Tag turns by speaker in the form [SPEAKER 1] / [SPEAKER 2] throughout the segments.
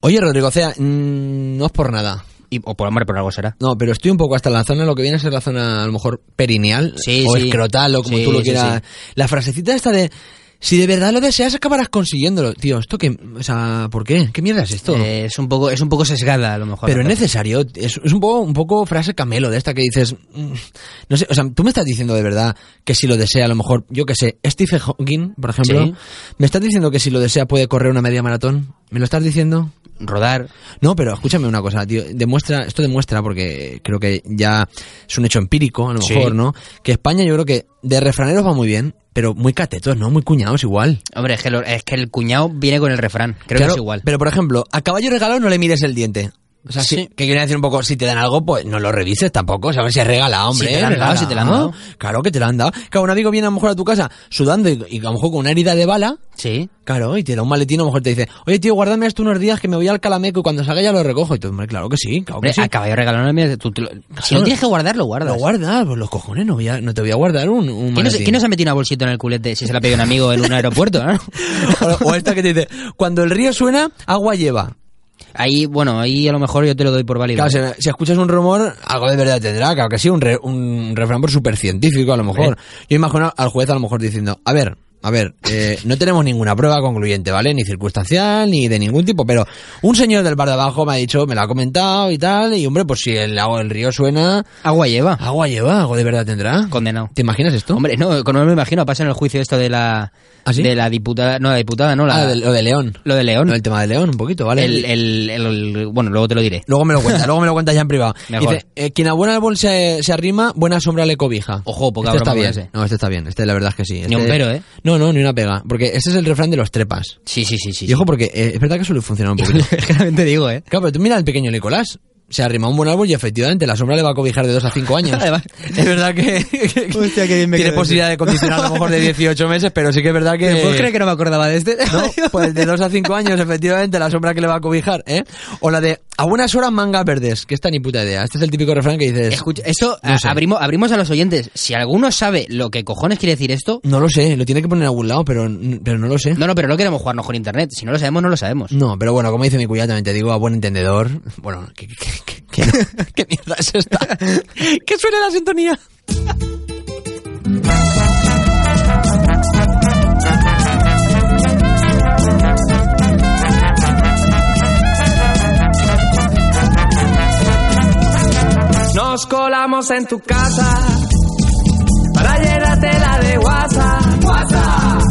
[SPEAKER 1] Oye, Rodrigo, o sea, mm, no es por nada.
[SPEAKER 2] Y, o por hombre, por algo será.
[SPEAKER 1] No, pero estoy un poco hasta la zona, lo que viene a ser la zona a lo mejor perineal
[SPEAKER 2] Sí,
[SPEAKER 1] o
[SPEAKER 2] sí.
[SPEAKER 1] escrotal o como
[SPEAKER 2] Sí,
[SPEAKER 1] tú lo
[SPEAKER 2] sí,
[SPEAKER 1] quieras. La frasecita esta de si de verdad lo deseas acabarás consiguiéndolo. Tío, esto que o sea, ¿por qué? ¿Qué mierda es esto?
[SPEAKER 2] Eh, es un poco, es un poco sesgada a lo mejor.
[SPEAKER 1] pero es
[SPEAKER 2] la frase.
[SPEAKER 1] necesario, es, es un poco un poco frase camelo de esta que dices, mm, no sé, o sea, tú me estás diciendo de verdad que si lo desea a lo mejor, yo que sé, Stephen Hawking, por ejemplo,
[SPEAKER 2] Sí.
[SPEAKER 1] me estás diciendo que si lo desea puede correr una media maratón. ¿Me lo estás diciendo?
[SPEAKER 2] rodar.
[SPEAKER 1] No, pero escúchame una cosa, tío. Demuestra, esto demuestra, porque creo que ya es un hecho empírico, a lo
[SPEAKER 2] Sí.
[SPEAKER 1] mejor, ¿no? Que España yo creo que de refraneros va muy bien, pero muy catetos, ¿no? Muy cuñados igual.
[SPEAKER 2] Hombre, es que, lo- es que el cuñado viene con el refrán. Creo
[SPEAKER 1] Claro,
[SPEAKER 2] que es igual.
[SPEAKER 1] Pero, por ejemplo, a caballo regalado no le mires el diente. O sea, sí.
[SPEAKER 2] Sí.
[SPEAKER 1] que quiero decir un poco, si te dan algo, pues no lo revises tampoco, o sea, a ver si es regalado, hombre.
[SPEAKER 2] Si te lo han
[SPEAKER 1] regalado.
[SPEAKER 2] dado, si te lo han dado.
[SPEAKER 1] Claro que te lo han dado. Claro, un amigo viene a lo mejor a tu casa sudando y, y a lo mejor con una herida de bala,
[SPEAKER 2] Sí.
[SPEAKER 1] Claro, y te da un maletín, a lo mejor te dice, oye tío, guárdame esto unos días que me voy al calameco y cuando salga ya lo recojo. Y tú, hombre, claro que sí, claro que
[SPEAKER 2] Hombre,
[SPEAKER 1] sí.
[SPEAKER 2] a caballo regalado no me- tú- tú lo- Si
[SPEAKER 1] no,
[SPEAKER 2] no tienes que guardar, lo guardas.
[SPEAKER 1] Lo guardas, pues los cojones, no, voy a- no te voy a guardar un, un
[SPEAKER 2] ¿Quién, nos,
[SPEAKER 1] maletín.
[SPEAKER 2] quién nos ha metido una bolsita en el culete si se la pide un amigo en un aeropuerto? ¿no?
[SPEAKER 1] o, o esta que te dice, cuando el río suena, agua lleva.
[SPEAKER 2] Ahí, bueno, ahí a lo mejor yo te lo doy por válido.
[SPEAKER 1] Claro, si, si escuchas un rumor, algo de verdad tendrá, claro que sí, un, re- un refrán por súper científico a lo mejor. Yo imagino al juez a lo mejor diciendo, a ver, a ver, eh, no tenemos ninguna prueba concluyente, ¿vale? Ni circunstancial, ni de ningún tipo, pero un señor del bar de abajo me ha dicho, me lo ha comentado y tal, y hombre, pues si el, agua- el río suena,
[SPEAKER 2] Agua lleva.
[SPEAKER 1] agua lleva, algo de verdad tendrá.
[SPEAKER 2] Condenado.
[SPEAKER 1] ¿Te imaginas esto?
[SPEAKER 2] Hombre, no, no me imagino, pasa en el juicio esto de la...
[SPEAKER 1] ¿Ah, sí?
[SPEAKER 2] De la diputada, no, la diputada, no, la...
[SPEAKER 1] Ah, de- lo de León.
[SPEAKER 2] Lo de León.
[SPEAKER 1] No, el tema de León, un poquito, ¿vale?
[SPEAKER 2] El- el- el- el- bueno, luego te lo diré.
[SPEAKER 1] Luego me lo cuenta, luego me lo cuentas ya en privado.
[SPEAKER 2] Mejor.
[SPEAKER 1] Dice, eh, quien a buen árbol se, se arrima, buena sombra le cobija.
[SPEAKER 2] Ojo, poca
[SPEAKER 1] Este está
[SPEAKER 2] broma
[SPEAKER 1] bien.
[SPEAKER 2] con ese.
[SPEAKER 1] No, este está bien. Este la verdad es que sí.
[SPEAKER 2] Ni
[SPEAKER 1] Este-
[SPEAKER 2] un pero, ¿eh?
[SPEAKER 1] No, no, ni una pega. Porque este es el refrán de los trepas.
[SPEAKER 2] Sí, sí, sí, sí.
[SPEAKER 1] y ojo, porque eh, es verdad que suele funcionar un poquito.
[SPEAKER 2] sí. También te digo, ¿eh?
[SPEAKER 1] claro, pero tú mira al pequeño Nicolás. Se arrima a un buen árbol y efectivamente la sombra le va a cobijar de 2 a 5 años.
[SPEAKER 2] Además-
[SPEAKER 1] es verdad que, que- que
[SPEAKER 2] Hostia, qué bien me
[SPEAKER 1] tiene
[SPEAKER 2] quedo
[SPEAKER 1] posibilidad
[SPEAKER 2] ese.
[SPEAKER 1] de condicionar a lo mejor de 18 meses, pero sí que es verdad que...
[SPEAKER 2] ¿Te puedes creer que no me acordaba de este?
[SPEAKER 1] No, pues de 2 a 5 años, efectivamente, la sombra que le va a cobijar, ¿eh? O la de a buenas horas mangas verdes, que esta ni puta idea. Este es el típico refrán que dices.
[SPEAKER 2] Escucha, esto
[SPEAKER 1] No
[SPEAKER 2] a-
[SPEAKER 1] sé.
[SPEAKER 2] abrimos, abrimos a los oyentes. Si alguno sabe lo que cojones quiere decir esto,
[SPEAKER 1] No lo sé, lo tiene que poner en algún lado, pero, pero no lo sé.
[SPEAKER 2] no, no, pero no queremos jugarnos con internet. Si no lo sabemos, no lo sabemos.
[SPEAKER 1] No, pero bueno, como dice mi cuñada, también te digo, a buen entendedor. Bueno, ¿qué, qué, qué- qué- qué mierda es esta? ¿Qué suena la sintonía?
[SPEAKER 3] Nos colamos en tu casa para llenarte la de guasa.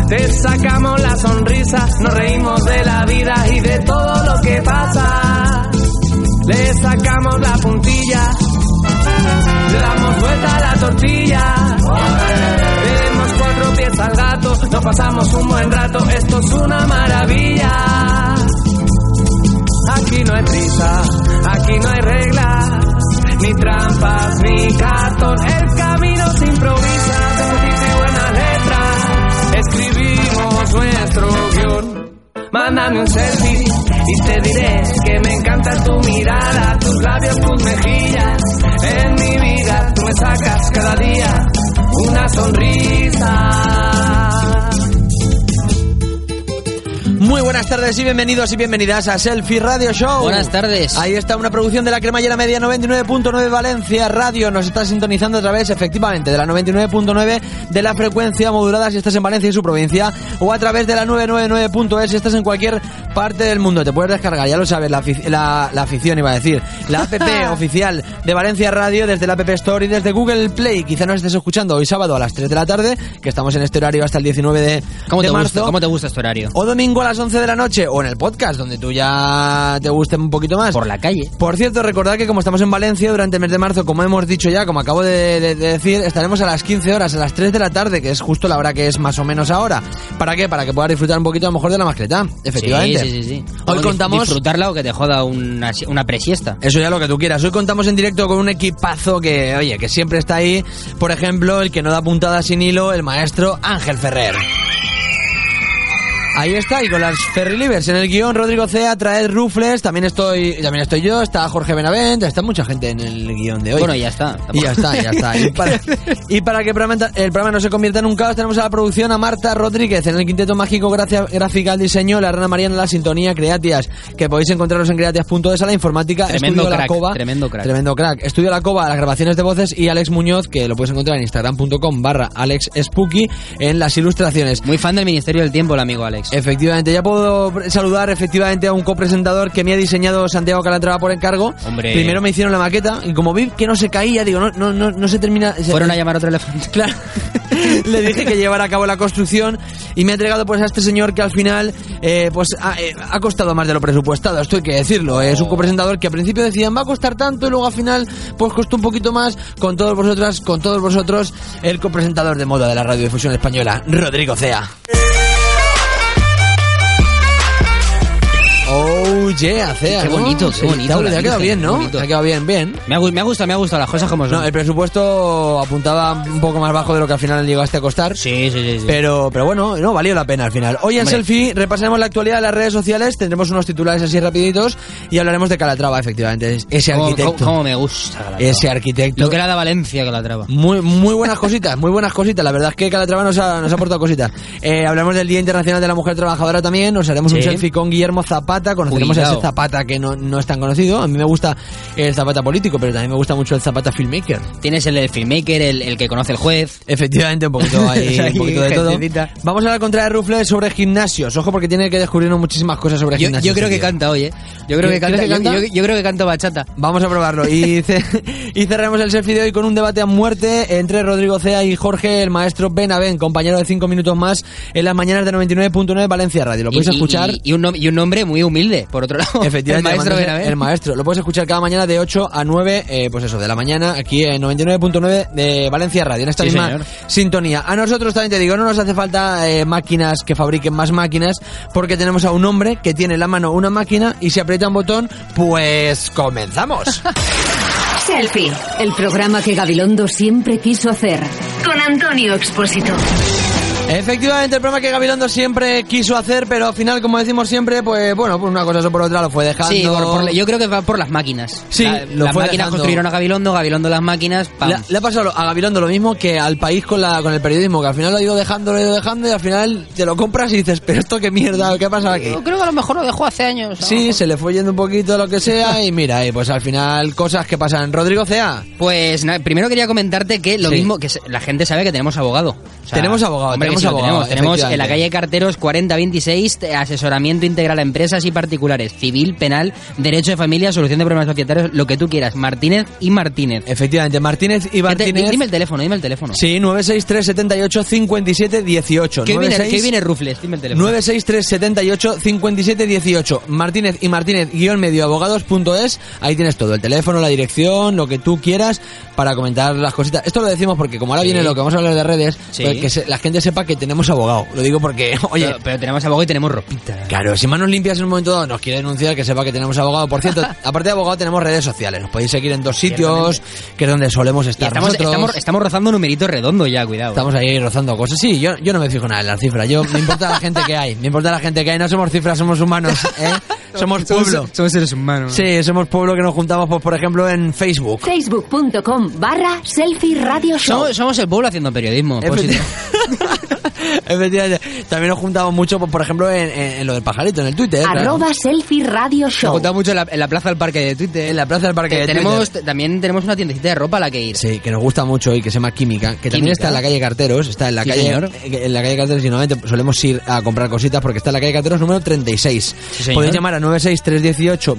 [SPEAKER 3] Te sacamos la sonrisa, nos reímos de la vida y de todo lo que pasa. Le sacamos la puntilla, le damos vuelta a la tortilla. Vemos cuatro pies al gato, nos pasamos un buen rato, esto es una maravilla. Aquí no hay prisa, aquí no hay reglas, ni trampas, ni cartón. El camino se improvisa, con y buenas letras. Escribimos nuestro guión. Mándame un selfie y te diré que me encanta tu mirada, tus labios, tus mejillas. En mi vida tú me sacas cada día una sonrisa.
[SPEAKER 1] Muy buenas tardes y bienvenidos y bienvenidas a Selfie Radio Show.
[SPEAKER 2] Buenas tardes.
[SPEAKER 1] Ahí está una producción de la cremallera media 99.9 Valencia Radio. Nos está sintonizando a través, efectivamente, de la 99.9 de la frecuencia modulada si estás en Valencia y su provincia, o a través de la 999.es si estás en cualquier parte del mundo. Te puedes descargar, ya lo sabes, la, afic- la- la afición iba a decir. La app oficial de Valencia Radio desde la App Store y desde Google Play. Quizá nos estés escuchando hoy sábado a las 3 de la tarde, que estamos en este horario hasta el 19 de,
[SPEAKER 2] ¿Cómo,
[SPEAKER 1] de
[SPEAKER 2] te
[SPEAKER 1] marzo.
[SPEAKER 2] gusta, ¿Cómo te gusta este horario?
[SPEAKER 1] O domingo a las 11 de la noche, o en el podcast, donde tú ya te guste un poquito más.
[SPEAKER 2] Por la calle.
[SPEAKER 1] Por cierto, recordad que como estamos en Valencia durante el mes de marzo, como hemos dicho ya, como acabo de, de- de decir, estaremos a las 15 horas, a las 3 de la tarde, que es justo la hora que es más o menos ahora. ¿Para qué? Para que puedas disfrutar un poquito a lo mejor de la mascleta, efectivamente.
[SPEAKER 2] Sí, sí, sí. sí. O
[SPEAKER 1] Hoy
[SPEAKER 2] dif-
[SPEAKER 1] contamos...
[SPEAKER 2] Disfrutarla o que te joda una, si- una presiesta.
[SPEAKER 1] Eso ya lo que tú quieras. Hoy contamos en directo con un equipazo que, oye, que siempre está ahí. Por ejemplo, el que no da puntada sin hilo, el maestro Ángel Ferrer. Ahí está, y con las Ferry Livers en el guión, Rodrigo Cea, traed Rufles, también estoy, también estoy yo, está Jorge Benavent, está mucha gente en el guión de hoy.
[SPEAKER 2] Bueno, ya está.
[SPEAKER 1] Y ya está, ya está. Y para, y para que el programa, el programa no se convierta en un caos, tenemos a la producción a Marta Rodríguez en el Quinteto Mágico gracias, Gráfica al Diseño, la Rana Mariana, la Sintonía, Creatias, que podéis encontrarlos en creatias.es a la informática,
[SPEAKER 2] Tremendo
[SPEAKER 1] Estudio La
[SPEAKER 2] crack,
[SPEAKER 1] Cova.
[SPEAKER 2] tremendo crack.
[SPEAKER 1] Tremendo crack. Estudio La Cova, las grabaciones de voces y Alex Muñoz, que lo puedes encontrar en instagram.com barra Alex Spooky en las ilustraciones.
[SPEAKER 2] Muy fan del Ministerio del Tiempo, el amigo Alex.
[SPEAKER 1] Eh, Efectivamente, ya puedo pre- saludar efectivamente a un copresentador que me ha diseñado Santiago Calatrava por encargo.
[SPEAKER 2] Hombre.
[SPEAKER 1] Primero me hicieron la maqueta y como vi que no se caía, digo, no, no, no, no se termina. se-
[SPEAKER 2] Fueron a llamar a otro elefante.
[SPEAKER 1] eh, Claro. Le dije que llevara a cabo la construcción y me ha entregado pues a este señor que al final eh, pues ha, eh, ha costado más de lo presupuestado, esto hay que decirlo. Es
[SPEAKER 2] Oh.
[SPEAKER 1] un copresentador que al principio decían va a costar tanto y luego al final pues costó un poquito más con todos vosotras, con todos vosotros, el copresentador de moda de la radiodifusión española, Rodrigo Cea. Oh yeah, Cea.
[SPEAKER 2] Qué
[SPEAKER 1] ¿no?
[SPEAKER 2] bonito, qué
[SPEAKER 1] Sí,
[SPEAKER 2] bonito,
[SPEAKER 1] Te
[SPEAKER 2] la
[SPEAKER 1] ha quedado
[SPEAKER 2] Virgen,
[SPEAKER 1] bien,
[SPEAKER 2] qué
[SPEAKER 1] ¿no?
[SPEAKER 2] bonito.
[SPEAKER 1] Te ha quedado bien, bien.
[SPEAKER 2] Me ha, gu- me ha gustado, me ha gustado las cosas como son.
[SPEAKER 1] No, el presupuesto apuntaba un poco más bajo de lo que al final llegaste a costar.
[SPEAKER 2] Sí, sí, sí. sí.
[SPEAKER 1] Pero, pero bueno, no, valió la pena al final. Hoy en
[SPEAKER 2] Hombre.
[SPEAKER 1] Selfie repasaremos la actualidad de las redes sociales, tendremos unos titulares así rapiditos y hablaremos de Calatrava, efectivamente. es- Ese
[SPEAKER 2] ¿Cómo,
[SPEAKER 1] arquitecto.
[SPEAKER 2] cómo- cómo me gusta Calatrava.
[SPEAKER 1] Ese arquitecto.
[SPEAKER 2] Lo que era de Valencia que la traba.
[SPEAKER 1] Muy, muy buenas cositas, muy buenas cositas. La verdad es que Calatrava nos ha, nos ha aportado cositas. Eh, hablamos del Día Internacional de la Mujer Trabajadora también. Nos haremos un
[SPEAKER 2] Sí.
[SPEAKER 1] selfie con Guillermo Zapata. Conoceremos a
[SPEAKER 2] Cuidado.
[SPEAKER 1] ese Zapata que no, no es tan conocido. A mí me gusta el Zapata político, pero también me gusta mucho el Zapata filmmaker.
[SPEAKER 2] Tienes el del filmmaker, el, el que conoce el juez.
[SPEAKER 1] Efectivamente, un poquito ahí,
[SPEAKER 2] Ahí,
[SPEAKER 1] un poquito de todo.
[SPEAKER 2] gentecita.
[SPEAKER 1] Vamos a hablar contra de Rufles sobre gimnasios. Ojo, porque tiene que descubrirnos muchísimas cosas sobre
[SPEAKER 2] Yo,
[SPEAKER 1] gimnasios.
[SPEAKER 2] yo creo que
[SPEAKER 1] tío.
[SPEAKER 2] canta hoy, ¿eh? Yo creo que
[SPEAKER 1] ¿Crees
[SPEAKER 2] canta,
[SPEAKER 1] que
[SPEAKER 2] yo-
[SPEAKER 1] canta?
[SPEAKER 2] Yo, yo creo que canta bachata.
[SPEAKER 1] Vamos a probarlo. Y, ce- y cerramos el selfie de hoy con un debate a muerte entre Rodrigo Cea y Jorge, el maestro Benavén, compañero de 5 minutos más en las mañanas de 99.9 Valencia Radio. Lo podéis
[SPEAKER 2] Y- y-
[SPEAKER 1] escuchar.
[SPEAKER 2] Y, y un nom- y un nombre muy humilde, por otro lado.
[SPEAKER 1] Efectivamente,
[SPEAKER 2] El maestro ¿eh?
[SPEAKER 1] llamándose
[SPEAKER 2] Benavent.
[SPEAKER 1] el maestro. Lo puedes escuchar cada mañana de 8 a 9, eh, pues eso, de la mañana, aquí en 99.9 de Valencia Radio, en esta
[SPEAKER 2] Sí,
[SPEAKER 1] misma
[SPEAKER 2] señor.
[SPEAKER 1] sintonía. A nosotros también te digo, no nos hace falta eh, máquinas que fabriquen más máquinas, porque tenemos a un hombre que tiene en la mano una máquina y si aprieta un botón, pues comenzamos.
[SPEAKER 4] Selfie, el programa que Gabilondo siempre quiso hacer. Con Antonio Expósito.
[SPEAKER 1] Efectivamente, el programa que Gabilondo siempre quiso hacer, pero al final, como decimos siempre, pues bueno, pues una cosa por otra lo fue dejando.
[SPEAKER 2] Sí, por- por- yo creo que va por las máquinas.
[SPEAKER 1] Sí,
[SPEAKER 2] La-
[SPEAKER 1] lo
[SPEAKER 2] las
[SPEAKER 1] fue
[SPEAKER 2] máquinas
[SPEAKER 1] dejando.
[SPEAKER 2] construyeron a Gabilondo, Gabilondo las máquinas. pam.
[SPEAKER 1] Le, le ha pasado a Gabilondo lo mismo que al país con, la, con el periodismo, que al final lo ha ido dejando, lo ha ido dejando y al final te lo compras y dices, pero esto qué mierda, ¿qué ha pasado aquí?
[SPEAKER 2] Yo creo que a lo mejor lo dejó hace años. ¿no?
[SPEAKER 1] Sí, se le fue yendo un poquito lo que sea y mira, y pues al final cosas que pasan. Rodrigo Cea,
[SPEAKER 2] Pues nada, primero quería comentarte que lo
[SPEAKER 1] Sí.
[SPEAKER 2] mismo que se- la gente sabe que tenemos abogado. O
[SPEAKER 1] Tenemos abogado,
[SPEAKER 2] hombre, que
[SPEAKER 1] tenemos
[SPEAKER 2] sí lo
[SPEAKER 1] abogado,
[SPEAKER 2] Tenemos, Tenemos en la
[SPEAKER 1] efectivamente.
[SPEAKER 2] calle Carteros 4026 te- asesoramiento integral a empresas y particulares, civil, penal, derecho de familia, solución de problemas societarios, lo que tú quieras. Martínez y Martínez.
[SPEAKER 1] efectivamente, Martínez y
[SPEAKER 2] ¿Qué te-
[SPEAKER 1] Eh, Martínez.
[SPEAKER 2] dime el teléfono, dime el teléfono.
[SPEAKER 1] Sí, 963 78 57 18.
[SPEAKER 2] ¿Qué viene, qué viene Rufles? Dime el teléfono.
[SPEAKER 1] 963 78 57 18 Martínez y Martínez guión medio abogados.es ahí tienes todo el teléfono la dirección lo que tú quieras para comentar las cositas esto lo decimos porque como ahora
[SPEAKER 2] Sí.
[SPEAKER 1] viene lo que vamos a hablar de redes
[SPEAKER 2] Sí.
[SPEAKER 1] pues que se- la gente sepa que tenemos abogado lo digo porque oye
[SPEAKER 2] pero, pero tenemos abogado y tenemos ropita.
[SPEAKER 1] Claro, si Manos Limpias en un momento dado nos quiere denunciar, que sepa que tenemos abogado. Por cierto, aparte de abogado, tenemos redes sociales. Nos podéis seguir en dos sitios, que es donde solemos
[SPEAKER 2] Y
[SPEAKER 1] estar.
[SPEAKER 2] estamos,
[SPEAKER 1] nosotros.
[SPEAKER 2] estamos, estamos rozando numerito redondo ya, cuidado.
[SPEAKER 1] Estamos ahí rozando cosas. Sí, yo, yo no me fijo nada en las cifras. Yo, me importa la gente que hay. Me importa la gente que hay. No somos cifras, somos humanos. ¿eh? Somos pueblo.
[SPEAKER 2] seres humanos.
[SPEAKER 1] Sí, somos pueblo que nos juntamos, pues, por ejemplo, en Facebook.
[SPEAKER 4] Facebook.com barra selfie radio show.
[SPEAKER 2] Somos, somos el pueblo haciendo periodismo.
[SPEAKER 1] Pues
[SPEAKER 2] por si te-
[SPEAKER 1] Efectivamente. Efectivamente. También nos juntamos mucho, pues, por ejemplo, en, en- en lo del pajarito, en el Twitter. claro.
[SPEAKER 4] Arroba selfie radio
[SPEAKER 2] Nos
[SPEAKER 4] show.
[SPEAKER 2] juntamos mucho en la, en la plaza del parque de Twitter.
[SPEAKER 1] En la plaza del parque
[SPEAKER 2] Que
[SPEAKER 1] de
[SPEAKER 2] tenemos,
[SPEAKER 1] Twitter.
[SPEAKER 2] t- También tenemos una tiendecita de ropa a la que ir.
[SPEAKER 1] Sí, que nos gusta mucho y que se llama Química, que también
[SPEAKER 2] Química.
[SPEAKER 1] está en la calle Carteros, está en la
[SPEAKER 2] Sí,
[SPEAKER 1] calle
[SPEAKER 2] señor.
[SPEAKER 1] eh, en la calle Carteros y normalmente solemos ir a comprar cositas porque está en la calle Carteros número 36.
[SPEAKER 2] Sí, señor.
[SPEAKER 1] Podéis llamar a 96318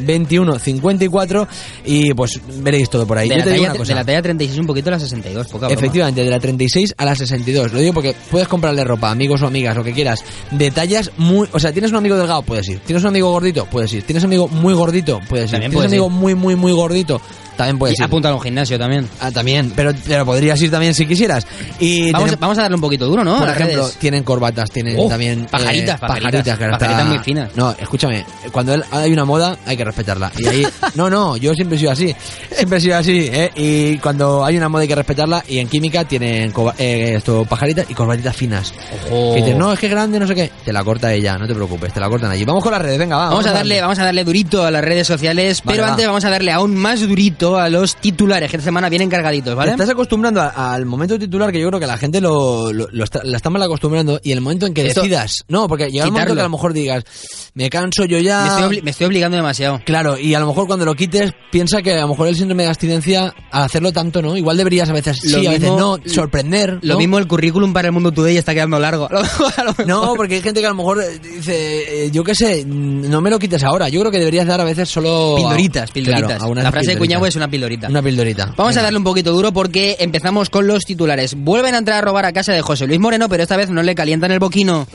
[SPEAKER 1] 2154 y pues veréis todo por ahí.
[SPEAKER 2] De,
[SPEAKER 1] Yo
[SPEAKER 2] la
[SPEAKER 1] te digo
[SPEAKER 2] talla,
[SPEAKER 1] una cosa.
[SPEAKER 2] de la talla 36 un poquito a la 62, poca broma.
[SPEAKER 1] Efectivamente, de la 36 a la 62. Lo digo porque puedes comprarle ropa, amigos o amigas, lo que quieras. De tallas muy. O sea, tienes un amigo delgado, puedes ir. Tienes un amigo gordito, puedes ir. Tienes un amigo muy gordito, puedes ir.
[SPEAKER 2] También
[SPEAKER 1] tienes
[SPEAKER 2] puedes
[SPEAKER 1] un amigo
[SPEAKER 2] ir.
[SPEAKER 1] muy, muy, muy gordito, también puedes
[SPEAKER 2] Y
[SPEAKER 1] ir.
[SPEAKER 2] apunta a un gimnasio también.
[SPEAKER 1] Ah, también, pero, pero podrías ir también si quisieras. Y
[SPEAKER 2] Vamos, a-
[SPEAKER 1] tenem-
[SPEAKER 2] vamos a darle un poquito duro, ¿no? A
[SPEAKER 1] por
[SPEAKER 2] las
[SPEAKER 1] ejemplo, ah,
[SPEAKER 2] redes.
[SPEAKER 1] tienen corbatas, tienen
[SPEAKER 2] Oh,
[SPEAKER 1] también eh,
[SPEAKER 2] pajaritas, pajaritas,
[SPEAKER 1] que ahora
[SPEAKER 2] pajaritas
[SPEAKER 1] está-
[SPEAKER 2] muy finas.
[SPEAKER 1] No, escúchame, cuando él- hay una moda hay que respetarla. Y ahí, no, no, yo siempre he sido así, siempre he sido así. ¿eh? Y cuando hay una moda hay que respetarla. Y en química tienen coba- eh, esto pajaritas y corbatitas finas.
[SPEAKER 2] Ojo.
[SPEAKER 1] Que dices, no, es que es grande, no sé qué. Te la corta ella, no te preocupes, te la cortan allí. Vamos con las redes, venga, va.
[SPEAKER 2] Vamos a darle, vamos a darle durito a las redes sociales,
[SPEAKER 1] Vale,
[SPEAKER 2] pero
[SPEAKER 1] va.
[SPEAKER 2] antes vamos a darle aún más durito a los titulares, que esta semana vienen cargaditos,
[SPEAKER 1] Te
[SPEAKER 2] ¿vale?
[SPEAKER 1] estás acostumbrando a- al momento titular que yo creo que la gente lo, lo- lo está, la está mal acostumbrando y el momento en que
[SPEAKER 2] Esto-
[SPEAKER 1] decidas. No, porque llega un momento
[SPEAKER 2] Quitarlo.
[SPEAKER 1] que a lo mejor digas, me canso yo ya.
[SPEAKER 2] Me estoy, obli- me estoy obligando demasiado.
[SPEAKER 1] Claro, y a lo mejor cuando lo quites, piensa que a lo mejor el síndrome de abstinencia, al hacerlo tanto, ¿no? Igual deberías a veces
[SPEAKER 2] Lo
[SPEAKER 1] sí, a veces
[SPEAKER 2] mismo-
[SPEAKER 1] no, sorprender.
[SPEAKER 2] Lo
[SPEAKER 1] ¿no?
[SPEAKER 2] mismo el currículum para el mundo today está quedando largo. A lo mejor- a lo mejor-
[SPEAKER 1] No, porque hay gente que a lo mejor eh, dice, eh, yo qué sé, mm, no me lo quites ahora. Yo creo que deberías dar a veces solo.
[SPEAKER 2] Pildoritas, pildoritas.
[SPEAKER 1] Oh, Claro, algunas
[SPEAKER 2] la frase de Cuñado es
[SPEAKER 1] pildoritas.
[SPEAKER 2] una pildorita.
[SPEAKER 1] Una pildorita.
[SPEAKER 2] Vamos
[SPEAKER 1] Venga.
[SPEAKER 2] a darle un poquito duro porque empezamos con los titulares. Vuelven a entrar a robar a casa de José Luis Moreno, pero esta vez no le calientan el boquino.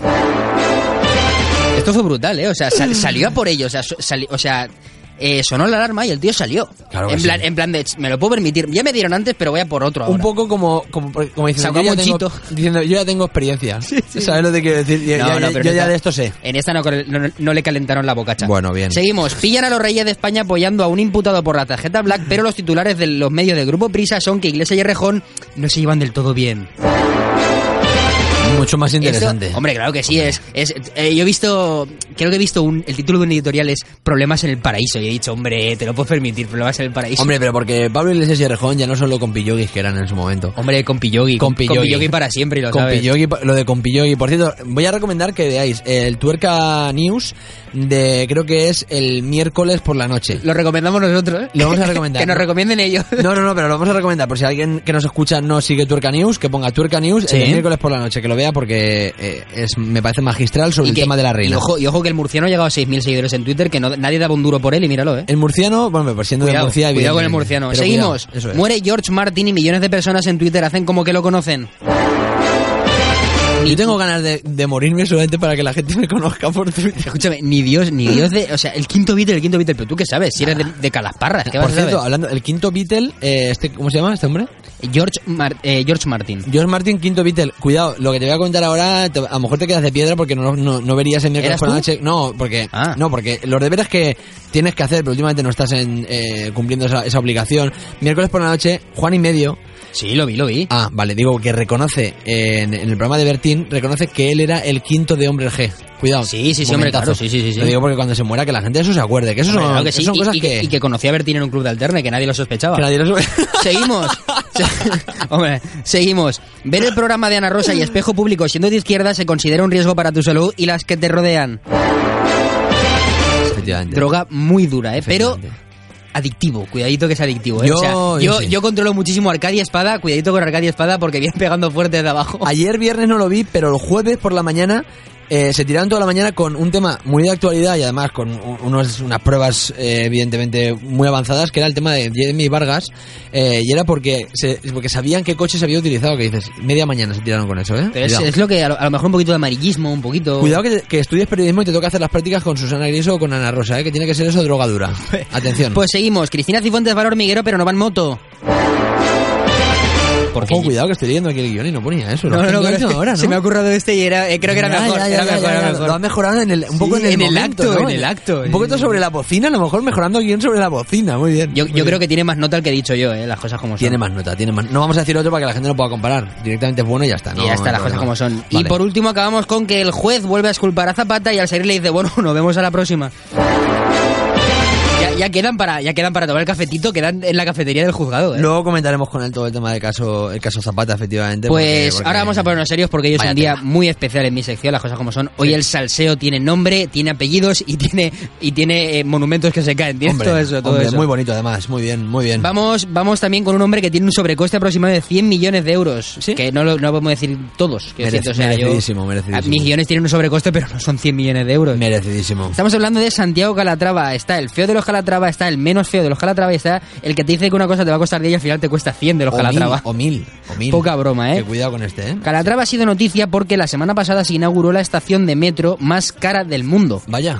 [SPEAKER 2] Esto fue brutal, ¿eh? O sea, sal- salió a por ello. O sea, so- sali- o sea eh, sonó la alarma y el tío salió.
[SPEAKER 1] Claro que
[SPEAKER 2] en,
[SPEAKER 1] sí.
[SPEAKER 2] plan, en plan de, "Ch, me lo puedo permitir. Ya me dieron antes, pero voy a por otro ahora.
[SPEAKER 1] Un poco como, como, como diciendo,
[SPEAKER 2] Sacó
[SPEAKER 1] yo ya tengo,
[SPEAKER 2] Monchito.
[SPEAKER 1] diciendo, yo ya tengo experiencia. ¿Sabes lo que quiero decir? Yo,
[SPEAKER 2] No,
[SPEAKER 1] ya-
[SPEAKER 2] no,
[SPEAKER 1] yo
[SPEAKER 2] pero en
[SPEAKER 1] ya
[SPEAKER 2] esta-
[SPEAKER 1] de esto sé.
[SPEAKER 2] En esta no, no- no le calentaron la bocacha.
[SPEAKER 1] Bueno, bien.
[SPEAKER 2] Seguimos. Pillan a los reyes de España apoyando a un imputado por la tarjeta Black, pero los titulares de los medios del Grupo Prisa son que Iglesia y Errejón no se llevan del todo bien.
[SPEAKER 1] Mucho más interesante.
[SPEAKER 2] Esto- hombre, claro que sí. Es, es, eh, yo he visto, creo que he visto un, el título de un editorial es Problemas en el Paraíso. Y he dicho, hombre, te lo puedes permitir, Problemas en el Paraíso.
[SPEAKER 1] Hombre, pero porque Pablo Iglesias y Errejón ya no son lo compilloguis que eran en su momento.
[SPEAKER 2] Hombre, con Pillogi.
[SPEAKER 1] Con
[SPEAKER 2] Con, con
[SPEAKER 1] Pillogi.
[SPEAKER 2] Pillogi para siempre, y lo sabes.
[SPEAKER 1] Compillogi, lo de Compillogi. Por cierto, voy a recomendar que veáis el Tuerca News de, creo que es el miércoles por la noche.
[SPEAKER 2] Lo recomendamos nosotros. ¿eh?
[SPEAKER 1] Lo vamos a recomendar,
[SPEAKER 2] que nos
[SPEAKER 1] ¿no?
[SPEAKER 2] recomienden ellos.
[SPEAKER 1] No, no, no, pero lo vamos a recomendar. Por si alguien que nos escucha no sigue Tuerca News, que ponga Tuerca News
[SPEAKER 2] Sí.
[SPEAKER 1] el miércoles por la noche, que lo vea porque eh, es, me parece magistral sobre
[SPEAKER 2] Y
[SPEAKER 1] el
[SPEAKER 2] que-
[SPEAKER 1] tema de la reina.
[SPEAKER 2] Y ojo, y ojo que el murciano ha llegado a 6.000 seguidores en Twitter, que no- nadie daba un duro por él, y míralo, ¿eh?
[SPEAKER 1] El murciano, bueno, pues siendo de
[SPEAKER 2] Cuidado,
[SPEAKER 1] Murcia,
[SPEAKER 2] cuidado con el
[SPEAKER 1] evidentemente.
[SPEAKER 2] murciano.
[SPEAKER 1] Pero
[SPEAKER 2] Seguimos.
[SPEAKER 1] cuidado, eso es.
[SPEAKER 2] Muere George Martin y millones de personas en Twitter hacen como que lo conocen.
[SPEAKER 1] Yo tengo ganas de, de morirme solamente para que la gente me conozca por Twitter.
[SPEAKER 2] Escúchame, ni Dios, ni Dios de. O sea, el quinto Beatle, el quinto Beatle, pero tú qué sabes, si eres de, de Calasparras, ¿qué vas
[SPEAKER 1] Ah. Por
[SPEAKER 2] a
[SPEAKER 1] cierto,
[SPEAKER 2] saber?
[SPEAKER 1] hablando, el quinto Beatle, eh, este, ¿cómo se llama este hombre?
[SPEAKER 2] George, Mar- eh, George Martin.
[SPEAKER 1] George Martin, quinto Beatle. Cuidado, lo que te voy a contar ahora, te- a lo mejor te quedas de piedra porque no, no, no verías el
[SPEAKER 2] ¿Eras
[SPEAKER 1] miércoles por la
[SPEAKER 2] tú?
[SPEAKER 1] noche. No, porque,
[SPEAKER 2] Ah.
[SPEAKER 1] no, porque los deberes que tienes que hacer, pero últimamente no estás en, eh, cumpliendo esa, esa obligación. Miércoles por la noche, Juan y medio.
[SPEAKER 2] Sí, lo vi, lo vi.
[SPEAKER 1] Ah, vale, digo que reconoce eh, en, en el programa de Bertín, reconoce que él era el quinto de Hombres G. Cuidado.
[SPEAKER 2] Sí, sí, sí, hombre,
[SPEAKER 1] momentazo.
[SPEAKER 2] claro, sí, sí, sí, sí.
[SPEAKER 1] Lo digo porque cuando se muera, que la gente de eso se acuerde. Que eso son,
[SPEAKER 2] Hombre, claro que sí,
[SPEAKER 1] eso son
[SPEAKER 2] y-
[SPEAKER 1] cosas
[SPEAKER 2] y,
[SPEAKER 1] que.
[SPEAKER 2] y que conocí a Bertín en un club de alterne, que nadie lo sospechaba.
[SPEAKER 1] que nadie lo sube.
[SPEAKER 2] Seguimos. Se- Hombre, seguimos. Ver el programa de Ana Rosa y Espejo Público siendo de izquierda se considera un riesgo para tu salud y las que te rodean.
[SPEAKER 1] Efectivamente.
[SPEAKER 2] Droga muy dura, ¿eh? Pero
[SPEAKER 1] Efectivamente.
[SPEAKER 2] adictivo, cuidadito que es adictivo, ¿eh?
[SPEAKER 1] Yo-
[SPEAKER 2] O sea, yo,
[SPEAKER 1] yo sí.
[SPEAKER 2] yo controlo muchísimo Arcadia Espada, cuidadito con Arcadia Espada porque viene pegando fuerte desde abajo.
[SPEAKER 1] Ayer viernes no lo vi, pero el jueves por la mañana eh, se tiraron toda la mañana con un tema muy de actualidad y además con u- unos- unas pruebas eh, evidentemente muy avanzadas, que era el tema de Jeremy Vargas. eh, y era porque, se- porque sabían qué coche se había utilizado, que dices, media mañana se tiraron con eso, ¿eh?
[SPEAKER 2] Pero es,
[SPEAKER 1] Cuidado.
[SPEAKER 2] es lo que a lo, a lo mejor un poquito de amarillismo, un poquito...
[SPEAKER 1] Cuidado que, que estudies periodismo y te toca hacer las prácticas con Susana Griso o con Ana Rosa, ¿eh? que tiene que ser eso drogadura. Atención.
[SPEAKER 2] Pues seguimos. Cristina Cifuentes Valor Miguero, pero no va en moto. Porque
[SPEAKER 1] Ojo, cuidado que estoy leyendo aquí el guión y no ponía eso.
[SPEAKER 2] No,
[SPEAKER 1] Lo
[SPEAKER 2] no,
[SPEAKER 1] han
[SPEAKER 2] no,
[SPEAKER 1] hecho
[SPEAKER 2] pero es que
[SPEAKER 1] ahora, ¿no?
[SPEAKER 2] se me ha ocurrido este y era, eh, creo que era
[SPEAKER 1] Ya,
[SPEAKER 2] mejor.
[SPEAKER 1] ya,
[SPEAKER 2] era
[SPEAKER 1] ya,
[SPEAKER 2] mejor,
[SPEAKER 1] ya,
[SPEAKER 2] era
[SPEAKER 1] ya.
[SPEAKER 2] mejor.
[SPEAKER 1] Lo ha mejorado en el, un poco
[SPEAKER 2] Sí,
[SPEAKER 1] en el
[SPEAKER 2] en el
[SPEAKER 1] momento,
[SPEAKER 2] acto,
[SPEAKER 1] ¿no?
[SPEAKER 2] en el acto.
[SPEAKER 1] Un poquito sobre la bocina, a lo mejor mejorando el guión sobre la bocina, muy bien.
[SPEAKER 2] Yo,
[SPEAKER 1] Muy
[SPEAKER 2] yo
[SPEAKER 1] bien.
[SPEAKER 2] creo que tiene más nota el que he dicho yo, eh, las cosas como son.
[SPEAKER 1] Tiene más nota, tiene más. No vamos a decir otro para que la gente no pueda comparar. Directamente es bueno y ya está.
[SPEAKER 2] y ya está, las cosas como son. Y por último acabamos con que el juez vuelve a esculpar a Zapata y al salir le dice, bueno, nos vemos a la próxima. Ya, ya quedan para ya quedan para tomar el cafetito, quedan en la cafetería del juzgado. ¿eh?
[SPEAKER 1] Luego comentaremos con él todo el tema del caso, el caso Zapata, efectivamente.
[SPEAKER 2] Pues
[SPEAKER 1] porque- porque-
[SPEAKER 2] ahora vamos a ponernos serios porque hoy es
[SPEAKER 1] Vaya
[SPEAKER 2] un día
[SPEAKER 1] tema.
[SPEAKER 2] muy especial en mi sección, las cosas como son. Hoy el salseo tiene nombre, tiene apellidos y tiene y tiene eh, monumentos que se caen. Tiene
[SPEAKER 1] Hombre,
[SPEAKER 2] todo eso, todo
[SPEAKER 1] hombre,
[SPEAKER 2] eso.
[SPEAKER 1] Muy bonito, además. Muy bien, muy bien.
[SPEAKER 2] Vamos, vamos también con un hombre que tiene un sobrecoste aproximado de 100 millones de euros.
[SPEAKER 1] ¿Sí?
[SPEAKER 2] Que no, lo, no podemos decir todos. quiero
[SPEAKER 1] Merec-
[SPEAKER 2] decirte, o sea, yo-
[SPEAKER 1] merecidísimo, merecidísimo.
[SPEAKER 2] a- Mis guiones tienen un sobrecoste, pero no son 100 millones de euros.
[SPEAKER 1] Merecidísimo.
[SPEAKER 2] Estamos hablando de Santiago Calatrava. Está el feo de los Calatrava, está el menos feo de los Calatrava y está el que te dice que una cosa te va a costar 10 y al final te cuesta 100 de los Calatrava.
[SPEAKER 1] O mil, o mil.
[SPEAKER 2] Poca broma, ¿eh?
[SPEAKER 1] Que cuidado con este, ¿eh?
[SPEAKER 2] Calatrava ha sido noticia porque la semana pasada se inauguró la estación de metro más cara del mundo.
[SPEAKER 1] Vaya.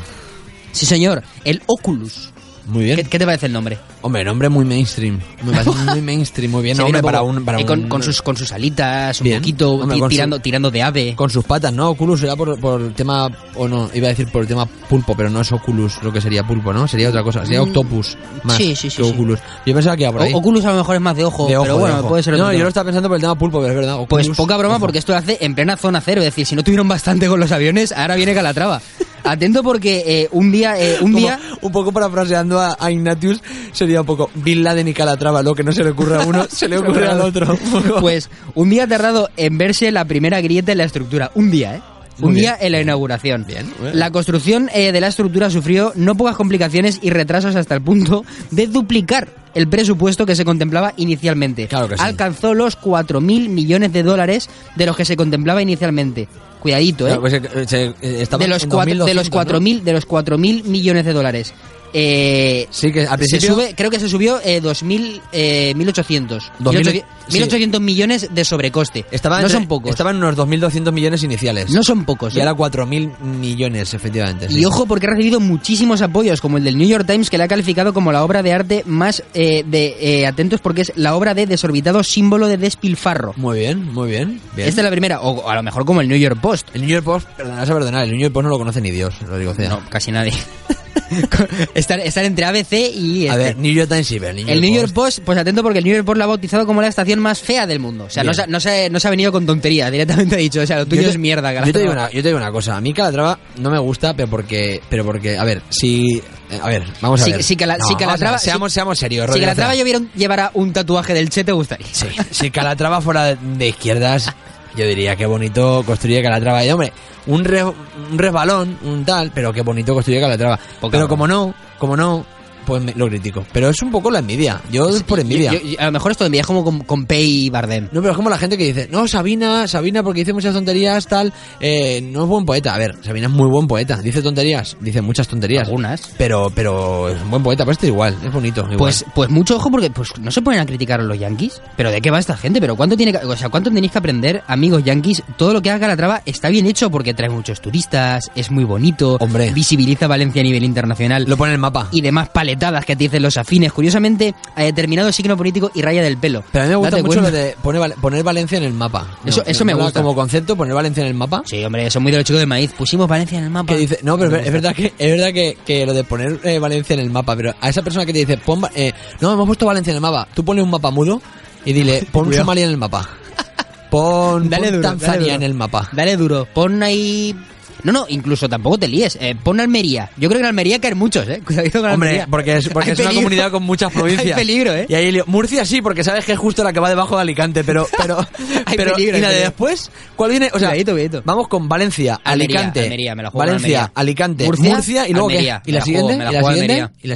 [SPEAKER 2] Sí, señor, el Oculus.
[SPEAKER 1] Muy
[SPEAKER 2] ¿Qué, qué te parece el nombre?
[SPEAKER 1] Hombre, nombre muy mainstream. Muy, muy mainstream, muy bien.
[SPEAKER 2] Se viene
[SPEAKER 1] nombre
[SPEAKER 2] un
[SPEAKER 1] para
[SPEAKER 2] poco-
[SPEAKER 1] un. Para
[SPEAKER 2] eh, con,
[SPEAKER 1] un-
[SPEAKER 2] con sus, con sus alitas, un
[SPEAKER 1] Bien.
[SPEAKER 2] poquito,
[SPEAKER 1] Hombre,
[SPEAKER 2] ti-
[SPEAKER 1] con su-
[SPEAKER 2] tirando, tirando de ave.
[SPEAKER 1] con sus patas, ¿no? Oculus era por, por tema. O no, iba a decir por tema pulpo, pero no es Oculus lo que sería pulpo, ¿no? Sería otra cosa. Sería Octopus más
[SPEAKER 2] Mm, sí, sí, sí,
[SPEAKER 1] que
[SPEAKER 2] sí.
[SPEAKER 1] Oculus. Yo pensaba que iba por ahí.
[SPEAKER 2] O- Oculus a lo mejor es más de ojo,
[SPEAKER 1] De ojo,
[SPEAKER 2] pero
[SPEAKER 1] de
[SPEAKER 2] bueno,
[SPEAKER 1] ojo.
[SPEAKER 2] puede ser otro
[SPEAKER 1] No, yo
[SPEAKER 2] tema.
[SPEAKER 1] lo estaba pensando por el tema pulpo, pero es verdad.
[SPEAKER 2] Pues
[SPEAKER 1] Oculus,
[SPEAKER 2] poca broma
[SPEAKER 1] ojo.
[SPEAKER 2] porque esto lo hace en plena zona cero. Es decir, si no tuvieron bastante con los aviones, ahora viene Calatrava. Atento porque eh, un día... eh, un
[SPEAKER 1] Como
[SPEAKER 2] día...
[SPEAKER 1] un poco parafraseando a, a Ignatius, sería un poco Bin Laden y Calatrava. Lo que no se le ocurre a uno, se le ocurre al otro.
[SPEAKER 2] Pues un día ha tardado en verse la primera grieta en la estructura. Un día, ¿eh?
[SPEAKER 1] Muy
[SPEAKER 2] Un día
[SPEAKER 1] bien.
[SPEAKER 2] en la inauguración.
[SPEAKER 1] Bien, bueno.
[SPEAKER 2] La construcción eh, de la estructura sufrió no pocas complicaciones y retrasos hasta el punto de duplicar el presupuesto que se contemplaba inicialmente.
[SPEAKER 1] Claro que sí.
[SPEAKER 2] Alcanzó los 4.000 millones de dólares de los que se contemplaba inicialmente. Cuidadito, ¿eh?
[SPEAKER 1] Claro, pues, eh, se- eh, estaba
[SPEAKER 2] de los
[SPEAKER 1] en
[SPEAKER 2] cuatro- de
[SPEAKER 1] 2200,
[SPEAKER 2] los
[SPEAKER 1] ¿no?
[SPEAKER 2] 4.000 de los 4.000 millones de dólares. Eh,
[SPEAKER 1] Sí, que al
[SPEAKER 2] se
[SPEAKER 1] principio.
[SPEAKER 2] sube, creo que se subió eh, 2.000, eh, 1.800.
[SPEAKER 1] 2000,
[SPEAKER 2] 1.800
[SPEAKER 1] sí.
[SPEAKER 2] 1.800 millones de sobrecoste.
[SPEAKER 1] Estaba
[SPEAKER 2] no
[SPEAKER 1] entre-
[SPEAKER 2] son pocos.
[SPEAKER 1] Estaban unos 2.200 millones iniciales.
[SPEAKER 2] No son pocos.
[SPEAKER 1] Y
[SPEAKER 2] ¿eh?
[SPEAKER 1] ahora 4.000 millones, efectivamente. sí.
[SPEAKER 2] Y ojo porque ha recibido muchísimos apoyos, como el del New York Times, que la ha calificado como la obra de arte más eh, de eh, atentos porque es la obra de desorbitado símbolo de despilfarro.
[SPEAKER 1] Muy bien, muy bien. bien.
[SPEAKER 2] Esta es la primera, o o a lo mejor como el New York Post.
[SPEAKER 1] El New York Post, perdonarás a perdonar, el New York Post no lo conoce ni Dios, lo digo. o sea.
[SPEAKER 2] No, casi nadie. estar, estar entre ABC y...
[SPEAKER 1] A
[SPEAKER 2] este.
[SPEAKER 1] ver, New York Times sí, pero el New York,
[SPEAKER 2] El New York
[SPEAKER 1] Post.
[SPEAKER 2] Post, pues atento porque el New York Post la ha bautizado como la estación más fea del mundo. O sea, no
[SPEAKER 1] Bien.
[SPEAKER 2] se, ha- no, se, ha- no se ha venido con tontería, directamente ha dicho, o sea, lo tuyo
[SPEAKER 1] Yo te-
[SPEAKER 2] es mierda,
[SPEAKER 1] Yo te, digo
[SPEAKER 2] Calatrava.
[SPEAKER 1] una, yo te digo una cosa, a mí Calatrava no me gusta, pero porque, pero porque a ver, si... eh, A ver, vamos a
[SPEAKER 2] Si-
[SPEAKER 1] ver.
[SPEAKER 2] si Cala-
[SPEAKER 1] No,
[SPEAKER 2] si
[SPEAKER 1] vamos a ver,
[SPEAKER 2] Calatrava-
[SPEAKER 1] seamos,
[SPEAKER 2] si-
[SPEAKER 1] seamos serios,
[SPEAKER 2] Si
[SPEAKER 1] Rodri
[SPEAKER 2] Calatrava
[SPEAKER 1] Alcalá.
[SPEAKER 2] lleviera un- llevara un tatuaje del Che, te gustaría.
[SPEAKER 1] Sí, si Calatrava fuera de izquierdas, yo diría qué bonito construye Calatrava. Y hombre, un, re- un resbalón, un tal, pero qué bonito construye Calatrava.
[SPEAKER 2] Poca
[SPEAKER 1] pero
[SPEAKER 2] broma.
[SPEAKER 1] como no, como no, pues me- lo critico. Pero es un poco la envidia. Yo es por envidia.
[SPEAKER 2] Yo- yo- a lo mejor esto de envidia es como con, con Pei y Bardem.
[SPEAKER 1] No, pero es como la gente que dice, no, Sabina, Sabina porque dice muchas tonterías, tal, eh, no es buen poeta. A ver, Sabina es muy buen poeta, dice tonterías, dice muchas tonterías.
[SPEAKER 2] Algunas.
[SPEAKER 1] Pero, pero es un buen poeta, pues este igual, es bonito. igual.
[SPEAKER 2] Pues, pues mucho ojo porque pues, no se ponen a criticar a los yankees. Pero ¿de qué va esta gente? Pero cuánto tiene que- o sea, cuánto tenéis que aprender, amigos yankees? Todo lo que haga Calatrava está bien hecho porque trae muchos turistas, es muy bonito,
[SPEAKER 1] Hombre.
[SPEAKER 2] visibiliza Valencia a nivel internacional.
[SPEAKER 1] lo pone en el mapa.
[SPEAKER 2] y demás paletadas que te dicen los afines, curiosamente, a determinado signo político y raya del pelo.
[SPEAKER 1] Pero a mí me gusta
[SPEAKER 2] Date
[SPEAKER 1] mucho lo
[SPEAKER 2] cuenta.
[SPEAKER 1] de poner, Val- poner Valencia en el mapa.
[SPEAKER 2] Eso- eso me
[SPEAKER 1] mola
[SPEAKER 2] gusta.
[SPEAKER 1] Como concepto, poner Valencia en el mapa.
[SPEAKER 2] Sí, hombre, eso es muy de los chicos de maíz. Pusimos Valencia en el mapa.
[SPEAKER 1] Que dice, no, pero es verdad que es verdad que, que lo de poner eh, Valencia en el mapa, pero a esa persona que te dice, pon, Va- eh, no, hemos puesto Valencia en el mapa, tú ponle un mapa mudo y dile, pon
[SPEAKER 2] Cuidado.
[SPEAKER 1] Somalia en el mapa. Pon,
[SPEAKER 2] Dale duro,
[SPEAKER 1] pon
[SPEAKER 2] dale
[SPEAKER 1] Tanzania
[SPEAKER 2] duro.
[SPEAKER 1] en el mapa.
[SPEAKER 2] Dale duro, pon ahí. No, no, incluso tampoco te líes. Eh, pon Almería. Yo creo que en Almería caen muchos, ¿eh? Cuidadito con
[SPEAKER 1] Hombre,
[SPEAKER 2] Almería.
[SPEAKER 1] porque es, porque
[SPEAKER 2] Hay
[SPEAKER 1] es una
[SPEAKER 2] peligro.
[SPEAKER 1] comunidad con muchas provincias.
[SPEAKER 2] Hay peligro, ¿eh?
[SPEAKER 1] Y ahí lío. Murcia sí, porque sabes que es justo la que va debajo de Alicante, pero. pero,
[SPEAKER 2] Hay
[SPEAKER 1] pero
[SPEAKER 2] peligro,
[SPEAKER 1] ¿Y
[SPEAKER 2] hay
[SPEAKER 1] la de
[SPEAKER 2] peligro.
[SPEAKER 1] después? ¿Cuál viene? O sea,
[SPEAKER 2] Cuidadito, cuidadito.
[SPEAKER 1] vamos con Valencia,
[SPEAKER 2] Almería,
[SPEAKER 1] Alicante.
[SPEAKER 2] Almería, me la juego con
[SPEAKER 1] Valencia,
[SPEAKER 2] Almería.
[SPEAKER 1] Alicante, Murcia,
[SPEAKER 2] Murcia,
[SPEAKER 1] y luego. qué?
[SPEAKER 2] Almería,
[SPEAKER 1] ¿Y
[SPEAKER 2] me
[SPEAKER 1] la,
[SPEAKER 2] la juego, me
[SPEAKER 1] siguiente?
[SPEAKER 2] la
[SPEAKER 1] ¿Y la
[SPEAKER 2] juego
[SPEAKER 1] siguiente?
[SPEAKER 2] Almería.
[SPEAKER 1] ¿Y la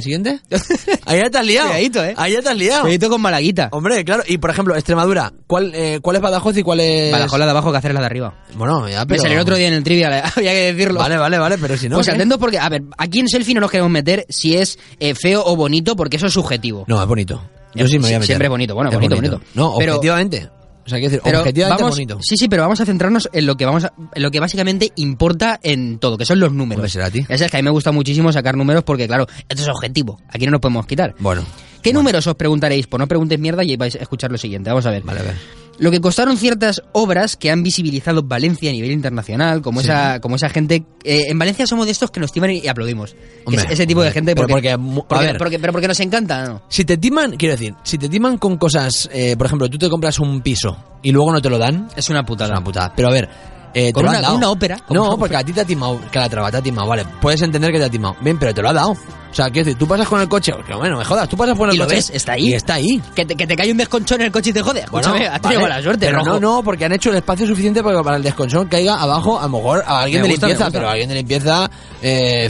[SPEAKER 1] siguiente? Ahí ya te has liado.
[SPEAKER 2] Cuidadito, ¿eh?
[SPEAKER 1] Ahí ya te has liado.
[SPEAKER 2] Cuidadito con Malaguita.
[SPEAKER 1] Hombre, claro. Y por ejemplo, Extremadura. ¿Cuál, eh, cuál es Badajoz y cuál es.
[SPEAKER 2] Badajoz la de abajo, Cáceres la de arriba.
[SPEAKER 1] Bueno, ya, pero.
[SPEAKER 2] Me salió el otro día en el trivial, había que decirlo.
[SPEAKER 1] Vale, vale, vale, pero si no.
[SPEAKER 2] pues
[SPEAKER 1] ¿qué?
[SPEAKER 2] atentos porque, a ver, aquí en selfie no nos queremos meter si es eh, feo o bonito porque eso es subjetivo.
[SPEAKER 1] No, es bonito. Yo sí me voy a
[SPEAKER 2] Sie-
[SPEAKER 1] meter.
[SPEAKER 2] siempre bonito, bueno,
[SPEAKER 1] Es
[SPEAKER 2] bonito, bonito.
[SPEAKER 1] No,
[SPEAKER 2] Pero-
[SPEAKER 1] objetivamente. O sea, quiero decir,
[SPEAKER 2] Pero
[SPEAKER 1] objetivamente
[SPEAKER 2] vamos,
[SPEAKER 1] bonito.
[SPEAKER 2] Sí, sí, pero vamos a centrarnos en lo que vamos a- en lo que básicamente importa en todo, que son los
[SPEAKER 1] Hombre,
[SPEAKER 2] números.
[SPEAKER 1] Serati.
[SPEAKER 2] Ya sabes que a mí me gusta muchísimo sacar números porque, claro, esto es objetivo. Aquí no nos podemos quitar.
[SPEAKER 1] Bueno.
[SPEAKER 2] ¿Qué números os preguntaréis? Pues no preguntes mierda y vais a escuchar lo siguiente. Vamos a ver.
[SPEAKER 1] Vale, a ver.
[SPEAKER 2] Lo que costaron ciertas obras que han visibilizado Valencia a nivel internacional, como
[SPEAKER 1] Sí.
[SPEAKER 2] esa como esa gente... eh, en Valencia somos de estos que nos timan y aplaudimos.
[SPEAKER 1] Hombre,
[SPEAKER 2] Es- ese tipo
[SPEAKER 1] hombre.
[SPEAKER 2] de gente
[SPEAKER 1] Pero
[SPEAKER 2] porque...
[SPEAKER 1] porque mu- a ver.
[SPEAKER 2] porque- pero porque nos encanta, ¿no?
[SPEAKER 1] Si te timan, quiero decir, si te timan con cosas, eh, por ejemplo, tú te compras un piso y luego no te lo dan,
[SPEAKER 2] Es una
[SPEAKER 1] es
[SPEAKER 2] putada.
[SPEAKER 1] una putada. Pero a ver, eh,
[SPEAKER 2] Con
[SPEAKER 1] te lo
[SPEAKER 2] una-
[SPEAKER 1] han dado.
[SPEAKER 2] una ópera, con
[SPEAKER 1] No,
[SPEAKER 2] una
[SPEAKER 1] porque
[SPEAKER 2] ópera.
[SPEAKER 1] a ti te ha timado, que la traba te ha timado, vale. Puedes entender que te ha timado. Bien, pero te lo ha dado. O sea, quiero decir, tú pasas con el coche, que bueno, me jodas, tú pasas con el
[SPEAKER 2] Y lo
[SPEAKER 1] coche.
[SPEAKER 2] ves, está ahí.
[SPEAKER 1] Y está ahí.
[SPEAKER 2] Que te, que te cae un desconchón en el coche y te jode. Escúchame, has tenido
[SPEAKER 1] vale,
[SPEAKER 2] mala suerte,
[SPEAKER 1] Pero
[SPEAKER 2] rojo.
[SPEAKER 1] no, no, porque han hecho el espacio suficiente para que para el desconchón caiga abajo, a lo mejor a alguien
[SPEAKER 2] Me
[SPEAKER 1] de
[SPEAKER 2] gusta, me
[SPEAKER 1] limpieza,
[SPEAKER 2] gusta.
[SPEAKER 1] pero alguien de limpieza, eh,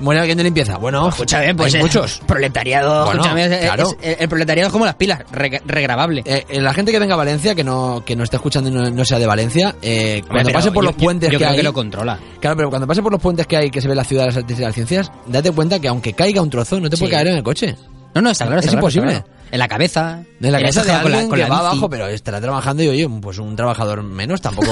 [SPEAKER 1] muere alguien de limpieza. Bueno,
[SPEAKER 2] Escúchame, pues
[SPEAKER 1] hay
[SPEAKER 2] eh,
[SPEAKER 1] muchos.
[SPEAKER 2] Proletariado,
[SPEAKER 1] Bueno,
[SPEAKER 2] escúchame, es-
[SPEAKER 1] claro.
[SPEAKER 2] es- eh, el, el proletariado es como las pilas, re- regrabable.
[SPEAKER 1] Eh, eh, la gente que venga a Valencia, que no, que no está escuchando y no, no sea de Valencia, eh, cuando
[SPEAKER 2] Pero
[SPEAKER 1] pase por
[SPEAKER 2] yo-
[SPEAKER 1] los puentes
[SPEAKER 2] yo, yo
[SPEAKER 1] que
[SPEAKER 2] creo
[SPEAKER 1] hay.
[SPEAKER 2] que lo controla.
[SPEAKER 1] Claro, pero cuando pase por los puentes que hay que se ve la ciudad de las artes y las ciencias, date cuenta que aunque caiga un trozo, no te puede
[SPEAKER 2] Sí.
[SPEAKER 1] caer en el coche.
[SPEAKER 2] No, no, está claro,
[SPEAKER 1] Es
[SPEAKER 2] está claro,
[SPEAKER 1] imposible.
[SPEAKER 2] está claro. en la cabeza.
[SPEAKER 1] En la cabeza de
[SPEAKER 2] con
[SPEAKER 1] alguien
[SPEAKER 2] con
[SPEAKER 1] que va
[SPEAKER 2] bici.
[SPEAKER 1] abajo, pero estará trabajando y oye, pues un trabajador menos tampoco...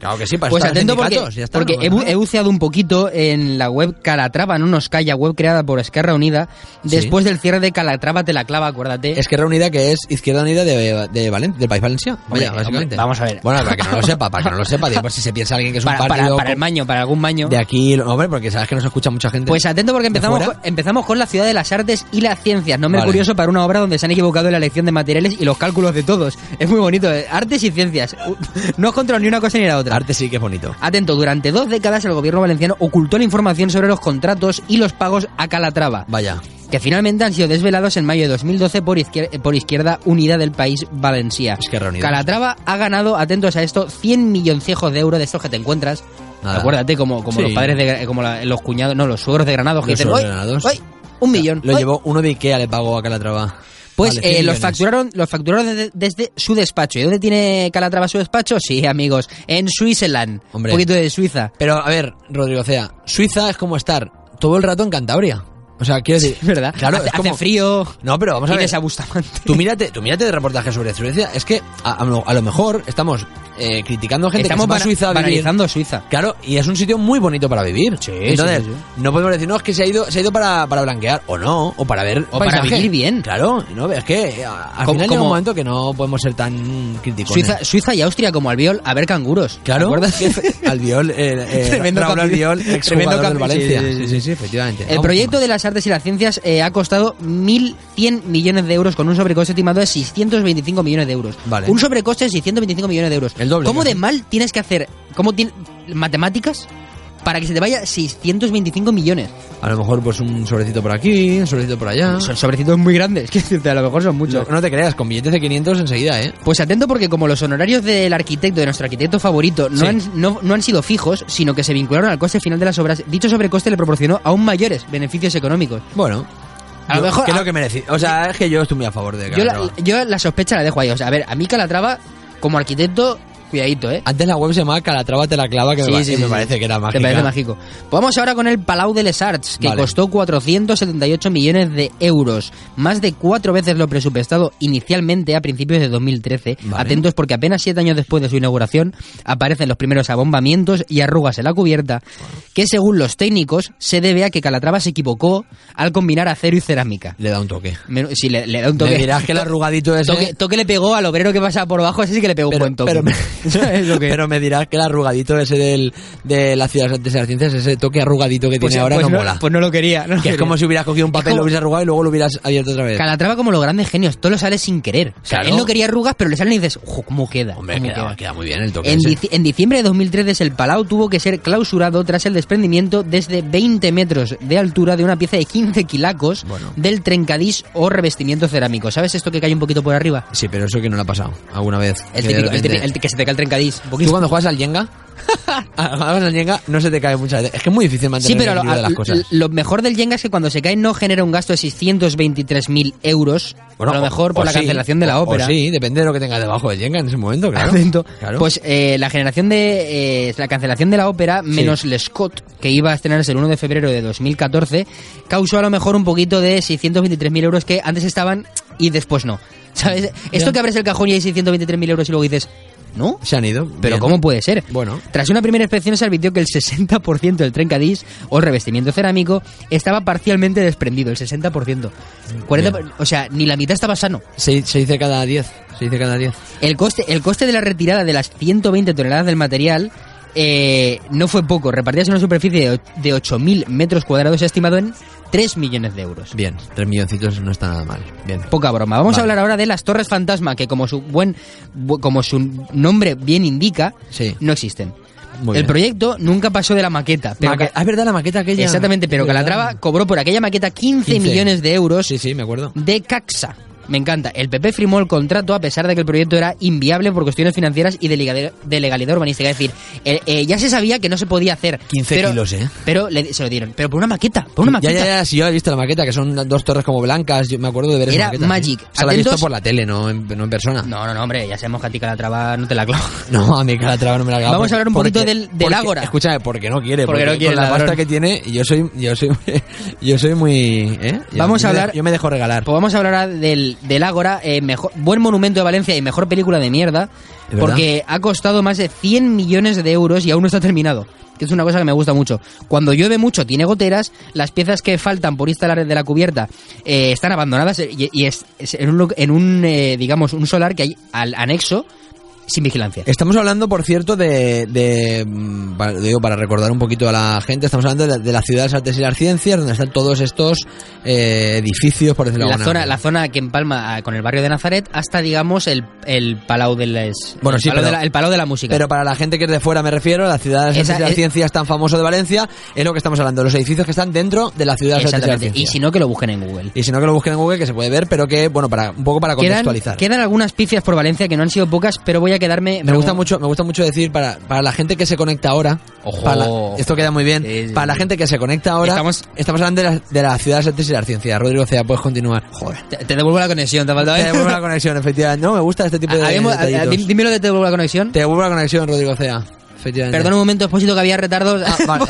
[SPEAKER 1] claro que sí, para
[SPEAKER 2] Pues
[SPEAKER 1] estar en
[SPEAKER 2] atento porque,
[SPEAKER 1] sindicatos, ya está,
[SPEAKER 2] porque
[SPEAKER 1] no
[SPEAKER 2] he,
[SPEAKER 1] pasa
[SPEAKER 2] bu-
[SPEAKER 1] nada.
[SPEAKER 2] he buceado un poquito en la web Calatrava, no nos calla, web creada por Esquerra Unida,
[SPEAKER 1] Sí.
[SPEAKER 2] después del cierre de Calatrava te la clava, acuérdate.
[SPEAKER 1] Esquerra Unida, que es Izquierda Unida de, de Valencia, del País Valenciano.
[SPEAKER 2] Hombre,
[SPEAKER 1] Vaya, básicamente.
[SPEAKER 2] hombre, vamos a ver.
[SPEAKER 1] Bueno, para que no lo sepa, para que no lo sepa, digo, por si se piensa alguien que es un
[SPEAKER 2] para, para-
[SPEAKER 1] partido
[SPEAKER 2] para el maño, para algún maño.
[SPEAKER 1] de aquí, hombre, porque sabes que nos escucha mucha gente.
[SPEAKER 2] Pues atento porque empezamos
[SPEAKER 1] fuera?
[SPEAKER 2] con, empezamos con la ciudad de las artes y las ciencias. Nombre
[SPEAKER 1] Vale.
[SPEAKER 2] curioso para una obra donde se han equivocado en la elección de materiales y los cálculos de todos. Es muy bonito, eh. artes y ciencias. U- No controlo ni una cosa ni la otra.
[SPEAKER 1] Arte sí que es bonito.
[SPEAKER 2] Atento, durante dos décadas el gobierno valenciano ocultó la información sobre los contratos y los pagos a Calatrava,
[SPEAKER 1] Vaya.
[SPEAKER 2] que finalmente han sido desvelados en mayo de 2012 por, Izquier- eh, por Izquierda Unida del País Valencia.
[SPEAKER 1] Esquerra Unida.
[SPEAKER 2] Calatrava ha ganado, atentos a esto, 100 milloncejos de euros de estos que te encuentras.
[SPEAKER 1] Nada.
[SPEAKER 2] Acuérdate, como, como
[SPEAKER 1] Sí.
[SPEAKER 2] los padres de, Gra- como la- los cuñados, no, los suegros de Granados que
[SPEAKER 1] Los
[SPEAKER 2] dicen, "Uy,
[SPEAKER 1] suegros de Granados".
[SPEAKER 2] uy, un millón.
[SPEAKER 1] Lo
[SPEAKER 2] uy".
[SPEAKER 1] llevó uno de Ikea, le pagó a Calatrava.
[SPEAKER 2] Pues
[SPEAKER 1] Vale,
[SPEAKER 2] eh,
[SPEAKER 1] 100
[SPEAKER 2] los
[SPEAKER 1] millones.
[SPEAKER 2] facturaron, los facturaron desde, desde su despacho. ¿Y dónde tiene Calatrava su despacho? Sí, amigos, en Switzerland.
[SPEAKER 1] Hombre.
[SPEAKER 2] Un poquito de Suiza.
[SPEAKER 1] Pero a ver, Rodrigo, o sea, Suiza es como estar todo el rato en Cantabria. O sea, quiero decir.
[SPEAKER 2] Es ¿Verdad?
[SPEAKER 1] Claro,
[SPEAKER 2] hace,
[SPEAKER 1] es como-
[SPEAKER 2] hace frío.
[SPEAKER 1] No, pero vamos a ver.
[SPEAKER 2] Vienes a Bustamante.
[SPEAKER 1] Tú mírate, tú mírate de reportajes sobre Suecia. Es que a, a lo- a lo mejor estamos eh, criticando a gente
[SPEAKER 2] Estamos
[SPEAKER 1] que se va a
[SPEAKER 2] bana-
[SPEAKER 1] Suiza a vivir.
[SPEAKER 2] banalizando Suiza.
[SPEAKER 1] Claro, y es un sitio muy bonito para vivir.
[SPEAKER 2] Sí,
[SPEAKER 1] Entonces,
[SPEAKER 2] sí, sí,
[SPEAKER 1] no podemos decir, no, es que se ha ido, se ha ido para, para blanquear, o no, o para ver.
[SPEAKER 2] O para
[SPEAKER 1] paisaje.
[SPEAKER 2] vivir bien.
[SPEAKER 1] Claro, no, es que a- al
[SPEAKER 2] Como-
[SPEAKER 1] final llega un
[SPEAKER 2] como-
[SPEAKER 1] momento que no podemos ser tan críticos.
[SPEAKER 2] Suiza, Suiza y Austria como albiol a ver canguros.
[SPEAKER 1] Claro,
[SPEAKER 2] ¿Te acuerdas?
[SPEAKER 1] Albiol, eh, eh,
[SPEAKER 2] Tremendo
[SPEAKER 1] Raúl
[SPEAKER 2] cambio.
[SPEAKER 1] Albiol,
[SPEAKER 2] Tremendo
[SPEAKER 1] exjugador del
[SPEAKER 2] cambio, sí,
[SPEAKER 1] Valencia.
[SPEAKER 2] sí, sí, sí,
[SPEAKER 1] efectivamente.
[SPEAKER 2] El proyecto de las artes y las ciencias eh, ha costado 1.100 millones de euros con un sobrecoste estimado de 625 millones de euros.
[SPEAKER 1] Vale.
[SPEAKER 2] Un sobrecoste de 625 millones de euros.
[SPEAKER 1] El doble,
[SPEAKER 2] ¿Cómo
[SPEAKER 1] casi.
[SPEAKER 2] de mal tienes que hacer cómo tien- matemáticas para que se te vaya 625 millones?
[SPEAKER 1] A lo mejor pues un sobrecito por aquí, un sobrecito por allá.
[SPEAKER 2] Son sobrecitos muy grandes, que decirte, a lo mejor son muchos.
[SPEAKER 1] No, no te creas, con billetes de 500 enseguida, ¿eh?
[SPEAKER 2] Pues atento porque como los honorarios del arquitecto, de nuestro arquitecto favorito, no,
[SPEAKER 1] Sí.
[SPEAKER 2] han, no, no han sido fijos, sino que se vincularon al coste final de las obras, dicho sobrecoste le proporcionó aún mayores beneficios económicos.
[SPEAKER 1] Bueno.
[SPEAKER 2] A lo
[SPEAKER 1] yo
[SPEAKER 2] mejor-
[SPEAKER 1] Creo que merece. O sea, es que yo estoy muy a favor de
[SPEAKER 2] Yo
[SPEAKER 1] Calatrava.
[SPEAKER 2] la, yo la sospecha la dejo ahí. O sea, a ver, a mí Calatrava, como arquitecto, cuidadito, ¿eh?
[SPEAKER 1] Antes la web se llamaba Calatrava te la clava, que me, pa- que me parece que era mágica.
[SPEAKER 2] Te parece mágico. Vamos ahora con el Palau de les Arts, que
[SPEAKER 1] Vale.
[SPEAKER 2] costó 478 millones de euros, más de cuatro veces lo presupuestado inicialmente a principios de 2013.
[SPEAKER 1] Vale.
[SPEAKER 2] Atentos porque apenas siete años después de su inauguración aparecen los primeros abombamientos y arrugas en la cubierta, que según los técnicos se debe a que Calatrava se equivocó al combinar acero y cerámica.
[SPEAKER 1] Le da un toque.
[SPEAKER 2] Menos- Si le, le da un
[SPEAKER 1] Te
[SPEAKER 2] toque.
[SPEAKER 1] dirás que el arrugadito ese...
[SPEAKER 2] Toque, toque le pegó al obrero que pasa por abajo, ese sí que le pegó un
[SPEAKER 1] pero,
[SPEAKER 2] buen toque.
[SPEAKER 1] pero me,
[SPEAKER 2] ¿Sabes lo que-
[SPEAKER 1] pero me dirás que el arrugadito ese del, de las ciudades antes de las ciencias, ese toque arrugadito que
[SPEAKER 2] pues,
[SPEAKER 1] tiene ahora
[SPEAKER 2] pues
[SPEAKER 1] no, mola.
[SPEAKER 2] Pues no lo quería. no lo
[SPEAKER 1] que es
[SPEAKER 2] quería.
[SPEAKER 1] como si hubieras cogido un papel,
[SPEAKER 2] como-
[SPEAKER 1] lo hubieras arrugado y luego lo hubieras abierto otra vez.
[SPEAKER 2] Calatrava como los grandes genios, todo lo sale sin querer. O sea,
[SPEAKER 1] Claro.
[SPEAKER 2] él no quería arrugas, pero le salen y dices, ojo, ¿cómo queda?
[SPEAKER 1] Hombre,
[SPEAKER 2] ¿Cómo
[SPEAKER 1] queda,
[SPEAKER 2] queda?".
[SPEAKER 1] queda muy bien el toque
[SPEAKER 2] En,
[SPEAKER 1] ese.
[SPEAKER 2] dici- en diciembre de 2003 el Palau tuvo que ser clausurado tras el desprendimiento desde 20 metros de altura de una pieza de 15 quilacos
[SPEAKER 1] Bueno.
[SPEAKER 2] del trencadís o revestimiento cerámico. ¿Sabes esto que cae un poquito por arriba?
[SPEAKER 1] Sí, pero eso que no le ha pasado alguna vez.
[SPEAKER 2] El
[SPEAKER 1] que de
[SPEAKER 2] típico, el
[SPEAKER 1] repente-
[SPEAKER 2] típico- el que se te cae el trencadís. un
[SPEAKER 1] Tú
[SPEAKER 2] poquito.
[SPEAKER 1] cuando juegas al Jenga, cuando juegas al Jenga no se te cae muchas veces. Es que es muy difícil mantener
[SPEAKER 2] Sí, pero
[SPEAKER 1] el
[SPEAKER 2] lo,
[SPEAKER 1] equilibrio de las
[SPEAKER 2] lo-
[SPEAKER 1] cosas.
[SPEAKER 2] lo mejor del Jenga es que cuando se cae no genera un gasto de 623.000 euros,
[SPEAKER 1] Bueno,
[SPEAKER 2] a lo
[SPEAKER 1] o-
[SPEAKER 2] mejor
[SPEAKER 1] o
[SPEAKER 2] por la
[SPEAKER 1] sí,
[SPEAKER 2] cancelación de la
[SPEAKER 1] o- o
[SPEAKER 2] ópera.
[SPEAKER 1] sí, depende de lo que tengas debajo del Jenga en ese momento, claro.
[SPEAKER 2] Atento.
[SPEAKER 1] Claro.
[SPEAKER 2] Pues eh, la generación de eh, la cancelación de la ópera menos Lescott, que iba a estrenarse el 1 de febrero de 2014, causó a lo mejor un poquito de 623.000 euros que antes estaban y después no. ¿Sabes? Esto que abres el cajón y hay 623.000 euros y luego dices, ¿no?
[SPEAKER 1] se han ido.
[SPEAKER 2] Pero
[SPEAKER 1] bien.
[SPEAKER 2] ¿cómo puede ser?
[SPEAKER 1] Bueno.
[SPEAKER 2] Tras una primera inspección se advirtió que el 60% del trencadís o el revestimiento cerámico estaba parcialmente desprendido, el 60%. 40,
[SPEAKER 1] Bien.
[SPEAKER 2] o sea, ni la mitad estaba sano.
[SPEAKER 1] Se, se dice cada 10. Se dice cada 10.
[SPEAKER 2] El coste, el coste de la retirada de las 120 toneladas del material eh, no fue poco, repartidas en una superficie de o- de 8.000 metros cuadrados, se ha estimado en 3 millones de euros.
[SPEAKER 1] Bien, 3 milloncitos no está nada mal. Bien.
[SPEAKER 2] Poca broma. Vamos
[SPEAKER 1] Vale.
[SPEAKER 2] a hablar ahora de las Torres Fantasma, que como su buen bu- como su nombre bien indica,
[SPEAKER 1] Sí.
[SPEAKER 2] no existen.
[SPEAKER 1] Muy
[SPEAKER 2] el
[SPEAKER 1] bien.
[SPEAKER 2] proyecto nunca pasó de la maqueta. Pero
[SPEAKER 1] Maque-
[SPEAKER 2] Ca-
[SPEAKER 1] Ah, es verdad la maqueta aquella.
[SPEAKER 2] exactamente, pero
[SPEAKER 1] Es verdad.
[SPEAKER 2] Calatrava cobró por aquella maqueta 15,
[SPEAKER 1] 15.
[SPEAKER 2] millones de euros
[SPEAKER 1] Sí, sí, me acuerdo.
[SPEAKER 2] de Caxa. Me encanta. El PP firmó el contrato a pesar de que el proyecto era inviable por cuestiones financieras y de, liga- de legalidad urbanística. Es decir, eh, eh, ya se sabía que no se podía hacer.
[SPEAKER 1] 15
[SPEAKER 2] pero-
[SPEAKER 1] kilos, ¿eh?
[SPEAKER 2] Pero le- se lo dieron. Pero por una maqueta, por una
[SPEAKER 1] Ya,
[SPEAKER 2] maqueta.
[SPEAKER 1] ya, ya, sí, yo he visto la maqueta, que son dos torres como blancas. Yo me acuerdo de ver esa
[SPEAKER 2] Era
[SPEAKER 1] maqueta,
[SPEAKER 2] Magic.
[SPEAKER 1] Sí. O sea, la he visto
[SPEAKER 2] Atentos.
[SPEAKER 1] por la tele, no en, no en persona.
[SPEAKER 2] No, no, no, hombre, ya sabemos que a ti Calatrava no te la clavo.
[SPEAKER 1] No, a mí Calatrava no me la acaba.
[SPEAKER 2] Vamos a hablar un poquito
[SPEAKER 1] porque-
[SPEAKER 2] del- del
[SPEAKER 1] porque-
[SPEAKER 2] Ágora.
[SPEAKER 1] Escúchame, porque no quiere.
[SPEAKER 2] Porque
[SPEAKER 1] Porque,
[SPEAKER 2] no quiere,
[SPEAKER 1] Con la
[SPEAKER 2] ladrón.
[SPEAKER 1] pasta que tiene, yo soy, yo soy, yo soy muy. ¿eh? Yo-
[SPEAKER 2] Vamos
[SPEAKER 1] yo
[SPEAKER 2] a
[SPEAKER 1] me
[SPEAKER 2] hablar-
[SPEAKER 1] de- yo me dejo regalar.
[SPEAKER 2] Pues vamos a hablar ahora del del, del Ágora, eh, mejor, buen monumento de Valencia y mejor película de mierda,
[SPEAKER 1] ¿De
[SPEAKER 2] porque ha costado más de 100 millones de euros y aún no está terminado. Que es una cosa que me gusta mucho. Cuando llueve mucho, tiene goteras, las piezas que faltan por instalar de la cubierta eh, están abandonadas eh, y, y es, es en un, lo- en un, eh, digamos, un solar que hay al anexo sin vigilancia.
[SPEAKER 1] Estamos hablando, por cierto, de, de, mm, para, digo, para recordar un poquito a la gente, estamos hablando de la, de la ciudad de las artes y las ciencias, donde están todos estos eh, edificios, por decirlo de
[SPEAKER 2] la
[SPEAKER 1] alguna
[SPEAKER 2] zona,
[SPEAKER 1] manera.
[SPEAKER 2] la zona que empalma ah, con el barrio de Nazaret hasta, digamos, el, el Palau de las-
[SPEAKER 1] Bueno,
[SPEAKER 2] el
[SPEAKER 1] sí,
[SPEAKER 2] Palau
[SPEAKER 1] pero-
[SPEAKER 2] de la, el Palau de la Música.
[SPEAKER 1] Pero para la gente que es de fuera, me refiero, la ciudad de las
[SPEAKER 2] Esa-
[SPEAKER 1] artes y las
[SPEAKER 2] es-
[SPEAKER 1] ciencias tan famoso de Valencia, es lo que estamos hablando, los edificios que están dentro de la ciudad de las artes y las
[SPEAKER 2] Exactamente. Y
[SPEAKER 1] ciencias.
[SPEAKER 2] si no, que lo busquen en Google.
[SPEAKER 1] Y si no, que lo busquen en Google, que se puede ver, pero que, bueno, para un poco para
[SPEAKER 2] Quedan,
[SPEAKER 1] contextualizar.
[SPEAKER 2] quedan algunas pifias por Valencia que no han sido pocas, pero voy a quedarme.
[SPEAKER 1] Me gusta mucho, me gusta mucho decir para, para la gente que se conecta ahora.
[SPEAKER 2] Ojo.
[SPEAKER 1] para la- esto queda muy bien.
[SPEAKER 2] Sí, sí,
[SPEAKER 1] para la
[SPEAKER 2] sí.
[SPEAKER 1] gente que se conecta ahora.
[SPEAKER 2] Estamos-
[SPEAKER 1] hablando de la, de la ciudad de las artes y las ciencias. Rodrigo Cea, puedes continuar. Joder.
[SPEAKER 2] Te, te devuelvo la conexión, te ha faltado,
[SPEAKER 1] Te
[SPEAKER 2] ¿eh?
[SPEAKER 1] devuelvo la conexión, efectivamente. No, me gusta este tipo de.
[SPEAKER 2] Ah, habíamos- ah,
[SPEAKER 1] detallitos.
[SPEAKER 2] dí- Dímelo de te devuelvo la conexión.
[SPEAKER 1] Te devuelvo la conexión, Rodrigo Cea. Efectivamente.
[SPEAKER 2] Perdón un momento, expósito que había retardos.
[SPEAKER 1] Ah, vale.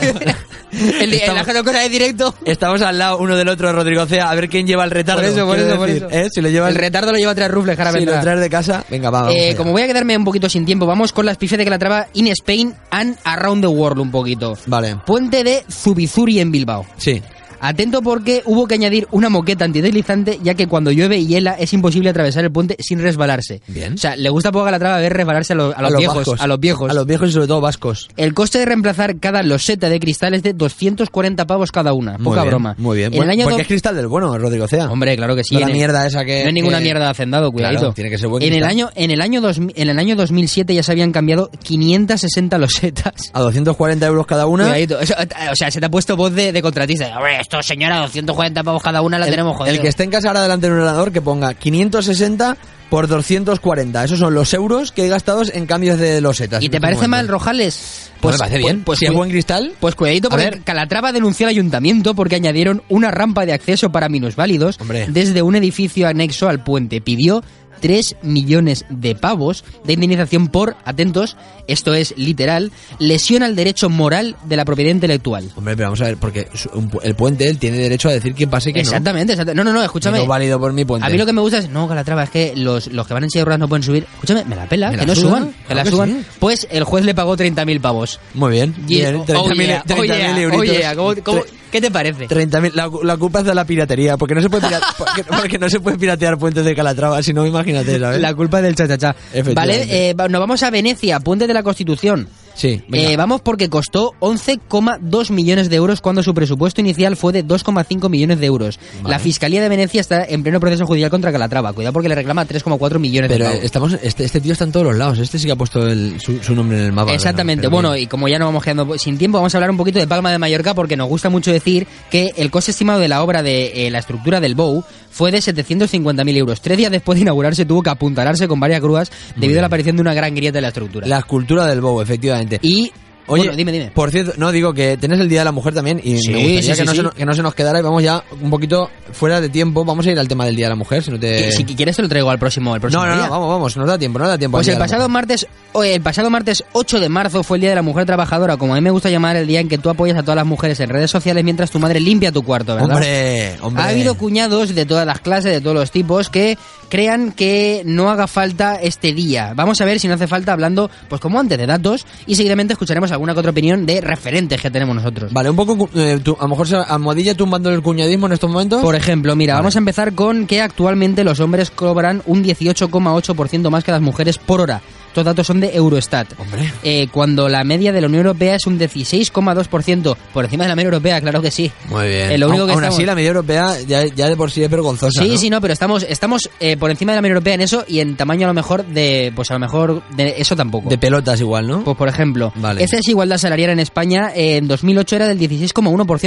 [SPEAKER 2] el, el,
[SPEAKER 1] Estamos-
[SPEAKER 2] la cosa de directo.
[SPEAKER 1] Estamos al lado uno del otro, Rodrigo Cea. A ver quién lleva el retardo.
[SPEAKER 2] Por eso, por
[SPEAKER 1] quiero
[SPEAKER 2] eso, por
[SPEAKER 1] decir,
[SPEAKER 2] eso.
[SPEAKER 1] ¿eh? Si lo lleva
[SPEAKER 2] El retardo lo lleva tres rufles, Jara
[SPEAKER 1] si lo
[SPEAKER 2] Vendrá.
[SPEAKER 1] traes de casa. Venga, va, vamos.
[SPEAKER 2] Eh,
[SPEAKER 1] allá.
[SPEAKER 2] como voy a quedarme un poquito sin tiempo, vamos con las pifias de Calatrava in Spain and around the world un poquito.
[SPEAKER 1] Vale.
[SPEAKER 2] Puente de Zubizuri en Bilbao.
[SPEAKER 1] Sí.
[SPEAKER 2] Atento porque hubo que añadir una moqueta antideslizante, ya que cuando llueve y hiela es imposible atravesar el puente sin resbalarse.
[SPEAKER 1] Bien.
[SPEAKER 2] O sea, le gusta poco a Calatrava ver resbalarse a, lo- a los, viejos,
[SPEAKER 1] vascos.
[SPEAKER 2] a los viejos.
[SPEAKER 1] A los viejos y sobre todo vascos.
[SPEAKER 2] El coste de reemplazar cada loseta de cristal es de 240 pavos cada una.
[SPEAKER 1] Muy
[SPEAKER 2] Poca
[SPEAKER 1] bien,
[SPEAKER 2] broma.
[SPEAKER 1] Muy bien.
[SPEAKER 2] En el
[SPEAKER 1] Bueno,
[SPEAKER 2] año
[SPEAKER 1] porque
[SPEAKER 2] dos-
[SPEAKER 1] es cristal del bueno, Rodrigo Cea.
[SPEAKER 2] Hombre, claro que sí.
[SPEAKER 1] No la
[SPEAKER 2] en el-
[SPEAKER 1] mierda esa que-
[SPEAKER 2] No es ninguna
[SPEAKER 1] que-
[SPEAKER 2] mierda de hacendado, cuidadito.
[SPEAKER 1] Claro, tiene que ser buen
[SPEAKER 2] en el
[SPEAKER 1] cristal.
[SPEAKER 2] año en el año 2000 en el año 2007 ya se habían cambiado 560 losetas.
[SPEAKER 1] A 240 euros cada una.
[SPEAKER 2] Cuidadito. Eso, eh, o sea, se te ha puesto voz de, de contratista. Hombre, esto señora 240 pavos cada una la tenemos jodido.
[SPEAKER 1] El que esté en casa ahora delante de un ordenador que ponga 560 por 240. Esos son los euros que he gastado en cambios de losetas.
[SPEAKER 2] ¿Y
[SPEAKER 1] en
[SPEAKER 2] te
[SPEAKER 1] este
[SPEAKER 2] parece
[SPEAKER 1] momento.
[SPEAKER 2] mal Rojales?
[SPEAKER 1] Pues me parece bien.
[SPEAKER 2] Pues,
[SPEAKER 1] si es
[SPEAKER 2] cu-
[SPEAKER 1] buen cristal,
[SPEAKER 2] pues cuidadito
[SPEAKER 1] A
[SPEAKER 2] porque
[SPEAKER 1] ver.
[SPEAKER 2] Calatrava denunció al ayuntamiento porque añadieron una rampa de acceso para minusválidos
[SPEAKER 1] Hombre.
[SPEAKER 2] desde un edificio anexo al puente. Pidió 3 millones de pavos de indemnización por, atentos, esto es literal, lesión al derecho moral de la propiedad intelectual.
[SPEAKER 1] Hombre, pero vamos a ver, porque su- un pu- el puente él tiene derecho a decir quién pase y quién no.
[SPEAKER 2] Exactamente, exacta- No, no, no, escúchame.
[SPEAKER 1] Y no válido por mi puente.
[SPEAKER 2] A mí lo que me gusta es, no, Calatrava, es que los, los que van en silla de ruedas no pueden subir. Escúchame, me la pela,
[SPEAKER 1] Me
[SPEAKER 2] que
[SPEAKER 1] la
[SPEAKER 2] no
[SPEAKER 1] suda,
[SPEAKER 2] suban, que
[SPEAKER 1] claro
[SPEAKER 2] la
[SPEAKER 1] que
[SPEAKER 2] suban.
[SPEAKER 1] sí.
[SPEAKER 2] Pues el juez le pagó 30.000 pavos.
[SPEAKER 1] Muy bien.
[SPEAKER 2] Y-
[SPEAKER 1] bien,
[SPEAKER 2] oh,
[SPEAKER 1] 30.000
[SPEAKER 2] yeah, oh, yeah,
[SPEAKER 1] 30.000
[SPEAKER 2] oh,
[SPEAKER 1] euritos.
[SPEAKER 2] yeah, ¿cómo- cómo-
[SPEAKER 1] Tre-
[SPEAKER 2] ¿Qué te parece?
[SPEAKER 1] 30.000. La, cu- la culpa es de la piratería, porque no se puede, pirate- porque, porque no se puede piratear puentes de Calatrava, si no, imagínate, ¿sabes?
[SPEAKER 2] La culpa es del chachachá.
[SPEAKER 1] Efectivamente.
[SPEAKER 2] Vale, eh, va- nos vamos a Venecia, Puente de la Constitución.
[SPEAKER 1] Sí, venga.
[SPEAKER 2] Eh, vamos porque costó 11,2 millones de euros cuando su presupuesto inicial fue de 2,5 millones de euros. La Fiscalía de Venecia está en pleno proceso judicial contra Calatrava. Cuidado porque le reclama 3,4 millones
[SPEAKER 1] Pero
[SPEAKER 2] de euros.
[SPEAKER 1] eh, estamos, este, este tío está en todos los lados. Este sí que ha puesto el- su, su nombre en el mapa.
[SPEAKER 2] Exactamente.
[SPEAKER 1] Pero
[SPEAKER 2] Bueno,
[SPEAKER 1] bien.
[SPEAKER 2] y como ya no vamos quedando sin tiempo, vamos a hablar un poquito de Palma de Mallorca porque nos gusta mucho decir que el coste estimado de la obra de eh, la estructura del Bow fue de 750.000 euros. Tres días después de inaugurarse tuvo que apuntalarse con varias grúas debido a la aparición de una gran grieta en la estructura.
[SPEAKER 1] la escultura del bobo, efectivamente.
[SPEAKER 2] Y...
[SPEAKER 1] Oye,
[SPEAKER 2] bueno, dime, dime.
[SPEAKER 1] Por cierto, no digo que tenés el Día de la Mujer también y
[SPEAKER 2] Sí,
[SPEAKER 1] me gustaría
[SPEAKER 2] sí, sí,
[SPEAKER 1] que, no
[SPEAKER 2] sí.
[SPEAKER 1] Se, nos- que no se nos quedara y vamos ya un poquito fuera de tiempo. Vamos a ir al tema del Día de la Mujer, si no te...
[SPEAKER 2] Eh, Si quieres te lo traigo al próximo, al próximo
[SPEAKER 1] pues, no, no,
[SPEAKER 2] Pues
[SPEAKER 1] no,
[SPEAKER 2] día.
[SPEAKER 1] vamos, vamos, nos da tiempo, nos da tiempo.
[SPEAKER 2] Pues
[SPEAKER 1] al
[SPEAKER 2] el
[SPEAKER 1] Día de la
[SPEAKER 2] pasado
[SPEAKER 1] Mujer.
[SPEAKER 2] martes, o el pasado martes 8 de marzo fue el Día de la Mujer Trabajadora, como a mí me gusta llamar el día en que tú apoyas a todas las mujeres en redes sociales mientras tu madre limpia tu cuarto, ¿verdad?
[SPEAKER 1] Hombre, hombre.
[SPEAKER 2] Ha habido cuñados de todas las clases, de todos los tipos, que crean que no haga falta este día. Vamos a ver si no hace falta hablando, pues como antes, de datos y seguidamente escucharemos alguna que otra opinión de referentes que tenemos nosotros.
[SPEAKER 1] Vale, un poco... eh, tú- a lo mejor se almohadilla tumbando el cuñadismo en estos momentos.
[SPEAKER 2] Por ejemplo, mira, vamos a empezar con que actualmente los hombres cobran un 18,8% más que las mujeres por hora. Estos datos son de Eurostat.
[SPEAKER 1] Hombre.
[SPEAKER 2] Eh, cuando la media de la Unión Europea es un 16,2%. Por encima de la media europea, claro que sí.
[SPEAKER 1] Muy bien.
[SPEAKER 2] Eh, lo único
[SPEAKER 1] Aún-
[SPEAKER 2] que
[SPEAKER 1] aún
[SPEAKER 2] estamos-
[SPEAKER 1] así, la media europea ya, ya de por sí es vergonzosa,
[SPEAKER 2] sí,
[SPEAKER 1] ¿no?
[SPEAKER 2] sí, no, pero estamos, estamos eh, por encima de la media europea en eso y en tamaño a lo mejor de. Pues a lo mejor de eso tampoco.
[SPEAKER 1] De pelotas igual, ¿no?
[SPEAKER 2] Pues por ejemplo,
[SPEAKER 1] Vale.
[SPEAKER 2] esta desigualdad salarial en España eh, en 2008 era del 16,1%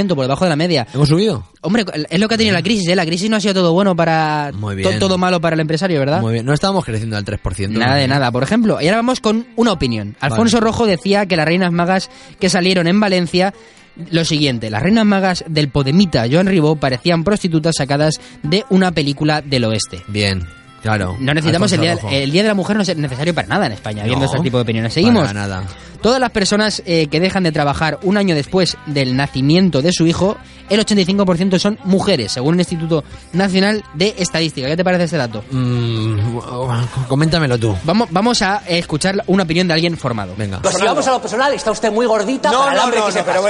[SPEAKER 2] por debajo de la media.
[SPEAKER 1] ¿Hemos subido?
[SPEAKER 2] Hombre, es lo que ha tenido la crisis, ¿eh? La crisis no ha sido todo bueno para...
[SPEAKER 1] Muy
[SPEAKER 2] to-
[SPEAKER 1] bien.
[SPEAKER 2] todo malo para el empresario, ¿verdad?
[SPEAKER 1] Muy bien. No estábamos creciendo al 3%.
[SPEAKER 2] Nada de nada, por ejemplo. Y ahora vamos con una opinión. Alfonso Rojo decía que las reinas magas que salieron en Valencia, lo siguiente, las reinas magas del Podemita Joan Ribó parecían prostitutas sacadas de una película del oeste.
[SPEAKER 1] Bien. Claro.
[SPEAKER 2] No necesitamos el día,
[SPEAKER 1] Alfonso Rojo.
[SPEAKER 2] el día de la Mujer, no es necesario para nada en España, viendo
[SPEAKER 1] No,
[SPEAKER 2] este tipo de opiniones. Seguimos.
[SPEAKER 1] para nada.
[SPEAKER 2] Todas las personas eh, que dejan de trabajar un año después del nacimiento de su hijo, el 85% son mujeres, según el Instituto Nacional de Estadística. ¿Qué te parece este dato?
[SPEAKER 1] Mm, uh, coméntamelo tú.
[SPEAKER 2] Vamos, vamos a escuchar una opinión de alguien formado.
[SPEAKER 1] Venga.
[SPEAKER 5] Pues si vamos a lo personal, está usted muy gordita para el hambre que se pasa.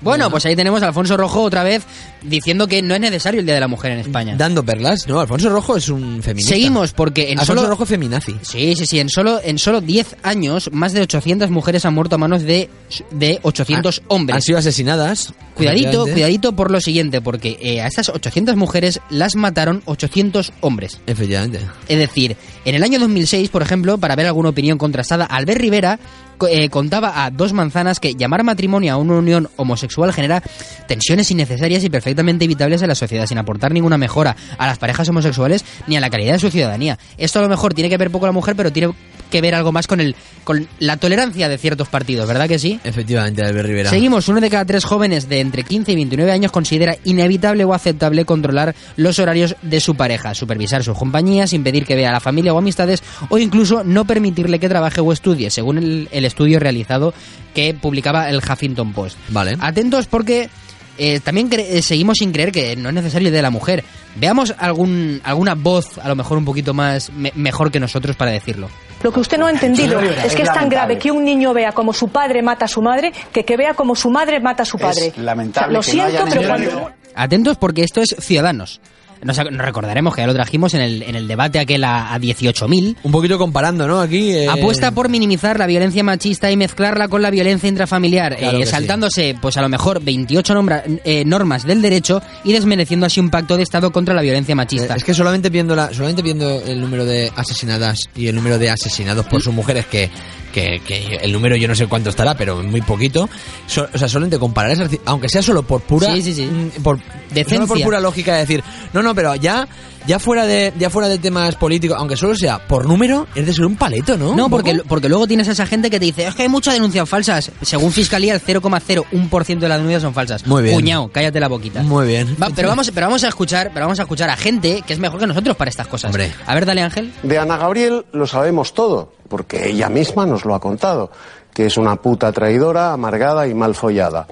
[SPEAKER 2] Bueno, pues ahí tenemos a Alfonso Rojo otra vez diciendo que no es necesario el Día de la Mujer en España.
[SPEAKER 1] Dando perlas. No, Alfonso Rojo es un feminista.
[SPEAKER 2] Seguimos, porque en
[SPEAKER 1] Alfonso
[SPEAKER 2] solo...
[SPEAKER 1] Rojo es feminazi.
[SPEAKER 2] Sí, sí, sí. En solo, en solo 10 años, más de 800 mujeres han muerto a manos de, de 800
[SPEAKER 1] Ah, Ha-
[SPEAKER 2] hombres.
[SPEAKER 1] Han sido asesinadas.
[SPEAKER 2] Cuidadito,
[SPEAKER 1] efectivamente.
[SPEAKER 2] cuidadito por lo siguiente, porque eh, a estas 800 mujeres las mataron 800 hombres.
[SPEAKER 1] Efectivamente.
[SPEAKER 2] Es decir, en el año 2006, por ejemplo, para ver alguna opinión contrastada, Albert Rivera co- eh, contaba a dos manzanas que llamar matrimonio a una unión homosexual genera tensiones innecesarias y perfectamente evitables en la sociedad, sin aportar ninguna mejora a las parejas homosexuales ni a la calidad de su ciudadanía. Esto a lo mejor tiene que ver poco la mujer, pero tiene que ver algo más con, el, con la tolerancia de ciertos partidos, ¿verdad que sí?
[SPEAKER 1] Efectivamente, Albert Rivera.
[SPEAKER 2] Seguimos, uno de cada tres jóvenes de entre 15 y 29 años considera inevitable o aceptable controlar los horarios de su pareja, supervisar sus compañías, impedir que vea a la familia o amistades o incluso no permitirle que trabaje o estudie, según el, el estudio realizado que publicaba el Huffington Post.
[SPEAKER 1] Vale.
[SPEAKER 2] Atentos porque eh, también cre- eh, seguimos sin creer que no es necesario el de la mujer. Veamos algún, alguna voz, a lo mejor un poquito más me- mejor que nosotros para decirlo.
[SPEAKER 6] Lo que usted no ha entendido
[SPEAKER 5] Señor Rivera,
[SPEAKER 6] es que
[SPEAKER 5] es
[SPEAKER 6] es tan
[SPEAKER 5] lamentable.
[SPEAKER 6] grave que un niño vea como su padre mata a su madre que que vea como su madre mata a su padre.
[SPEAKER 5] lamentable
[SPEAKER 6] O sea,
[SPEAKER 5] que no
[SPEAKER 6] lo siento,
[SPEAKER 5] hayan
[SPEAKER 6] pero
[SPEAKER 5] entendido.
[SPEAKER 6] cuando...
[SPEAKER 2] Atentos porque esto es Ciudadanos. Nos, ac- nos recordaremos que ya lo trajimos en el, en el debate aquel a, a 18.000.
[SPEAKER 1] Un poquito comparando, ¿no? Aquí. eh,
[SPEAKER 2] Apuesta por minimizar la violencia machista y mezclarla con la violencia intrafamiliar,
[SPEAKER 1] Claro
[SPEAKER 2] eh,
[SPEAKER 1] que sí.
[SPEAKER 2] saltándose pues a lo mejor 28 nombra- eh, normas del derecho y desmereciendo así un pacto de Estado contra la violencia
[SPEAKER 1] eh,
[SPEAKER 2] machista.
[SPEAKER 1] Es que solamente viendo, la, solamente viendo el número de asesinadas y el número de asesinados
[SPEAKER 2] ¿Mm?
[SPEAKER 1] por sus mujeres, que, que, que el número yo no sé cuánto estará, pero muy poquito. so- o sea, solamente comparar esas. ci- Aunque sea solo por pura.
[SPEAKER 2] Sí, sí, sí.
[SPEAKER 1] mm, Por,
[SPEAKER 2] Decencia.
[SPEAKER 1] solo por pura lógica de decir. No, no, pero ya, ya, fuera de, ya fuera de temas políticos, aunque solo sea por número, es de ser un paleto, ¿no?
[SPEAKER 2] No,
[SPEAKER 1] ¿Un
[SPEAKER 2] porque,
[SPEAKER 1] poco?
[SPEAKER 2] porque luego tienes a esa gente que te dice, es que hay muchas denuncias falsas. Según Fiscalía, el 0,01% de las denuncias son falsas.
[SPEAKER 1] Muy bien.
[SPEAKER 2] Cuñao, cállate la boquita.
[SPEAKER 1] Muy bien.
[SPEAKER 2] Va- pero, vamos, pero vamos a escuchar pero vamos a escuchar a gente que es mejor que nosotros para estas cosas.
[SPEAKER 1] Hombre.
[SPEAKER 2] A ver, dale Ángel.
[SPEAKER 7] De Ana Gabriel lo sabemos todo, porque ella misma nos lo ha contado, que es una puta traidora, amargada y mal follada,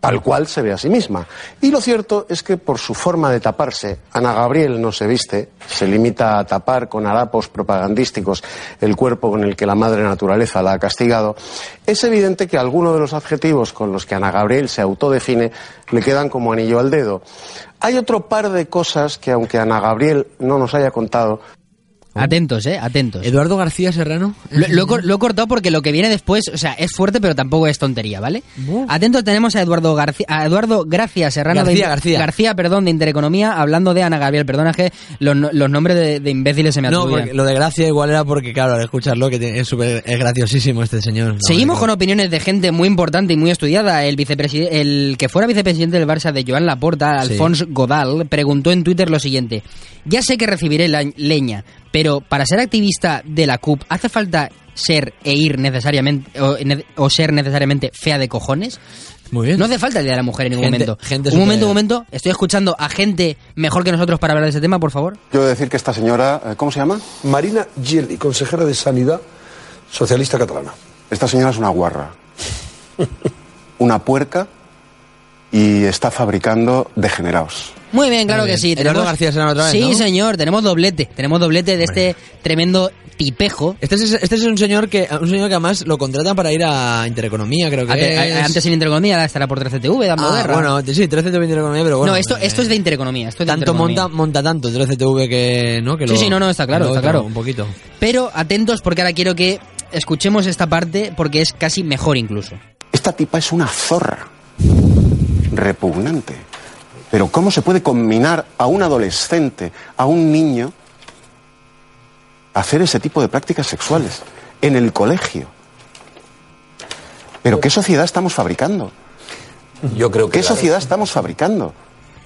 [SPEAKER 7] tal cual se ve a sí misma. Y lo cierto es que por su forma de taparse, Ana Gabriel no se viste, se limita a tapar con harapos propagandísticos el cuerpo con el que la madre naturaleza la ha castigado, es evidente que algunos de los adjetivos con los que Ana Gabriel se autodefine le quedan como anillo al dedo. Hay otro par de cosas que aunque Ana Gabriel no nos haya contado,
[SPEAKER 1] Oh.
[SPEAKER 2] Atentos, eh, atentos.
[SPEAKER 1] Eduardo García Serrano.
[SPEAKER 2] Lo, lo he cor- lo he cortado porque lo que viene después, o sea, es fuerte, pero tampoco es tontería, ¿vale? Atentos tenemos a Eduardo García, a Eduardo Gracia Serrano de-
[SPEAKER 1] García, García.
[SPEAKER 2] perdón, de Intereconomía, hablando de Ana Gabriel. Perdona que los, no- los nombres de, de imbéciles se me
[SPEAKER 1] No,
[SPEAKER 2] atribuyen.
[SPEAKER 1] porque lo de gracia igual era porque, claro, al escucharlo, que te- es súper es graciosísimo este señor.
[SPEAKER 2] Seguimos con opiniones de gente muy importante y muy estudiada. El, vicepreside- el que fuera vicepresidente del Barça de Joan Laporta,
[SPEAKER 1] Sí.
[SPEAKER 2] Alphonse Godal, preguntó en Twitter lo siguiente. Ya sé que recibiré la- leña, pero para ser activista de la CUP, ¿hace falta ser e ir necesariamente o, ne- o ser necesariamente fea de cojones?
[SPEAKER 1] Muy bien.
[SPEAKER 2] No hace falta el Día de la Mujer en ningún
[SPEAKER 1] Gente-
[SPEAKER 2] momento.
[SPEAKER 1] gente
[SPEAKER 2] un momento,
[SPEAKER 1] supera-
[SPEAKER 2] un momento. Estoy escuchando a gente mejor que nosotros para hablar de ese tema, por favor.
[SPEAKER 7] Yo he de decir que esta señora, eh, ¿cómo se llama?
[SPEAKER 8] Marina Gelli, consejera de Sanidad socialista catalana.
[SPEAKER 7] Esta señora es una guarra, una puerca y está fabricando degenerados.
[SPEAKER 2] Muy bien, claro
[SPEAKER 1] Muy bien.
[SPEAKER 2] que sí.
[SPEAKER 1] Eduardo García Serrano otra vez,
[SPEAKER 2] Sí,
[SPEAKER 1] ¿no?
[SPEAKER 2] señor, tenemos doblete. Tenemos doblete de este tremendo tipejo.
[SPEAKER 1] Este es, este es un señor que un señor que además lo contratan para ir a Intereconomía, creo que
[SPEAKER 2] Ante-
[SPEAKER 1] es.
[SPEAKER 2] a- Antes en Intereconomía ahora estará por 13TV dando
[SPEAKER 1] Ah,
[SPEAKER 2] guerra.
[SPEAKER 1] bueno, sí, 13TV Intereconomía, pero bueno.
[SPEAKER 2] no, esto,
[SPEAKER 1] eh,
[SPEAKER 2] esto es de Intereconomía. Esto es de
[SPEAKER 1] Tanto
[SPEAKER 2] Intereconomía.
[SPEAKER 1] monta, monta tanto 13TV que, ¿no? Que
[SPEAKER 2] Sí,
[SPEAKER 1] lo-
[SPEAKER 2] sí, no, no, está claro,
[SPEAKER 1] que lo
[SPEAKER 2] está
[SPEAKER 1] otro,
[SPEAKER 2] claro.
[SPEAKER 1] Un poquito.
[SPEAKER 2] Pero atentos porque ahora quiero que escuchemos esta parte porque es casi mejor incluso.
[SPEAKER 7] Esta tipa es una zorra. Repugnante. Pero ¿cómo se puede combinar a un adolescente, a un niño, a hacer ese tipo de prácticas sexuales en el colegio? ¿Pero qué sociedad estamos fabricando?
[SPEAKER 8] Yo creo
[SPEAKER 7] ¿Qué sociedad estamos fabricando?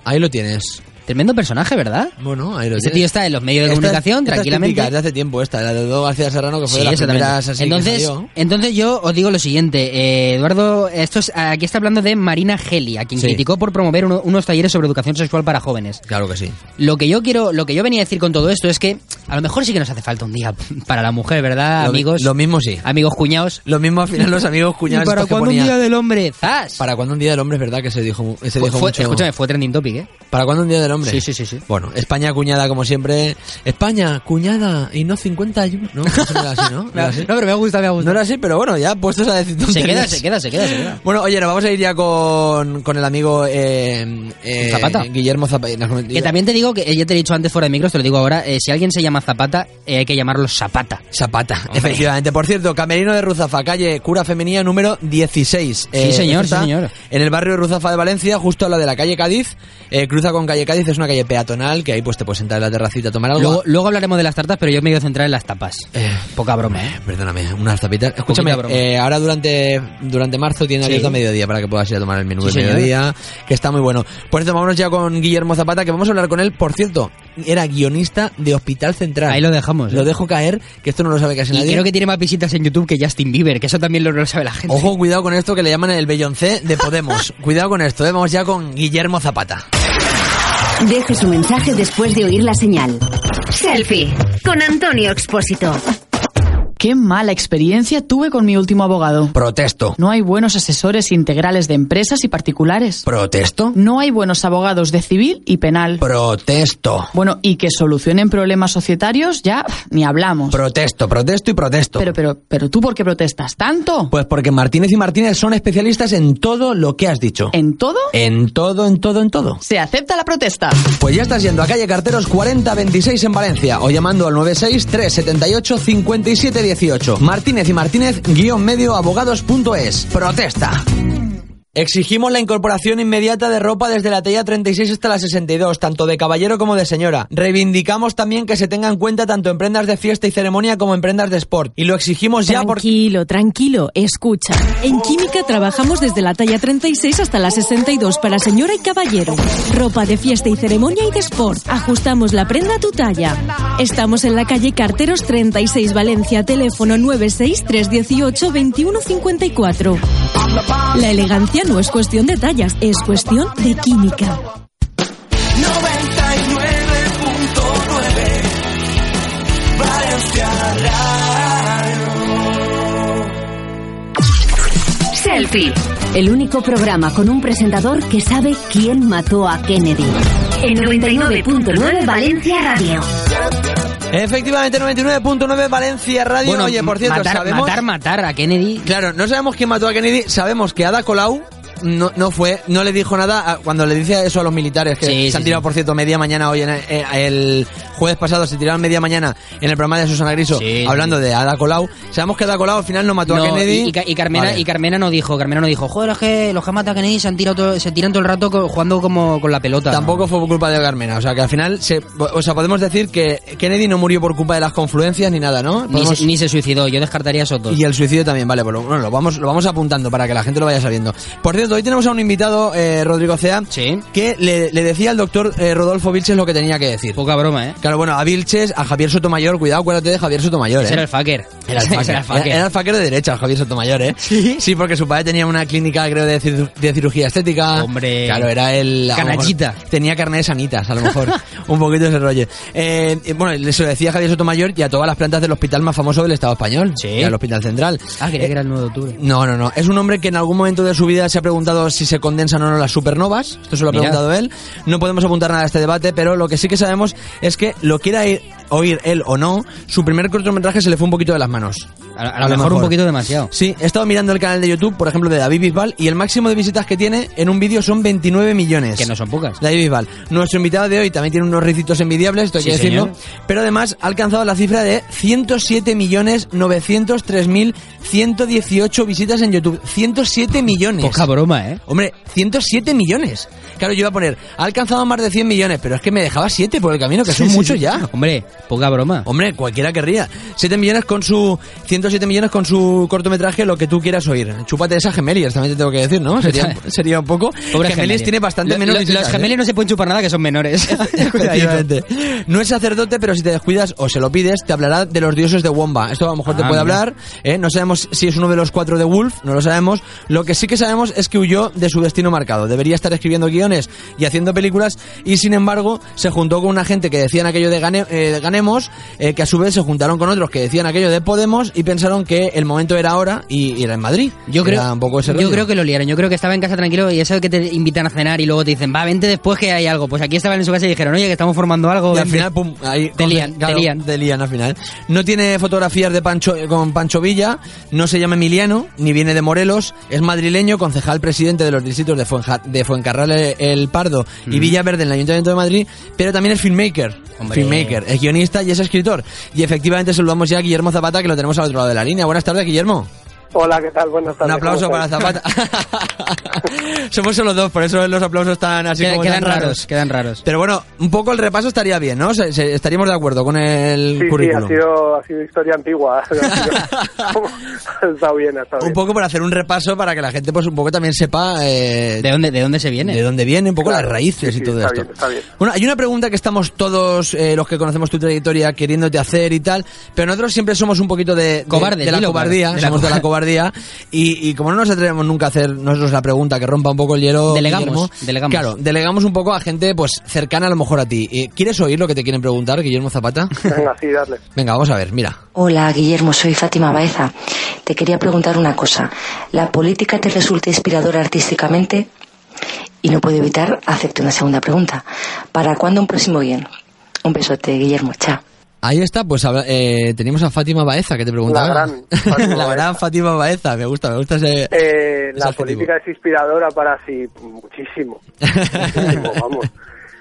[SPEAKER 1] Ahí lo tienes.
[SPEAKER 2] Tremendo personaje, ¿verdad?
[SPEAKER 1] Bueno, ahí lo
[SPEAKER 2] Ese
[SPEAKER 1] tienes.
[SPEAKER 2] tío está en los medios de
[SPEAKER 1] Esta-
[SPEAKER 2] comunicación
[SPEAKER 1] esta es
[SPEAKER 2] tranquilamente.
[SPEAKER 1] típica, es de hace tiempo esta, la de Eduardo García Serrano que fue
[SPEAKER 2] Sí,
[SPEAKER 1] de las
[SPEAKER 2] exactamente.
[SPEAKER 1] primeras así que
[SPEAKER 2] entonces,
[SPEAKER 1] salió.
[SPEAKER 2] entonces yo os digo lo siguiente, eh, Eduardo, esto es, aquí está hablando de Marina Geli, a quien
[SPEAKER 1] Sí.
[SPEAKER 2] criticó por promover uno- unos talleres sobre educación sexual para jóvenes.
[SPEAKER 1] Claro que sí.
[SPEAKER 2] Lo que yo quiero, lo que yo venía a decir con todo esto es que A lo mejor sí que nos hace falta un día para la mujer, ¿verdad,
[SPEAKER 1] Lo mi-
[SPEAKER 2] amigos?
[SPEAKER 1] lo mismo sí.
[SPEAKER 2] Amigos cuñados.
[SPEAKER 1] Lo mismo al final los amigos
[SPEAKER 2] ¿Y
[SPEAKER 1] cuñados.
[SPEAKER 2] para
[SPEAKER 1] estos que
[SPEAKER 2] cuándo un
[SPEAKER 1] ponían-
[SPEAKER 2] día del hombre? ¡Zas!
[SPEAKER 1] Para cuando un día del hombre es verdad que se dijo, mu- se dijo
[SPEAKER 2] Fue-
[SPEAKER 1] mucho.
[SPEAKER 2] Escúchame, fue trending topic, ¿eh?
[SPEAKER 1] ¿Para cuándo un día del hombre?
[SPEAKER 2] Sí, sí, sí, sí.
[SPEAKER 1] Bueno, España cuñada como siempre. España cuñada y no 51. No, Eso no era así, ¿no?
[SPEAKER 2] Me
[SPEAKER 1] ¿Era
[SPEAKER 2] ha-
[SPEAKER 1] así?
[SPEAKER 2] No, pero me ha gustado, me ha
[SPEAKER 1] No
[SPEAKER 2] gustado.
[SPEAKER 1] era así, pero bueno, ya puestos a decir
[SPEAKER 2] se, queda,
[SPEAKER 1] tonterías.
[SPEAKER 2] se queda, se queda, se queda.
[SPEAKER 1] Bueno, oye, nos vamos a ir ya con, con el amigo eh, eh,
[SPEAKER 2] Zapata.
[SPEAKER 1] Guillermo Zapata.
[SPEAKER 2] Que también te digo que eh, ya te he dicho antes fuera de micros, te lo digo ahora, eh, si alguien se llama Zapata, eh, hay que llamarlo Zapata.
[SPEAKER 1] Zapata, efectivamente. Por cierto, Camerino de Ruzafa, calle Cura Femenina número 16.
[SPEAKER 2] Sí, señor,
[SPEAKER 1] está
[SPEAKER 2] sí, señor.
[SPEAKER 1] En el barrio de Ruzafa de Valencia, justo a la de la calle Cádiz. Eh, cruza con calle Cádiz, es una calle peatonal que ahí pues te puedes sentar en la terracita a tomar algo.
[SPEAKER 2] Luego, luego hablaremos de las tartas, pero yo me voy a centrar en las tapas.
[SPEAKER 1] Eh,
[SPEAKER 2] Poca broma, ¿eh?
[SPEAKER 1] Perdóname, unas tapitas. Escúchame,
[SPEAKER 2] Poquita broma.
[SPEAKER 1] eh, ahora durante, durante marzo tiene
[SPEAKER 2] Sí.
[SPEAKER 1] abierto a mediodía para que puedas ir a tomar el menú
[SPEAKER 2] Sí,
[SPEAKER 1] de
[SPEAKER 2] señor.
[SPEAKER 1] mediodía, que está muy bueno. Por eso vámonos ya con Guillermo Zapata, que vamos a hablar con él. Por cierto, era guionista de Hospital Central.
[SPEAKER 2] Ahí lo dejamos, ¿eh?
[SPEAKER 1] Lo dejo caer, que esto no lo sabe casi
[SPEAKER 2] Y
[SPEAKER 1] nadie.
[SPEAKER 2] creo que tiene más visitas en YouTube que Justin Bieber, que eso también lo, lo sabe la gente.
[SPEAKER 1] Ojo, cuidado con esto que le llaman el Beyoncé de Podemos. cuidado con esto, eh. vamos ya con Guillermo Zapata.
[SPEAKER 4] Deje su mensaje después de oír la señal. Selfie con Antonio Expósito.
[SPEAKER 9] Qué mala experiencia tuve con mi último abogado.
[SPEAKER 1] Protesto.
[SPEAKER 9] No hay buenos asesores integrales de empresas y particulares.
[SPEAKER 1] Protesto.
[SPEAKER 9] No hay buenos abogados de civil y penal.
[SPEAKER 1] Protesto.
[SPEAKER 9] Bueno, y que solucionen problemas societarios ya pf, ni hablamos.
[SPEAKER 1] Protesto, protesto y protesto.
[SPEAKER 9] Pero, pero, pero tú por qué protestas tanto?
[SPEAKER 1] Pues porque Martínez y Martínez son especialistas en todo lo que has dicho.
[SPEAKER 9] ¿En todo?
[SPEAKER 1] En todo, en todo, en todo.
[SPEAKER 9] Se acepta la protesta.
[SPEAKER 1] Pues ya estás yendo a calle Carteros 4026 en Valencia o llamando al 963785718. Martínez y Martínez guión medio abogados.es. Protesta. Exigimos la incorporación inmediata de ropa desde la E talla 36 hasta la 62, tanto de caballero como de señora. Reivindicamos también que se tenga en cuenta tanto en prendas de fiesta y ceremonia como en prendas de sport. Y lo exigimos ya porque...
[SPEAKER 10] Tranquilo, tranquilo, escucha. En química trabajamos desde la talla 36 hasta la 62 para señora y caballero. Ropa de fiesta y ceremonia y de sport. Ajustamos la prenda a tu talla. Estamos en la calle Carteros 36 Valencia, teléfono 963182154. La elegancia no es cuestión de tallas, es cuestión de química.
[SPEAKER 4] Selfie, el único programa con un presentador que sabe quién mató a Kennedy. En 99.9 Valencia Radio.
[SPEAKER 1] Efectivamente, 99.9 Valencia Radio.
[SPEAKER 2] Bueno,
[SPEAKER 1] Oye, por cierto,
[SPEAKER 2] matar,
[SPEAKER 1] sabemos...
[SPEAKER 2] matar, matar a Kennedy.
[SPEAKER 1] Claro, no sabemos quién mató a Kennedy, sabemos que Ada Colau no, no fue, no le dijo nada a- cuando le dice eso a los militares que
[SPEAKER 2] Sí, sí,
[SPEAKER 1] se han
[SPEAKER 2] sí.
[SPEAKER 1] tirado, por cierto, media mañana hoy, en el, eh, el jueves pasado se tiraron media mañana en el programa de Susana Griso
[SPEAKER 2] Sí,
[SPEAKER 1] hablando de Ada Colau. Sabemos que Ada Colau al final no mató
[SPEAKER 2] No,
[SPEAKER 1] a Kennedy.
[SPEAKER 2] y, y Ca- y Carmena,
[SPEAKER 1] Vale.
[SPEAKER 2] y Carmena no dijo, Carmena no dijo, joder, es que los que han matado a Kennedy se, han tirado todo- se tiran todo el rato co- jugando como con la pelota. ¿no?
[SPEAKER 1] Tampoco fue por culpa de Carmena, o sea que al final, se, o sea, podemos decir que Kennedy no murió por culpa de las confluencias ni nada, ¿no?
[SPEAKER 2] Ni,
[SPEAKER 1] Podemos-
[SPEAKER 2] se, ni se suicidó, yo descartaría esos dos.
[SPEAKER 1] Y el suicidio también, vale, pues lo, bueno, lo vamos, lo vamos apuntando para que la gente lo vaya sabiendo. Por cierto, hoy tenemos a un invitado, eh, Rodrigo Cea,
[SPEAKER 2] Sí.
[SPEAKER 1] que le, le decía al doctor eh, Rodolfo Vilches lo que tenía que decir.
[SPEAKER 2] Poca broma, ¿eh?
[SPEAKER 1] Claro, bueno, a Vilches, a Javier Sotomayor, cuidado, acuérdate de Javier Sotomayor,
[SPEAKER 2] Ese
[SPEAKER 1] ¿eh?
[SPEAKER 2] era el fucker.
[SPEAKER 1] Era el
[SPEAKER 2] Ese
[SPEAKER 1] fucker.
[SPEAKER 2] era el fucker.
[SPEAKER 1] Era- era el fucker de derecha, Javier Sotomayor, ¿eh?
[SPEAKER 2] ¿Sí?
[SPEAKER 1] porque su padre tenía una clínica, creo, de, cir- de cirugía estética.
[SPEAKER 2] Hombre.
[SPEAKER 1] Claro, era el... a lo mejor
[SPEAKER 2] Canallita.
[SPEAKER 1] Tenía carne de sanitas, a lo mejor. un poquito ese rollo. Eh, y bueno, le- se lo decía a Javier Sotomayor y a todas las plantas del hospital más famoso del Estado español.
[SPEAKER 2] Sí.
[SPEAKER 1] Era El Hospital Central.
[SPEAKER 2] Ah, creía
[SPEAKER 1] Eh,
[SPEAKER 2] que era el 9 de octubre.
[SPEAKER 1] no, no, no. Es un hombre que en algún momento de su vida se ha preguntado si se condensan o no las supernovas. Esto se lo ha
[SPEAKER 2] Mira.
[SPEAKER 1] preguntado él. No podemos apuntar nada a este debate, pero lo que sí que sabemos es que lo quiera ir- oír él o no, su primer cortometraje se le fue un poquito de las manos.
[SPEAKER 2] A, a lo mejor, un poquito demasiado.
[SPEAKER 1] Sí, he estado mirando el canal de YouTube, por ejemplo, de David Bisbal, y el máximo de visitas que tiene en un vídeo son 29 millones.
[SPEAKER 2] Que no son pocas.
[SPEAKER 1] David Bisbal. Nuestro invitado de hoy también tiene unos ricitos envidiables, esto hay
[SPEAKER 2] Sí,
[SPEAKER 1] que decirlo.
[SPEAKER 2] señor.
[SPEAKER 1] Pero además ha alcanzado la cifra de 107.903.118 visitas en YouTube. 107 millones.
[SPEAKER 2] Poca broma, ¿eh?
[SPEAKER 1] Hombre, 107 millones. Claro, yo iba a poner, ha alcanzado más de 100 millones, pero es que me dejaba 7 por el camino, que son muchos ya.
[SPEAKER 2] Hombre, poca broma.
[SPEAKER 1] Hombre, cualquiera querría. 7 millones con su. 107 millones con su cortometraje, lo que tú quieras oír. Chúpate esa Gemeliers, también te tengo que decir, ¿no? Sería, sería un poco.
[SPEAKER 2] Pobre
[SPEAKER 1] Gemeliers, tiene bastante
[SPEAKER 2] Lo-
[SPEAKER 1] menos.
[SPEAKER 2] lo-
[SPEAKER 1] visitas,
[SPEAKER 2] Los
[SPEAKER 1] ¿eh?
[SPEAKER 2] gemelos no se pueden chupar nada que son menores.
[SPEAKER 1] Efectivamente. No es sacerdote, pero si te descuidas o se lo pides, te hablará de los dioses de Womba. Esto a lo mejor te
[SPEAKER 2] Ah,
[SPEAKER 1] puede
[SPEAKER 2] mira.
[SPEAKER 1] hablar. ¿eh? No sabemos si es uno de los cuatro de Wolf, no lo sabemos. Lo que sí que sabemos es que que huyó de su destino marcado. Debería estar escribiendo guiones y haciendo películas y sin embargo se juntó con una gente que decían aquello de, gane- eh, de ganemos, eh, que a su vez se juntaron con otros que decían aquello de Podemos y pensaron que el momento era ahora y, y era en Madrid.
[SPEAKER 2] Yo creo,
[SPEAKER 1] Era un poco ese
[SPEAKER 2] yo
[SPEAKER 1] rollo.
[SPEAKER 2] creo que lo liaron. Yo creo que estaba en casa tranquilo y eso de que te invitan a cenar y luego te dicen, va, vente después que hay algo. Pues aquí estaban en su casa y dijeron, oye, que estamos formando algo.
[SPEAKER 1] Y al
[SPEAKER 2] vente".
[SPEAKER 1] final, pues, pum, ahí
[SPEAKER 2] Te lían, te lían.
[SPEAKER 1] te lían al final. No tiene fotografías de Pancho eh, con Pancho Villa, no se llama Emiliano, ni viene de Morelos, es madrileño, concejal presidente de los distritos de, Fuenja- de Fuencarral eh, el Pardo y
[SPEAKER 2] Mm.
[SPEAKER 1] Villaverde en el Ayuntamiento de Madrid, pero también es filmmaker.
[SPEAKER 2] Hombre.
[SPEAKER 1] Filmmaker, es guionista y es escritor. Y efectivamente saludamos ya a Guillermo Zapata, que lo tenemos al otro lado de la línea. Buenas tardes, Guillermo.
[SPEAKER 11] Hola, ¿qué tal? Buenas
[SPEAKER 1] Un
[SPEAKER 11] tardes.
[SPEAKER 1] aplauso
[SPEAKER 11] ¿cómo
[SPEAKER 1] para
[SPEAKER 11] estáis?
[SPEAKER 1] Zapata. Somos solo dos, por eso los aplausos están así
[SPEAKER 2] Quedan-
[SPEAKER 1] como
[SPEAKER 2] quedan
[SPEAKER 1] tan raros.
[SPEAKER 2] raros, quedan raros.
[SPEAKER 1] Pero bueno, un poco el repaso estaría bien, ¿no? Se- se- estaríamos de acuerdo con el
[SPEAKER 11] Sí, sí,
[SPEAKER 1] currículum.
[SPEAKER 11] ha sido, ha sido historia antigua. Ha sido- ha estado bien, ha estado
[SPEAKER 1] Un
[SPEAKER 11] bien.
[SPEAKER 1] poco para hacer un repaso para que la gente pues un poco también sepa eh,
[SPEAKER 2] ¿De dónde, ¿De dónde se viene?
[SPEAKER 1] de dónde viene, un poco
[SPEAKER 11] Claro,
[SPEAKER 1] las raíces
[SPEAKER 11] sí,
[SPEAKER 1] y
[SPEAKER 11] sí,
[SPEAKER 1] todo
[SPEAKER 11] está
[SPEAKER 1] esto.
[SPEAKER 11] bien, está bien.
[SPEAKER 1] Bueno, hay una pregunta que estamos todos eh, los que conocemos tu trayectoria queriéndote hacer y tal, pero nosotros siempre somos un poquito de, de-
[SPEAKER 2] Cobardes,
[SPEAKER 1] de la
[SPEAKER 2] dilo,
[SPEAKER 1] cobardía,
[SPEAKER 2] cobarde. De la
[SPEAKER 1] somos de la
[SPEAKER 2] cobar-
[SPEAKER 1] cobardía y, y como no nos atrevemos nunca a hacer nosotros la pregunta que rompa un poco el hielo,
[SPEAKER 2] Delegamos,
[SPEAKER 1] Guillermo,
[SPEAKER 2] delegamos.
[SPEAKER 1] Claro, delegamos un poco a gente pues cercana a lo mejor a ti. Eh, ¿Quieres oír lo que te quieren preguntar, Guillermo Zapata?
[SPEAKER 11] Venga, sí, darle.
[SPEAKER 1] Venga, vamos a ver, mira.
[SPEAKER 12] Hola, Guillermo, soy Fátima Baeza. Te quería preguntar una cosa. ¿La política te resulta inspiradora artísticamente? Y no puedo evitar hacerte una segunda pregunta. ¿Para cuándo un próximo guión? Un besote, Guillermo. Chao.
[SPEAKER 1] Ahí está, pues habla- eh, tenemos a Fátima Baeza que te preguntaba.
[SPEAKER 11] La gran Fátima
[SPEAKER 1] La gran Fátima Baeza, me gusta, me gusta ese.
[SPEAKER 11] Eh,
[SPEAKER 1] ese
[SPEAKER 11] la
[SPEAKER 1] adjetivo.
[SPEAKER 11] política es inspiradora para sí muchísimo. muchísimo vamos.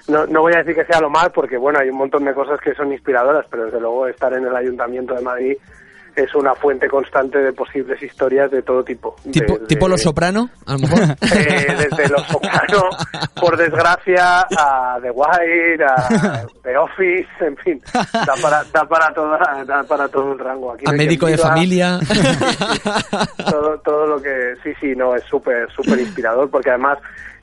[SPEAKER 11] No, no voy a decir que sea lo mal, porque bueno, hay un montón de cosas que son inspiradoras, pero desde luego estar en el Ayuntamiento de Madrid es una fuente constante de posibles historias de todo tipo.
[SPEAKER 1] Tipo,
[SPEAKER 11] Desde-
[SPEAKER 1] tipo Los Soprano, a lo mejor.
[SPEAKER 11] eh, desde Los Soprano, por desgracia, a The Wire, a The Office, en fin, da para, da para, toda- da para todo el rango.
[SPEAKER 1] a
[SPEAKER 11] Aquí no hay quien
[SPEAKER 1] médico de
[SPEAKER 11] viva,
[SPEAKER 1] familia.
[SPEAKER 11] Todo, todo lo que, sí, sí, no, es súper, súper inspirador, porque además,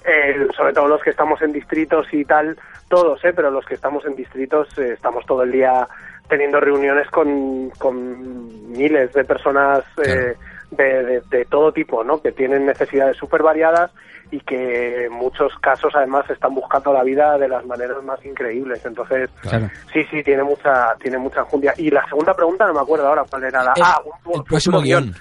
[SPEAKER 11] eh, sobre todo los que estamos en distritos y tal, todos, eh, pero los que estamos en distritos eh, estamos todo el día teniendo reuniones con, con miles de personas. eh, de, de- de todo tipo, ¿no? Que tienen necesidades súper variadas y que en muchos casos además están buscando la vida de las maneras más increíbles. Entonces,
[SPEAKER 2] Claro.
[SPEAKER 11] sí, sí, tiene mucha, tiene mucha enjundia. Y la segunda pregunta no me acuerdo ahora cuál era la.
[SPEAKER 1] El-
[SPEAKER 11] ah, un-
[SPEAKER 1] el
[SPEAKER 11] un
[SPEAKER 1] próximo guión.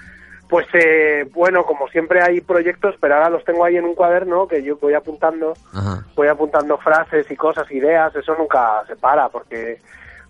[SPEAKER 11] Pues eh, bueno, como siempre hay proyectos, pero ahora los tengo ahí en un cuaderno que yo voy apuntando
[SPEAKER 1] Ajá.
[SPEAKER 11] voy apuntando frases y cosas, ideas, eso nunca se para porque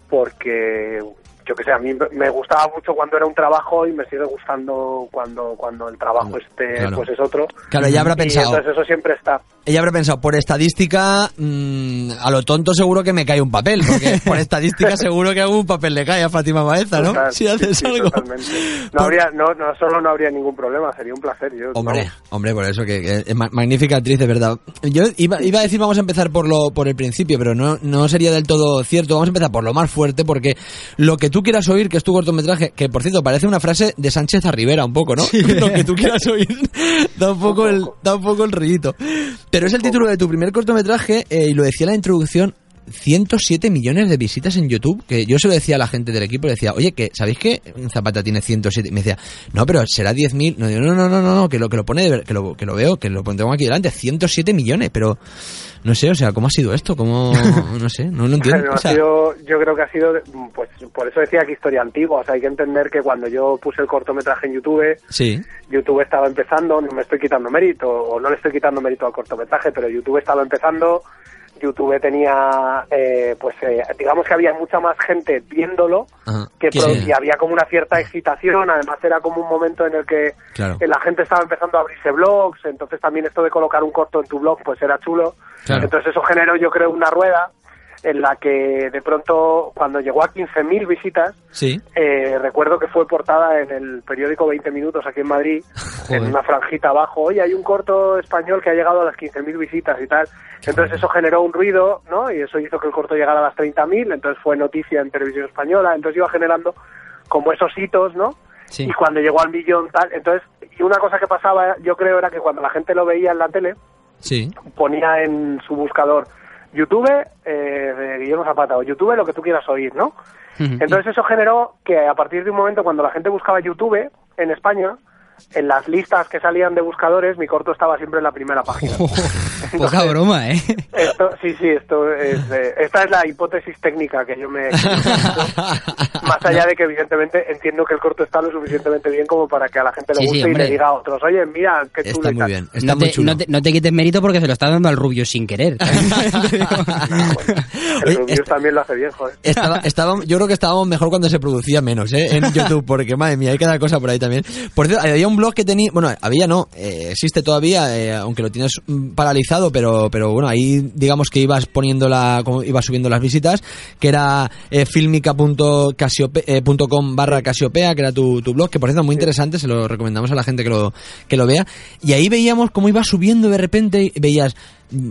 [SPEAKER 11] porque yo que sé, a mí me gustaba mucho cuando era un trabajo y me sigue gustando cuando cuando el trabajo este
[SPEAKER 1] claro.
[SPEAKER 11] pues es otro.
[SPEAKER 1] Claro, ella habrá
[SPEAKER 11] Y
[SPEAKER 1] pensado.
[SPEAKER 11] Entonces eso siempre está.
[SPEAKER 1] Ella habrá pensado, por estadística, mm, a lo tonto seguro que me cae un papel, porque por estadística seguro que algún papel le cae a Fátima Baeza, ¿no?
[SPEAKER 11] Total,
[SPEAKER 1] si haces
[SPEAKER 11] sí,
[SPEAKER 1] algo.
[SPEAKER 11] totalmente. No
[SPEAKER 1] Por-
[SPEAKER 11] habría no, no solo no habría ningún problema, sería un placer. Yo,
[SPEAKER 1] Hombre, hombre, por eso que, que es ma- magnífica actriz, de verdad. Yo iba, iba a decir vamos a empezar por lo por el principio, pero no, no sería del todo cierto. Vamos a empezar por lo más fuerte, porque lo que tú quieras oír, que es tu cortometraje, que por cierto parece una frase de Sánchez a Rivera un poco, ¿no? Lo que tú quieras oír, da un poco el, da un poco el rillito. Pero es el título de tu primer cortometraje, eh, y lo decía en la introducción, 107 millones de visitas en YouTube, que yo se lo decía a la gente del equipo, le decía, oye, que ¿sabéis que Zapata tiene 107? Y me decía, no, pero será 10.000. No, digo, no, no, no, no, no, que lo, que lo pone, de ver- que lo, que lo veo, que lo tengo aquí delante, 107 millones, pero no sé, o sea, ¿cómo ha sido esto? ¿Cómo, no sé, no lo entiendo.
[SPEAKER 11] Bueno,
[SPEAKER 1] O sea,
[SPEAKER 11] ha sido, yo creo que ha sido, pues por eso decía que historia antigua. O sea, hay que entender que cuando yo puse el cortometraje en YouTube,
[SPEAKER 1] sí,
[SPEAKER 11] YouTube estaba empezando, no me estoy quitando mérito, o no le estoy quitando mérito al cortometraje, pero YouTube estaba empezando, YouTube tenía, eh, pues eh, digamos que había mucha más gente viéndolo,
[SPEAKER 1] Ajá.
[SPEAKER 11] que
[SPEAKER 1] Sí.
[SPEAKER 11] pro- y había como una cierta excitación, además era como un momento en el que
[SPEAKER 1] Claro.
[SPEAKER 11] eh, la gente estaba empezando a abrirse blogs, entonces también esto de colocar un corto en tu blog pues era chulo,
[SPEAKER 1] Claro.
[SPEAKER 11] entonces eso generó yo creo una rueda en la que de pronto cuando llegó a 15.000 visitas,
[SPEAKER 1] sí.
[SPEAKER 11] eh, recuerdo que fue portada en el periódico 20 Minutos aquí en Madrid,
[SPEAKER 1] Joder.
[SPEAKER 11] en una franjita abajo. Oye, hay un corto español que ha llegado a las 15.000 visitas y tal. Entonces eso generó un ruido, ¿no? Y eso hizo que el corto llegara a las 30.000, entonces fue noticia en televisión española. Entonces iba generando como esos hitos, ¿no?
[SPEAKER 2] Sí.
[SPEAKER 11] Y cuando llegó al millón, tal. Entonces, y una cosa que pasaba, yo creo, era que cuando la gente lo veía en la tele,
[SPEAKER 1] Sí,
[SPEAKER 11] ponía en su buscador YouTube eh, de Guillermo Zapata o YouTube lo que tú quieras oír, ¿no?
[SPEAKER 2] Ujú.
[SPEAKER 11] Entonces eso generó que a partir de un momento cuando la gente buscaba YouTube en España, en las listas que salían de buscadores, mi corto estaba siempre en la primera página.
[SPEAKER 2] Oh,
[SPEAKER 1] Pues,
[SPEAKER 2] Poca broma, ¿eh?
[SPEAKER 11] Esto, sí, sí, esto es, eh, esta es la hipótesis técnica que yo me... Más allá de que evidentemente entiendo que el corto está lo suficientemente bien como para que a la gente le
[SPEAKER 2] Sí, sí,
[SPEAKER 11] guste y
[SPEAKER 2] hombre.
[SPEAKER 11] le diga a otros, oye, mira, qué chulo
[SPEAKER 2] Está
[SPEAKER 11] y
[SPEAKER 2] muy
[SPEAKER 11] tal".
[SPEAKER 2] bien. no, te, no te- no te quites mérito porque se lo está dando al rubio sin querer.
[SPEAKER 11] El Rubius también lo hace bien, joder.
[SPEAKER 1] Estaba, estaba- yo creo que estábamos mejor cuando se producía menos ¿eh? en YouTube, porque madre mía, hay cada cosa por ahí también. Por cierto, había un blog que tenía, bueno, había no, eh, existe todavía, eh, aunque lo tienes mm, paralizado, pero, pero bueno, ahí digamos que ibas poniendo la, como ibas subiendo las visitas, que era eh, filmica.casiope.com eh, barra casiopea, que era tu, tu blog, que por cierto muy interesante, se lo recomendamos a la gente que lo, que lo vea. Y ahí veíamos cómo iba subiendo de repente, y veías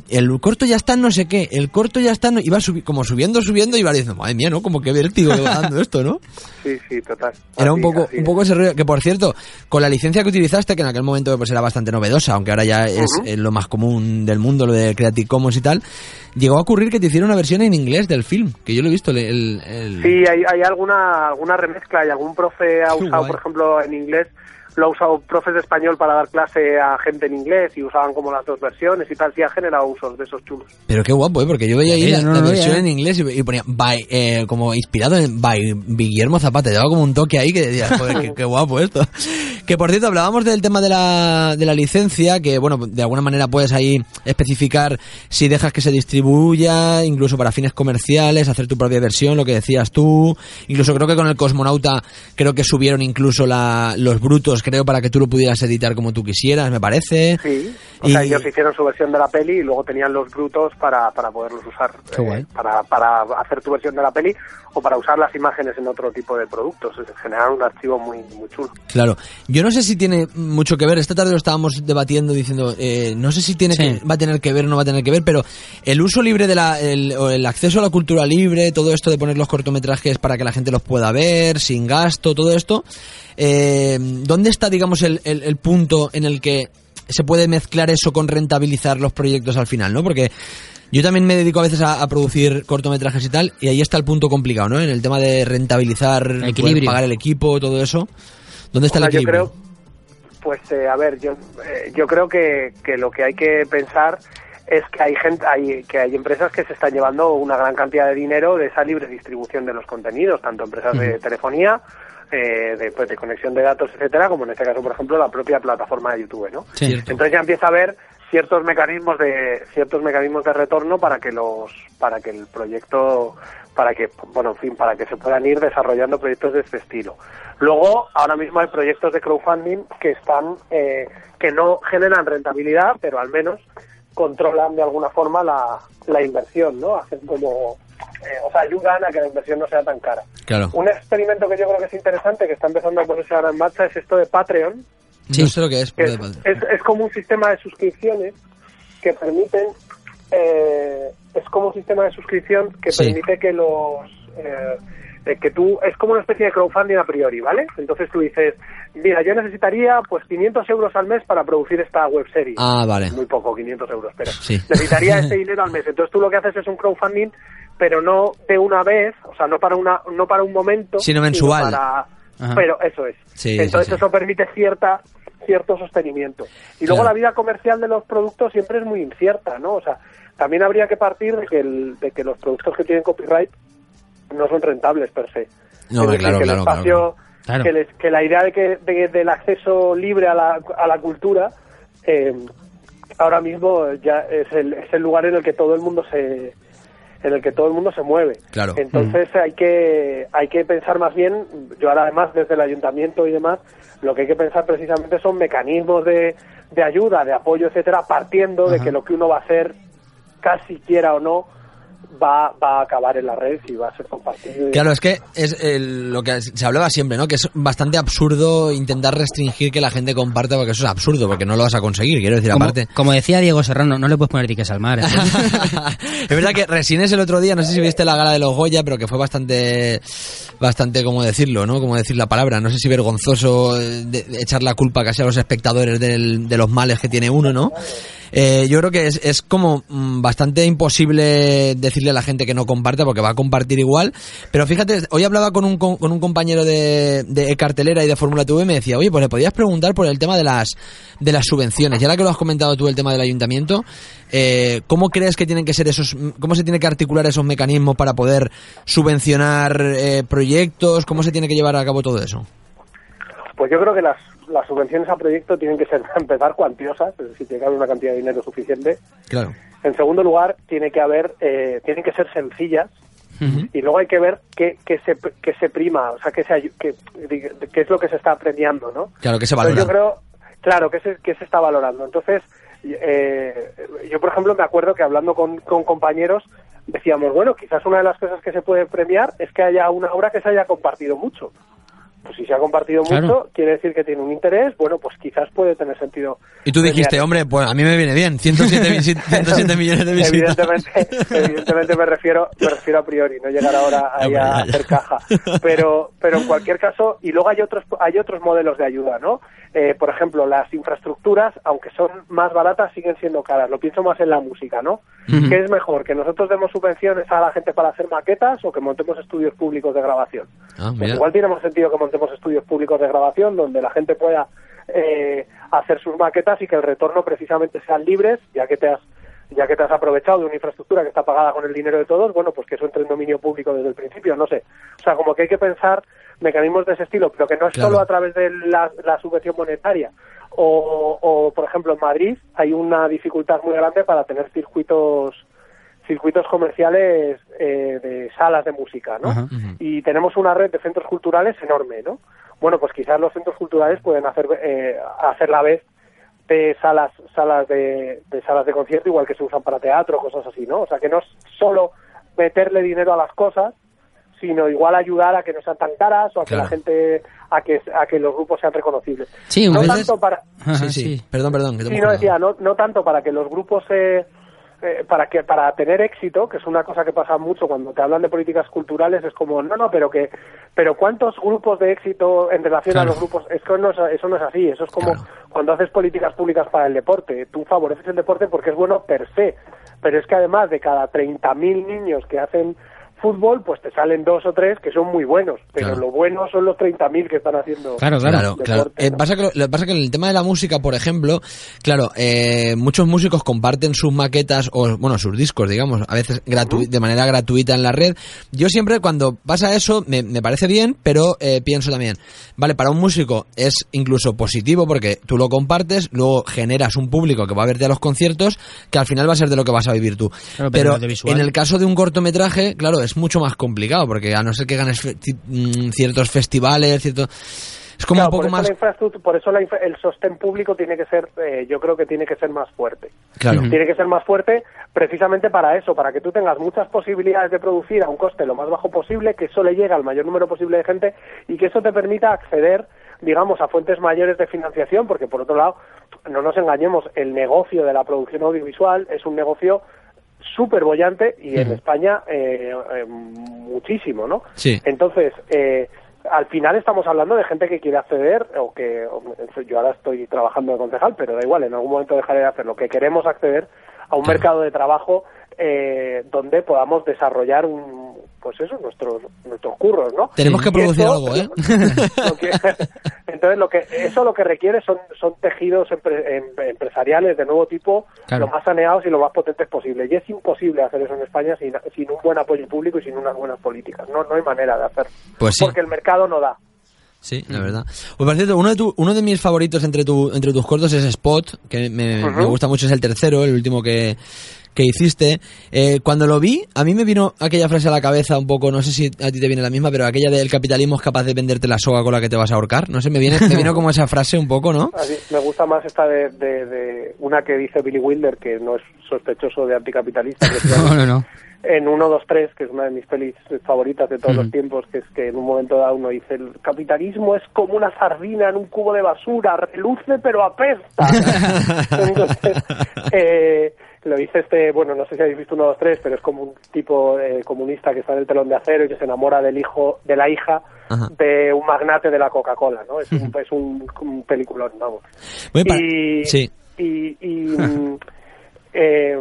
[SPEAKER 1] el corto ya está en no sé qué, el corto ya está en... Iba subi- como subiendo, subiendo, iba diciendo, madre mía, ¿no? Como que vértigo le va dando esto, ¿no?
[SPEAKER 11] Sí, sí, total.
[SPEAKER 1] Era un
[SPEAKER 11] Así,
[SPEAKER 1] poco,
[SPEAKER 11] así
[SPEAKER 1] un
[SPEAKER 11] es.
[SPEAKER 1] poco ese rollo, que por cierto, con la licencia que utilizaste, que en aquel momento pues era bastante novedosa, aunque ahora ya es
[SPEAKER 11] Ujú.
[SPEAKER 1] eh, lo más común del mundo, lo de Creative Commons y tal, llegó a ocurrir que te hicieron una versión en inglés del film, que yo lo he visto, el... el- el-
[SPEAKER 11] Sí, hay, hay alguna, alguna remezcla y algún profe ha usado, por ejemplo, en inglés, lo ha usado profes de español para dar clase a gente en inglés y usaban como las dos versiones y tal, sí ha generado usos de esos chulos.
[SPEAKER 1] Pero qué guapo, ¿eh? Porque yo veía ahí
[SPEAKER 2] Sí,
[SPEAKER 1] la,
[SPEAKER 2] no,
[SPEAKER 1] la
[SPEAKER 2] no,
[SPEAKER 1] versión
[SPEAKER 2] ya.
[SPEAKER 1] en inglés y, y ponía by, eh, como inspirado en by Guillermo Zapata. Llevaba como un toque ahí que decía, joder, qué, qué guapo esto. Que por cierto, hablábamos del tema de la, de la licencia, que bueno, de alguna manera puedes ahí especificar si dejas que se distribuya, incluso para fines comerciales, hacer tu propia versión, lo que decías tú. Incluso creo que con el Cosmonauta creo que subieron incluso la, los brutos, creo, para que tú lo pudieras editar como tú quisieras, me parece.
[SPEAKER 11] Sí, o sea,
[SPEAKER 1] Y-
[SPEAKER 11] ellos hicieron su versión de la peli y luego tenían los brutos para, para poderlos usar, eh,
[SPEAKER 1] Qué guay.
[SPEAKER 11] para, para hacer tu versión de la peli o para usar las imágenes en otro tipo de productos. Es- Generaron un archivo muy, muy chulo.
[SPEAKER 1] Claro, yo no sé si tiene mucho que ver, esta tarde lo estábamos debatiendo diciendo, eh, no sé si tiene que- va a tener que ver o no va a tener que ver, pero el uso libre de la, el, o el acceso a la cultura libre, todo esto de poner los cortometrajes para que la gente los pueda ver, sin gasto, todo esto, eh, ¿dónde está, digamos, el, el- el punto en el que se puede mezclar eso con rentabilizar los proyectos al final, ¿no? Porque yo también me dedico a veces a, a producir cortometrajes y tal, y ahí está el punto complicado, ¿no? En el tema de rentabilizar, poder
[SPEAKER 2] Equilibrio.
[SPEAKER 1] pagar el equipo, todo eso. ¿Dónde está
[SPEAKER 11] O sea,
[SPEAKER 1] el
[SPEAKER 11] yo
[SPEAKER 1] equilibrio?
[SPEAKER 11] Pues eh, a ver, yo, eh, yo creo que, que lo que hay que pensar es que hay gente, hay, que hay empresas que se están llevando una gran cantidad de dinero de esa libre distribución de los contenidos, tanto empresas de
[SPEAKER 13] Ujú.
[SPEAKER 11] telefonía, eh, de, pues, de conexión de datos, etcétera, como en este caso, por ejemplo, la propia plataforma de YouTube, ¿no?
[SPEAKER 13] Cierto.
[SPEAKER 11] Entonces ya empieza a haber ciertos mecanismos de ciertos mecanismos de retorno para que los para que el proyecto para que bueno en fin para que se puedan ir desarrollando proyectos de este estilo luego ahora mismo hay proyectos de crowdfunding que están eh, que no generan rentabilidad pero al menos controlan de alguna forma la, la inversión no hacen como eh, o sea ayudan a que la inversión no sea tan cara
[SPEAKER 1] Claro.
[SPEAKER 11] un experimento que yo creo que es interesante que está empezando a ponerse ahora en marcha es esto de Patreon
[SPEAKER 1] No sé lo que es, pero de padre.
[SPEAKER 11] es, es como un sistema de suscripciones que permiten eh, es como un sistema de suscripción que
[SPEAKER 1] Sí.
[SPEAKER 11] permite que los eh, eh, que tú es como una especie de crowdfunding a priori vale entonces tú dices mira yo necesitaría pues 500 euros al mes para producir esta web serie
[SPEAKER 1] Ah, vale.
[SPEAKER 11] muy poco 500 euros pero
[SPEAKER 1] Sí.
[SPEAKER 11] necesitaría este dinero al mes entonces tú lo que haces es un crowdfunding pero no de una vez o sea no para una no para un momento
[SPEAKER 1] Sino mensual.
[SPEAKER 11] para-
[SPEAKER 1] Ajá.
[SPEAKER 11] pero eso es
[SPEAKER 1] Sí,
[SPEAKER 11] entonces
[SPEAKER 1] sí, sí.
[SPEAKER 11] eso permite cierta cierto sostenimiento. Y luego
[SPEAKER 1] Claro.
[SPEAKER 11] la vida comercial de los productos siempre es muy incierta, ¿no? O sea, también habría que partir de que, el- de que los productos que tienen copyright no son rentables per se.
[SPEAKER 1] No,
[SPEAKER 11] Es
[SPEAKER 1] hombre,
[SPEAKER 11] decir,
[SPEAKER 1] claro,
[SPEAKER 11] que el
[SPEAKER 1] claro, claro,
[SPEAKER 11] espacio-
[SPEAKER 1] claro.
[SPEAKER 11] Que, les- que la idea de que de- del acceso libre a la, a la cultura eh, ahora mismo ya es el, es el lugar en el que todo el mundo se en el que todo el mundo se mueve.
[SPEAKER 1] Claro.
[SPEAKER 11] Entonces hay que hay que pensar más bien, yo ahora además desde el ayuntamiento y demás, lo que hay que pensar precisamente son mecanismos de, de ayuda, de apoyo, etcétera, partiendo de que lo que uno va a hacer, casi quiera o no, va, va a acabar en la red y va a ser compartido. y-
[SPEAKER 1] Claro, es que es el- lo que se hablaba siempre, ¿no? Que es bastante absurdo intentar restringir que la gente comparta, porque eso es absurdo, porque no lo vas a conseguir, quiero decir,
[SPEAKER 2] Como,
[SPEAKER 1] aparte.
[SPEAKER 2] como decía Diego Serrano, no le puedes poner tiques al mar. ¿eh?
[SPEAKER 1] Es verdad que Resines el otro día, no sé si viste la gala de los Goya, pero que fue bastante, bastante, como decirlo, ¿no? Como decir la palabra, no sé si vergonzoso eh, de- de echar la culpa casi a los espectadores del- de los males que tiene uno, ¿no? eh, yo creo que es, es como mm, bastante imposible decirle a la gente que no comparta porque va a compartir igual. Pero fíjate, hoy hablaba con un, co- con un compañero de, de cartelera y de Fórmula TV y me decía, oye, pues le podías preguntar por el tema de las, de las subvenciones. Y ahora que lo has comentado tú, el tema del ayuntamiento, eh, ¿cómo crees que tienen que ser esos, cómo se tiene que articular esos mecanismos para poder subvencionar eh, proyectos? ¿Cómo se tiene que llevar a cabo todo eso?
[SPEAKER 11] Pues yo creo que las, las subvenciones a proyecto tienen que ser, para empezar, cuantiosas, es decir, tiene que haber una cantidad de dinero suficiente.
[SPEAKER 1] Claro.
[SPEAKER 11] En segundo lugar, tiene que haber, eh, tienen que ser sencillas y luego hay que ver qué, qué se, qué se prima, o sea, qué, se, ayu- qué, qué es lo que se está premiando, ¿no?
[SPEAKER 1] Claro, que se
[SPEAKER 11] Entonces,
[SPEAKER 1] valora.
[SPEAKER 11] Yo creo, claro, que se, que se está valorando. Entonces, eh, yo, por ejemplo, me acuerdo que hablando con, con compañeros decíamos, bueno, quizás una de las cosas que se puede premiar es que haya una obra que se haya compartido mucho. Pues si se ha compartido
[SPEAKER 1] Claro.
[SPEAKER 11] mucho, quiere decir que tiene un interés, bueno, pues quizás puede tener sentido.
[SPEAKER 1] Y tú dijiste,
[SPEAKER 11] premiar.
[SPEAKER 1] hombre, pues a mí me viene bien, 107, visi- 107 millones de visitas.
[SPEAKER 11] Evidentemente, evidentemente me refiero me refiero a priori, no llegar ahora ahí
[SPEAKER 1] Hombre, ya,
[SPEAKER 11] a hacer caja. Pero pero en cualquier caso, y luego hay otros hay otros modelos de ayuda, ¿no? Eh, por ejemplo, las infraestructuras, aunque son más baratas, siguen siendo caras. Lo pienso más en la música, ¿no?
[SPEAKER 13] Ujú.
[SPEAKER 11] ¿Qué es mejor, que nosotros demos subvenciones a la gente para hacer maquetas o que montemos estudios públicos de grabación?
[SPEAKER 1] Ah,
[SPEAKER 11] Pues
[SPEAKER 1] mira.
[SPEAKER 11] igual tiene más sentido que montemos estudios públicos de grabación donde la gente pueda eh, hacer sus maquetas y que el retorno precisamente sean libres, ya que te has ya que te has aprovechado de una infraestructura que está pagada con el dinero de todos, bueno, pues que eso entre en dominio público desde el principio, no sé. O sea, como que hay que pensar mecanismos de ese estilo, pero que no es
[SPEAKER 1] Claro.
[SPEAKER 11] solo a través de la, la subvención monetaria. O, o, por ejemplo, en Madrid hay una dificultad muy grande para tener circuitos circuitos comerciales eh, de salas de música, ¿no? y tenemos una red de centros culturales enorme, ¿no? Bueno, pues quizás los centros culturales pueden hacer eh, hacer la vez de salas salas de, de salas de concierto igual que se usan para teatro, cosas así, ¿no? O sea, que no es solo meterle dinero a las cosas, sino igual ayudar a que no sean tan caras o a que
[SPEAKER 1] Claro.
[SPEAKER 11] la gente a que a que los grupos sean reconocibles.
[SPEAKER 1] Sí,
[SPEAKER 11] no
[SPEAKER 1] veces-
[SPEAKER 11] tanto para
[SPEAKER 1] Sí, sí, Perdón, perdón. que te
[SPEAKER 11] Sí,
[SPEAKER 1] hemos
[SPEAKER 11] no
[SPEAKER 1] cortado.
[SPEAKER 11] decía, no, no tanto para que los grupos eh, eh, para que para tener éxito, que es una cosa que pasa mucho cuando te hablan de políticas culturales, es como no, no, pero que pero cuántos grupos de éxito en relación a
[SPEAKER 1] Claro.
[SPEAKER 11] los grupos, es que no es, eso no es así, eso es como cuando haces políticas públicas para el deporte, tú favoreces el deporte porque es bueno per se, pero es que además de cada 30.000 niños que hacen fútbol, pues te salen dos o tres que son muy buenos, pero
[SPEAKER 1] Claro.
[SPEAKER 11] lo bueno son los 30.000 que están haciendo deporte,
[SPEAKER 1] claro. Eh, pasa que lo, lo- pasa que en el tema de la música, por ejemplo, claro, eh, muchos músicos comparten sus maquetas o, bueno, sus discos, digamos, a veces gratu- de manera gratuita en la red. Yo siempre cuando pasa eso me, me parece bien, pero eh, pienso también, vale, para un músico es incluso positivo porque tú lo compartes, luego generas un público que va a verte a los conciertos, que al final va a ser de lo que vas a vivir tú.
[SPEAKER 2] Claro, pero en
[SPEAKER 1] pero
[SPEAKER 2] audiovisual.
[SPEAKER 1] en el caso de un cortometraje, claro, es mucho más complicado porque a no ser que ganes fe- ti- mm, ciertos festivales, cierto... Es como
[SPEAKER 11] Claro,
[SPEAKER 1] un poco
[SPEAKER 11] por
[SPEAKER 1] más
[SPEAKER 11] Eso la infraestructura- por eso la infra- el sostén público tiene que ser, eh, yo creo que tiene que ser más fuerte.
[SPEAKER 1] Claro.
[SPEAKER 11] Tiene que ser más fuerte precisamente para eso, para que tú tengas muchas posibilidades de producir a un coste lo más bajo posible, que eso le llegue al mayor número posible de gente y que eso te permita acceder, digamos, a fuentes mayores de financiación, porque por otro lado, no nos engañemos, el negocio de la producción audiovisual es un negocio súper bollante y en
[SPEAKER 1] Ujú.
[SPEAKER 11] España eh, eh, muchísimo, ¿no?
[SPEAKER 1] Sí.
[SPEAKER 11] Entonces, eh, al final estamos hablando de gente que quiere acceder, o que o, yo ahora estoy trabajando de concejal, pero da igual, en algún momento dejaré de hacerlo, que queremos acceder a un mercado de trabajo eh, donde podamos desarrollar un, pues eso, nuestros, nuestros curros, ¿no?
[SPEAKER 1] Tenemos que
[SPEAKER 11] Y
[SPEAKER 1] producir
[SPEAKER 11] esto-
[SPEAKER 1] algo, ¿eh?
[SPEAKER 11] lo que- entonces, lo que eso lo que requiere son, son tejidos empre- em- empresariales de nuevo tipo,
[SPEAKER 2] Claro.
[SPEAKER 11] lo más saneados y lo más potentes posible. Y es imposible hacer eso en España sin, sin un buen apoyo público y sin unas buenas políticas. No, no hay manera de hacerlo.
[SPEAKER 1] Pues sí.
[SPEAKER 11] Porque el mercado no da.
[SPEAKER 1] Sí, la verdad. Pues por cierto, uno de, tu- uno de mis favoritos entre, tu, entre tus cortos es Spot, que me, me gusta mucho, es el tercero, el último que, que hiciste. Eh, cuando lo vi, a mí me vino aquella frase a la cabeza un poco, no sé si a ti te viene la misma, pero aquella del capitalismo es capaz de venderte la soga con la que te vas a ahorcar. No sé, me, viene, me vino como esa frase un poco, ¿no?
[SPEAKER 11] Así, me gusta más esta de, de- de una que dice Billy Wilder, que no es sospechoso de anticapitalista. que es-
[SPEAKER 2] No, no, no.
[SPEAKER 11] en 1, 2, 3, que es una de mis pelis favoritas de todos
[SPEAKER 2] Ujú.
[SPEAKER 11] los tiempos, que es que en un momento dado uno dice, el capitalismo es como una sardina en un cubo de basura, reluce pero apesta. Entonces, eh, lo dice este, bueno, no sé si habéis visto 1, 2, 3, pero es como un tipo eh, comunista que está en el telón de acero y que se enamora del hijo, de la hija
[SPEAKER 1] Ajá.
[SPEAKER 11] de un magnate de la Coca-Cola, ¿no? Es un, es un, un peliculón, vamos.
[SPEAKER 1] Muy pa-
[SPEAKER 11] Y-
[SPEAKER 1] Sí.
[SPEAKER 11] y, y, mm, Eh,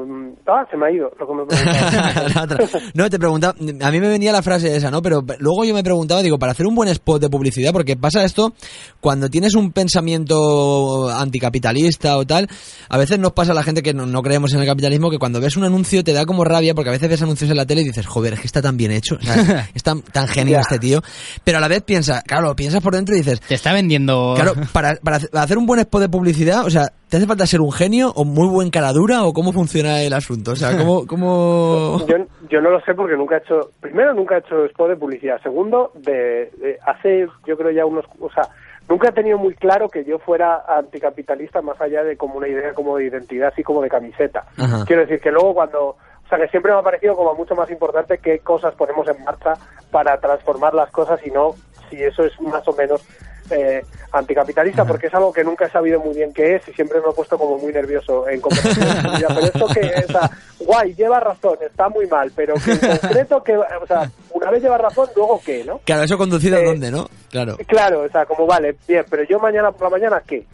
[SPEAKER 11] ah, se me ha ido lo que me preguntaba.
[SPEAKER 1] La otra. No, te preguntaba, a mí me venía la frase esa, ¿no? Pero luego yo me preguntaba, digo, para hacer un buen spot de publicidad, porque pasa esto, cuando tienes un pensamiento anticapitalista o tal, a veces nos pasa a la gente que no, no creemos en el capitalismo, que cuando ves un anuncio te da como rabia, porque a veces ves anuncios en la tele y dices, joder, es que está tan bien hecho, ¿sabes? es tan, tan genio
[SPEAKER 2] Ya.
[SPEAKER 1] este tío, pero a la vez piensas, claro, piensas por dentro y dices...
[SPEAKER 2] Te está vendiendo...
[SPEAKER 1] Claro, para, para hace- para hacer un buen spot de publicidad, o sea, ¿te hace falta ser un genio o muy buen cara dura o cómo funciona el asunto? O sea, ¿cómo...? cómo...
[SPEAKER 11] Yo, yo no lo sé porque nunca he hecho, primero nunca he hecho spot de publicidad, segundo, de, de hace yo creo ya unos, o sea, nunca he tenido muy claro que yo fuera anticapitalista más allá de como una idea como de identidad, así como de camiseta.
[SPEAKER 13] Ajá.
[SPEAKER 11] Quiero decir que luego cuando, o sea, que siempre me ha parecido como mucho más importante qué cosas ponemos en marcha para transformar las cosas y no si eso es más o menos eh, anticapitalista, porque es algo que nunca he sabido muy bien qué es y siempre me he puesto como muy nervioso en conversaciones. Ya, pero esto que, o sea, guay, lleva razón, está muy mal, pero que en concreto, que, o sea, una vez lleva razón, luego qué, ¿no?
[SPEAKER 1] Claro, eso conducido
[SPEAKER 11] Eh,
[SPEAKER 1] a dónde, ¿no? Claro.
[SPEAKER 11] Claro, o sea, como vale, bien, pero yo mañana por la mañana, ¿qué? eh,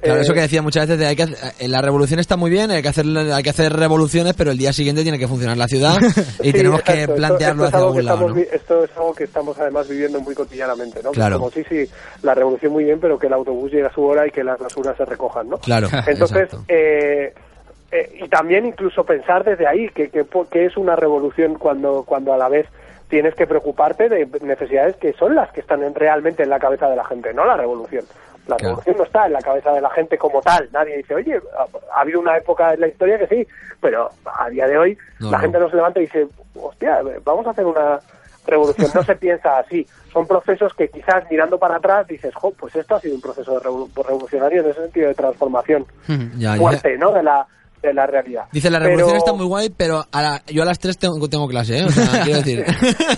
[SPEAKER 1] Claro, eso que decía muchas veces de hay que hacer- eh, la revolución está muy bien, hay que hacer hay que hacer revoluciones, pero el día siguiente tiene que funcionar la ciudad y
[SPEAKER 11] Sí,
[SPEAKER 1] tenemos
[SPEAKER 11] exacto. Esto-
[SPEAKER 1] que plantearlo
[SPEAKER 11] esto es
[SPEAKER 1] hacia
[SPEAKER 11] algo que
[SPEAKER 1] algún lado.
[SPEAKER 11] estamos
[SPEAKER 1] ¿no?
[SPEAKER 11] vi- Esto es algo que estamos además viviendo muy cotidianamente, ¿no? Que
[SPEAKER 1] Claro.
[SPEAKER 11] Como sí, sí, la revolución muy bien, pero que el autobús llegue a su hora y que las basuras se recojan, ¿no?
[SPEAKER 1] Claro,
[SPEAKER 11] Entonces, eh, eh, y también incluso pensar desde ahí que, que, po- que es una revolución cuando, cuando a la vez tienes que preocuparte de necesidades que son las que están en- realmente en la cabeza de la gente, no la revolución. La revolución no está en la cabeza de la gente como tal. Nadie dice, oye, ha- ha habido una época en la historia que sí, pero a día de hoy
[SPEAKER 1] No,
[SPEAKER 11] la
[SPEAKER 1] no.
[SPEAKER 11] gente no se levanta y dice, hostia, vamos a hacer una revolución. No se piensa así. Son procesos que quizás mirando para atrás dices, jo, pues esto ha sido un proceso de revolu- pues revolucionario en ese sentido de transformación
[SPEAKER 1] Hmm. Ah, Ya, ya.
[SPEAKER 11] mm, fuerte, ¿no? De la, de la realidad.
[SPEAKER 1] Dice, la revolución
[SPEAKER 11] Pero-
[SPEAKER 1] está muy guay, pero a la- yo a las 3 tengo, tengo clase, ¿eh? O sea, quiero decir,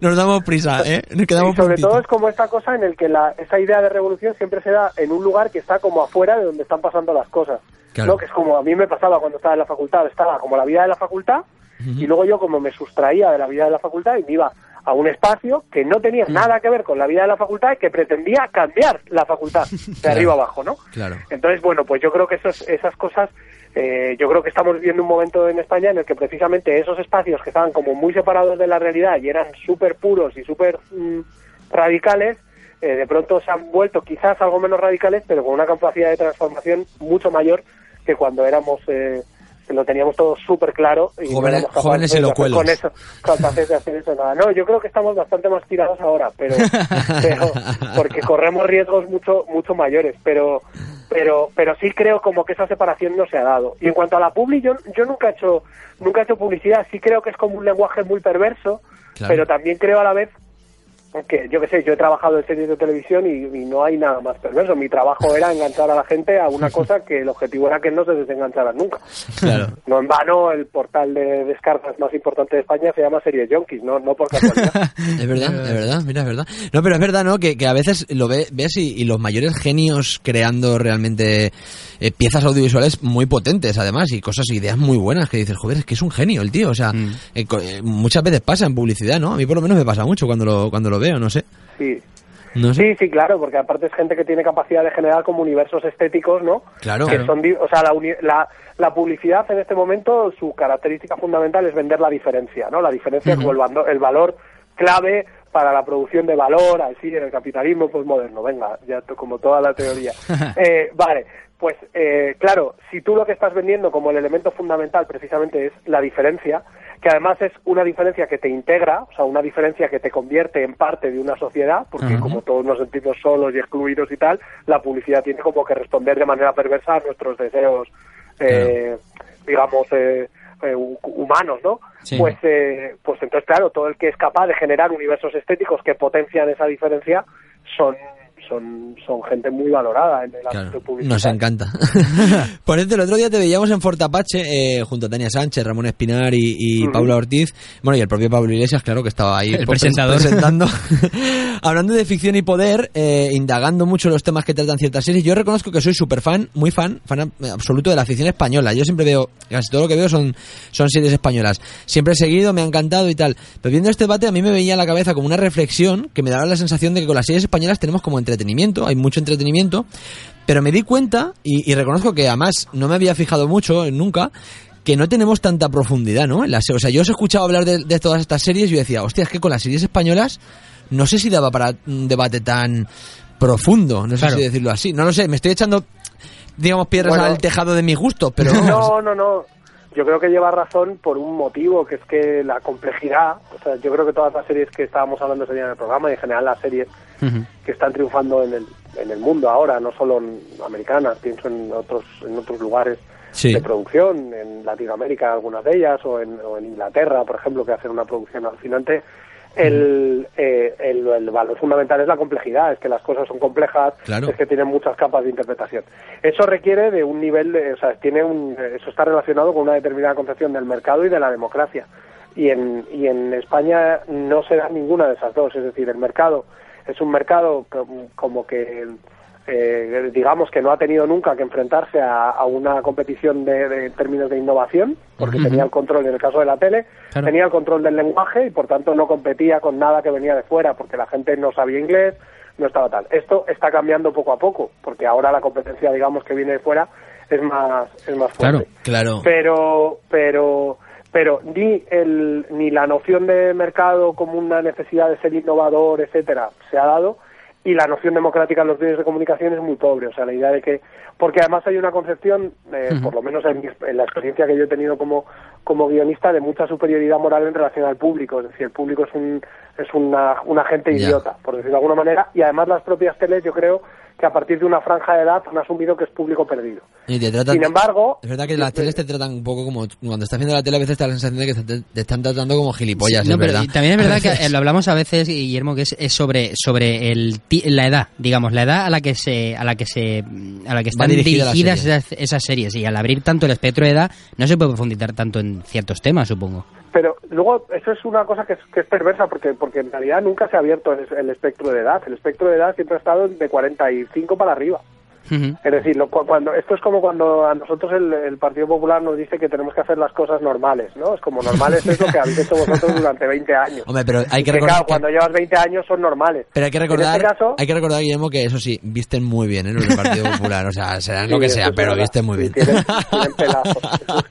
[SPEAKER 1] nos damos prisa, ¿eh? Nos quedamos
[SPEAKER 11] y sobre
[SPEAKER 1] prontito.
[SPEAKER 11] todo es como esta cosa en el que la, esa idea de revolución siempre se da en un lugar que está como afuera de donde están pasando las cosas.
[SPEAKER 1] Claro.
[SPEAKER 11] ¿no? Que es como a mí me pasaba cuando estaba en la facultad, estaba como la vida de la facultad y luego yo como me sustraía de la vida de la facultad y me iba a un espacio que no tenía nada que ver con la vida de la facultad y que pretendía cambiar la facultad de
[SPEAKER 1] Claro.
[SPEAKER 11] arriba abajo, ¿no?
[SPEAKER 1] Claro.
[SPEAKER 11] Entonces, bueno, pues yo creo que esos- esas cosas, eh, yo creo que estamos viviendo un momento en España en el que precisamente esos espacios que estaban como muy separados de la realidad y eran súper puros y súper mm, radicales, eh, de pronto se han vuelto quizás algo menos radicales, pero con una capacidad de transformación mucho mayor que cuando éramos... eh, que lo teníamos todo súper claro y no
[SPEAKER 1] Jóvenes-
[SPEAKER 11] éramos capaces
[SPEAKER 1] jóvenes
[SPEAKER 11] de hacer
[SPEAKER 1] elocuelos.
[SPEAKER 11] con eso capaces de hacer eso nada no yo creo que estamos bastante más tirados ahora pero, pero porque corremos riesgos mucho mucho mayores pero pero pero sí creo como que esa separación no se ha dado y en cuanto a la publi yo, yo nunca he hecho nunca he hecho publicidad sí creo que es como un lenguaje muy perverso
[SPEAKER 1] Claro.
[SPEAKER 11] pero también creo a la vez que yo qué sé, yo he trabajado en series de televisión y, y no hay nada más perverso. Mi trabajo era enganchar a la gente a una cosa que el objetivo era que no se desengancharan nunca.
[SPEAKER 1] Claro.
[SPEAKER 11] No en vano el portal de descargas más importante de España se llama Serie Junkies, no, no por casualidad.
[SPEAKER 1] Es verdad, es verdad, mira, es verdad. No, pero es verdad, ¿no? Que, que a veces lo ve- ves y, y los mayores genios creando realmente eh, piezas audiovisuales muy potentes, además, y cosas, ideas muy buenas que dices, joder, es que es un genio el tío. O sea, eh, co- eh, muchas veces pasa en publicidad, ¿no? A mí por lo menos me pasa mucho cuando lo, cuando lo veo, no sé.
[SPEAKER 11] Sí.
[SPEAKER 1] No sé.
[SPEAKER 11] Sí, sí, claro, porque aparte es gente que tiene capacidad de generar como universos estéticos, ¿no?
[SPEAKER 1] Claro.
[SPEAKER 11] Que
[SPEAKER 1] Claro.
[SPEAKER 11] son, di- o sea, la, uni- la, la publicidad en este momento, su característica fundamental es vender la diferencia, ¿no? La diferencia
[SPEAKER 1] Ujú.
[SPEAKER 11] como el, vando- el valor clave para la producción de valor, así, en el capitalismo postmoderno. Venga, ya to- como toda la teoría. Eh, vale, pues eh, claro, si tú lo que estás vendiendo como el elemento fundamental precisamente es la diferencia, que además es una diferencia que te integra, o sea, una diferencia que te convierte en parte de una sociedad, porque
[SPEAKER 13] Ajá.
[SPEAKER 11] como todos nos sentimos solos y excluidos y tal, la publicidad tiene como que responder de manera perversa a nuestros deseos, eh, digamos, eh, eh, hu- humanos, ¿no?
[SPEAKER 13] Sí.
[SPEAKER 11] Pues, eh, pues entonces, claro, todo el que es capaz de generar universos estéticos que potencian esa diferencia son son son gente muy valorada en el ámbito público.
[SPEAKER 1] Nos encanta. Por cierto, el otro día te veíamos en Fortapache eh, junto a Tania Sánchez, Ramón Espinar y, y
[SPEAKER 2] Ujú.
[SPEAKER 1] Paula Ortiz. Bueno, y el propio Pablo Iglesias, claro, que estaba ahí
[SPEAKER 2] El
[SPEAKER 1] por-
[SPEAKER 2] presentador.
[SPEAKER 1] presentando. Hablando de ficción y poder, eh, indagando mucho los temas que tratan ciertas series, yo reconozco que soy súper fan, muy fan, fan ab- absoluto de la ficción española. Yo siempre veo, casi todo lo que veo son, son series españolas. Siempre he seguido, me ha encantado y tal. Pero viendo este debate a mí me veía en la cabeza como una reflexión que me daba la sensación de que con las series españolas tenemos como entre entretenimiento, hay mucho entretenimiento, pero me di cuenta, y, y reconozco que además no me había fijado mucho eh, nunca, que no tenemos tanta profundidad, ¿no? En las, o sea, yo os he escuchado hablar de, de todas estas series y yo decía, hostia, es que con las series españolas no sé si daba para un debate tan profundo, no sé
[SPEAKER 2] Claro.
[SPEAKER 1] si decirlo así. No lo sé, me estoy echando, digamos, piedras
[SPEAKER 11] Bueno.
[SPEAKER 1] al tejado de mis gustos, pero...
[SPEAKER 11] No, no, no. Yo creo que lleva razón por un motivo, que es que la complejidad, o sea, yo creo que todas las series que estábamos hablando ese día en el programa, y en general las series que están triunfando en el, en el mundo ahora, no solo en americanas, pienso en otros, en otros lugares
[SPEAKER 1] Sí.
[SPEAKER 11] de producción, en Latinoamérica algunas de ellas, o en, o en Inglaterra, por ejemplo, que hacen una producción alucinante, el, eh, el, el valor fundamental es la complejidad, es que las cosas son complejas,
[SPEAKER 1] Claro.
[SPEAKER 11] es que tienen muchas capas de interpretación. Eso requiere de un nivel, de- o sea, tiene un, eso está relacionado con una determinada concepción del mercado y de la democracia. Y en, y en España no se da ninguna de esas dos, es decir, el mercado es un mercado com- como que eh, digamos que no ha tenido nunca que enfrentarse a, a una competición de, de- en términos de innovación, porque
[SPEAKER 13] Ujú.
[SPEAKER 11] tenía el control, en el caso de la tele,
[SPEAKER 13] Claro.
[SPEAKER 11] tenía el control del lenguaje y por tanto no competía con nada que venía de fuera, porque la gente no sabía inglés, no estaba tal. Esto está cambiando poco a poco, porque ahora la competencia, digamos, que viene de fuera es más, es más fuerte.
[SPEAKER 1] claro.
[SPEAKER 11] Pero, pero, pero ni el, ni la noción de mercado como una necesidad de ser innovador, etcétera, se ha dado y la noción democrática en los medios de comunicación es muy pobre, o sea, la idea de que porque además hay una concepción, eh,
[SPEAKER 13] Ujú.
[SPEAKER 11] por lo menos en, mi exp- en la experiencia que yo he tenido como como guionista de mucha superioridad moral en relación al público, es decir, el público es un es una, un agente
[SPEAKER 13] Ya.
[SPEAKER 11] idiota, por decirlo de alguna manera, y además las propias teles yo creo que a partir de una franja de edad han asumido que es público perdido.
[SPEAKER 1] Y te tratan-
[SPEAKER 11] Sin embargo,
[SPEAKER 1] Es verdad que las teles te tratan un poco como... Cuando estás viendo la tele a veces te da la sensación de que te, te están tratando como gilipollas,
[SPEAKER 2] Sí, no,
[SPEAKER 1] es
[SPEAKER 2] pero
[SPEAKER 1] verdad.
[SPEAKER 2] y También es verdad
[SPEAKER 1] A
[SPEAKER 2] que
[SPEAKER 1] veces.
[SPEAKER 2] eh, lo hablamos a veces, Guillermo, que es, es sobre sobre el ti- la edad, digamos, la edad a la que se a la que se a la que
[SPEAKER 1] Va
[SPEAKER 2] están
[SPEAKER 1] dirigida la
[SPEAKER 2] dirigidas
[SPEAKER 1] serie.
[SPEAKER 2] esas, esas series y al abrir tanto el espectro de edad no se puede profundizar tanto en ciertos temas, supongo.
[SPEAKER 11] Pero luego, eso es una cosa que es, que es perversa, porque, porque en realidad nunca se ha abierto el, el espectro de edad. El espectro de edad siempre ha estado de 45 para arriba. Es decir, lo- cu- cuando esto es como cuando a nosotros el, el Partido Popular nos dice que tenemos que hacer las cosas normales, ¿no? Es como normales es lo que habéis hecho vosotros durante 20 años.
[SPEAKER 1] Hombre, pero hay que
[SPEAKER 11] Que,
[SPEAKER 1] recordar...
[SPEAKER 11] claro, cuando llevas 20 años son normales.
[SPEAKER 1] Pero hay que
[SPEAKER 11] En
[SPEAKER 1] recordar,
[SPEAKER 11] este caso-
[SPEAKER 1] hay que recordar Guillermo que eso sí, visten muy bien ¿eh? los del Partido Popular, o sea, serán lo
[SPEAKER 11] Sí,
[SPEAKER 1] que
[SPEAKER 11] eso
[SPEAKER 1] sea,
[SPEAKER 11] es
[SPEAKER 1] pero
[SPEAKER 11] verdad.
[SPEAKER 1] visten muy bien.
[SPEAKER 11] Tienen, tienen pelazo,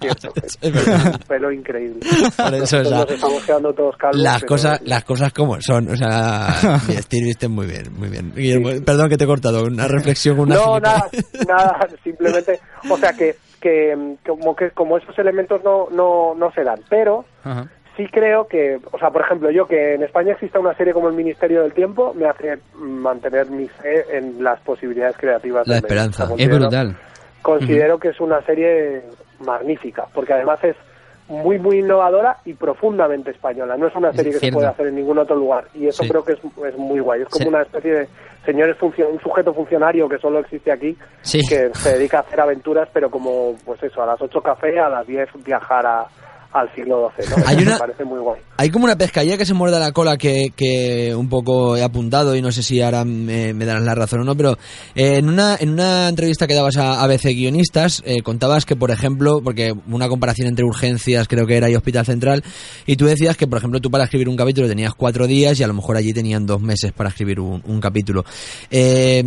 [SPEAKER 11] eso es cierto.
[SPEAKER 1] verdad.
[SPEAKER 11] Un pelo increíble.
[SPEAKER 1] Por eso, o sea,
[SPEAKER 11] Nos estamos quedando todos calvos.
[SPEAKER 1] Las
[SPEAKER 11] pero-
[SPEAKER 1] cosas, las cosas como son, o sea, vestir visten muy bien, muy bien. Guillermo, perdón que te he cortado, una reflexión, una
[SPEAKER 11] No,
[SPEAKER 1] gilipollez.
[SPEAKER 11] nada, nada, simplemente, o sea que, que mm, como que como esos elementos no, no, no se dan, pero sí creo que, o sea, por ejemplo, yo que en España exista una serie como El Ministerio del Tiempo me hace mantener mi fe en las posibilidades creativas.
[SPEAKER 1] La
[SPEAKER 11] del medio.
[SPEAKER 1] esperanza.
[SPEAKER 11] O sea, considero- Considero que es una serie magnífica, porque además es muy, muy innovadora y profundamente española. No es una serie que se
[SPEAKER 2] cierto.
[SPEAKER 11] puede hacer en ningún otro lugar. Y eso
[SPEAKER 2] Sí.
[SPEAKER 11] creo que es, es muy guay. Es como
[SPEAKER 2] Sí.
[SPEAKER 11] una especie de señores funcio- un sujeto funcionario que solo existe aquí,
[SPEAKER 2] Sí.
[SPEAKER 11] que se dedica a hacer aventuras, pero como, pues eso, a las 8 café, a las 10 viajar a- al siglo XII. ¿no?
[SPEAKER 1] Hay
[SPEAKER 11] Eso
[SPEAKER 1] una-
[SPEAKER 11] Me parece muy guay.
[SPEAKER 1] Hay como una pescadilla que se muerde la cola que, que un poco he apuntado y no sé si ahora me, me darás la razón o no, pero eh, en, una, en una entrevista que dabas a ABC Guionistas eh, contabas que, por ejemplo, porque una comparación entre urgencias creo que era y Hospital Central, y tú decías que, por ejemplo, tú para escribir un capítulo tenías cuatro días y a lo mejor allí tenían dos meses para escribir un, un capítulo. Eh,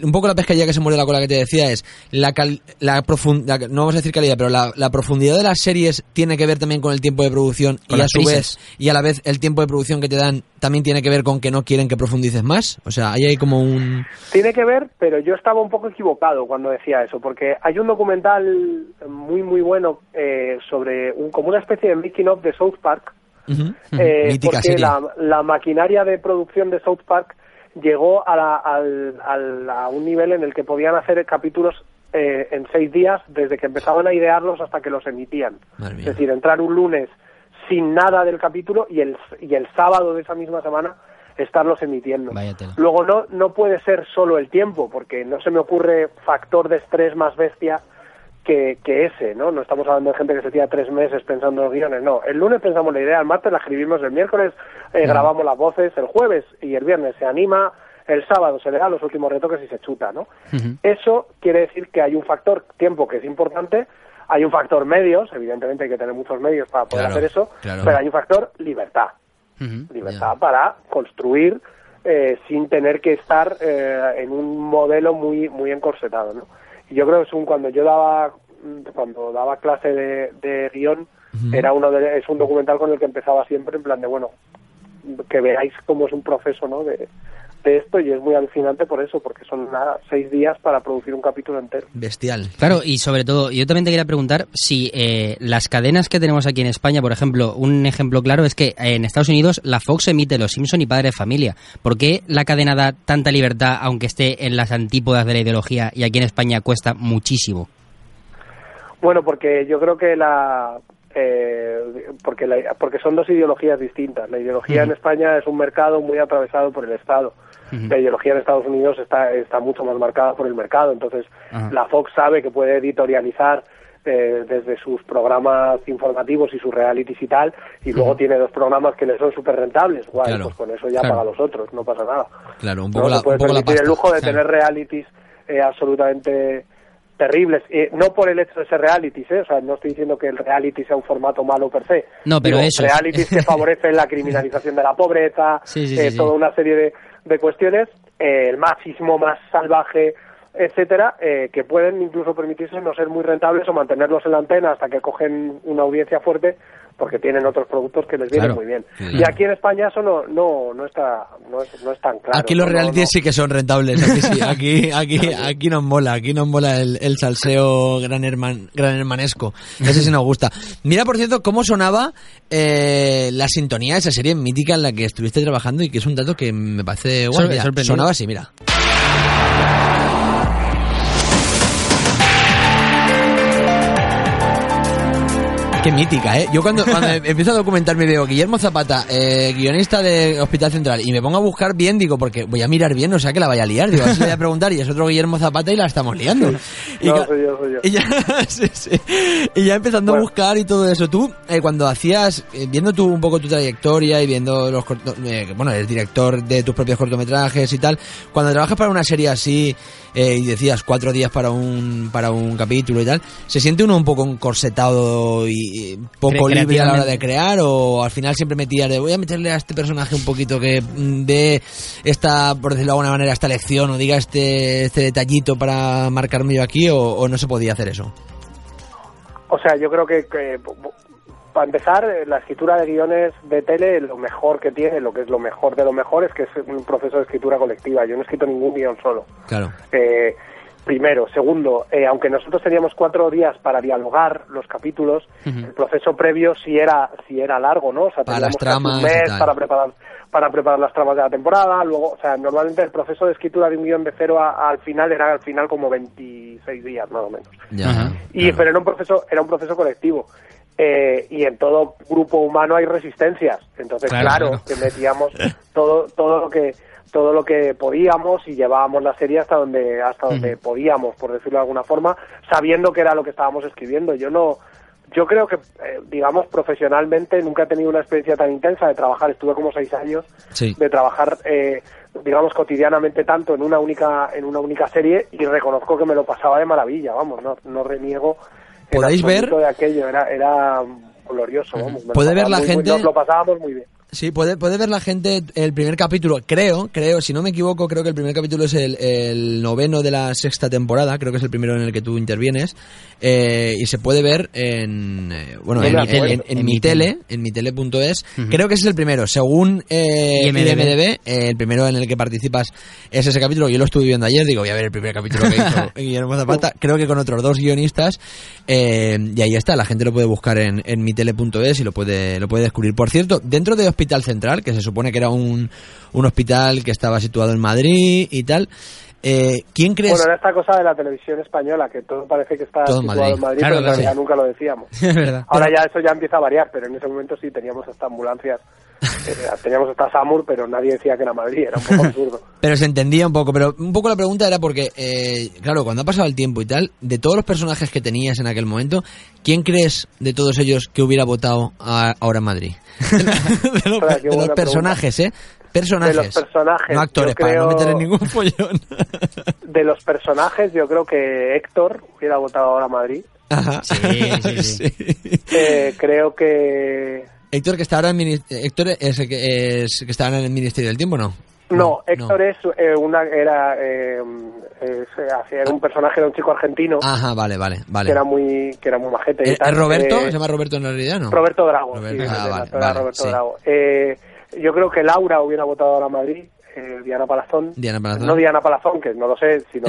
[SPEAKER 1] un poco la pescadilla que se muerde la cola que te decía es la, cal- la profundidad, no vamos a decir calidad, pero la, la profundidad de las series tiene que ver también con el tiempo de producción
[SPEAKER 2] Con
[SPEAKER 1] y a
[SPEAKER 2] las
[SPEAKER 1] su
[SPEAKER 2] prisas.
[SPEAKER 1] vez y a la vez el tiempo de producción que te dan también tiene que ver con que no quieren que profundices más. O sea, ahí hay como un
[SPEAKER 11] Tiene que ver, pero yo estaba un poco equivocado cuando decía eso, porque hay un documental muy, muy bueno eh, sobre un, como una especie de making of de South Park, eh,
[SPEAKER 1] mítica
[SPEAKER 11] porque
[SPEAKER 1] serie.
[SPEAKER 11] la, la maquinaria de producción de South Park llegó a, la- al- al- a un nivel en el que podían hacer capítulos eh, en seis días desde que empezaban a idearlos hasta que los emitían. Es decir, entrar un lunes sin nada del capítulo y el, y el sábado de esa misma semana estarlos emitiendo. Luego no, no puede ser solo el tiempo, porque no se me ocurre factor de estrés más bestia que, que ese, ¿no? No estamos hablando de gente que se tira tres meses pensando los guiones, no. El lunes pensamos la idea, el martes la escribimos, el miércoles eh,
[SPEAKER 1] Claro.
[SPEAKER 11] grabamos las voces, el jueves y el viernes se anima, el sábado se le da los últimos retoques y se chuta, ¿no? Eso quiere decir que hay un factor tiempo que es importante, hay un factor medios, evidentemente hay que tener muchos medios para poder
[SPEAKER 1] Claro,
[SPEAKER 11] hacer eso,
[SPEAKER 1] claro.
[SPEAKER 11] pero hay un factor libertad libertad para construir eh, sin tener que estar eh, en un modelo muy muy encorsetado, ¿no? Y yo creo que es un, cuando yo daba cuando daba clase de, de guión
[SPEAKER 13] Ujú.
[SPEAKER 11] era uno de, es un documental con el que empezaba siempre en plan de bueno que veáis cómo es un proceso, ¿no? De, de esto y es muy alucinante por eso porque son nada seis días para producir un capítulo entero.
[SPEAKER 1] Bestial.
[SPEAKER 2] Claro, y sobre todo, yo también te quería preguntar si eh, las cadenas que tenemos aquí en España, por ejemplo, un ejemplo claro es que eh, en Estados Unidos la Fox emite Los Simpson y Padre de Familia. ¿Por qué la cadena da tanta libertad aunque esté en las antípodas de la ideología y aquí en España cuesta muchísimo?
[SPEAKER 11] Bueno, porque yo creo que la eh, porque la- porque son dos ideologías distintas. La ideología en España es un mercado muy atravesado por el Estado. La ideología en Estados Unidos está está mucho más marcada por el mercado. Entonces,
[SPEAKER 13] Ajá.
[SPEAKER 11] la Fox sabe que puede editorializar eh, desde sus programas informativos y sus realities y tal, y luego tiene dos programas que le son súper rentables. Guay,
[SPEAKER 1] Claro.
[SPEAKER 11] pues con eso ya
[SPEAKER 1] Claro.
[SPEAKER 11] paga los otros, no pasa nada.
[SPEAKER 1] Claro, un
[SPEAKER 11] No,
[SPEAKER 1] poco la,
[SPEAKER 11] se puede
[SPEAKER 1] un poco la
[SPEAKER 11] permitir
[SPEAKER 1] pasta.
[SPEAKER 11] el lujo de
[SPEAKER 1] Claro.
[SPEAKER 11] tener realities eh, absolutamente terribles. Eh, no por el hecho de ser realities, ¿eh? o sea, no estoy diciendo que el reality sea un formato malo per se.
[SPEAKER 2] No, pero
[SPEAKER 11] Digo,
[SPEAKER 2] eso es.
[SPEAKER 11] Realities que favorecen la criminalización de la pobreza,
[SPEAKER 2] Sí, sí,
[SPEAKER 11] eh,
[SPEAKER 2] sí, sí.
[SPEAKER 11] toda una serie de, de cuestiones, eh, el machismo más salvaje etcétera, eh, que pueden incluso permitirse no ser muy rentables o mantenerlos en la antena hasta que cogen una audiencia fuerte porque tienen otros productos que les vienen
[SPEAKER 1] Claro.
[SPEAKER 11] muy bien.
[SPEAKER 1] Sí.
[SPEAKER 11] Y aquí en España eso no no no está no es, no es tan claro.
[SPEAKER 1] aquí los
[SPEAKER 11] No, no,
[SPEAKER 1] realities sí que son rentables. Aquí, sí, aquí, aquí, aquí nos mola, aquí nos mola el, el salseo gran, herman, gran hermanesco. Ese sí nos gusta. Mira, por cierto, cómo sonaba eh, la sintonía de esa serie mítica en la que estuviste trabajando y que es un dato que me parece guay.
[SPEAKER 2] Sor-
[SPEAKER 1] Mira,
[SPEAKER 2] sorprendente.
[SPEAKER 1] sonaba así, mira. Qué mítica, ¿eh? Yo cuando, cuando empiezo a documentarme veo Guillermo Zapata, eh, guionista de Hospital Central, y me pongo a buscar bien, digo, porque voy a mirar bien, o sea que la vaya a liar, digo, así le voy a preguntar, y es otro Guillermo Zapata y la estamos liando. Y,
[SPEAKER 11] No,
[SPEAKER 1] ca-
[SPEAKER 11] soy yo, soy yo.
[SPEAKER 1] y ya, sí, sí. Y ya empezando a buscar y todo eso, tú, eh, cuando hacías, eh, viendo tú un poco tu trayectoria y viendo los corto- eh, que, bueno, eres director de tus propios cortometrajes y tal, cuando trabajas para una serie así eh, y decías cuatro días para un, para un capítulo y tal, ¿se siente uno un poco encorsetado y eh, poco
[SPEAKER 2] Cre-
[SPEAKER 1] libre a la hora de
[SPEAKER 2] creativamente.
[SPEAKER 1] crear o al final siempre metías de voy a meterle a este personaje un poquito que mm, dé esta, por decirlo de alguna manera, esta lección o diga este, este detallito para marcarme yo aquí o, o no se podía hacer eso?
[SPEAKER 11] O sea, yo creo que, que, bu- bu- para empezar, eh, la escritura de guiones de tele, lo mejor que tiene, lo que es lo mejor de lo mejor, es que es un proceso de escritura colectiva. Yo no he escrito ningún guión solo.
[SPEAKER 1] Claro.
[SPEAKER 11] Eh, primero. Segundo, eh, aunque nosotros teníamos cuatro días para dialogar los capítulos, el proceso previo sí era sí era largo, ¿no? O sea,
[SPEAKER 1] Para las
[SPEAKER 11] teníamos
[SPEAKER 1] tramas
[SPEAKER 11] casi un
[SPEAKER 1] y
[SPEAKER 11] mes
[SPEAKER 1] tal.
[SPEAKER 11] para preparar para preparar las tramas de la temporada, luego, o sea, normalmente el proceso de escritura de un guión de cero a- al final era al final como 26 días más o menos. Y pero era un proceso era un proceso colectivo. Eh, y en todo grupo humano hay resistencias. Entonces,
[SPEAKER 13] Claro,
[SPEAKER 11] claro,
[SPEAKER 13] claro.
[SPEAKER 11] que metíamos todo todo lo que todo lo que podíamos y llevábamos la serie hasta donde hasta donde podíamos, por decirlo de alguna forma, sabiendo que era lo que estábamos escribiendo. Yo no yo creo que eh, digamos profesionalmente nunca he tenido una experiencia tan intensa de trabajar, estuve como seis años
[SPEAKER 1] Sí.
[SPEAKER 11] de trabajar eh, digamos cotidianamente tanto en una única en una única serie y reconozco que me lo pasaba de maravilla vamos no, no reniego en
[SPEAKER 1] ¿Podéis ver?
[SPEAKER 11] absoluto de aquello era era glorioso vamos me lo
[SPEAKER 1] ¿Puede ver
[SPEAKER 11] pasaba
[SPEAKER 1] la
[SPEAKER 11] muy- muy-
[SPEAKER 1] gente?
[SPEAKER 11] nos lo pasábamos muy bien
[SPEAKER 1] Sí, puede, puede ver la gente el primer capítulo, creo, creo, si no me equivoco, creo que el primer capítulo es el, el noveno de la sexta temporada, creo que es el primero en el que tú intervienes, eh, y se puede ver en, eh, bueno,
[SPEAKER 2] En
[SPEAKER 1] en,
[SPEAKER 2] mi tele.
[SPEAKER 1] en- en
[SPEAKER 2] En mi
[SPEAKER 1] mi
[SPEAKER 2] tele.
[SPEAKER 1] tele, en mi tele.es, creo que ese es el primero, según eh,
[SPEAKER 2] IMDb.
[SPEAKER 1] IMDb, eh, el primero en el que participas es ese capítulo, yo lo estuve viendo ayer, digo, voy a ver el primer capítulo que hizo Guillermo Zapata, creo que con otros dos guionistas, eh, y ahí está, la gente lo puede buscar en, en mitele.es y lo puede, lo puede descubrir. Por cierto, dentro de Hospital Central, que se supone que era un, un hospital que estaba situado en Madrid y tal, eh, ¿quién crees?
[SPEAKER 11] bueno era esta cosa de la televisión española que todo parece que está
[SPEAKER 1] Todo en
[SPEAKER 11] situado
[SPEAKER 1] Madrid.
[SPEAKER 11] en Madrid
[SPEAKER 1] Claro,
[SPEAKER 11] pero en
[SPEAKER 1] claro.
[SPEAKER 11] realidad nunca lo decíamos
[SPEAKER 2] Es verdad.
[SPEAKER 11] ahora ya eso ya empieza a variar pero en ese momento sí teníamos hasta ambulancias eh, teníamos hasta Samur pero nadie decía que era Madrid era un poco absurdo
[SPEAKER 1] Pero se entendía un poco, pero un poco la pregunta era porque, eh, claro, cuando ha pasado el tiempo y tal, de todos los personajes que tenías en aquel momento, ¿quién crees de todos ellos que hubiera votado a- ahora en Madrid? de los,
[SPEAKER 11] Ostras, qué
[SPEAKER 1] de los
[SPEAKER 11] buena
[SPEAKER 1] personajes, ¿eh?
[SPEAKER 11] de
[SPEAKER 1] Personajes.
[SPEAKER 11] los personajes
[SPEAKER 1] No actores,
[SPEAKER 11] yo
[SPEAKER 1] para
[SPEAKER 11] creo-
[SPEAKER 1] no meter en ningún follón.
[SPEAKER 11] de los personajes yo creo que Héctor hubiera votado ahora a Madrid
[SPEAKER 1] Ajá.
[SPEAKER 11] Eh, creo que
[SPEAKER 1] Héctor, que está ahora en, minis- eh, Héctor es el que, es- que está ahora en el Ministerio del Tiempo, ¿no?
[SPEAKER 11] No, Héctor es eh, una era eh, es, hacía- era un personaje era un chico argentino
[SPEAKER 1] Ajá, vale, vale, Ah, vale.
[SPEAKER 11] que era muy que era muy majete. y
[SPEAKER 1] ¿Es
[SPEAKER 11] tal,
[SPEAKER 1] es Roberto?
[SPEAKER 11] eh,
[SPEAKER 1] ¿Se llama Roberto en realidad, no?
[SPEAKER 11] Roberto Drago.
[SPEAKER 1] Roberto,
[SPEAKER 11] sí,
[SPEAKER 1] ah,
[SPEAKER 11] el
[SPEAKER 1] vale,
[SPEAKER 11] actor era
[SPEAKER 1] vale,
[SPEAKER 11] Roberto
[SPEAKER 1] sí.
[SPEAKER 11] Drago. Eh, yo creo que Laura hubiera votado ahora a Madrid, eh, Diana Palazón.
[SPEAKER 1] Diana Palazón.
[SPEAKER 11] No Diana Palazón, que no lo sé, sino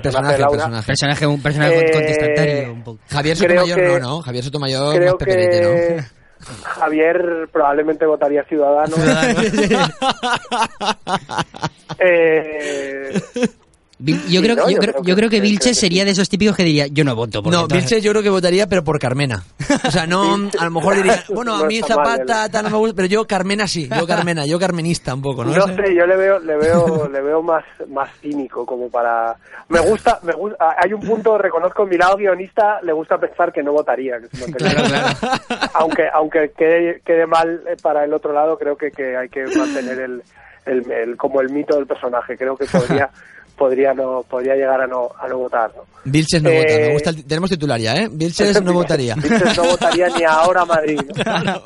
[SPEAKER 11] personaje, de Laura.
[SPEAKER 2] Personaje, un personaje
[SPEAKER 11] Eh,
[SPEAKER 2] contestatario. Un poco.
[SPEAKER 1] Javier
[SPEAKER 11] creo
[SPEAKER 1] Sotomayor
[SPEAKER 11] que-
[SPEAKER 1] no, ¿no? Javier Sotomayor más
[SPEAKER 11] Creo
[SPEAKER 1] peperete,
[SPEAKER 11] que Javier probablemente votaría Ciudadanos. eh,
[SPEAKER 2] Vil- Yo
[SPEAKER 11] Sí,
[SPEAKER 2] creo, yo
[SPEAKER 11] ¿no?
[SPEAKER 2] creo,
[SPEAKER 11] Yo creo
[SPEAKER 2] yo
[SPEAKER 11] que-
[SPEAKER 2] creo que Vilche
[SPEAKER 11] creo que
[SPEAKER 2] sería de esos típicos que diría, yo no voto.
[SPEAKER 1] ¿no?
[SPEAKER 2] porque
[SPEAKER 1] No,
[SPEAKER 2] entonces-
[SPEAKER 1] Vilche yo creo que votaría, pero por Carmena. O sea, no, a lo mejor diría, bueno, a
[SPEAKER 11] No
[SPEAKER 1] mí
[SPEAKER 11] está mal,
[SPEAKER 1] Zapata
[SPEAKER 11] el-
[SPEAKER 1] tal, no me gusta, pero yo Carmena sí, yo Carmena, yo Carmenista un poco, ¿no?
[SPEAKER 11] No sé, yo le veo, le veo, le veo más, más cínico como para. Me gusta, me gusta. Hay un punto, reconozco, mi lado guionista le gusta pensar que no votaría. que se mantendría. Aunque, aunque quede, quede mal eh, para el otro lado, creo que, que hay que mantener el, el, el- como el mito del personaje. Creo que podría, podría no, podría llegar a no, a no votar. ¿no?
[SPEAKER 1] Vilches no
[SPEAKER 11] Eh,
[SPEAKER 1] vota, me gusta el- tenemos titular ya, ¿eh? Vilches no votaría.
[SPEAKER 11] Entonces no votaría ni ahora a Madrid. ¿no?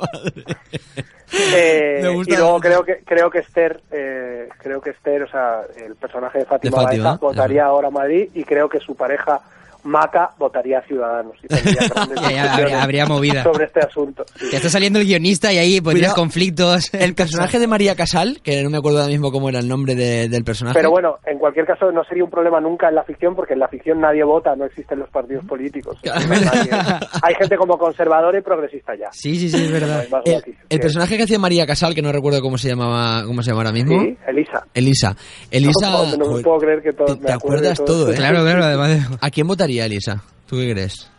[SPEAKER 11] Eh,
[SPEAKER 1] Me gusta
[SPEAKER 11] y luego creo que creo que Esther, eh, creo que Esther, o sea, el personaje de Fátima,
[SPEAKER 1] De Fátima,
[SPEAKER 11] Baeza votaría ahora a Madrid y creo que su pareja Maca votaría a Ciudadanos. Y tendría
[SPEAKER 2] Ya,
[SPEAKER 11] grandes
[SPEAKER 2] ya, habría-
[SPEAKER 11] discusiones
[SPEAKER 2] habría movida.
[SPEAKER 11] sobre este asunto. sí.
[SPEAKER 2] Ya está saliendo el guionista y ahí pues
[SPEAKER 1] Cuidado.
[SPEAKER 2] conflictos.
[SPEAKER 1] El personaje de María Casal, que no me acuerdo ahora mismo cómo era el nombre de- del personaje.
[SPEAKER 11] Pero bueno, en cualquier caso no sería un problema nunca en la ficción porque en la ficción nadie vota, no existen los partidos políticos. Nadie- Hay gente como conservadora y progresista ya.
[SPEAKER 2] Sí, sí, sí, es verdad.
[SPEAKER 1] El, el personaje que hacía María Casal, que no recuerdo cómo se llamaba, cómo se llama ahora mismo.
[SPEAKER 11] Sí, Elisa.
[SPEAKER 1] Elisa. Elisa.
[SPEAKER 11] No, no, no
[SPEAKER 1] joder,
[SPEAKER 11] puedo creer que todo,
[SPEAKER 1] te acuerdas todo, ¿eh?
[SPEAKER 2] además.
[SPEAKER 1] ¿A quién votaría Elisa? ¿Tú qué crees?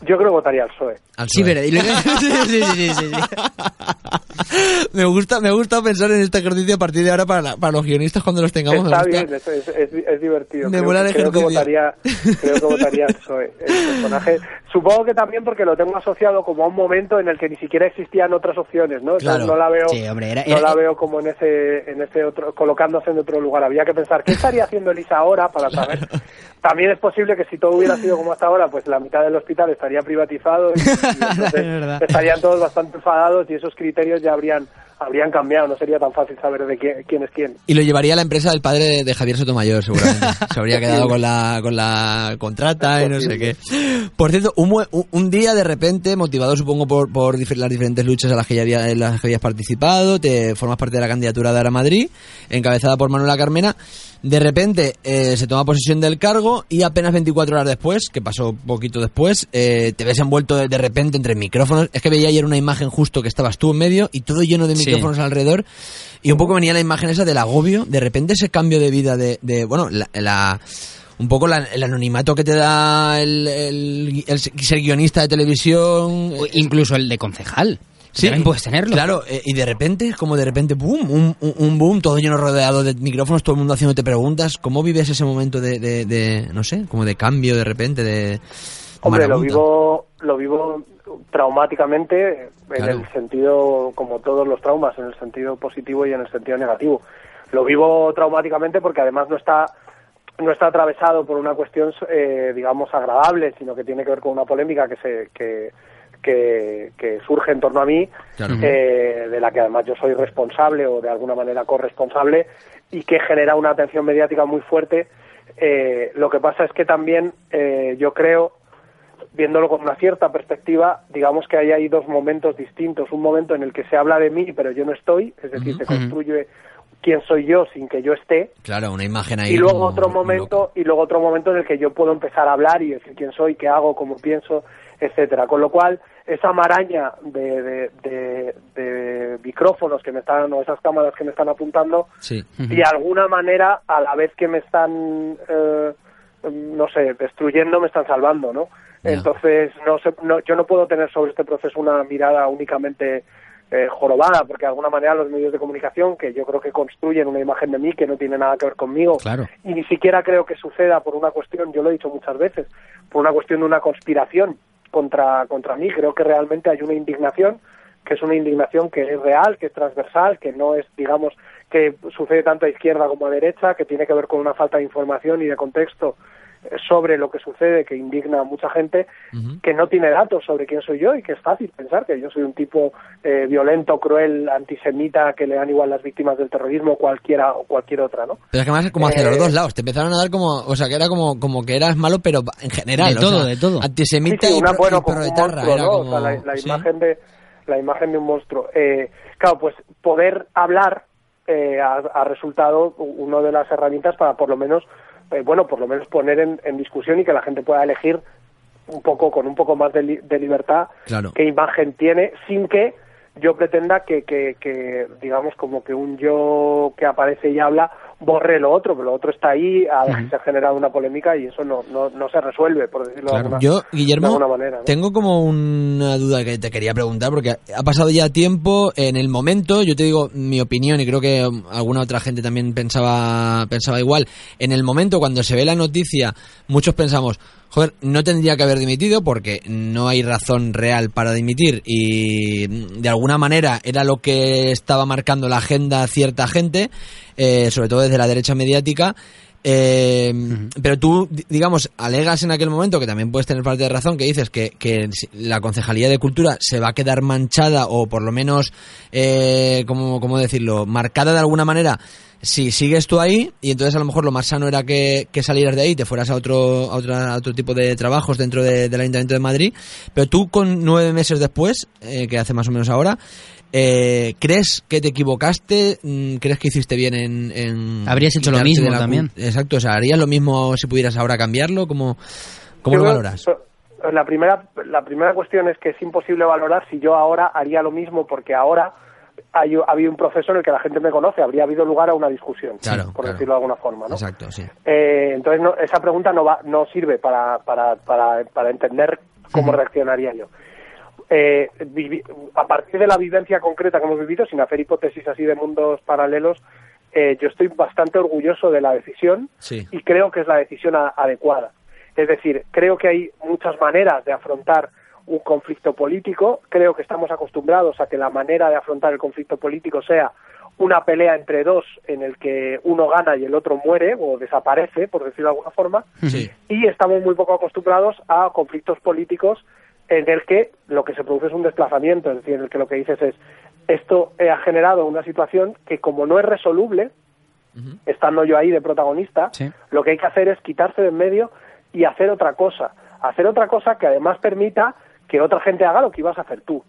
[SPEAKER 11] Yo creo que votaría al PSOE.
[SPEAKER 1] Al
[SPEAKER 2] Sí,
[SPEAKER 1] PSOE.
[SPEAKER 2] pero- y lo- sí, sí, sí, sí, sí.
[SPEAKER 1] me gusta, me gusta pensar en este ejercicio a partir de ahora para, la- para los guionistas cuando los tengamos. me
[SPEAKER 11] Está
[SPEAKER 1] gusta.
[SPEAKER 11] bien, es, es- es- es divertido.
[SPEAKER 1] Me
[SPEAKER 11] creo,
[SPEAKER 1] mola
[SPEAKER 11] que-
[SPEAKER 1] el
[SPEAKER 11] creo que
[SPEAKER 1] ejercicio.
[SPEAKER 11] votaría, creo que votaría al PSOE, el personaje. Supongo que también porque lo tengo asociado como a un momento en el que ni siquiera existían otras opciones, ¿no? Entonces
[SPEAKER 2] Claro.
[SPEAKER 11] no la veo,
[SPEAKER 2] Sí, hombre, era-
[SPEAKER 11] no
[SPEAKER 2] era-
[SPEAKER 11] la veo como en ese, en ese otro, colocándose en otro lugar. Había que pensar qué estaría haciendo Elisa ahora para saber. También es posible que si todo hubiera sido como hasta ahora, pues la mitad del hospital estaría privatizado y, y entonces estarían todos bastante enfadados y esos criterios ya habrían habrían cambiado. No sería tan fácil saber de quién, quién es quién.
[SPEAKER 1] Y lo llevaría a la empresa del padre de, de Javier Sotomayor, seguramente. Se habría quedado con la, con la contrata y no sé qué. Por cierto, un, mue- un- un día de repente, motivado supongo por, por difer- las diferentes luchas a las que ya había- en las que habías participado, te formas parte de la candidatura de Ara Madrid, encabezada por Manuela Carmena. De repente eh, se toma posesión del cargo y apenas 24 horas después, que pasó poquito después, eh, te ves envuelto de, de repente entre micrófonos. Es que veía ayer una imagen justo que estabas tú en medio y todo lleno de
[SPEAKER 2] Sí.
[SPEAKER 1] micrófonos alrededor. Y un poco venía la imagen esa del agobio, de repente ese cambio de vida de, de, bueno, la, la- un poco la- el anonimato que te da el, el- el ser guionista de televisión. eh,
[SPEAKER 2] O Incluso el de concejal. Sí. También puedes tenerlo.
[SPEAKER 1] Claro, eh, y de repente, es como de repente, boom, un, un- un boom, todo lleno rodeado de micrófonos, todo el mundo haciéndote preguntas. ¿Cómo vives ese momento de, de- de, no sé, como de cambio de repente, de...
[SPEAKER 11] Hombre, lo
[SPEAKER 1] marabunta?
[SPEAKER 11] vivo, lo vivo traumáticamente en
[SPEAKER 1] Claro.
[SPEAKER 11] el sentido, como todos los traumas, en el sentido positivo y en el sentido negativo. Lo vivo traumáticamente porque además no está, no está atravesado por una cuestión, eh, digamos, agradable, sino que tiene que ver con una polémica que se, que, que, que surge en torno a mí,
[SPEAKER 1] Claro.
[SPEAKER 11] eh, de la que además yo soy responsable o de alguna manera corresponsable y que genera una atención mediática muy fuerte. Eh, lo que pasa es que también eh, yo creo viéndolo con una cierta perspectiva, digamos que ahí hay dos momentos distintos. Un momento en el que se habla de mí, pero yo no estoy, es decir, se construye quién soy yo sin que yo esté.
[SPEAKER 1] Claro, una imagen ahí.
[SPEAKER 11] Y luego
[SPEAKER 1] como
[SPEAKER 11] otro
[SPEAKER 1] un loco.
[SPEAKER 11] momento, y luego otro momento en el que yo puedo empezar a hablar y decir quién soy, qué hago, cómo pienso, etcétera. Con lo cual, esa maraña de, de- de- de micrófonos que me están, o esas cámaras que me están apuntando,
[SPEAKER 1] Sí.
[SPEAKER 11] de alguna manera, a la vez que me están, eh, no sé, destruyendo, me están salvando, ¿no?
[SPEAKER 1] Ya.
[SPEAKER 11] Entonces, no sé, no- yo no puedo tener sobre este proceso una mirada únicamente eh, jorobada, porque de alguna manera los medios de comunicación, que yo creo que construyen una imagen de mí que no tiene nada que ver conmigo,
[SPEAKER 2] Claro.
[SPEAKER 11] y ni siquiera creo que suceda por una cuestión, yo lo he dicho muchas veces, por una cuestión de una conspiración contra, contra mí. Creo que realmente hay una indignación, que es una indignación que es real, que es transversal, que no es, digamos, que sucede tanto a izquierda como a derecha, que tiene que ver con una falta de información y de contexto sobre lo que sucede que indigna a mucha gente que no tiene datos sobre quién soy yo y que es fácil pensar que yo soy un tipo eh, violento, cruel, antisemita, que le dan igual las víctimas del terrorismo cualquiera o cualquier otra, ¿no?
[SPEAKER 1] Pero es que además es como hacia los dos lados. Te empezaron a dar como. O sea, que era como, como que eras malo, pero en general.
[SPEAKER 2] De
[SPEAKER 1] o
[SPEAKER 2] todo,
[SPEAKER 1] sea,
[SPEAKER 2] de todo.
[SPEAKER 1] Antisemita
[SPEAKER 11] Sí, sí,
[SPEAKER 1] y,
[SPEAKER 11] una,
[SPEAKER 1] pro-
[SPEAKER 11] bueno,
[SPEAKER 1] y
[SPEAKER 11] como un
[SPEAKER 1] proetarra,
[SPEAKER 11] monstruo,
[SPEAKER 1] era
[SPEAKER 11] ¿no? O
[SPEAKER 1] como-
[SPEAKER 11] sea, la, la
[SPEAKER 1] sí.
[SPEAKER 11] imagen de la imagen de un monstruo. Eh, claro, pues poder hablar eh, ha, ha resultado una de las herramientas para por lo menos, eh, bueno, por lo menos poner en, en discusión y que la gente pueda elegir un poco con un poco más de, li- de libertad
[SPEAKER 1] Claro.
[SPEAKER 11] qué imagen tiene sin que yo pretenda que, que, que, digamos como que un yo que aparece y habla borre lo otro, pero lo otro está ahí, ha- se ha generado una polémica y eso no, no, no se resuelve, por decirlo
[SPEAKER 1] Claro.
[SPEAKER 11] de alguna
[SPEAKER 1] Yo,
[SPEAKER 11] de
[SPEAKER 1] Guillermo,
[SPEAKER 11] alguna manera, ¿no?
[SPEAKER 1] tengo como una duda que te quería preguntar, porque ha pasado ya tiempo, en el momento, yo te digo mi opinión y creo que um, alguna otra gente también pensaba, pensaba igual, en el momento cuando se ve la noticia, muchos pensamos, joder, no tendría que haber dimitido porque no hay razón real para dimitir y mm, de alguna manera era lo que estaba marcando la agenda a cierta gente, eh, sobre todo desde la derecha mediática. Eh, Pero tú, di- digamos, alegas en aquel momento, que también puedes tener parte de razón, que dices que, que si- la Concejalía de Cultura se va a quedar manchada o por lo menos, eh, ¿cómo, cómo decirlo?, marcada de alguna manera si sigues tú ahí y entonces a lo mejor lo más sano era que, que salieras de ahí y te fueras a otro, a, otra- a otro tipo de trabajos dentro de- del Ayuntamiento de Madrid. Pero tú con nueve meses después, eh, que hace más o menos ahora, eh, ¿crees que te equivocaste? Mm, ¿Crees que hiciste bien en... en
[SPEAKER 2] Habrías hecho lo
[SPEAKER 1] quitarte
[SPEAKER 2] mismo
[SPEAKER 1] de la
[SPEAKER 2] también.
[SPEAKER 1] cul- Exacto, o sea, ¿harías lo mismo si pudieras ahora cambiarlo? ¿Cómo, cómo
[SPEAKER 11] Yo
[SPEAKER 1] lo
[SPEAKER 11] creo-
[SPEAKER 1] valoras?
[SPEAKER 11] La primera, la primera cuestión es que es imposible valorar si yo ahora haría lo mismo, porque ahora hay, ha habido un proceso en el que la gente me conoce, habría habido lugar a una discusión,
[SPEAKER 1] Claro,
[SPEAKER 11] por
[SPEAKER 1] claro.
[SPEAKER 11] decirlo de alguna forma. ¿no?
[SPEAKER 1] Exacto, sí.
[SPEAKER 11] Eh, entonces, no- esa pregunta no, va, no sirve para, para, para, para entender cómo reaccionaría yo. Eh, vivi- a partir de la vivencia concreta que hemos vivido, sin hacer hipótesis así de mundos paralelos, eh, yo estoy bastante orgulloso de la decisión
[SPEAKER 1] Sí.
[SPEAKER 11] y creo que es la decisión a- adecuada. Es decir, creo que hay muchas maneras de afrontar un conflicto político, creo que estamos acostumbrados a que la manera de afrontar el conflicto político sea una pelea entre dos en el que uno gana y el otro muere o desaparece, por decirlo de alguna forma,
[SPEAKER 1] Sí.
[SPEAKER 11] y estamos muy poco acostumbrados a conflictos políticos en el que lo que se produce es un desplazamiento, es decir, en el que lo que dices es esto eh, ha generado una situación que como no es resoluble, estando yo ahí de protagonista, lo que hay que hacer es quitarse de en medio y hacer otra cosa, hacer otra cosa que además permita que otra gente haga lo que ibas a hacer tú.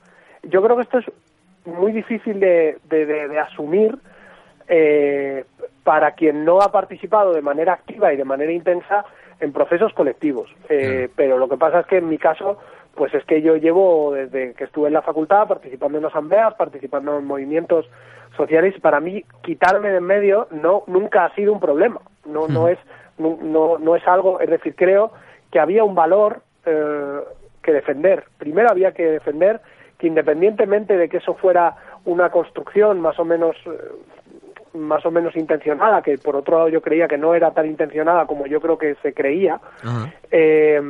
[SPEAKER 11] Yo creo que esto es muy difícil de, de- de- de asumir eh, para quien no ha participado de manera activa y de manera intensa en procesos colectivos. Eh, Pero lo que pasa es que en mi caso, pues es que yo llevo desde que estuve en la facultad participando en asambleas, participando en movimientos sociales. y Para mí, quitarme de en medio no nunca ha sido un problema. No, no es no, no, no es algo. Es decir, creo que había un valor eh, que defender. Primero había que defender que independientemente de que eso fuera una construcción más o menos eh, más o menos intencionada, que por otro lado yo creía que no era tan intencionada como yo creo que se creía, eh,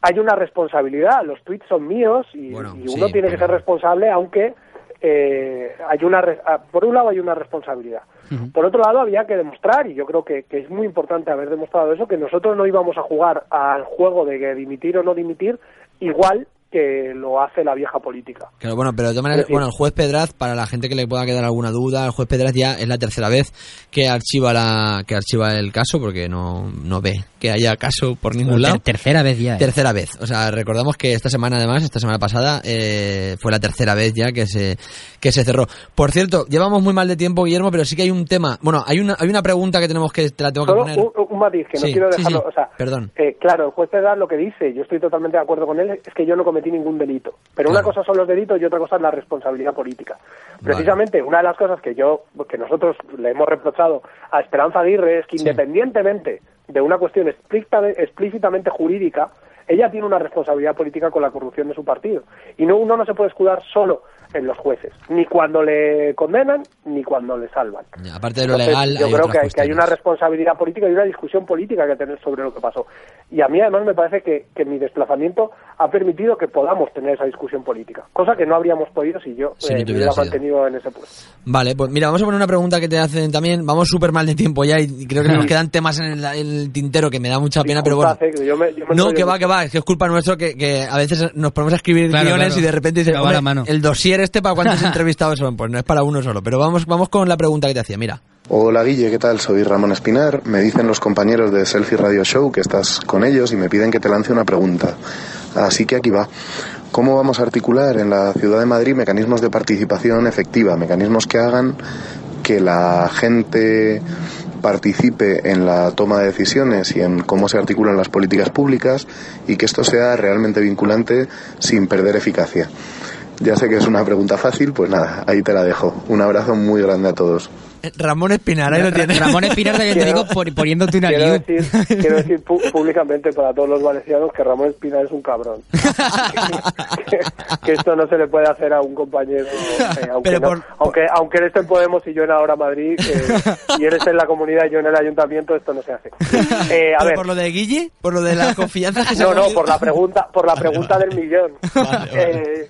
[SPEAKER 11] hay una responsabilidad. Los tweets son míos y, y uno tiene que ser responsable, aunque eh, hay una re- ah, por un lado hay una responsabilidad. Por otro lado, había que demostrar, y yo creo que, que es muy importante haber demostrado eso, que nosotros no íbamos a jugar al juego de que dimitir o no dimitir igual que lo hace la vieja política.
[SPEAKER 1] Claro, bueno, pero de todas maneras,
[SPEAKER 11] Decir-
[SPEAKER 1] bueno, el juez Pedraz, para la gente que le pueda quedar alguna duda, el juez Pedraz ya es la tercera vez que archiva la que archiva el caso porque no, no ve que haya caso por ningún
[SPEAKER 2] Ter-
[SPEAKER 1] lado.
[SPEAKER 2] tercera vez ya. ¿eh?
[SPEAKER 1] Tercera vez. O sea, recordamos que esta semana, además, esta semana pasada, eh, fue la tercera vez ya que se, que se cerró. Por cierto, llevamos muy mal de tiempo, Guillermo, pero sí que hay un tema. Bueno, hay una, hay una pregunta que tenemos que, te la tengo que
[SPEAKER 11] Solo
[SPEAKER 1] poner.
[SPEAKER 11] un, un matiz que
[SPEAKER 1] Sí,
[SPEAKER 11] no quiero
[SPEAKER 1] sí,
[SPEAKER 11] dejarlo.
[SPEAKER 1] sí.
[SPEAKER 11] O sea,
[SPEAKER 1] Perdón.
[SPEAKER 11] eh, claro, el juez Pedraz lo que dice, yo estoy totalmente de acuerdo con él, es que yo no cometí ningún delito. Pero una cosa son los delitos y otra cosa es la responsabilidad política. Precisamente una de las cosas que yo, que nosotros le hemos reprochado a Esperanza Aguirre es que independientemente de una cuestión estrictamente- explícitamente jurídica, Ella tiene una responsabilidad política con la corrupción de su partido. Y no, uno no se puede escudar solo en los jueces, ni cuando le condenan, ni cuando le salvan.
[SPEAKER 1] Aparte de lo
[SPEAKER 11] Entonces,
[SPEAKER 1] legal,
[SPEAKER 11] yo
[SPEAKER 1] hay otras
[SPEAKER 11] creo que hay, que hay
[SPEAKER 1] cuestiones.
[SPEAKER 11] una responsabilidad política y una discusión política que tener sobre lo que pasó. Y a mí además me parece que, que mi desplazamiento ha permitido que podamos tener esa discusión política, cosa que no habríamos podido si yo eh,
[SPEAKER 1] Si no
[SPEAKER 11] me
[SPEAKER 1] te
[SPEAKER 11] hubiera
[SPEAKER 1] hubieras ido.
[SPEAKER 11] mantenido en ese puesto.
[SPEAKER 1] Vale, pues mira, vamos a poner una pregunta que te hacen también. Vamos súper mal de tiempo ya y creo que nos
[SPEAKER 11] Sí.
[SPEAKER 1] quedan temas en el, en el tintero que me da mucha pena, pero bueno.
[SPEAKER 11] Disculpad, eh, que yo me- yo me
[SPEAKER 1] No,
[SPEAKER 11] enrollo
[SPEAKER 1] que va,
[SPEAKER 11] mucho.
[SPEAKER 1] que va, es que es culpa nuestra que, que a veces nos ponemos a escribir
[SPEAKER 2] Claro,
[SPEAKER 1] guiones
[SPEAKER 2] claro.
[SPEAKER 1] y de repente
[SPEAKER 2] Se
[SPEAKER 1] dices,
[SPEAKER 2] nos va la
[SPEAKER 1] "Hombre,
[SPEAKER 2] mano".
[SPEAKER 1] el dossier este para cuántos entrevistados son, pues no es para uno solo, pero vamos, vamos con la pregunta que te hacía, mira.
[SPEAKER 13] Hola Guille, ¿qué tal? Soy Ramón Espinar. Me dicen los compañeros de Selfie Radio Show que estás con ellos y me piden que te lance una pregunta. Así que aquí va. ¿Cómo vamos a articular en la Ciudad de Madrid mecanismos de participación efectiva, mecanismos que hagan que la gente participe en la toma de decisiones y en cómo se articulan las políticas públicas y que esto sea realmente vinculante sin perder eficacia? Ya sé que es una pregunta fácil, pues nada, ahí te la dejo. Un abrazo muy grande a todos.
[SPEAKER 1] eh, Ramón Espinar, ahí lo
[SPEAKER 2] Ra-
[SPEAKER 1] tienes.
[SPEAKER 2] Ramón Espinar, también te digo, por- poniéndote una
[SPEAKER 1] Quiero
[SPEAKER 2] liu.
[SPEAKER 11] decir- quiero decir pu- públicamente para todos los valencianos que Ramón Espina es un cabrón. que, que esto no se le puede hacer a un compañero. eh, aunque,
[SPEAKER 1] Pero
[SPEAKER 11] no-
[SPEAKER 1] por-
[SPEAKER 11] aunque, aunque él esté en Podemos y yo en Ahora Madrid, eh, y él esté en la comunidad y yo en el ayuntamiento, esto no se hace. Eh, a
[SPEAKER 1] ¿Pero
[SPEAKER 11] ver.
[SPEAKER 1] ¿Por lo de Guille? ¿Por lo de las confianzas que se
[SPEAKER 11] No,
[SPEAKER 1] han
[SPEAKER 11] no,
[SPEAKER 1] cogido?
[SPEAKER 11] por la pregunta, por la pregunta del millón. Eh,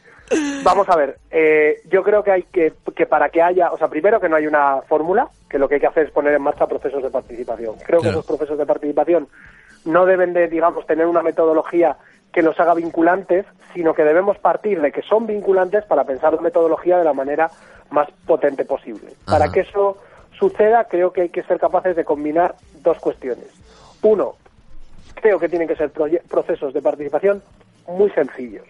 [SPEAKER 11] vamos a ver, eh, yo creo que hay que, que para que haya, o sea, primero que no hay una fórmula, que lo que hay que hacer es poner en marcha procesos de participación. Creo que
[SPEAKER 14] Claro.
[SPEAKER 11] esos procesos de participación no deben de, digamos, tener una metodología que los haga vinculantes, sino que debemos partir de que son vinculantes para pensar la metodología de la manera más potente posible. Para
[SPEAKER 15] Ajá.
[SPEAKER 11] que eso suceda, creo que hay que ser capaces de combinar dos cuestiones. Uno, creo que tienen que ser proye- procesos de participación muy sencillos.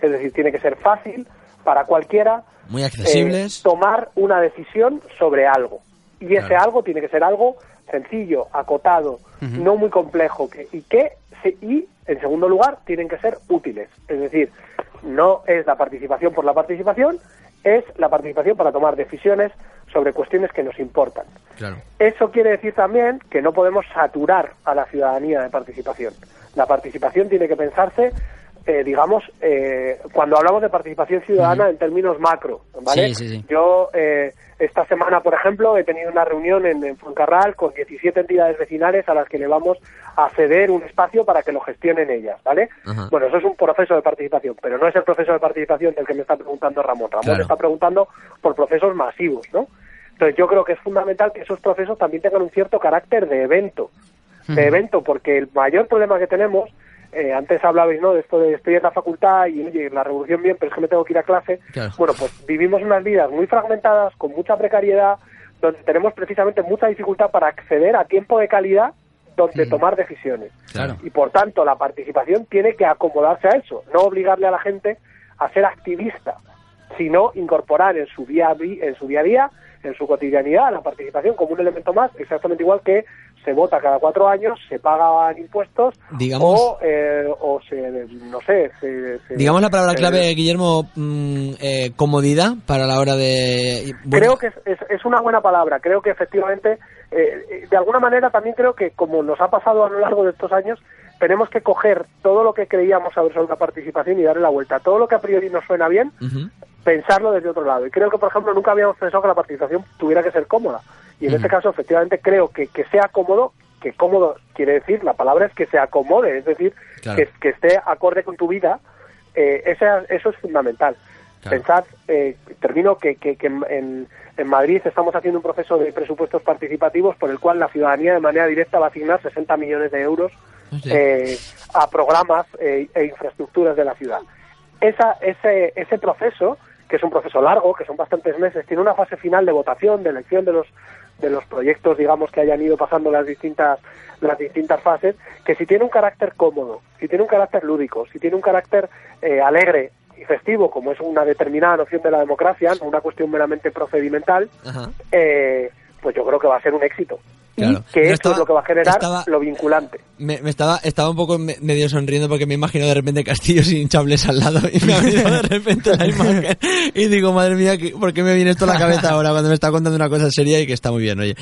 [SPEAKER 11] Es decir, tiene que ser fácil para cualquiera
[SPEAKER 1] Muy
[SPEAKER 11] eh,
[SPEAKER 1] accesibles.
[SPEAKER 11] tomar una decisión sobre algo. Y ese
[SPEAKER 1] Claro.
[SPEAKER 11] algo tiene que ser algo sencillo, acotado,
[SPEAKER 1] Ujú.
[SPEAKER 11] no muy complejo. que- y que, se- y en segundo lugar, tienen que ser útiles. Es decir, no es la participación por la participación, es la participación para tomar decisiones sobre cuestiones que nos importan.
[SPEAKER 1] Claro.
[SPEAKER 11] Eso quiere decir también que no podemos saturar a la ciudadanía de participación. La participación tiene que pensarse, eh, digamos, eh, cuando hablamos de participación ciudadana en términos macro,
[SPEAKER 2] Sí,
[SPEAKER 11] ¿vale?
[SPEAKER 2] sí, sí.
[SPEAKER 11] Yo eh, esta semana, por ejemplo, he tenido una reunión en, en Fuencarral con 17 entidades vecinales a las que le vamos a ceder un espacio para que lo gestionen ellas, ¿vale?
[SPEAKER 14] Ajá.
[SPEAKER 11] Bueno, eso es un proceso de participación, pero no es el proceso de participación del que me está preguntando Ramón. Ramón
[SPEAKER 14] Claro.
[SPEAKER 11] está preguntando por procesos masivos, ¿no? Entonces yo creo que es fundamental que esos procesos también tengan un cierto carácter de evento, de evento, porque el mayor problema que tenemos, eh, antes hablabais, ¿no? De esto de estoy en la facultad y oye, la revolución bien, pero es que me tengo que ir a clase.
[SPEAKER 14] Claro.
[SPEAKER 11] Bueno, pues vivimos unas vidas muy fragmentadas, con mucha precariedad, donde tenemos precisamente mucha dificultad para acceder a tiempo de calidad donde tomar decisiones.
[SPEAKER 14] Mm. Claro.
[SPEAKER 11] Y por tanto, la participación tiene que acomodarse a eso, no obligarle a la gente a ser activista, sino incorporar en su día a día, en su día a día, en su cotidianidad, la participación como un elemento más, exactamente igual que se vota cada cuatro años, se pagan impuestos
[SPEAKER 1] Digamos-
[SPEAKER 11] o, eh, o se, no sé, se- se-
[SPEAKER 1] Digamos la palabra
[SPEAKER 11] se-
[SPEAKER 1] clave, Guillermo, mm, eh, comodidad para la hora de... bueno,
[SPEAKER 11] Creo que es, es- es una buena palabra. Creo que efectivamente, eh, eh, de alguna manera también creo que como nos ha pasado a lo largo de estos años, tenemos que coger todo lo que creíamos saber sobre la participación y darle la vuelta. Todo lo que a priori nos suena bien,
[SPEAKER 1] Ujú.
[SPEAKER 11] pensarlo desde otro lado. Y creo que, por ejemplo, nunca habíamos pensado que la participación tuviera que ser cómoda. Y en
[SPEAKER 1] Ujú.
[SPEAKER 11] este caso, efectivamente, creo que, que sea cómodo, que cómodo quiere decir, la palabra es que se acomode, es decir,
[SPEAKER 1] Claro.
[SPEAKER 11] que, que esté acorde con tu vida, eh, esa- eso es fundamental. Pensad, eh, termino, que, que- que en- en, en Madrid estamos haciendo un proceso de presupuestos participativos por el cual la ciudadanía de manera directa va a asignar 60 millones de euros eh, a programas eh, e infraestructuras de la ciudad. Esa, ese, ese proceso, que es un proceso largo, que son bastantes meses, tiene una fase final de votación, de elección de los de los proyectos, digamos, que hayan ido pasando las distintas las distintas fases, que si tiene un carácter cómodo, si tiene un carácter lúdico, si tiene un carácter eh, alegre y festivo, como es una determinada noción de la democracia, no una cuestión meramente procedimental,
[SPEAKER 1] Ajá.
[SPEAKER 11] eh, pues yo creo que va a ser un éxito.
[SPEAKER 1] Claro.
[SPEAKER 11] y que
[SPEAKER 1] Yo
[SPEAKER 11] eso
[SPEAKER 1] estaba-
[SPEAKER 11] es lo que va a generar
[SPEAKER 1] estaba-
[SPEAKER 11] lo vinculante.
[SPEAKER 1] Me, me estaba, estaba un poco me- medio sonriendo porque me imagino de repente castillos hinchables al lado y me ha venido de repente la imagen y digo, madre mía, ¿qué- ¿por qué me viene esto a la cabeza ahora cuando me está contando una cosa seria y que está muy bien, oye?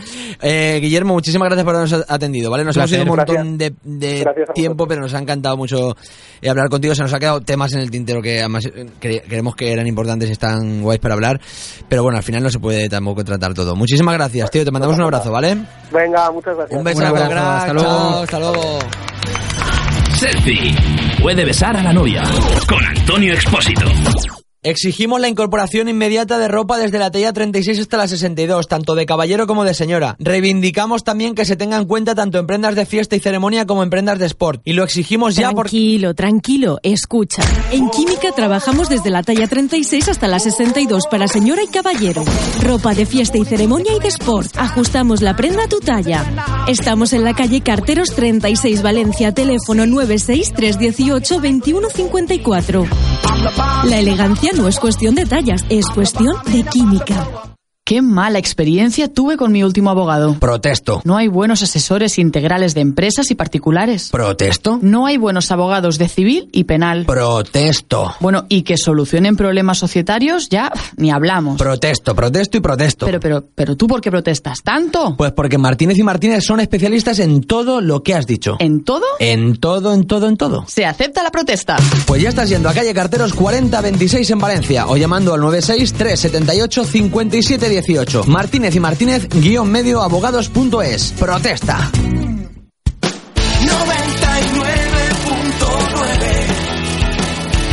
[SPEAKER 1] Eh, Guillermo, muchísimas gracias por habernos atendido, ¿vale? Nos
[SPEAKER 2] Placer.
[SPEAKER 1] hemos ido un montón de, de tiempo, pero nos ha encantado mucho eh, hablar contigo. Se nos ha quedado temas en el tintero que además eh, cre- creemos que eran importantes y están guays para hablar, pero bueno, al final no se puede tampoco tratar todo. Muchísimas gracias, tío. Te mandamos un abrazo, ¿vale?
[SPEAKER 11] Venga, muchas gracias.
[SPEAKER 1] Un beso, abrazo, hasta luego. Chao, hasta luego.
[SPEAKER 14] Selfie. Puede besar a la novia. Con Antonio Expósito.
[SPEAKER 1] Exigimos la incorporación inmediata de ropa desde la talla 36 hasta la 62, tanto de caballero como de señora. Reivindicamos también que se tenga en cuenta tanto en prendas de fiesta y ceremonia como en prendas de sport. Y lo exigimos ya por...
[SPEAKER 10] Tranquilo, tranquilo, escucha. En Química trabajamos desde la talla 36 hasta la 62 para señora y caballero. Ropa de fiesta y ceremonia y de sport. Ajustamos la prenda a tu talla. Estamos en la calle Carteros 36 Valencia, teléfono 963182154. La elegancia no es cuestión de tallas, es cuestión de química.
[SPEAKER 9] Qué mala experiencia tuve con mi último abogado.
[SPEAKER 1] Protesto.
[SPEAKER 9] No hay buenos asesores integrales de empresas y particulares.
[SPEAKER 1] Protesto.
[SPEAKER 9] No hay buenos abogados de civil y penal.
[SPEAKER 1] Protesto.
[SPEAKER 9] Bueno, y que solucionen problemas societarios ya pf, ni hablamos.
[SPEAKER 1] Protesto, protesto y protesto.
[SPEAKER 9] Pero, pero, pero tú por qué protestas tanto?
[SPEAKER 1] Pues porque Martínez y Martínez son especialistas en todo lo que has dicho.
[SPEAKER 9] ¿En todo?
[SPEAKER 16] eh,
[SPEAKER 1] En todo, en todo, en todo.
[SPEAKER 9] Se acepta la protesta.
[SPEAKER 1] Pues ya estás yendo a calle Carteros 4026 en Valencia o llamando al 963-78-5718. Martínez y Martínez, guión medio abogados.es. Protesta.
[SPEAKER 3] 99.9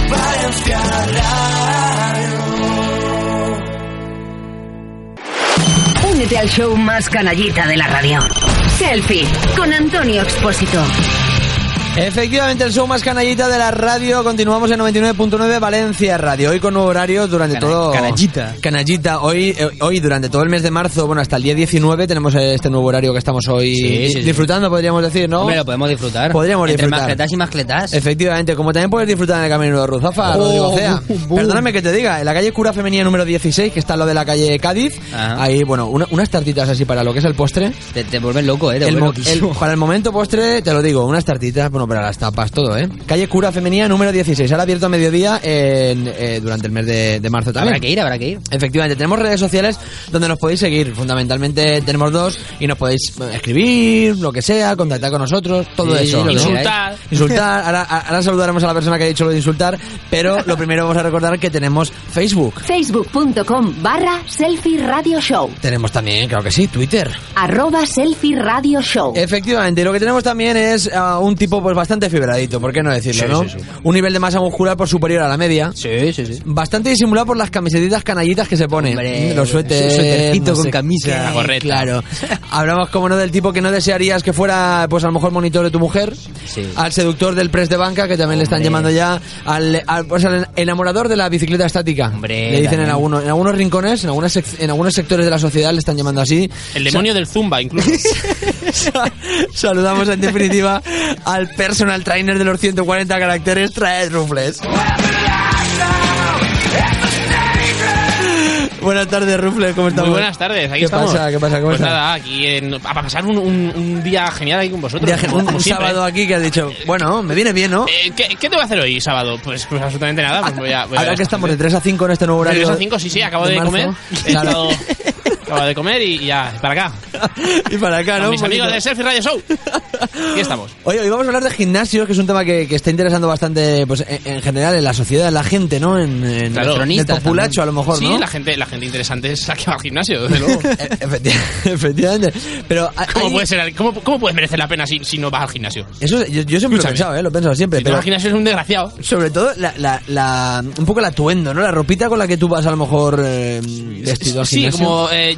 [SPEAKER 3] Valencia Radio.
[SPEAKER 4] Únete al show más canallita de la radio. Selfie con Antonio Expósito.
[SPEAKER 1] Efectivamente, el show más canallita de la radio. Continuamos en 99.9 Valencia Radio. Hoy con nuevo horario durante todo. Canallita. Canallita. Hoy, eh, hoy, durante todo el mes de marzo, bueno, hasta el día 19, tenemos este nuevo horario que estamos hoy
[SPEAKER 2] Sí, sí, sí.
[SPEAKER 1] disfrutando, podríamos decir, ¿no?
[SPEAKER 2] Hombre, lo podemos disfrutar.
[SPEAKER 1] Podríamos
[SPEAKER 2] Entre
[SPEAKER 1] disfrutar.
[SPEAKER 2] mascletas y mascletas.
[SPEAKER 1] Efectivamente, como también puedes disfrutar en el Camino de Ruzafa,
[SPEAKER 2] Oh,
[SPEAKER 1] Rodrigo Cea.
[SPEAKER 2] boom, boom.
[SPEAKER 1] Perdóname que te diga, en la calle Cura Femenina número 16, que está en lo de la calle Cádiz, hay, bueno, una- unas tartitas así para lo que es el postre.
[SPEAKER 2] Te, te vuelven loco, eh. Te
[SPEAKER 1] El
[SPEAKER 2] vuelven
[SPEAKER 1] mo-
[SPEAKER 2] loquísimo.
[SPEAKER 1] el- para el momento postre, te lo digo, unas tartitas, bueno, para las tapas, todo, ¿eh? Calle Cura Femenina número 16, ahora abierto a mediodía en, eh, durante el mes de, de marzo también.
[SPEAKER 2] Habrá que ir, habrá que ir.
[SPEAKER 1] Efectivamente, tenemos redes sociales donde nos podéis seguir. Fundamentalmente tenemos dos y nos podéis eh, escribir, lo que sea, contactar con nosotros, todo
[SPEAKER 2] Sí,
[SPEAKER 1] eso.
[SPEAKER 2] lo que
[SPEAKER 1] Insultar.
[SPEAKER 2] Insultar.
[SPEAKER 1] Insultar. Ahora, ahora saludaremos a la persona que ha dicho lo de insultar, pero lo primero vamos a recordar que tenemos Facebook.
[SPEAKER 4] Facebook.com barra Selfie Radio Show.
[SPEAKER 1] Tenemos también, claro que sí, Twitter.
[SPEAKER 4] Arroba Selfie Radio Show.
[SPEAKER 1] Efectivamente, y lo que tenemos también es a un tipo pues bastante fibradito, ¿por qué no decirlo,
[SPEAKER 2] Sí,
[SPEAKER 1] no?
[SPEAKER 2] sí, sí.
[SPEAKER 1] Un nivel de masa muscular por superior a la media. Sí, sí, sí. Bastante disimulado por las camisetitas canallitas que se pone. Mm,
[SPEAKER 2] Hombre,
[SPEAKER 1] Los suéteres,
[SPEAKER 2] su suétercito
[SPEAKER 1] no
[SPEAKER 2] con
[SPEAKER 1] sé
[SPEAKER 2] camisa,
[SPEAKER 1] qué,
[SPEAKER 2] la gorreta.
[SPEAKER 1] Claro. Hablamos como no del tipo que no desearías que fuera pues a lo mejor monitor de tu mujer, al seductor del press de banca que también le están llamando ya al, al- pues, al enamorador de la bicicleta estática. le dicen en
[SPEAKER 15] también.
[SPEAKER 1] algunos en algunos rincones, en algunas sec- en algunos sectores de la sociedad le están llamando así.
[SPEAKER 15] El
[SPEAKER 1] O sea,
[SPEAKER 15] demonio del Zumba, incluso.
[SPEAKER 1] Saludamos en definitiva al personal trainer de los 140 caracteres, Traed Rufles. Buenas tardes, Rufles, ¿cómo estamos?
[SPEAKER 15] Muy buenas tardes, aquí
[SPEAKER 1] ¿Qué
[SPEAKER 15] estamos.
[SPEAKER 1] Pasa, ¿Qué pasa? ¿Cómo
[SPEAKER 15] pues
[SPEAKER 1] estás?
[SPEAKER 15] nada, aquí en, a pasar un, un- un día genial aquí con vosotros.
[SPEAKER 1] Viaje- un,
[SPEAKER 15] como
[SPEAKER 1] un
[SPEAKER 15] siempre.
[SPEAKER 1] sábado aquí que has dicho, bueno, me viene bien, ¿no?
[SPEAKER 15] Eh, ¿qué, qué te voy a hacer hoy, sábado? Pues, pues absolutamente nada. Pues voy a, voy a
[SPEAKER 1] Ahora
[SPEAKER 15] ver.
[SPEAKER 1] que estamos de 3 a 5 en este nuevo horario.
[SPEAKER 15] Regreso a 5, sí, sí, acabo de,
[SPEAKER 1] marzo.
[SPEAKER 15] comer. He
[SPEAKER 1] Claro.
[SPEAKER 15] estado- acabo de comer y ya, para acá.
[SPEAKER 1] y para acá, ¿no?
[SPEAKER 15] Mis
[SPEAKER 1] Un poquito.
[SPEAKER 15] amigos de Selfie Radio Show. Aquí estamos.
[SPEAKER 1] Oye, hoy vamos a hablar de gimnasios, que es un tema que, que está interesando bastante pues, en, en general en la sociedad, en la gente, ¿no? En, en
[SPEAKER 15] Claro.
[SPEAKER 1] en el populacho, a lo mejor,
[SPEAKER 15] sí,
[SPEAKER 1] ¿no? Eh,
[SPEAKER 15] la gente, la gente interesante es la que va al gimnasio, desde luego.
[SPEAKER 1] Efectivamente. Pero a-
[SPEAKER 15] ¿Cómo,
[SPEAKER 1] hay-
[SPEAKER 15] puede ser, cómo, cómo puede merecer la pena si, si no vas al gimnasio?
[SPEAKER 1] Eso, es- yo, yo siempre lo he
[SPEAKER 15] Escúchame.
[SPEAKER 1] pensado, ¿eh? Lo he pensado siempre.
[SPEAKER 15] Si no
[SPEAKER 1] pero
[SPEAKER 15] vas al gimnasio es un desgraciado.
[SPEAKER 1] sobre todo, la, la, la- un poco el atuendo, ¿no? La ropita con la que tú vas a lo mejor eh, vestido al
[SPEAKER 15] Sí,
[SPEAKER 1] gimnasio.
[SPEAKER 15] como eh,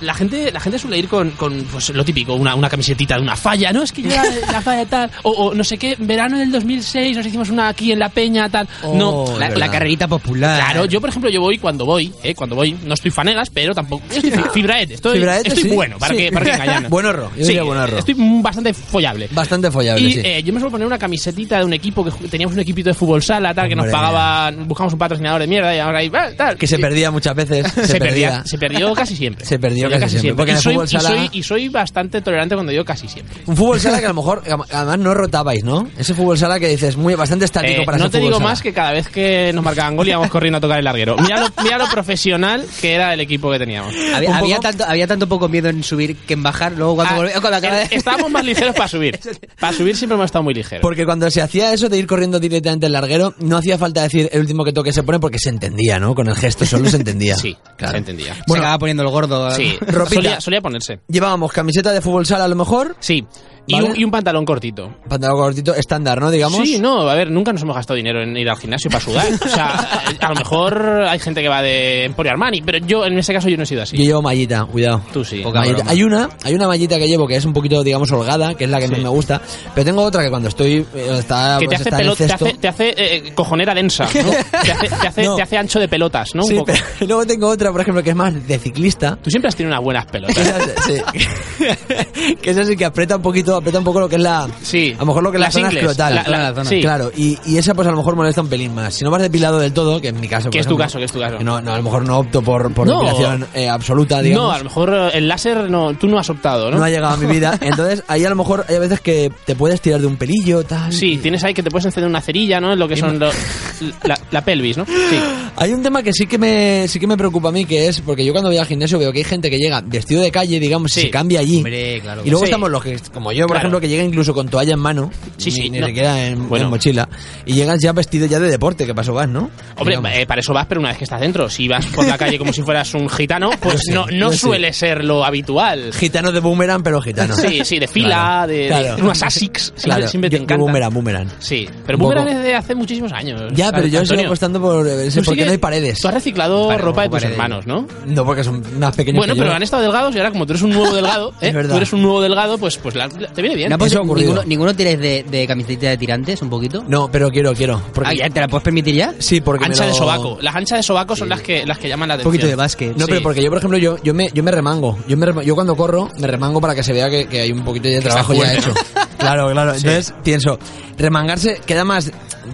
[SPEAKER 15] la gente, la gente suele ir con, con, pues, lo típico, una, una camisetita de una falla, ¿no? Es que yo era de la falla tal, o, o no sé qué, verano del 2006 nos hicimos una aquí en la peña tal.
[SPEAKER 2] Oh,
[SPEAKER 15] no,
[SPEAKER 2] la- la carrerita
[SPEAKER 15] popular. Claro, yo por ejemplo yo voy cuando voy, eh, cuando voy, no estoy fanegas, pero tampoco yo estoy fi- fibraete, estoy,
[SPEAKER 1] Fibraete,
[SPEAKER 15] estoy
[SPEAKER 1] sí.
[SPEAKER 15] bueno, para
[SPEAKER 1] Sí.
[SPEAKER 15] que para que engañarnos.
[SPEAKER 1] Buenorro, yo
[SPEAKER 15] sí,
[SPEAKER 1] diría buenorro.
[SPEAKER 15] Estoy mm, bastante follable.
[SPEAKER 1] Bastante follable,
[SPEAKER 15] Y
[SPEAKER 1] sí.
[SPEAKER 15] eh, yo me suelo poner una camisetita de un equipo que ju- teníamos un equipito de fútbol sala, tal, que nos
[SPEAKER 1] Hombre.
[SPEAKER 15] pagaban, buscamos un patrocinador de mierda y ahora ahí, ah, tal.
[SPEAKER 1] que se
[SPEAKER 15] Y-
[SPEAKER 1] perdía muchas veces.
[SPEAKER 15] se,
[SPEAKER 1] perdía.
[SPEAKER 15] perdía. Se perdió casi siempre.
[SPEAKER 1] Se perdió
[SPEAKER 15] yo casi siempre.
[SPEAKER 1] Porque en
[SPEAKER 15] Y
[SPEAKER 1] el
[SPEAKER 15] soy-
[SPEAKER 1] fútbol
[SPEAKER 15] y
[SPEAKER 1] sala.
[SPEAKER 15] soy- y soy bastante tolerante cuando digo casi siempre.
[SPEAKER 1] Un fútbol sala que a lo mejor, además no rotabais, ¿no? Ese fútbol sala que dices, muy bastante estático
[SPEAKER 15] Eh,
[SPEAKER 1] para
[SPEAKER 15] no
[SPEAKER 1] ser
[SPEAKER 15] te
[SPEAKER 1] fútbol
[SPEAKER 15] digo
[SPEAKER 1] sala.
[SPEAKER 15] más que cada vez que nos marcaban gol íbamos corriendo a tocar el larguero. Mira lo, mira lo profesional que era el equipo que teníamos.
[SPEAKER 2] Había, había tanto, había tanto poco miedo en subir que en bajar. Luego cuando
[SPEAKER 15] Ah,
[SPEAKER 2] volví- cuando acabé-
[SPEAKER 15] eh, Estábamos más ligeros para subir. Para subir siempre hemos estado muy ligeros.
[SPEAKER 1] Porque cuando se hacía eso de ir corriendo directamente el larguero, no hacía falta decir el último que toque se pone porque se entendía, ¿no? Con el gesto solo se entendía.
[SPEAKER 15] Sí, se entendía.
[SPEAKER 2] Se acaba poniendo el gordo.
[SPEAKER 15] Sí,
[SPEAKER 1] Ropita.
[SPEAKER 15] solía, solía ponerse.
[SPEAKER 1] Llevábamos camiseta de fútbol sala a lo mejor.
[SPEAKER 15] Sí. Y, un, y un pantalón cortito.
[SPEAKER 1] pantalón cortito estándar, ¿no? Digamos.
[SPEAKER 15] Sí, no, a ver, nunca nos hemos gastado dinero en ir al gimnasio para sudar. O sea, a lo mejor hay gente que va de Emporio Armani, pero yo en ese caso yo no he sido así.
[SPEAKER 1] Yo llevo mallita, cuidado.
[SPEAKER 15] Tú sí.
[SPEAKER 1] Mallita. Hay una, hay una mallita que llevo que es un poquito, digamos, holgada, que es la que más me gusta, pero tengo otra que cuando estoy eh, está,
[SPEAKER 15] que te
[SPEAKER 1] pues,
[SPEAKER 15] hace,
[SPEAKER 1] está en el
[SPEAKER 15] pelo- te
[SPEAKER 1] cesto.
[SPEAKER 15] hace, te hace, eh, cojonera densa, ¿no? te, hace, te hace- te hace ancho de pelotas, ¿no? Un
[SPEAKER 1] Sí,
[SPEAKER 15] poco.
[SPEAKER 1] pero luego tengo otra, por ejemplo, que es más de ciclista.
[SPEAKER 15] Tú siempre has tenido unas buenas pelotas.
[SPEAKER 1] que eso sí que aprieta un poquito, aprieta un poco lo que es la.
[SPEAKER 15] Sí.
[SPEAKER 1] A lo mejor lo que es la
[SPEAKER 15] Las
[SPEAKER 1] zona
[SPEAKER 15] ingles,
[SPEAKER 1] escrotal.
[SPEAKER 15] la- la- sí.
[SPEAKER 1] Claro, y, y esa pues a lo mejor molesta un pelín más. Si no vas depilado del todo, que en mi caso. por
[SPEAKER 15] Que es tu
[SPEAKER 1] ejemplo,
[SPEAKER 15] caso, que es tu caso.
[SPEAKER 1] que No, no, a lo mejor no opto por, por
[SPEAKER 15] No.
[SPEAKER 1] depilación eh, absoluta, digamos.
[SPEAKER 15] No, a lo mejor eh, el láser no, tú no has optado, ¿no?
[SPEAKER 1] No ha llegado a mi vida. Entonces, ahí a lo mejor hay veces que te puedes tirar de un pelillo, tal.
[SPEAKER 15] Sí, tienes ahí que te puedes encender una cerilla, ¿no? Lo que son lo- la, la pelvis, ¿no? Sí.
[SPEAKER 1] Hay un tema que sí que me sí que me preocupa a mí, que es porque yo cuando voy al gimnasio veo que hay gente que llega vestido de calle, digamos, y se cambia allí. Y luego
[SPEAKER 15] Sí.
[SPEAKER 1] estamos los que, como yo, por
[SPEAKER 15] Claro.
[SPEAKER 1] ejemplo, que llega incluso con toalla en mano, ni,
[SPEAKER 15] Sí, sí,
[SPEAKER 1] ni
[SPEAKER 15] no.
[SPEAKER 1] siquiera en,
[SPEAKER 15] Bueno.
[SPEAKER 1] en mochila, y llegas ya vestido ya de deporte, que paso vas, ¿no?
[SPEAKER 15] Hombre,
[SPEAKER 1] Digamos.
[SPEAKER 15] eh, para eso vas, pero una vez que estás dentro, si vas por la calle como si fueras un gitano, pues
[SPEAKER 1] sí,
[SPEAKER 15] no, no
[SPEAKER 1] yo sí.
[SPEAKER 15] suele ser lo habitual.
[SPEAKER 1] gitano de boomerang, pero gitano.
[SPEAKER 15] Sí, sí, de fila, de, de-
[SPEAKER 1] Ah, Claro.
[SPEAKER 15] unas Asics, siempre,
[SPEAKER 1] Claro,
[SPEAKER 15] siempre te
[SPEAKER 1] yo- yo
[SPEAKER 15] encantan.
[SPEAKER 1] boomerang, boomerang.
[SPEAKER 15] Sí, pero
[SPEAKER 1] Un poco.
[SPEAKER 15] boomerang es de hace muchísimos años.
[SPEAKER 1] Ya, pero yo estoy
[SPEAKER 15] Antonio,
[SPEAKER 1] apostando por eh, ese,
[SPEAKER 15] tú
[SPEAKER 1] porque
[SPEAKER 15] sigues-
[SPEAKER 1] no hay paredes.
[SPEAKER 15] Tú has reciclado
[SPEAKER 1] Vale,
[SPEAKER 15] ropa de
[SPEAKER 1] como
[SPEAKER 15] tus
[SPEAKER 1] paredes.
[SPEAKER 15] hermanos, ¿no?
[SPEAKER 1] No, porque son más pequeños
[SPEAKER 15] Bueno,
[SPEAKER 1] que yo.
[SPEAKER 15] pero han estado delgados y ahora como tú eres un nuevo delgado, ¿eh?
[SPEAKER 1] Es verdad.
[SPEAKER 15] tú eres un nuevo delgado, pues, pues la- la- te viene bien.
[SPEAKER 2] ¿No
[SPEAKER 1] Eso
[SPEAKER 2] podéis-
[SPEAKER 1] ha ocurrido.
[SPEAKER 2] ¿Ninguno, ninguno tiráis de, de camiseta de tirantes un poquito?
[SPEAKER 1] No, pero Pues quiero, quiero. Porque...
[SPEAKER 2] Ah, ¿ya ¿Te la puedes permitir ya?
[SPEAKER 1] Sí, porque me
[SPEAKER 15] Ancha de
[SPEAKER 1] lo-
[SPEAKER 15] sobaco. Las anchas de sobaco son las que, las que llaman la
[SPEAKER 2] Un
[SPEAKER 15] atención.
[SPEAKER 2] poquito de básquet.
[SPEAKER 1] No,
[SPEAKER 15] Sí.
[SPEAKER 1] pero porque yo, por ejemplo, yo, yo, me, yo me remango. Yo, me rema- yo cuando corro, me remango para que se vea que, que hay un poquito de
[SPEAKER 2] está
[SPEAKER 1] trabajo ya
[SPEAKER 2] fuerte,
[SPEAKER 1] hecho. Claro, claro. Entonces pienso, remangarse queda más,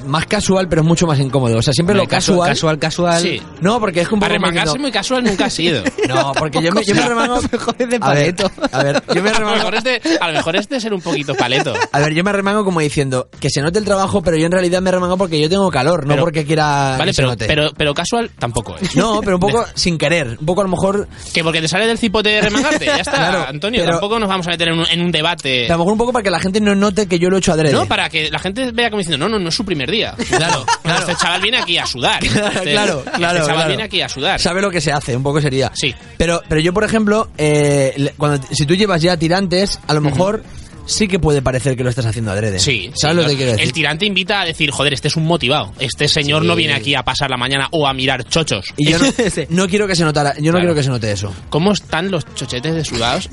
[SPEAKER 1] más casual, pero es mucho más incómodo. O sea, siempre
[SPEAKER 2] Hombre,
[SPEAKER 1] lo
[SPEAKER 2] casu-
[SPEAKER 1] casual.
[SPEAKER 2] casual, casual.
[SPEAKER 15] Sí.
[SPEAKER 1] No, porque es como.
[SPEAKER 15] A remangarse muy casual nunca ha sido.
[SPEAKER 1] No, porque yo me, yo me remango.
[SPEAKER 2] Mejores de
[SPEAKER 1] A ver,
[SPEAKER 2] paleto.
[SPEAKER 1] a ver, yo me
[SPEAKER 15] a, lo
[SPEAKER 1] remango.
[SPEAKER 15] mejor es de, a lo mejor este es de ser un poquito paleto.
[SPEAKER 1] A ver, yo me remango como diciendo que se note el trabajo, pero yo en realidad me remango porque yo tengo calor, no
[SPEAKER 15] Pero-
[SPEAKER 1] porque quiera Ah,
[SPEAKER 15] Vale,
[SPEAKER 1] que se
[SPEAKER 15] pero,
[SPEAKER 1] note.
[SPEAKER 15] pero, pero casual tampoco es.
[SPEAKER 1] No, pero un poco sin querer. Un poco a lo mejor
[SPEAKER 15] Que porque te sale del cipote de remangarte, ya está,
[SPEAKER 1] Claro,
[SPEAKER 15] Antonio.
[SPEAKER 1] pero-
[SPEAKER 15] Tampoco nos vamos a meter en un, en un debate.
[SPEAKER 1] A lo mejor un poco para que la gente no note que yo lo he hecho adrede.
[SPEAKER 15] Eh, No, para que la gente vea como diciendo, no, no, no es su primer día. Claro, Este chaval viene aquí a sudar. Este-
[SPEAKER 1] claro,
[SPEAKER 15] este
[SPEAKER 1] claro,
[SPEAKER 15] chaval
[SPEAKER 1] claro.
[SPEAKER 15] viene aquí a sudar.
[SPEAKER 1] Sabe lo que se hace, un poco sería.
[SPEAKER 15] Sí.
[SPEAKER 1] Pero, pero yo, por ejemplo, eh, le- cuando, si tú llevas ya tirantes, a lo mejor sí que puede parecer que lo estás haciendo adrede.
[SPEAKER 15] Sí,
[SPEAKER 1] ¿Sabes
[SPEAKER 15] sí,
[SPEAKER 1] lo que quiero decir?
[SPEAKER 15] El tirante invita a decir, joder, este es un motivado. Este señor no viene aquí a pasar la mañana o a mirar chochos.
[SPEAKER 1] Y yo no, no quiero que se notara, yo no
[SPEAKER 15] Claro.
[SPEAKER 1] quiero que se note eso.
[SPEAKER 15] ¿Cómo están los chochetes de sudados?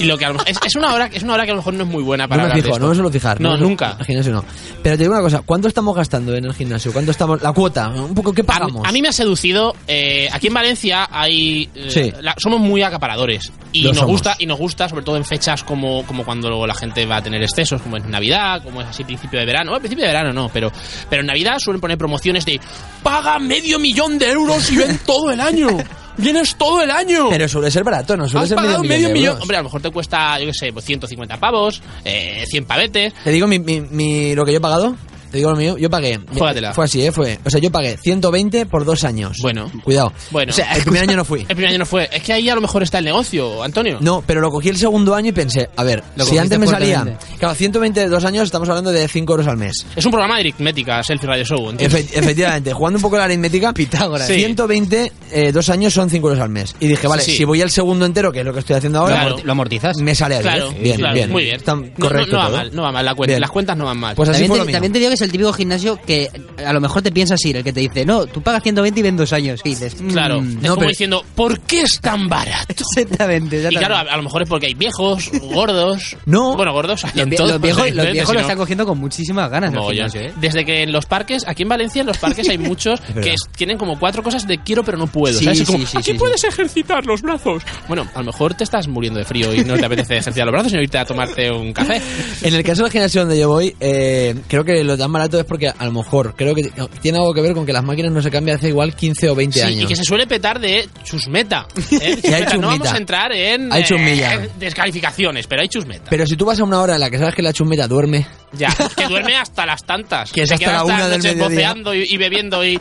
[SPEAKER 15] Y lo que a lo mejor- es, es una hora, es una hora que a lo mejor no es muy buena
[SPEAKER 1] no me
[SPEAKER 15] para hablar de
[SPEAKER 1] fijo,
[SPEAKER 15] esto.
[SPEAKER 1] no me suelo fijar.
[SPEAKER 15] No,
[SPEAKER 1] me suelo-
[SPEAKER 15] nunca.
[SPEAKER 1] al gimnasio no. Pero te digo una cosa, ¿cuánto estamos gastando en el gimnasio? ¿Cuánto estamos? La cuota, un poco, ¿qué
[SPEAKER 15] A,
[SPEAKER 1] pagamos?
[SPEAKER 15] a mí me ha seducido. eh, aquí en Valencia hay. eh,
[SPEAKER 1] Sí.
[SPEAKER 15] la- somos muy acaparadores. Y
[SPEAKER 1] Lo
[SPEAKER 15] nos
[SPEAKER 1] somos.
[SPEAKER 15] gusta, y nos gusta, sobre todo en fechas como, como cuando la gente va a tener excesos, como en Navidad, como es así principio de verano. Bueno, principio de verano no, pero, pero en Navidad suelen poner promociones de paga medio millón de euros y ven todo el año. Vienes todo el año.
[SPEAKER 1] Pero suele ser barato, no suele
[SPEAKER 15] Has
[SPEAKER 1] ser
[SPEAKER 15] pagado medio
[SPEAKER 1] de
[SPEAKER 15] millón.
[SPEAKER 1] euros.
[SPEAKER 15] Hombre, a lo mejor te cuesta, yo qué sé, pues 150 pavos, eh, 100 pavetes.
[SPEAKER 1] Te digo mi, mi- mi- lo que yo he pagado. Te digo lo mío. Yo pagué.
[SPEAKER 15] Jógatela.
[SPEAKER 1] Fue así, ¿eh? Fue. O sea, yo pagué 120 por dos años.
[SPEAKER 15] Bueno.
[SPEAKER 1] Cuidado.
[SPEAKER 15] Bueno.
[SPEAKER 1] O sea, el primer año no fui.
[SPEAKER 15] El primer año no fue. Es que ahí a lo mejor está el negocio, Antonio.
[SPEAKER 1] No, pero lo cogí el segundo año y pensé, a ver,
[SPEAKER 2] Lo
[SPEAKER 1] si
[SPEAKER 2] cogiste
[SPEAKER 1] antes me salía.
[SPEAKER 2] fuertemente.
[SPEAKER 1] Claro, 120 de dos años estamos hablando de 5 euros al mes.
[SPEAKER 15] Es un programa de aritmética, Selfie Radio Show. ¿entiendes?
[SPEAKER 1] Efe- efectivamente, jugando un poco la aritmética, Pitágoras.
[SPEAKER 15] Sí.
[SPEAKER 1] 120, eh, dos años son 5 euros al mes. Y dije, vale,
[SPEAKER 15] Sí, sí.
[SPEAKER 1] si voy al segundo entero, que es lo que estoy haciendo
[SPEAKER 2] ¿Lo,
[SPEAKER 1] ahora,
[SPEAKER 2] amorti- lo amortizas?
[SPEAKER 1] me sale a 10.
[SPEAKER 15] Claro,
[SPEAKER 1] bien,
[SPEAKER 15] claro,
[SPEAKER 1] bien.
[SPEAKER 15] muy bien.
[SPEAKER 1] Está
[SPEAKER 15] No, no-
[SPEAKER 1] correcto.
[SPEAKER 15] no, va
[SPEAKER 1] todo.
[SPEAKER 15] mal, no va mal la cuenta.
[SPEAKER 1] Bien.
[SPEAKER 15] Las cuentas no van mal.
[SPEAKER 1] Pues así
[SPEAKER 2] también,
[SPEAKER 1] fue
[SPEAKER 2] te,
[SPEAKER 1] lo mío.
[SPEAKER 2] también te digo que es el típico gimnasio que a lo mejor te piensas ir, el que te dice, no, tú pagas 120 y ven dos años. Y dices, "Mm".
[SPEAKER 15] claro, es como
[SPEAKER 1] pero-
[SPEAKER 15] diciendo, ¿por qué es tan barato?
[SPEAKER 2] Exactamente,
[SPEAKER 15] Y
[SPEAKER 2] exactamente.
[SPEAKER 15] claro, a, a lo mejor es porque hay viejos, gordos.
[SPEAKER 1] No.
[SPEAKER 15] Bueno, gordos. hay
[SPEAKER 2] los,
[SPEAKER 15] en
[SPEAKER 2] vie-
[SPEAKER 15] todos,
[SPEAKER 2] los viejos, los
[SPEAKER 15] evidentemente,
[SPEAKER 2] viejos
[SPEAKER 15] pues, eh, si
[SPEAKER 2] lo
[SPEAKER 15] no-
[SPEAKER 2] están cogiendo con muchísimas ganas. al
[SPEAKER 15] Mogollón.
[SPEAKER 2] gimnasio, ¿eh?
[SPEAKER 15] Desde que en los parques, aquí en Valencia, en los parques hay muchos
[SPEAKER 1] verdad.
[SPEAKER 15] que es- tienen como cuatro cosas de quiero pero no puedo.
[SPEAKER 2] Sí,
[SPEAKER 15] ¿sabes?
[SPEAKER 2] sí,
[SPEAKER 15] Es como,
[SPEAKER 2] sí,
[SPEAKER 15] aquí
[SPEAKER 2] sí,
[SPEAKER 15] puedes ejercitar los brazos. Bueno, a lo mejor te estás muriendo de frío y no te apetece ejercitar los brazos, sino irte a tomarte un café.
[SPEAKER 1] En el caso del gimnasio donde yo voy, eh, creo que lo, tan barato es porque a lo mejor creo que tiene algo que ver con que las máquinas no se cambian hace igual 15 o 20
[SPEAKER 15] Sí,
[SPEAKER 1] años.
[SPEAKER 15] y que se suele petar de chusmeta. ¿eh?
[SPEAKER 1] Sí, hay
[SPEAKER 15] Chusmeta, no
[SPEAKER 1] chusmeta.
[SPEAKER 15] vamos a entrar en
[SPEAKER 1] Hay chusmilla.
[SPEAKER 15] eh, descalificaciones, pero hay chusmeta.
[SPEAKER 1] Pero si tú vas a una hora en la que sabes que la chumeta duerme,
[SPEAKER 15] Ya, que duerme hasta las tantas.
[SPEAKER 1] Que es
[SPEAKER 15] Se
[SPEAKER 1] hasta
[SPEAKER 15] queda
[SPEAKER 1] la una
[SPEAKER 15] las
[SPEAKER 1] del
[SPEAKER 15] noches
[SPEAKER 1] mediodía.
[SPEAKER 15] boceando y, y bebiendo y...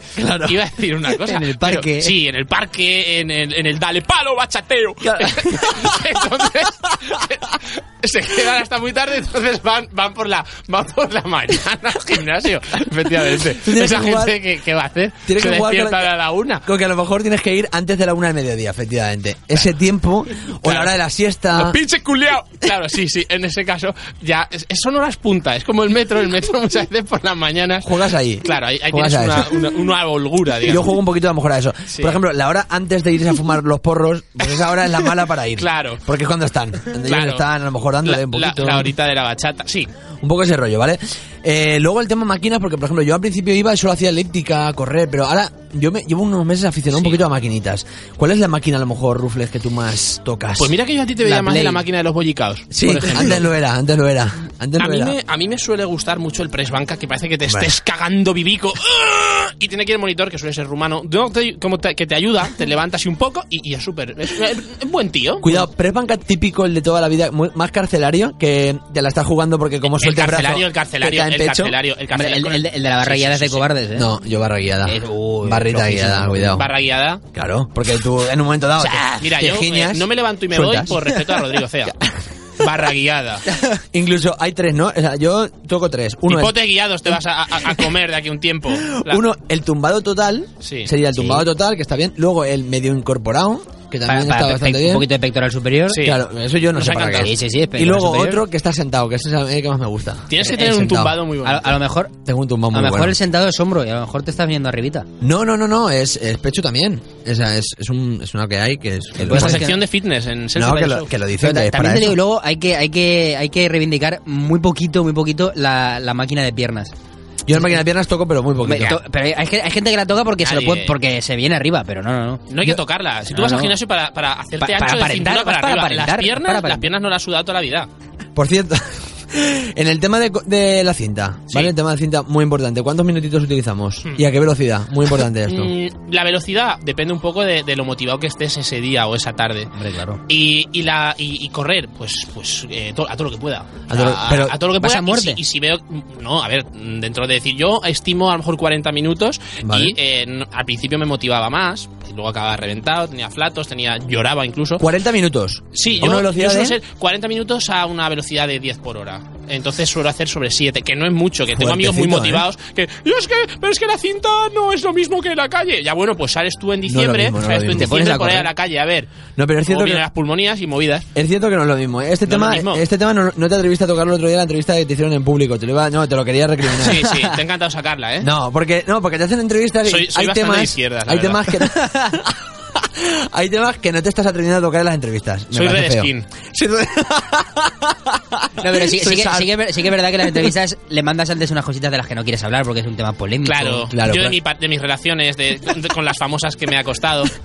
[SPEAKER 15] Iba a decir una cosa.
[SPEAKER 1] En el
[SPEAKER 15] pero
[SPEAKER 1] parque.
[SPEAKER 15] sí, en el parque, en el, en el dale palo bachateo. entonces, se quedan hasta muy tarde, entonces van, van, por, la, van por la mañana al gimnasio. Efectivamente.
[SPEAKER 1] Tú tienes
[SPEAKER 15] Esa
[SPEAKER 1] que jugar-
[SPEAKER 15] gente que, que va a hacer.
[SPEAKER 1] tienes
[SPEAKER 15] se
[SPEAKER 1] que jugar
[SPEAKER 15] despierta
[SPEAKER 1] con la-
[SPEAKER 15] a la una.
[SPEAKER 1] con que a lo mejor tienes que ir antes de la una del mediodía, efectivamente. Ese tiempo, o la hora de la siesta.
[SPEAKER 15] Ah, ¡Pinche culiao! Claro, sí, sí, en ese caso ya es- son horas punta, es como el metro, el metro muchas veces por las mañanas.
[SPEAKER 1] Juegas ahí.
[SPEAKER 15] Claro, ahí, ahí
[SPEAKER 1] Juegas
[SPEAKER 15] tienes
[SPEAKER 1] a
[SPEAKER 15] una,
[SPEAKER 1] eso.
[SPEAKER 15] una, una holgura, digamos.
[SPEAKER 1] Yo juego un poquito a lo mejor a eso.
[SPEAKER 15] Sí.
[SPEAKER 1] Por ejemplo, la hora antes de irse a fumar los porros, pues esa hora es la mala para ir.
[SPEAKER 15] Claro.
[SPEAKER 1] Porque es cuando están. Cuando ellos
[SPEAKER 15] Claro.
[SPEAKER 1] están a lo mejor dándole
[SPEAKER 15] La-
[SPEAKER 1] un poquito.
[SPEAKER 15] La, la horita de la bachata, sí.
[SPEAKER 1] Un poco ese rollo, ¿vale? Eh, luego el tema máquinas, porque por ejemplo yo al principio iba y solo hacía elíptica, correr, pero ahora yo me llevo unos meses aficionado un poquito a maquinitas. ¿Cuál es la máquina a lo mejor, Rufles, que tú más tocas?
[SPEAKER 15] Pues mira que yo a ti te veía más de la
[SPEAKER 1] Blade.
[SPEAKER 15] máquina de los bollicaos.
[SPEAKER 1] Sí,
[SPEAKER 15] por ejemplo.
[SPEAKER 1] antes lo era, antes lo era. Antes
[SPEAKER 15] A
[SPEAKER 1] lo
[SPEAKER 15] mí,
[SPEAKER 1] era.
[SPEAKER 15] me, a mí me suele gustar mucho el press banca, que parece que te
[SPEAKER 1] Hombre.
[SPEAKER 15] estés cagando vivico. ¡Ah! Y tiene que ir el monitor, que suele ser rumano, no, te- como te- que te ayuda, te levantas y un poco y, y es súper... Es, es buen tío.
[SPEAKER 1] Cuidado, press banca típico, el de toda la vida, muy- más carcelario, que te la estás jugando porque como
[SPEAKER 15] El
[SPEAKER 1] suelta el brazo...
[SPEAKER 15] carcelario, el
[SPEAKER 1] te
[SPEAKER 15] carcelario,
[SPEAKER 1] cae en
[SPEAKER 15] el
[SPEAKER 1] pecho.
[SPEAKER 15] carcelario, el
[SPEAKER 2] Hombre,
[SPEAKER 15] carcelario.
[SPEAKER 2] el, el- el de la barra
[SPEAKER 15] Sí, sí,
[SPEAKER 2] guiada es
[SPEAKER 15] sí,
[SPEAKER 2] de
[SPEAKER 15] sí.
[SPEAKER 2] cobardes, ¿eh?
[SPEAKER 1] No, yo barra guiada.
[SPEAKER 2] Es- uy,
[SPEAKER 1] Barrita
[SPEAKER 2] flojísimo.
[SPEAKER 1] guiada, cuidado.
[SPEAKER 15] Barra guiada.
[SPEAKER 1] Claro, porque tú en un momento dado...
[SPEAKER 15] O sea,
[SPEAKER 1] te-
[SPEAKER 15] mira,
[SPEAKER 1] te
[SPEAKER 15] yo eh,
[SPEAKER 1] giñas,
[SPEAKER 15] no me levanto y me
[SPEAKER 1] sueltas.
[SPEAKER 15] voy por respeto a Rodrigo Cea. Barra guiada.
[SPEAKER 1] Incluso hay tres, ¿no? O sea, yo toco tres. Uno es-
[SPEAKER 15] Hipotes guiados te vas a, a- a comer de aquí a un tiempo. La-
[SPEAKER 1] Uno, el tumbado total.
[SPEAKER 15] Sí.
[SPEAKER 1] Sería el
[SPEAKER 15] Sí.
[SPEAKER 1] tumbado total, que está bien. Luego el medio incorporado, que
[SPEAKER 2] Para-
[SPEAKER 1] también
[SPEAKER 2] para
[SPEAKER 1] está
[SPEAKER 2] pe-
[SPEAKER 1] bastante
[SPEAKER 2] un
[SPEAKER 1] bien.
[SPEAKER 2] poquito de pectoral superior.
[SPEAKER 1] Claro, eso yo no
[SPEAKER 2] Nos
[SPEAKER 1] sé
[SPEAKER 2] ha
[SPEAKER 1] para
[SPEAKER 2] encantado. Sí,
[SPEAKER 1] qué.
[SPEAKER 2] sí, sí, es
[SPEAKER 1] y
[SPEAKER 2] pectoral
[SPEAKER 1] luego
[SPEAKER 2] superior.
[SPEAKER 1] otro que está sentado, que ese es el que más me gusta.
[SPEAKER 15] Tienes que
[SPEAKER 1] El
[SPEAKER 15] tener un
[SPEAKER 1] sentado.
[SPEAKER 15] tumbado muy
[SPEAKER 2] A,
[SPEAKER 15] bueno.
[SPEAKER 2] a lo mejor,
[SPEAKER 1] Tengo un tumbado
[SPEAKER 2] a
[SPEAKER 1] muy
[SPEAKER 2] lo mejor
[SPEAKER 1] bueno.
[SPEAKER 2] el sentado es hombro y a lo mejor te estás viendo arribita.
[SPEAKER 1] No, no, no, no, es, es pecho también. Esa es, es, un, es una que hay que es... que lo-
[SPEAKER 15] Nuestra sección de fitness en Selfie
[SPEAKER 1] No,
[SPEAKER 15] Radio
[SPEAKER 1] que lo,
[SPEAKER 15] Show.
[SPEAKER 1] que lo dicen
[SPEAKER 2] Pero
[SPEAKER 1] que
[SPEAKER 2] ta-
[SPEAKER 1] es para
[SPEAKER 2] también te
[SPEAKER 1] eso.
[SPEAKER 2] digo, luego hay que, hay que, hay que reivindicar muy poquito, muy poquito la, la máquina de piernas.
[SPEAKER 1] Yo en máquina de piernas toco, pero muy
[SPEAKER 2] Me-
[SPEAKER 1] poquito.
[SPEAKER 2] to- pero hay, hay ge- hay gente que la toca porque se, lo
[SPEAKER 15] Nadie.
[SPEAKER 2] puede- porque se viene arriba, pero no, no, no.
[SPEAKER 15] No hay que tocarla. Si
[SPEAKER 2] No,
[SPEAKER 15] tú
[SPEAKER 1] Ah,
[SPEAKER 15] vas al
[SPEAKER 2] no.
[SPEAKER 15] gimnasio para, para hacerte
[SPEAKER 2] Pa- para
[SPEAKER 15] ancho de
[SPEAKER 2] aparentar,
[SPEAKER 15] cintura para,
[SPEAKER 2] para
[SPEAKER 15] arriba,
[SPEAKER 2] aparentar,
[SPEAKER 15] las piernas,
[SPEAKER 2] para aparentar.
[SPEAKER 15] las piernas no las has sudado toda la vida.
[SPEAKER 1] Por cierto, en el tema de, co- de la cinta,
[SPEAKER 15] Sí. Hmm.
[SPEAKER 1] ¿vale? El tema de la cinta, muy importante. ¿Cuántos minutitos utilizamos? ¿Y a qué velocidad? Muy importante esto.
[SPEAKER 15] Mm, la velocidad depende un poco de, de lo motivado que estés ese día o esa tarde.
[SPEAKER 2] Hombre, claro.
[SPEAKER 15] Y, y la, y, y correr, pues, pues eh, to- a todo lo que pueda.
[SPEAKER 1] A todo lo-
[SPEAKER 15] A,
[SPEAKER 1] pero
[SPEAKER 15] a todo lo que
[SPEAKER 2] vas
[SPEAKER 15] pueda.
[SPEAKER 2] a
[SPEAKER 15] y
[SPEAKER 2] muerte.
[SPEAKER 15] si- Y, si, veo. No, a ver, mm, dentro de decir, yo estimo a lo mejor 40 minutos
[SPEAKER 1] Vale.
[SPEAKER 15] y eh, no- al principio me motivaba más, y luego acababa reventado, tenía flatos, tenía lloraba incluso.
[SPEAKER 1] 40 minutos.
[SPEAKER 15] Sí,
[SPEAKER 1] ¿A
[SPEAKER 15] yo,
[SPEAKER 1] una velocidad
[SPEAKER 15] yo suelo
[SPEAKER 1] de-
[SPEAKER 15] ser 40 minutos a una velocidad de 10 por hora. Entonces suelo hacer sobre 7, que no es mucho, que tengo amigos muy
[SPEAKER 1] Fuertecito, ¿eh?
[SPEAKER 15] motivados que, yo es que, pero es que la cinta no es lo mismo que la calle. Ya bueno, pues sales tú en
[SPEAKER 1] es lo
[SPEAKER 15] diciembre,
[SPEAKER 1] mismo, no es lo
[SPEAKER 15] sales tú en
[SPEAKER 1] mismo. Te pones
[SPEAKER 15] diciembre
[SPEAKER 1] a
[SPEAKER 15] por ahí a
[SPEAKER 1] correr.
[SPEAKER 15] la calle, a ver.
[SPEAKER 1] No, pero es
[SPEAKER 15] cómo
[SPEAKER 1] cierto que-
[SPEAKER 15] vienen las pulmonías y movidas.
[SPEAKER 1] Es cierto que no es lo mismo. ¿eh? Este
[SPEAKER 15] No es
[SPEAKER 1] tema,
[SPEAKER 15] lo mismo.
[SPEAKER 1] Este tema no, no te atreviste a tocarlo el otro día en la entrevista que te hicieron en público. Te lo iba, no, te lo quería recriminar.
[SPEAKER 15] Sí, sí, te ha encantado sacarla, ¿eh?
[SPEAKER 1] No, porque no, porque te hacen entrevistas y
[SPEAKER 15] Soy- soy
[SPEAKER 1] hay
[SPEAKER 15] bastante
[SPEAKER 1] temas,
[SPEAKER 15] de izquierdas, la
[SPEAKER 1] hay
[SPEAKER 15] verdad.
[SPEAKER 1] temas que Hay temas que no te estás atreviendo a tocar en las entrevistas. Me
[SPEAKER 15] Soy
[SPEAKER 1] parece
[SPEAKER 15] red
[SPEAKER 1] feo. Mm,
[SPEAKER 15] skin.
[SPEAKER 1] Sí, tú-
[SPEAKER 2] No, pero sí, sí
[SPEAKER 1] Soy
[SPEAKER 2] que,
[SPEAKER 1] sal-
[SPEAKER 2] sí que es ver- sí que es verdad que en las entrevistas le mandas antes unas cositas de las que no quieres hablar porque es un tema polémico.
[SPEAKER 15] Claro,
[SPEAKER 1] mm, Claro,
[SPEAKER 15] yo
[SPEAKER 1] claro.
[SPEAKER 15] de, mi par- de mis relaciones de, de- con las famosas que me ha costado.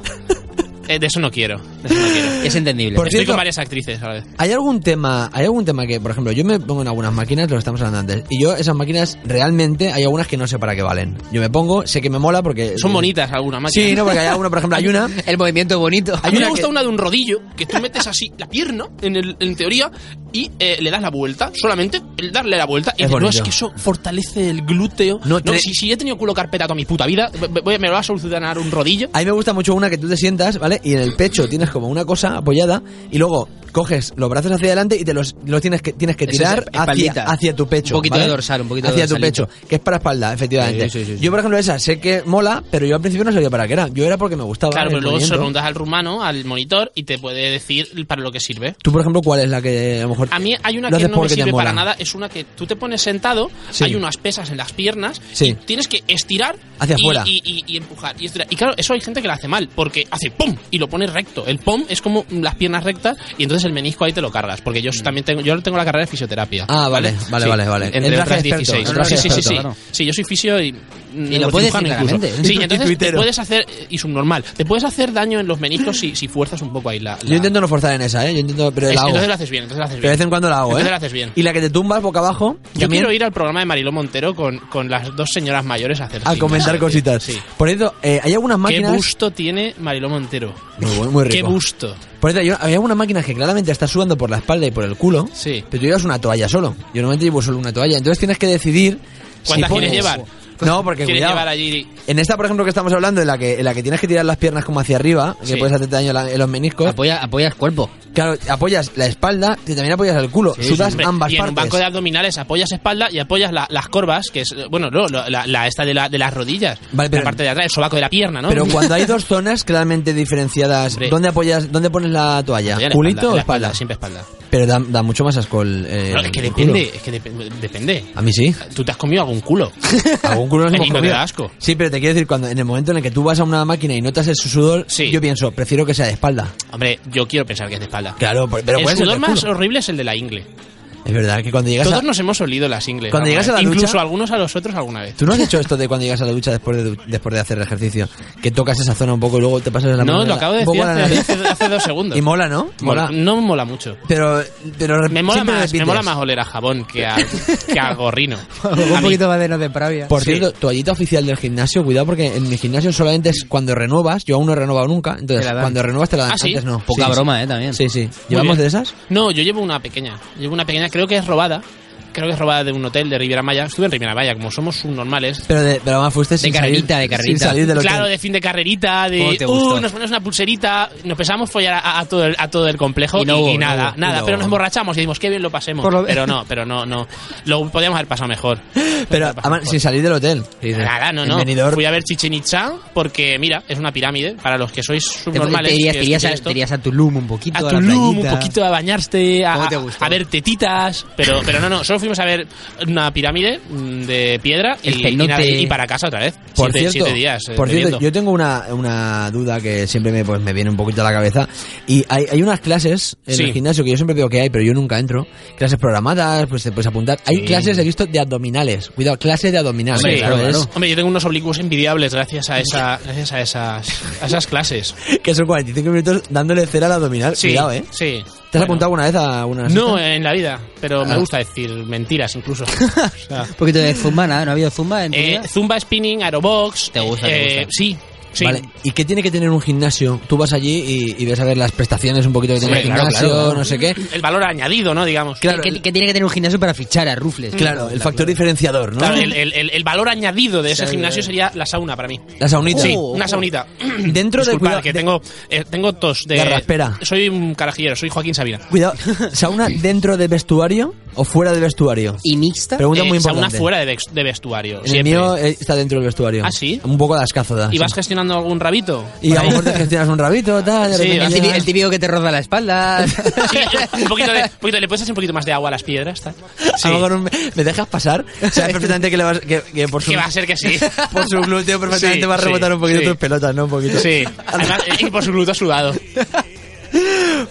[SPEAKER 15] eh, de eso no quiero. de eso no quiero.
[SPEAKER 2] Es entendible.
[SPEAKER 1] Por
[SPEAKER 15] Estoy
[SPEAKER 1] cierto-
[SPEAKER 15] con varias actrices a la vez.
[SPEAKER 1] ¿Hay algún tema, hay algún tema que, por ejemplo, yo me pongo en algunas máquinas, lo que estamos hablando antes, y yo esas máquinas realmente hay algunas que no sé para qué valen. Yo me pongo, sé que me mola porque eh,
[SPEAKER 15] Son bonitas algunas máquinas.
[SPEAKER 1] Sí, no, porque hay alguna, por ejemplo, hay una
[SPEAKER 2] El movimiento bonito.
[SPEAKER 15] A mí me
[SPEAKER 1] una
[SPEAKER 15] gusta
[SPEAKER 1] que-
[SPEAKER 15] una de un rodillo que tú metes así la pierna en, el- en teoría y eh, le das la vuelta. Solamente el darle la vuelta. Y
[SPEAKER 1] Es
[SPEAKER 15] dices, no,
[SPEAKER 1] bonito.
[SPEAKER 15] es que eso fortalece el glúteo.
[SPEAKER 1] No,
[SPEAKER 15] No,
[SPEAKER 1] tre-
[SPEAKER 15] si, si he tenido culo carpeta toda mi puta vida, voy- voy- me va a solucionar un rodillo.
[SPEAKER 1] A mí me gusta mucho una que tú te sientas, ¿vale? Y en el pecho tienes como una cosa apoyada y luego coges los brazos hacia adelante y te los, los tienes que tienes que
[SPEAKER 2] Eso es
[SPEAKER 1] tirar hacia,
[SPEAKER 2] espaldita.
[SPEAKER 1] hacia tu pecho.
[SPEAKER 2] Un poquito
[SPEAKER 1] ¿vale?
[SPEAKER 2] de dorsal, un poquito de
[SPEAKER 1] Hacia tu
[SPEAKER 2] dorsalito.
[SPEAKER 1] pecho, que es para espalda, efectivamente.
[SPEAKER 2] Sí, sí, sí, sí.
[SPEAKER 1] Yo, por ejemplo, esa sé que mola, pero yo al principio no sabía para qué era. Yo era porque me gustaba.
[SPEAKER 15] Claro,
[SPEAKER 1] el
[SPEAKER 15] pero luego se lo
[SPEAKER 1] movimiento.
[SPEAKER 15] preguntas al rumano, al monitor, y te puede decir para lo que sirve.
[SPEAKER 1] Tú, por ejemplo, ¿cuál es la que a lo mejor
[SPEAKER 15] A mí hay una
[SPEAKER 1] lo
[SPEAKER 15] que
[SPEAKER 1] haces
[SPEAKER 15] no me
[SPEAKER 1] porque te
[SPEAKER 15] sirve para
[SPEAKER 1] mola?
[SPEAKER 15] nada, es una que tú te pones sentado,
[SPEAKER 1] Sí.
[SPEAKER 15] hay unas pesas en las piernas,
[SPEAKER 1] Sí.
[SPEAKER 15] y tienes que estirar
[SPEAKER 1] Hacia
[SPEAKER 15] y,
[SPEAKER 1] afuera.
[SPEAKER 15] y- y- y empujar. Y, estirar. y claro, eso hay gente que lo hace mal, porque hace ¡pum! y lo pones recto. El POM es como las piernas rectas y entonces el menisco ahí te lo cargas. Porque yo también tengo, yo tengo la carrera de fisioterapia.
[SPEAKER 1] Ah, vale, vale,
[SPEAKER 15] Sí.
[SPEAKER 1] vale, vale.
[SPEAKER 15] Entre
[SPEAKER 1] Entraje
[SPEAKER 15] otras
[SPEAKER 1] experto,
[SPEAKER 15] 16.
[SPEAKER 1] entraje
[SPEAKER 15] sí, sí, sí,
[SPEAKER 1] experto,
[SPEAKER 15] sí.
[SPEAKER 1] claro.
[SPEAKER 15] Sí, yo soy fisio y. mm,
[SPEAKER 1] Y lo puedes decir
[SPEAKER 15] neurocirujano incluso.
[SPEAKER 1] claramente.
[SPEAKER 15] Sí,
[SPEAKER 1] Y tu- y
[SPEAKER 15] entonces te
[SPEAKER 1] tuitero.
[SPEAKER 15] puedes hacer. Y subnormal. Te puedes hacer daño en los meniscos si, si fuerzas un poco ahí la.
[SPEAKER 1] Yo intento no forzar en esa, ¿eh? Yo intento, pero
[SPEAKER 15] Es-
[SPEAKER 1] la hago.
[SPEAKER 15] entonces lo haces bien, entonces lo haces
[SPEAKER 1] Pero
[SPEAKER 15] bien.
[SPEAKER 1] de vez en cuando la hago, ¿eh?
[SPEAKER 15] Entonces lo haces bien.
[SPEAKER 1] Y la que te tumbas boca abajo,
[SPEAKER 15] Yo
[SPEAKER 1] también,
[SPEAKER 15] quiero ir al programa de Mariló Montero con, con las dos señoras mayores a hacer
[SPEAKER 1] a
[SPEAKER 15] cintas,
[SPEAKER 1] comentar
[SPEAKER 15] tío.
[SPEAKER 1] cositas.
[SPEAKER 15] Sí.
[SPEAKER 1] Por cierto, eh, hay algunas
[SPEAKER 15] ¿Qué
[SPEAKER 1] máquinas...
[SPEAKER 15] busto tiene Mariló Montero?
[SPEAKER 1] Muy bueno, muy rico.
[SPEAKER 15] ¿Qué busto?
[SPEAKER 1] Por cierto, yo- había algunas máquinas que claramente estás sudando por la espalda y por el culo. Sí. Pero tú llevas una toalla solo. Yo normalmente llevo solo una toalla. Entonces tienes que decidir. si
[SPEAKER 15] ¿Cuántas quieres
[SPEAKER 1] pones-
[SPEAKER 15] llevar?
[SPEAKER 1] No, porque
[SPEAKER 15] ¿Quieres
[SPEAKER 1] cuidado.
[SPEAKER 15] llevar allí?
[SPEAKER 1] En esta, por ejemplo, que estamos hablando, en la que, en la que tienes que tirar las piernas como hacia arriba, que
[SPEAKER 15] Sí.
[SPEAKER 1] puedes hacerte daño en la- en los meniscos.
[SPEAKER 2] apoyas cuerpo.
[SPEAKER 1] Claro, apoyas la espalda y también apoyas el culo.
[SPEAKER 15] Sí,
[SPEAKER 1] Sudas
[SPEAKER 15] hombre,
[SPEAKER 1] ambas
[SPEAKER 15] y en
[SPEAKER 1] partes.
[SPEAKER 15] un banco de abdominales apoyas espalda y apoyas la- las corvas, que es, eh, bueno, no, la, la- la esta de, la- de las rodillas, la parte de atrás, el sobaco de la pierna, ¿no?
[SPEAKER 1] Pero cuando hay dos zonas claramente diferenciadas, ¿dónde apoyas, dónde pones la toalla?
[SPEAKER 15] Apoyar la
[SPEAKER 1] ¿Culito
[SPEAKER 15] espalda,
[SPEAKER 1] o
[SPEAKER 15] la
[SPEAKER 1] espalda?
[SPEAKER 15] Siempre espalda.
[SPEAKER 1] Pero da, da mucho más asco el. eh,
[SPEAKER 15] Pero es que
[SPEAKER 1] el
[SPEAKER 15] depende,
[SPEAKER 1] culo.
[SPEAKER 15] es que depe- depende.
[SPEAKER 1] A mí sí.
[SPEAKER 15] Tú te has comido algún culo.
[SPEAKER 1] Algún culo nos
[SPEAKER 15] Y
[SPEAKER 1] hemos
[SPEAKER 15] no te
[SPEAKER 1] comido.
[SPEAKER 15] da asco.
[SPEAKER 1] Sí, pero te quiero decir, cuando en el momento en el que tú vas a una máquina y notas el sudor, yo pienso, prefiero que sea de espalda.
[SPEAKER 15] Hombre, yo quiero pensar que es de espalda.
[SPEAKER 1] Claro, por- pero
[SPEAKER 15] el
[SPEAKER 1] puede ser
[SPEAKER 15] sudor
[SPEAKER 1] del
[SPEAKER 15] más
[SPEAKER 1] culo.
[SPEAKER 15] horrible es el de la ingle.
[SPEAKER 1] Es verdad que cuando llegas
[SPEAKER 15] Todos
[SPEAKER 1] a...
[SPEAKER 15] nos hemos olido las ingles.
[SPEAKER 1] Cuando
[SPEAKER 15] alguna
[SPEAKER 1] llegas a
[SPEAKER 15] vez.
[SPEAKER 1] la
[SPEAKER 15] Incluso
[SPEAKER 1] ducha-
[SPEAKER 15] algunos a los otros alguna vez.
[SPEAKER 1] ¿Tú no has hecho esto de cuando llegas a la ducha después de, du- después de hacer el ejercicio? Que tocas esa zona un poco y luego te pasas la mano
[SPEAKER 15] No,
[SPEAKER 1] en
[SPEAKER 15] lo
[SPEAKER 1] la-
[SPEAKER 15] acabo de
[SPEAKER 1] un poco
[SPEAKER 15] decir
[SPEAKER 1] a la
[SPEAKER 15] hace,
[SPEAKER 1] nariz.
[SPEAKER 15] hace- hace dos segundos.
[SPEAKER 1] Y mola, ¿no? Mola.
[SPEAKER 15] Mola. No mola mucho.
[SPEAKER 1] Pero, pero
[SPEAKER 15] Me mola,
[SPEAKER 1] siempre
[SPEAKER 15] más, me
[SPEAKER 1] repites.
[SPEAKER 15] mola más oler a jabón que a, que a gorrino.
[SPEAKER 2] Un
[SPEAKER 15] A mí.
[SPEAKER 2] poquito más de no de pravia.
[SPEAKER 1] Por cierto, toallita oficial del gimnasio, cuidado porque en mi gimnasio solamente es cuando renuevas, yo aún no he renovado nunca,
[SPEAKER 2] Te
[SPEAKER 1] entonces
[SPEAKER 2] la dan.
[SPEAKER 1] cuando renuevas te la dan,
[SPEAKER 15] Ah, ¿sí?
[SPEAKER 1] antes no.
[SPEAKER 2] Poca
[SPEAKER 1] Sí, sí.
[SPEAKER 2] broma, eh, también.
[SPEAKER 1] Sí, sí. ¿Llevamos
[SPEAKER 15] bien.
[SPEAKER 1] de esas?
[SPEAKER 15] No, yo llevo una pequeña. Llevo una pequeña, creo que es robada. Creo que es robada de un hotel de Riviera Maya. Estuve en Riviera Maya, como somos subnormales.
[SPEAKER 1] Pero, de, pero además fuiste sin
[SPEAKER 2] carrerita, de
[SPEAKER 1] salir,
[SPEAKER 2] carrerita.
[SPEAKER 1] Sin salir del hotel.
[SPEAKER 15] Claro, de fin de carrerita,
[SPEAKER 1] ¿Cómo
[SPEAKER 15] de
[SPEAKER 1] te gustó?
[SPEAKER 15] uh, nos ponemos una pulserita, nos empezamos a follar a, a todo, el, a todo el complejo
[SPEAKER 2] Y
[SPEAKER 15] y,
[SPEAKER 2] no hubo,
[SPEAKER 15] y
[SPEAKER 2] no
[SPEAKER 15] nada,
[SPEAKER 2] hubo, y
[SPEAKER 15] nada,
[SPEAKER 2] no
[SPEAKER 15] pero
[SPEAKER 2] hubo.
[SPEAKER 15] nos emborrachamos y decimos qué bien lo pasemos.
[SPEAKER 2] Por lo-
[SPEAKER 15] Pero no, pero no, no. Lo podíamos haber pasado mejor.
[SPEAKER 1] Pero además, sin salir del hotel.
[SPEAKER 15] Nada, no, no.
[SPEAKER 1] El Benidorm-
[SPEAKER 15] Fui a ver Chichen Itza porque, mira, es una pirámide para los que sois
[SPEAKER 2] Te,
[SPEAKER 15] subnormales.
[SPEAKER 2] te irías-
[SPEAKER 15] que
[SPEAKER 2] te irías a,
[SPEAKER 15] escuchéis esto.
[SPEAKER 2] te irías a Tulum un poquito.
[SPEAKER 15] a
[SPEAKER 2] la
[SPEAKER 15] Tulum, un
[SPEAKER 2] playita.
[SPEAKER 15] poquito a bañarte, a,
[SPEAKER 2] ¿Cómo te
[SPEAKER 15] a-
[SPEAKER 2] gustó?
[SPEAKER 15] a ver tetitas, pero, pero no, no, solo fuimos a ver una pirámide mm, de piedra y,
[SPEAKER 2] El
[SPEAKER 15] y
[SPEAKER 2] cenote.
[SPEAKER 15] nada, y para casa otra vez.
[SPEAKER 1] Por
[SPEAKER 15] siete,
[SPEAKER 1] cierto,
[SPEAKER 15] siete días. eh,
[SPEAKER 1] por cierto,
[SPEAKER 15] bebiendo.
[SPEAKER 1] yo tengo una, una duda que siempre me, pues, me viene un poquito a la cabeza. Y hay, hay unas clases en
[SPEAKER 15] Sí.
[SPEAKER 1] el gimnasio que yo siempre veo que hay, pero yo nunca entro. Clases programadas, pues te puedes apuntar. Hay
[SPEAKER 15] Sí.
[SPEAKER 1] clases, he visto, de abdominales. Cuidado, clases de abdominales.
[SPEAKER 15] Hombre,
[SPEAKER 1] claro, es-
[SPEAKER 15] Hombre, yo tengo unos oblicuos envidiables gracias a, esa, gracias a, esas, a esas clases.
[SPEAKER 1] Que son 45 minutos dándole cera al abdominal.
[SPEAKER 15] Sí,
[SPEAKER 1] Cuidado, ¿eh?
[SPEAKER 15] sí.
[SPEAKER 1] ¿Te has
[SPEAKER 15] Bueno.
[SPEAKER 1] apuntado alguna vez a una
[SPEAKER 15] No
[SPEAKER 1] eh.
[SPEAKER 15] en la vida, pero me
[SPEAKER 1] Ah.
[SPEAKER 15] gusta decir mentiras incluso.
[SPEAKER 2] Un poquito de zumba, nada, no ha habido zumba en tu
[SPEAKER 15] Eh,
[SPEAKER 2] vida?
[SPEAKER 15] Zumba, spinning, aerobox. ¿Te
[SPEAKER 2] gusta, te gusta.
[SPEAKER 15] Sí, sí.
[SPEAKER 1] Vale, ¿y qué tiene que tener un gimnasio? Tú vas allí y, y ves a ver las prestaciones un poquito que tiene
[SPEAKER 15] Sí,
[SPEAKER 1] el
[SPEAKER 15] claro,
[SPEAKER 1] gimnasio,
[SPEAKER 15] claro, claro.
[SPEAKER 1] no sé qué.
[SPEAKER 15] El valor añadido, ¿no? Digamos.
[SPEAKER 1] Claro,
[SPEAKER 2] ¿Qué, qué tiene que tener un gimnasio para fichar a Rufles?
[SPEAKER 1] Claro, el factor diferenciador, ¿no?
[SPEAKER 15] Claro, el, el- el- el valor añadido de ese
[SPEAKER 1] Sí,
[SPEAKER 15] gimnasio
[SPEAKER 1] sí.
[SPEAKER 15] sería la sauna para mí.
[SPEAKER 1] La saunita.
[SPEAKER 15] Sí,
[SPEAKER 1] Oh,
[SPEAKER 15] una
[SPEAKER 1] oh.
[SPEAKER 15] saunita.
[SPEAKER 1] Dentro de-
[SPEAKER 15] Disculpad,
[SPEAKER 1] cuidado,
[SPEAKER 15] que
[SPEAKER 1] de-
[SPEAKER 15] tengo, eh, tengo tos de...
[SPEAKER 1] De raspera.
[SPEAKER 15] Soy un carajillero, soy Joaquín Sabina.
[SPEAKER 1] Cuidado, ¿sauna dentro de vestuario o fuera de vestuario?
[SPEAKER 2] ¿Y mixta?
[SPEAKER 1] Pregunta
[SPEAKER 15] Eh,
[SPEAKER 1] muy
[SPEAKER 15] sauna
[SPEAKER 1] importante.
[SPEAKER 15] fuera de, vex- de vestuario.
[SPEAKER 1] En el
[SPEAKER 15] siempre.
[SPEAKER 1] mío eh, está dentro del vestuario.
[SPEAKER 15] ¿Ah, sí?
[SPEAKER 1] Un poco de ascazo da.
[SPEAKER 15] ¿Y
[SPEAKER 1] sí.
[SPEAKER 15] vas gestionando algún rabito?
[SPEAKER 1] Y a lo mejor te gestionas un rabito, tal. de
[SPEAKER 15] Sí,
[SPEAKER 1] repente
[SPEAKER 15] vas-
[SPEAKER 1] llegas-
[SPEAKER 2] El típico que te roza la espalda.
[SPEAKER 15] Sí, un poquito de, un poquito- ¿Le puedes hacer un poquito más de agua a las piedras? tal? Sí.
[SPEAKER 1] a lo mejor un- ¿Me dejas pasar? Sabes perfectamente que, le vas, que, que por su,
[SPEAKER 15] Que va a ser que sí.
[SPEAKER 1] por su glúteo Pues perfectamente
[SPEAKER 15] Sí,
[SPEAKER 1] va a rebotar
[SPEAKER 15] sí,
[SPEAKER 1] un poquito
[SPEAKER 15] sí.
[SPEAKER 1] tus pelotas, ¿no? Un poquito.
[SPEAKER 15] Sí. Además, eh, y por su glúteo sudado.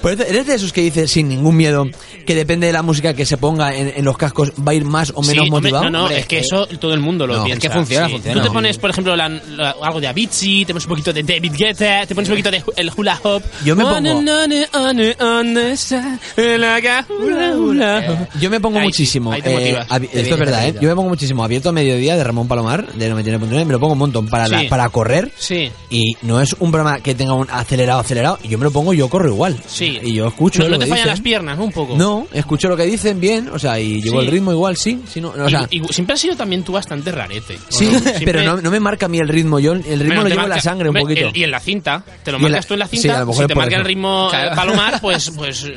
[SPEAKER 1] Por eso, ¿Eres este, de esos que dices sin ningún miedo que depende de la música que se ponga en, en los cascos va a ir más o
[SPEAKER 15] Sí,
[SPEAKER 1] menos
[SPEAKER 15] hombre,
[SPEAKER 1] motivado? eh,
[SPEAKER 15] No, no, es que eso todo el mundo lo
[SPEAKER 1] No, es
[SPEAKER 15] piensa.
[SPEAKER 1] que funciona,
[SPEAKER 15] sí.
[SPEAKER 1] funciona.
[SPEAKER 15] Tú te pones, por ejemplo, la- la- algo de Avicii, te pones un poquito de David Guetta, te pones un poquito de hu- el hula hop.
[SPEAKER 1] Yo me pongo-
[SPEAKER 15] On and on and on and on the side, like a hula hula hop.
[SPEAKER 1] Yo me pongo
[SPEAKER 15] eh, Ahí sí,
[SPEAKER 1] muchísimo.
[SPEAKER 15] ahí te
[SPEAKER 1] eh,
[SPEAKER 15] motivas.
[SPEAKER 1] abi-
[SPEAKER 15] Te
[SPEAKER 1] esto es
[SPEAKER 15] vienes
[SPEAKER 1] verdad, ¿eh?
[SPEAKER 15] arriba.
[SPEAKER 1] Yo me pongo muchísimo. Abierto a mediodía de Ramón Palomar, de 99.9, me lo pongo un montón para, la-
[SPEAKER 15] Sí.
[SPEAKER 1] para correr.
[SPEAKER 15] Sí.
[SPEAKER 1] Y no es un programa que tenga un acelerado, acelerado. Yo me lo pongo, yo corro igual.
[SPEAKER 15] Sí.
[SPEAKER 1] Y yo escucho.
[SPEAKER 15] No, no
[SPEAKER 1] lo
[SPEAKER 15] te
[SPEAKER 1] que
[SPEAKER 15] fallan
[SPEAKER 1] dicen.
[SPEAKER 15] las piernas, ¿no? Un poco.
[SPEAKER 1] No, escucho lo que dicen bien, o sea, y llevo
[SPEAKER 15] Sí.
[SPEAKER 1] el ritmo igual, sí. sí no, no, o
[SPEAKER 15] Y-
[SPEAKER 1] sea,
[SPEAKER 15] y, siempre has sido también tú bastante rarete. ¿o
[SPEAKER 1] sí,
[SPEAKER 15] no? Siempre-
[SPEAKER 1] pero no, no me marca a mí el ritmo. Yo el ritmo
[SPEAKER 15] Bueno,
[SPEAKER 1] lo
[SPEAKER 15] te
[SPEAKER 1] llevo en la
[SPEAKER 15] marca-
[SPEAKER 1] sangre un
[SPEAKER 15] hombre,
[SPEAKER 1] poquito.
[SPEAKER 15] el- y en la cinta. Te
[SPEAKER 1] Y
[SPEAKER 15] lo
[SPEAKER 1] en la-
[SPEAKER 15] marcas tú en la
[SPEAKER 1] sí,
[SPEAKER 15] cinta.
[SPEAKER 1] a lo mejor
[SPEAKER 15] si
[SPEAKER 1] es
[SPEAKER 15] te
[SPEAKER 1] por
[SPEAKER 15] marca
[SPEAKER 1] eso.
[SPEAKER 15] el ritmo eh,
[SPEAKER 1] Claro.
[SPEAKER 15] Palomar, pues, pues,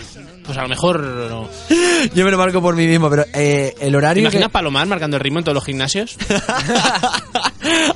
[SPEAKER 15] pues a lo mejor. no.
[SPEAKER 1] Yo me lo marco por mí mismo, pero eh, el
[SPEAKER 15] ¿Te
[SPEAKER 1] horario. que-
[SPEAKER 15] imaginas Palomar marcando el ritmo en todos los gimnasios?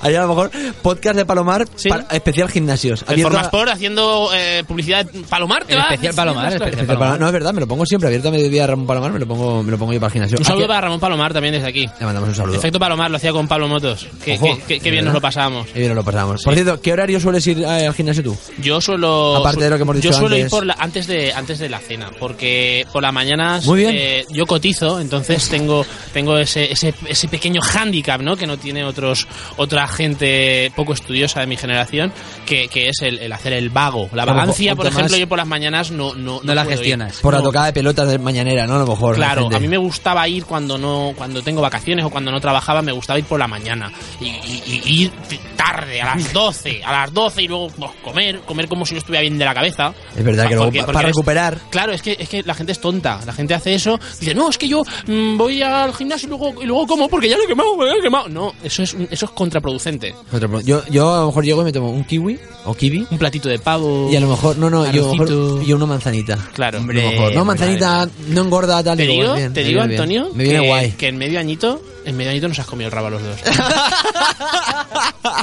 [SPEAKER 1] Ahí a lo mejor podcast de Palomar para- especial gimnasios.
[SPEAKER 15] En
[SPEAKER 1] Abierto
[SPEAKER 15] Formas
[SPEAKER 1] a-
[SPEAKER 15] por haciendo eh, publicidad Palomar, te
[SPEAKER 2] El
[SPEAKER 15] vas?
[SPEAKER 2] especial Palomar, el especial
[SPEAKER 1] especial Palomar. No, es verdad, me lo pongo siempre. Abierto a mediodía Ramón Palomar, me lo pongo, me lo pongo yo para el gimnasio.
[SPEAKER 15] Un saludo
[SPEAKER 1] Hacia-
[SPEAKER 15] para Ramón Palomar también desde aquí.
[SPEAKER 1] Le mandamos un saludo.
[SPEAKER 15] Efecto Palomar lo hacía con Pablo Motos. Qué,
[SPEAKER 1] Ojo,
[SPEAKER 15] qué- qué- qué bien
[SPEAKER 1] ¿verdad?
[SPEAKER 15] nos lo pasábamos.
[SPEAKER 1] Qué bien nos lo pasamos. Por cierto, ¿qué horario sueles ir eh, al gimnasio tú?
[SPEAKER 15] Yo suelo.
[SPEAKER 1] Aparte de lo que hemos dicho
[SPEAKER 15] Yo suelo ir
[SPEAKER 1] antes.
[SPEAKER 15] por la- antes, de, antes de la cena, porque por las mañanas
[SPEAKER 1] Muy bien.
[SPEAKER 15] eh, yo cotizo, entonces tengo, tengo ese, ese, ese pequeño hándicap ¿no? que no tiene otros otra gente poco estudiosa de mi generación, que, que es el, el hacer el vago. La
[SPEAKER 1] Claro,
[SPEAKER 15] vagancia,
[SPEAKER 1] cuanto
[SPEAKER 15] por ejemplo,
[SPEAKER 1] más-
[SPEAKER 15] yo por las mañanas no, no,
[SPEAKER 2] No la
[SPEAKER 15] puedo ir.
[SPEAKER 2] gestionas.
[SPEAKER 1] Por la
[SPEAKER 15] No.
[SPEAKER 1] tocada de pelotas de mañanera, ¿no? A lo mejor. la
[SPEAKER 15] Claro,
[SPEAKER 1] gente.
[SPEAKER 15] a mí me gustaba ir cuando no cuando tengo vacaciones o cuando no trabajaba, me gustaba ir por la mañana. Y, y- y ir t- tarde, a las 12, a las 12 y luego pues, comer, comer como si yo estuviera bien de la cabeza.
[SPEAKER 1] Es verdad
[SPEAKER 15] Pa-
[SPEAKER 1] que luego
[SPEAKER 15] porque-
[SPEAKER 1] pa-
[SPEAKER 15] porque
[SPEAKER 1] para
[SPEAKER 15] eres-
[SPEAKER 1] recuperar.
[SPEAKER 15] Claro, es que, es que la gente es tonta. La gente hace eso, dice, no, es que yo mm, voy al gimnasio y luego, y luego como porque ya lo he quemado, me lo he quemado. No, eso es, un- eso es contraproducente.
[SPEAKER 1] Otro- Yo, yo a lo mejor llego y me tomo un kiwi o kiwi.
[SPEAKER 15] Un platito de pavo.
[SPEAKER 1] Y a lo mejor, no, no, yo, a lo mejor-
[SPEAKER 15] arrocito.
[SPEAKER 1] yo una manzanita.
[SPEAKER 15] Claro,
[SPEAKER 1] A lo mejor, No, manzanita, no engorda, tal.
[SPEAKER 15] Te
[SPEAKER 1] digo,
[SPEAKER 15] digo,
[SPEAKER 1] bien,
[SPEAKER 15] te
[SPEAKER 1] me
[SPEAKER 15] digo
[SPEAKER 1] viene bien.
[SPEAKER 15] Antonio,
[SPEAKER 1] Me viene
[SPEAKER 15] que,
[SPEAKER 1] guay.
[SPEAKER 15] que en medio añito, en medio añito nos has comido el rabo a los dos.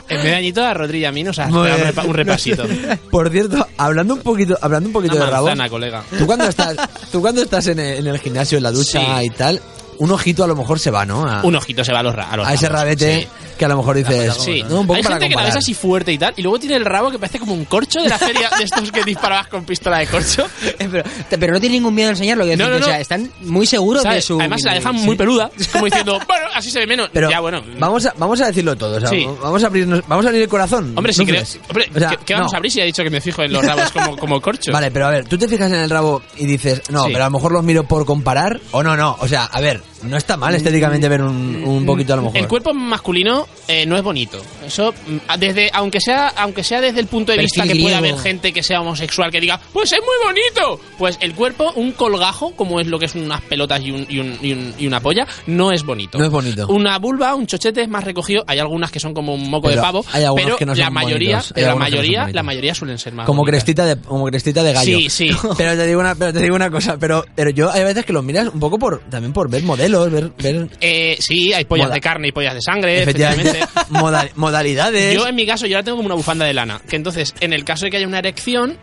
[SPEAKER 15] en medio añito a Rodri y a mí nos has
[SPEAKER 1] Muy
[SPEAKER 15] pegado un,
[SPEAKER 1] bien.
[SPEAKER 15] repa- un repasito.
[SPEAKER 1] Por cierto, hablando un poquito, hablando un poquito
[SPEAKER 15] Una
[SPEAKER 1] de rabos.
[SPEAKER 15] manzana, colega.
[SPEAKER 1] Tú cuando estás, tú cuando estás en el, en el gimnasio, en la ducha
[SPEAKER 15] Sí.
[SPEAKER 1] y tal, un ojito a lo mejor se va, ¿no? A,
[SPEAKER 15] Un ojito se va a los, ra- a los
[SPEAKER 1] a ese
[SPEAKER 15] rabos,
[SPEAKER 1] rabete
[SPEAKER 15] sí.
[SPEAKER 1] que a lo mejor dices,
[SPEAKER 15] Sí.
[SPEAKER 1] ¿no? un poco
[SPEAKER 15] Hay
[SPEAKER 1] para
[SPEAKER 15] gente que la ves
[SPEAKER 1] comparar.
[SPEAKER 15] así fuerte y tal, y luego tiene el rabo que parece como un corcho de la feria de estos que disparabas con pistola de corcho.
[SPEAKER 2] pero, pero no tiene ningún miedo a enseñarlo. quiero
[SPEAKER 15] No,
[SPEAKER 2] decirte,
[SPEAKER 15] no, no.
[SPEAKER 2] O sea, están muy seguros de
[SPEAKER 15] ¿Sabes?
[SPEAKER 2] su.
[SPEAKER 15] Además la dejan
[SPEAKER 2] Sí.
[SPEAKER 15] muy peluda, como diciendo, bueno, así se ve menos.
[SPEAKER 1] Pero
[SPEAKER 15] ya, bueno.
[SPEAKER 1] vamos a vamos a decirlo todo, o sea,
[SPEAKER 15] Sí.
[SPEAKER 1] vamos a abrirnos, vamos a abrir el corazón.
[SPEAKER 15] Hombre, si
[SPEAKER 1] ¿no
[SPEAKER 15] creo,
[SPEAKER 1] crees?
[SPEAKER 15] hombre
[SPEAKER 1] O sea,
[SPEAKER 15] ¿qué, qué vamos
[SPEAKER 1] no.
[SPEAKER 15] a abrir si ha dicho que me fijo en los rabos como, como corcho?
[SPEAKER 1] Vale, pero a ver, tú te fijas en el rabo y dices, no,
[SPEAKER 15] Sí.
[SPEAKER 1] pero a lo mejor los miro por comparar, o no, no, o sea, a ver, no está mal estéticamente ver un, un poquito a lo mejor.
[SPEAKER 15] El cuerpo masculino eh, no es bonito. Eso mm, a- desde aunque sea aunque sea desde el punto de
[SPEAKER 2] Perfil
[SPEAKER 15] vista que pueda
[SPEAKER 2] griego.
[SPEAKER 15] haber gente que sea homosexual que diga, "Pues es muy bonito." Pues el cuerpo un colgajo, como es lo que es unas pelotas y un- y un- y un- y una polla, no es bonito.
[SPEAKER 1] No es bonito.
[SPEAKER 15] Una vulva, un chochete es más recogido, hay algunas que son como un moco
[SPEAKER 1] Pero
[SPEAKER 15] de pavo,
[SPEAKER 1] hay algunos
[SPEAKER 15] pero
[SPEAKER 1] que no
[SPEAKER 15] la
[SPEAKER 1] son
[SPEAKER 15] mayoría,
[SPEAKER 1] bonitos, hay
[SPEAKER 15] pero la
[SPEAKER 1] algunos que no son
[SPEAKER 15] mayoría,
[SPEAKER 1] bonitos.
[SPEAKER 15] la mayoría suelen ser más
[SPEAKER 1] Como
[SPEAKER 15] bonitas.
[SPEAKER 1] crestita de como crestita de gallo.
[SPEAKER 15] Sí, sí.
[SPEAKER 1] Pero te digo una, pero te digo una cosa, pero pero yo hay veces que los miras un poco por también por ver modelos, ver ver
[SPEAKER 15] Eh, sí, hay pollas
[SPEAKER 1] Moda.
[SPEAKER 15] de carne y pollas de sangre,
[SPEAKER 1] efectivamente,
[SPEAKER 15] efectivamente.
[SPEAKER 1] moda- modalidades.
[SPEAKER 15] Yo en mi caso, yo ahora tengo como una bufanda de lana. Que entonces, en el caso de que haya una erección,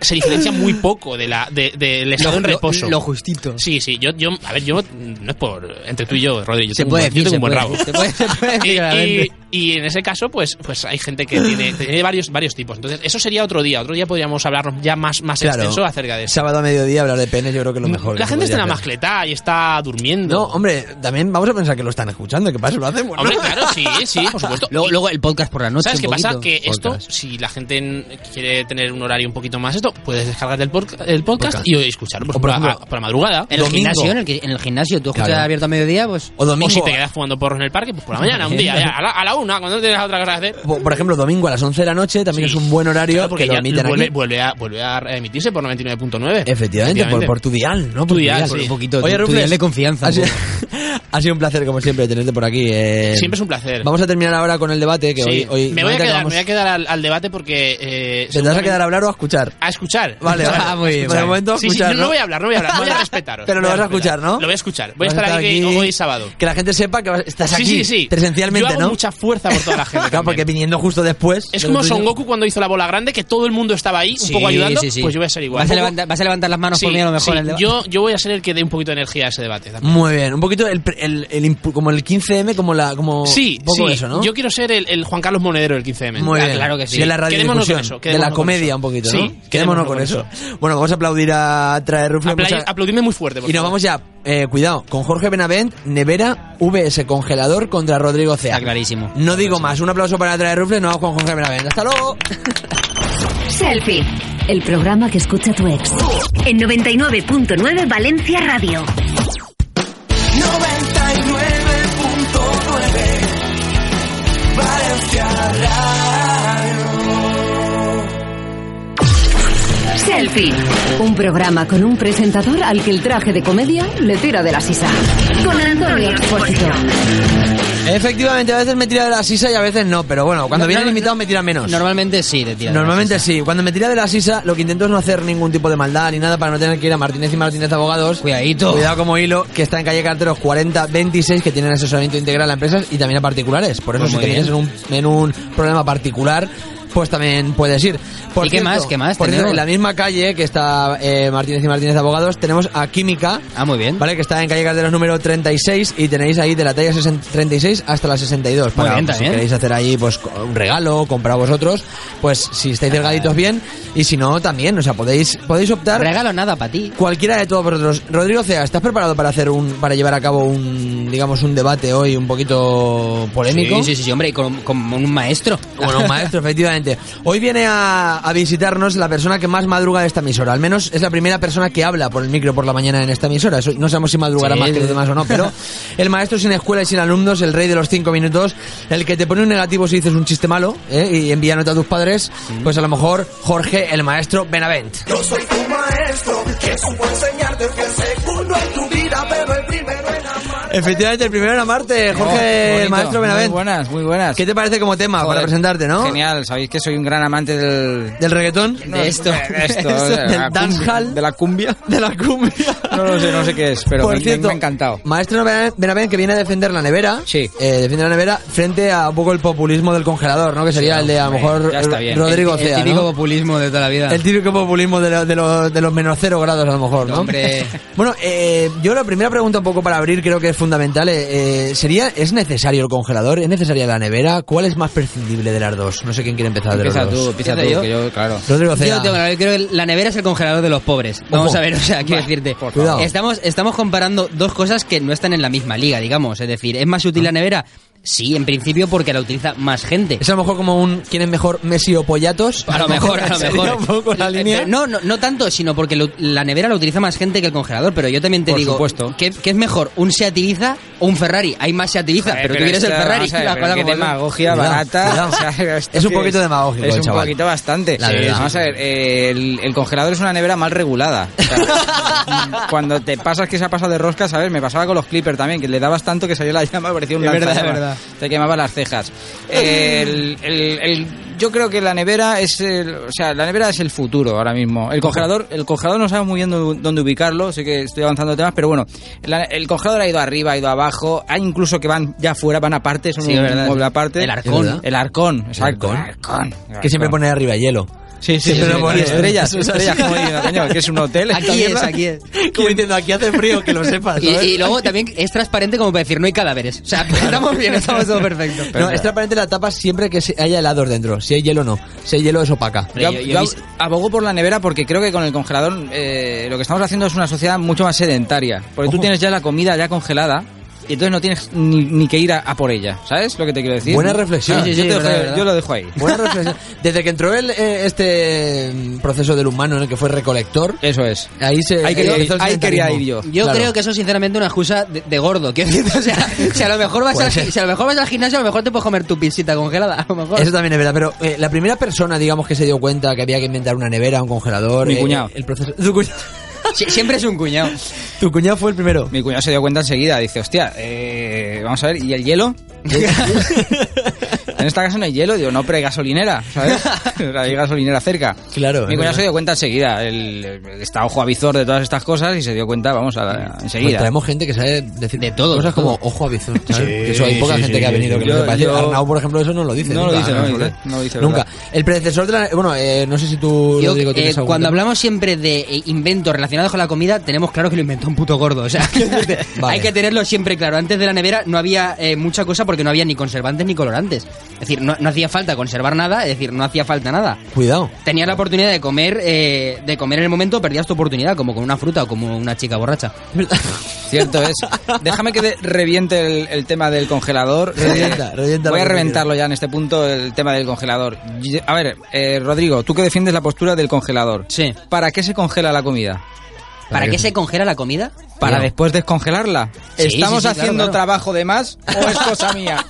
[SPEAKER 15] se diferencia muy poco de la de- del estado en
[SPEAKER 2] lo,
[SPEAKER 15] reposo.
[SPEAKER 2] Lo justito.
[SPEAKER 15] sí, sí, yo, yo, a ver, yo, no es por, entre tú y yo, Rodri, yo
[SPEAKER 2] Se
[SPEAKER 15] tengo,
[SPEAKER 2] puede
[SPEAKER 15] un buen- yo
[SPEAKER 2] decir,
[SPEAKER 15] tengo
[SPEAKER 2] se
[SPEAKER 15] un buen
[SPEAKER 2] puede-
[SPEAKER 15] rabo.
[SPEAKER 2] se puede- se puede
[SPEAKER 15] Y-
[SPEAKER 2] decir
[SPEAKER 15] y,
[SPEAKER 2] claramente.
[SPEAKER 15] y en ese caso, pues, pues hay gente que tiene, tiene varios, varios tipos. Entonces, eso sería otro día, otro día podríamos hablarnos ya más, más
[SPEAKER 1] Claro.
[SPEAKER 15] extenso acerca de eso.
[SPEAKER 1] Sábado a mediodía hablar de penes, yo creo que es lo mejor.
[SPEAKER 15] La
[SPEAKER 1] que
[SPEAKER 15] gente está en la
[SPEAKER 1] podría hacer.
[SPEAKER 15] mascleta y está durmiendo.
[SPEAKER 1] No, hombre, también vamos a pensar que lo están escuchando, que para eso lo hacemos. ¿no?
[SPEAKER 15] Hombre, claro, sí, sí, por supuesto.
[SPEAKER 2] Luego,
[SPEAKER 15] Y-
[SPEAKER 2] luego el podcast por la noche.
[SPEAKER 15] ¿Sabes
[SPEAKER 2] un
[SPEAKER 15] qué pasa?
[SPEAKER 2] poquito.
[SPEAKER 15] Que esto,
[SPEAKER 2] Podcast.
[SPEAKER 15] si la gente en- quiere tener un horario un poquito más esto, puedes descargar el, podca- el podcast y escucharlo pues, por,
[SPEAKER 1] O por
[SPEAKER 15] ejemplo,
[SPEAKER 1] ejemplo,
[SPEAKER 15] a- por la madrugada.
[SPEAKER 2] En el
[SPEAKER 1] domingo.
[SPEAKER 2] gimnasio, en el, que- en el gimnasio, tú escuchas
[SPEAKER 1] Claro.
[SPEAKER 2] abierto a mediodía, pues.
[SPEAKER 1] O domingo.
[SPEAKER 15] O si te quedas fumando porro en el parque, pues por la mañana, un día, ya, a la, a la una, cuando no tienes otra cosa que hacer.
[SPEAKER 1] Por por ejemplo, domingo a las 11 de la noche también
[SPEAKER 15] Sí.
[SPEAKER 1] es un buen horario
[SPEAKER 15] Claro, porque
[SPEAKER 1] que lo
[SPEAKER 15] ya
[SPEAKER 1] emiten
[SPEAKER 15] vuelve,
[SPEAKER 1] aquí.
[SPEAKER 15] vuelve a, vuelve a emitirse por 99.9.
[SPEAKER 1] Efectivamente, por, por tu dial, ¿no? Por
[SPEAKER 15] Tu dial, sí.
[SPEAKER 2] Un poquito tu-
[SPEAKER 1] Oye,
[SPEAKER 2] tu
[SPEAKER 1] Rufles,
[SPEAKER 2] nivel de confianza. pues.
[SPEAKER 1] Ha sido,
[SPEAKER 2] un poco.
[SPEAKER 1] ha sido un placer, como siempre, tenerte por aquí. eh.
[SPEAKER 15] Siempre es un placer.
[SPEAKER 1] Vamos a terminar ahora con el debate, que
[SPEAKER 15] Sí.
[SPEAKER 1] hoy... hoy
[SPEAKER 15] me, voy
[SPEAKER 1] normalmente
[SPEAKER 15] a quedar,
[SPEAKER 1] acabamos-
[SPEAKER 15] me voy a quedar al, al debate porque...
[SPEAKER 1] ¿Te
[SPEAKER 15] Eh,
[SPEAKER 1] vas a
[SPEAKER 15] seguramente-
[SPEAKER 1] quedar a hablar o a escuchar?
[SPEAKER 15] A escuchar.
[SPEAKER 1] Vale, vale.
[SPEAKER 2] Ah, muy bien,
[SPEAKER 1] Por el
[SPEAKER 2] vale.
[SPEAKER 1] momento a
[SPEAKER 15] Sí, sí,
[SPEAKER 1] escuchar,
[SPEAKER 15] no,
[SPEAKER 1] ¿no?
[SPEAKER 15] no voy a hablar, no voy a hablar, voy a respetaros.
[SPEAKER 1] Pero lo
[SPEAKER 15] Voy
[SPEAKER 1] vas a escuchar,
[SPEAKER 15] respetar.
[SPEAKER 1] ¿no?
[SPEAKER 15] Lo voy a escuchar. Voy a
[SPEAKER 1] Vas
[SPEAKER 15] estar aquí hoy sábado.
[SPEAKER 1] Que la gente sepa que vas- estás
[SPEAKER 15] Sí,
[SPEAKER 1] aquí
[SPEAKER 15] sí, sí.
[SPEAKER 1] presencialmente,
[SPEAKER 15] Yo hago
[SPEAKER 1] ¿no?
[SPEAKER 15] mucha fuerza por toda la gente.
[SPEAKER 1] Claro, porque
[SPEAKER 15] también.
[SPEAKER 1] viniendo justo después...
[SPEAKER 15] Es
[SPEAKER 1] de
[SPEAKER 15] como
[SPEAKER 1] lo tuyo.
[SPEAKER 15] Son Goku cuando hizo la bola grande, que todo el mundo estaba ahí, un
[SPEAKER 2] Sí,
[SPEAKER 15] poco ayudando.
[SPEAKER 2] sí, sí.
[SPEAKER 15] Pues yo voy a ser igual.
[SPEAKER 2] Vas a,
[SPEAKER 15] Un poco-
[SPEAKER 2] levantar, vas a levantar las manos
[SPEAKER 15] Sí,
[SPEAKER 2] por mí a lo mejor.
[SPEAKER 15] sí,
[SPEAKER 2] en el debate.
[SPEAKER 15] yo, yo voy a ser el que dé un poquito de energía a ese debate. también.
[SPEAKER 1] Muy bien, un poquito el, pre- el, el impu- como el 15M, como la... Como
[SPEAKER 15] Sí,
[SPEAKER 1] un poco
[SPEAKER 15] sí.
[SPEAKER 1] eso, ¿no?
[SPEAKER 15] Yo quiero ser el, el Juan Carlos Monedero del 15M.
[SPEAKER 1] Muy
[SPEAKER 2] Ah,
[SPEAKER 1] bien.
[SPEAKER 2] claro que sí.
[SPEAKER 1] De la radiodifusión,
[SPEAKER 15] Quedémonos con eso,
[SPEAKER 1] de la
[SPEAKER 15] quedémonos con
[SPEAKER 1] comedia
[SPEAKER 15] eso.
[SPEAKER 1] un poquito,
[SPEAKER 15] Sí,
[SPEAKER 1] ¿no? Quedémonos,
[SPEAKER 15] quedémonos
[SPEAKER 1] con,
[SPEAKER 15] con
[SPEAKER 1] eso.
[SPEAKER 15] eso.
[SPEAKER 1] Bueno, vamos a aplaudir a Traer Rufle.
[SPEAKER 15] Aplay-
[SPEAKER 1] muchas-
[SPEAKER 15] Aplaudidme muy fuerte, por
[SPEAKER 1] Y nos
[SPEAKER 15] favor.
[SPEAKER 1] vamos ya, eh, cuidado, con Jorge Benavent, Nevera, VS Congelador contra Rodrigo Cea.
[SPEAKER 2] Está clarísimo.
[SPEAKER 1] No digo más, un aplauso para Traer Rufle, nos vamos con Jorge Benavent. ¡Hasta luego!
[SPEAKER 4] Selfie, el programa que escucha tu ex. En 99.9 Valencia Radio.
[SPEAKER 3] 99.9 Valencia Radio.
[SPEAKER 4] Selfie. Selfie, un programa con un presentador al que el traje de comedia le tira de la sisa. Con Antonio Expósito.
[SPEAKER 1] Efectivamente, a veces me tira de la sisa y a veces no, pero bueno, cuando
[SPEAKER 2] No,
[SPEAKER 1] viene
[SPEAKER 2] no,
[SPEAKER 1] el invitado me tira menos.
[SPEAKER 2] Normalmente sí, te tira.
[SPEAKER 1] Normalmente sí. Cuando me tira de la sisa, lo que intento es no hacer ningún tipo de maldad ni nada para no tener que ir a Martínez y Martínez Abogados.
[SPEAKER 2] Cuidadito.
[SPEAKER 1] Cuidado como hilo, que está en calle Carteros 4026, que tienen asesoramiento integral a empresas y también a particulares. Por eso,
[SPEAKER 2] Pues
[SPEAKER 1] si
[SPEAKER 2] muy
[SPEAKER 1] te metes en un, en un problema particular, pues también puedes ir. Por
[SPEAKER 2] ¿Y qué más? ¿Qué más
[SPEAKER 1] Por cierto,
[SPEAKER 2] tenemos?
[SPEAKER 1] en la misma calle que está eh, Martínez y Martínez Abogados, tenemos a Química.
[SPEAKER 2] Ah, muy bien.
[SPEAKER 1] ¿Vale? Que está en calle Carteros número 36 y tenéis ahí de la talla 60 36 hasta la 62.
[SPEAKER 2] Muy bien,
[SPEAKER 1] pues, si
[SPEAKER 2] también.
[SPEAKER 1] queréis hacer ahí pues co- un regalo, comprar vosotros, pues si estáis delgaditos bien y si no también, o sea, podéis podéis optar.
[SPEAKER 2] Regalo nada para ti.
[SPEAKER 1] Cualquiera de todos vosotros. Rodrigo Cea, ¿estás preparado para hacer un para llevar a cabo un digamos un debate hoy un poquito polémico?
[SPEAKER 2] Sí, sí, sí, hombre, y con, con un maestro.
[SPEAKER 1] Bueno, un maestro, efectivamente. Hoy viene a, a visitarnos la persona que más madruga de esta emisora. Al menos es la primera persona que habla por el micro por la mañana en esta emisora. Eso- no sabemos si madrugará
[SPEAKER 2] Sí.
[SPEAKER 1] más que los demás o no, pero el maestro sin escuela y sin alumnos, el rey de los cinco minutos, el que te pone un negativo si dices un chiste malo ¿eh? y envía nota a tus padres, pues a lo mejor Jorge, el maestro Benavent.
[SPEAKER 3] Yo soy tu maestro, que supo enseñarte que el segundo en tu vida, pero el primero en amar.
[SPEAKER 1] Efectivamente, el primero en amarte,
[SPEAKER 16] Oh, qué
[SPEAKER 1] Jorge,
[SPEAKER 16] bonito.
[SPEAKER 1] el maestro Benavent.
[SPEAKER 16] Muy buenas, muy buenas.
[SPEAKER 1] ¿Qué te parece como tema para
[SPEAKER 16] Joder,
[SPEAKER 1] presentarte, no?
[SPEAKER 16] Genial, sabéis que soy un gran amante del...
[SPEAKER 1] ¿Del reggaetón?
[SPEAKER 16] No, de esto. De esto, de la
[SPEAKER 1] del
[SPEAKER 16] cumbia,
[SPEAKER 1] dancehall.
[SPEAKER 16] De la cumbia.
[SPEAKER 1] De la cumbia.
[SPEAKER 16] No lo sé, no sé qué es, pero
[SPEAKER 1] Por
[SPEAKER 16] me, me-
[SPEAKER 1] cierto,
[SPEAKER 16] me ha encantado.
[SPEAKER 1] Maestro Benavent que viene a defender la nevera. Sí. defiende la nevera frente a un poco el populismo del congelador, ¿no? Que sería el de a lo mejor
[SPEAKER 2] Ya está bien.
[SPEAKER 1] Rodrigo
[SPEAKER 2] El- el
[SPEAKER 1] Cea,
[SPEAKER 2] típico
[SPEAKER 1] ¿no?
[SPEAKER 2] populismo de toda la vida.
[SPEAKER 1] El típico populismo de, lo- de lo- de los menos cero grados, a lo mejor, ¿no?
[SPEAKER 2] Hombre.
[SPEAKER 1] Bueno, eh, yo la primera pregunta, un poco para abrir, creo que es fundamental. eh, eh, ¿Sería, es necesario el congelador? ¿Es necesaria la nevera? ¿Cuál es más prescindible de las dos? No sé quién quiere empezar de los
[SPEAKER 16] Empieza
[SPEAKER 1] dos.
[SPEAKER 16] tú, empieza tú, que yo, claro.
[SPEAKER 1] Rodrigo Cea.
[SPEAKER 2] Yo tengo la- yo creo que la nevera es el congelador de los pobres. Vamos
[SPEAKER 1] Ojo.
[SPEAKER 2] a ver, o sea, quiero decirte.
[SPEAKER 1] favor.
[SPEAKER 2] Estamos, estamos comparando dos cosas que no están en la misma liga, digamos. Es decir, ¿es más útil la nevera? Sí, en principio porque la utiliza más gente.
[SPEAKER 1] Es a lo mejor como un ¿quién es mejor, Messi o Pollatos?
[SPEAKER 2] A lo mejor, a lo
[SPEAKER 1] Sería
[SPEAKER 2] mejor.
[SPEAKER 1] un poco la línea.
[SPEAKER 2] Pero No, no, no tanto, sino porque lo- la nevera la utiliza más gente que el congelador. Pero yo también te
[SPEAKER 16] Por
[SPEAKER 2] digo,
[SPEAKER 16] supuesto.
[SPEAKER 2] ¿qué, qué es mejor? ¿Un Seat Ibiza o un Ferrari? Hay más Seat Ibiza,
[SPEAKER 16] Joder,
[SPEAKER 2] pero,
[SPEAKER 16] pero
[SPEAKER 2] tú quieres
[SPEAKER 16] esto,
[SPEAKER 2] el Ferrari.
[SPEAKER 16] vamos a ver,
[SPEAKER 2] la
[SPEAKER 16] pero
[SPEAKER 2] cosa
[SPEAKER 16] qué
[SPEAKER 2] como son.
[SPEAKER 16] demagogia
[SPEAKER 1] Cuidado,
[SPEAKER 16] barata.
[SPEAKER 1] cuidado.
[SPEAKER 16] o sea, esto
[SPEAKER 1] Es un
[SPEAKER 16] que
[SPEAKER 1] poquito demagógico
[SPEAKER 16] Es
[SPEAKER 1] el
[SPEAKER 16] un
[SPEAKER 1] chaval.
[SPEAKER 16] poquito bastante.
[SPEAKER 1] La verdad.
[SPEAKER 16] Vamos a ver, eh, el, el congelador es una nevera mal regulada. O sea, cuando te pasas que se ha pasado de rosca, ¿sabes? Me pasaba con los clippers también, que le dabas tanto que salía la llama, parecía un
[SPEAKER 2] Es verdad,
[SPEAKER 16] lanzallamas.
[SPEAKER 2] es verdad.
[SPEAKER 16] Te quemaba las cejas. El- el- el- yo creo que la nevera es el, o sea, la nevera es el futuro ahora mismo. El congelador, el congelador no sabemos muy bien dó- dónde ubicarlo, sé que estoy avanzando temas, pero bueno, la- el congelador ha ido arriba, ha ido abajo, hay incluso que van ya fuera, van aparte, son
[SPEAKER 2] Sí,
[SPEAKER 16] un
[SPEAKER 2] es verdad.
[SPEAKER 16] mueble aparte.
[SPEAKER 2] El arcón.
[SPEAKER 16] ¿verdad? El arcón, exacto.
[SPEAKER 1] arcón.
[SPEAKER 16] El arcón.
[SPEAKER 9] Ah,
[SPEAKER 1] Que siempre pone arriba hielo.
[SPEAKER 16] Sí, sí,
[SPEAKER 1] Siempre
[SPEAKER 16] sí,
[SPEAKER 1] lo
[SPEAKER 16] sí.
[SPEAKER 1] pone.
[SPEAKER 16] Y estrellas,
[SPEAKER 1] Eso es así.
[SPEAKER 16] estrellas, como diciendo, coño, que es un hotel. esta
[SPEAKER 2] Aquí es,
[SPEAKER 16] mierda.
[SPEAKER 2] aquí es.
[SPEAKER 1] Como diciendo, aquí hace frío, que lo sepas.
[SPEAKER 2] Y,
[SPEAKER 1] ¿sabes?
[SPEAKER 2] y luego también es transparente como para decir, no hay cadáveres. O sea, estamos bien, estamos todo perfecto.
[SPEAKER 1] No, es transparente la tapa siempre que se- haya helados dentro. Si hay hielo, no. Si hay hielo, es opaca.
[SPEAKER 16] Yo, yo abogo por la nevera porque creo que con el congelador eh, lo que estamos haciendo es una sociedad mucho más sedentaria. Porque tú tienes ya la comida ya congelada y entonces no tienes ni, ni que ir a, a por ella. ¿Sabes lo que te quiero decir?
[SPEAKER 1] Buena reflexión.
[SPEAKER 16] Sí, sí, sí,
[SPEAKER 1] Yo
[SPEAKER 16] yo,
[SPEAKER 1] te dejo- yo
[SPEAKER 16] lo dejo ahí.
[SPEAKER 1] Buena reflexión. Desde que entró el, eh, este mm, proceso del humano en el que fue recolector,
[SPEAKER 16] Eso es.
[SPEAKER 1] ahí se.
[SPEAKER 16] Ahí quería-
[SPEAKER 1] empezó el
[SPEAKER 16] ahí quería ir
[SPEAKER 1] sedentarismo.
[SPEAKER 2] Yo
[SPEAKER 1] Claro.
[SPEAKER 2] creo que eso es sinceramente una excusa de, de gordo. Quiero decirte, o sea, si a lo mejor vas,
[SPEAKER 1] Puede
[SPEAKER 2] al, gi-
[SPEAKER 1] ser.
[SPEAKER 2] si a lo mejor vas al gimnasio, a lo mejor te puedes comer tu pizzita congelada. A lo mejor.
[SPEAKER 1] Eso también es verdad, pero eh, la primera persona, digamos, que se dio cuenta que había que inventar una nevera, un congelador.
[SPEAKER 16] Mi
[SPEAKER 1] eh,
[SPEAKER 16] cuñado.
[SPEAKER 1] El proceso. Tu, cuñado-
[SPEAKER 2] Sie- siempre es un cuñado.
[SPEAKER 1] tu cuñado fue el primero.
[SPEAKER 16] Mi cuñado se dio cuenta enseguida. Dice, hostia, eh, vamos a ver, ¿y el hielo? en esta casa no hay hielo. Digo, no, pero hay gasolinera, ¿sabes? O sea, hay gasolinera cerca.
[SPEAKER 1] Claro.
[SPEAKER 16] Mi
[SPEAKER 1] es
[SPEAKER 16] cuñado se
[SPEAKER 1] verdad.
[SPEAKER 16] dio cuenta enseguida. Él, eh, está ojo avizor de todas estas cosas y se dio cuenta, vamos, a, a-
[SPEAKER 1] Pues
[SPEAKER 16] enseguida.
[SPEAKER 1] traemos gente que sabe decir de todo, cosas como ojo a visor, ¿sabes?
[SPEAKER 16] Sí,
[SPEAKER 1] Que eso hay poca
[SPEAKER 16] sí,
[SPEAKER 1] gente
[SPEAKER 16] sí,
[SPEAKER 1] que ha
[SPEAKER 16] sí,
[SPEAKER 1] venido
[SPEAKER 16] sí.
[SPEAKER 1] que no
[SPEAKER 16] Yo-
[SPEAKER 1] se parece.
[SPEAKER 16] yo-
[SPEAKER 1] Arnau, por ejemplo, eso no lo dice.
[SPEAKER 16] No lo
[SPEAKER 1] nunca,
[SPEAKER 16] dice, no lo dice,
[SPEAKER 1] suele.
[SPEAKER 16] no lo dice,
[SPEAKER 1] Nunca.
[SPEAKER 16] verdad.
[SPEAKER 1] El predecesor de la... Bueno, eh, no sé si tú,
[SPEAKER 2] Yo,
[SPEAKER 1] Rodrigo,
[SPEAKER 2] eh,
[SPEAKER 1] tienes algún
[SPEAKER 2] cuando
[SPEAKER 1] tema.
[SPEAKER 2] hablamos siempre de eh, inventos relacionados con la comida, tenemos claro que lo inventó un puto gordo. O sea, quiero decirte,
[SPEAKER 1] Vale.
[SPEAKER 2] hay que tenerlo siempre claro. Antes de la nevera no había eh, mucha cosa porque no había ni conservantes ni colorantes. Es decir, no, no hacía falta conservar nada, es decir, no hacía falta nada.
[SPEAKER 1] Cuidado.
[SPEAKER 2] Tenías la oportunidad de comer, eh, de comer en el momento, perdías tu oportunidad, como con una fruta o como una chica borracha.
[SPEAKER 16] Cierto es. Déjame que de- reviente el, el tema del congelador. Eh,
[SPEAKER 1] Revienta, revienta
[SPEAKER 16] Voy
[SPEAKER 1] lo
[SPEAKER 16] a
[SPEAKER 1] que tú
[SPEAKER 16] reventarlo ya en este punto, el tema del congelador. Y- A ver, eh, Rodrigo, tú que defiendes la postura del congelador.
[SPEAKER 2] Sí.
[SPEAKER 16] ¿Para qué se congela la comida?
[SPEAKER 2] ¿Para qué se congela la comida?
[SPEAKER 16] ¿Para
[SPEAKER 2] Tío.
[SPEAKER 16] después descongelarla? ¿Estamos
[SPEAKER 2] Sí, sí, sí, claro,
[SPEAKER 16] haciendo
[SPEAKER 2] claro.
[SPEAKER 16] trabajo de más o es cosa mía?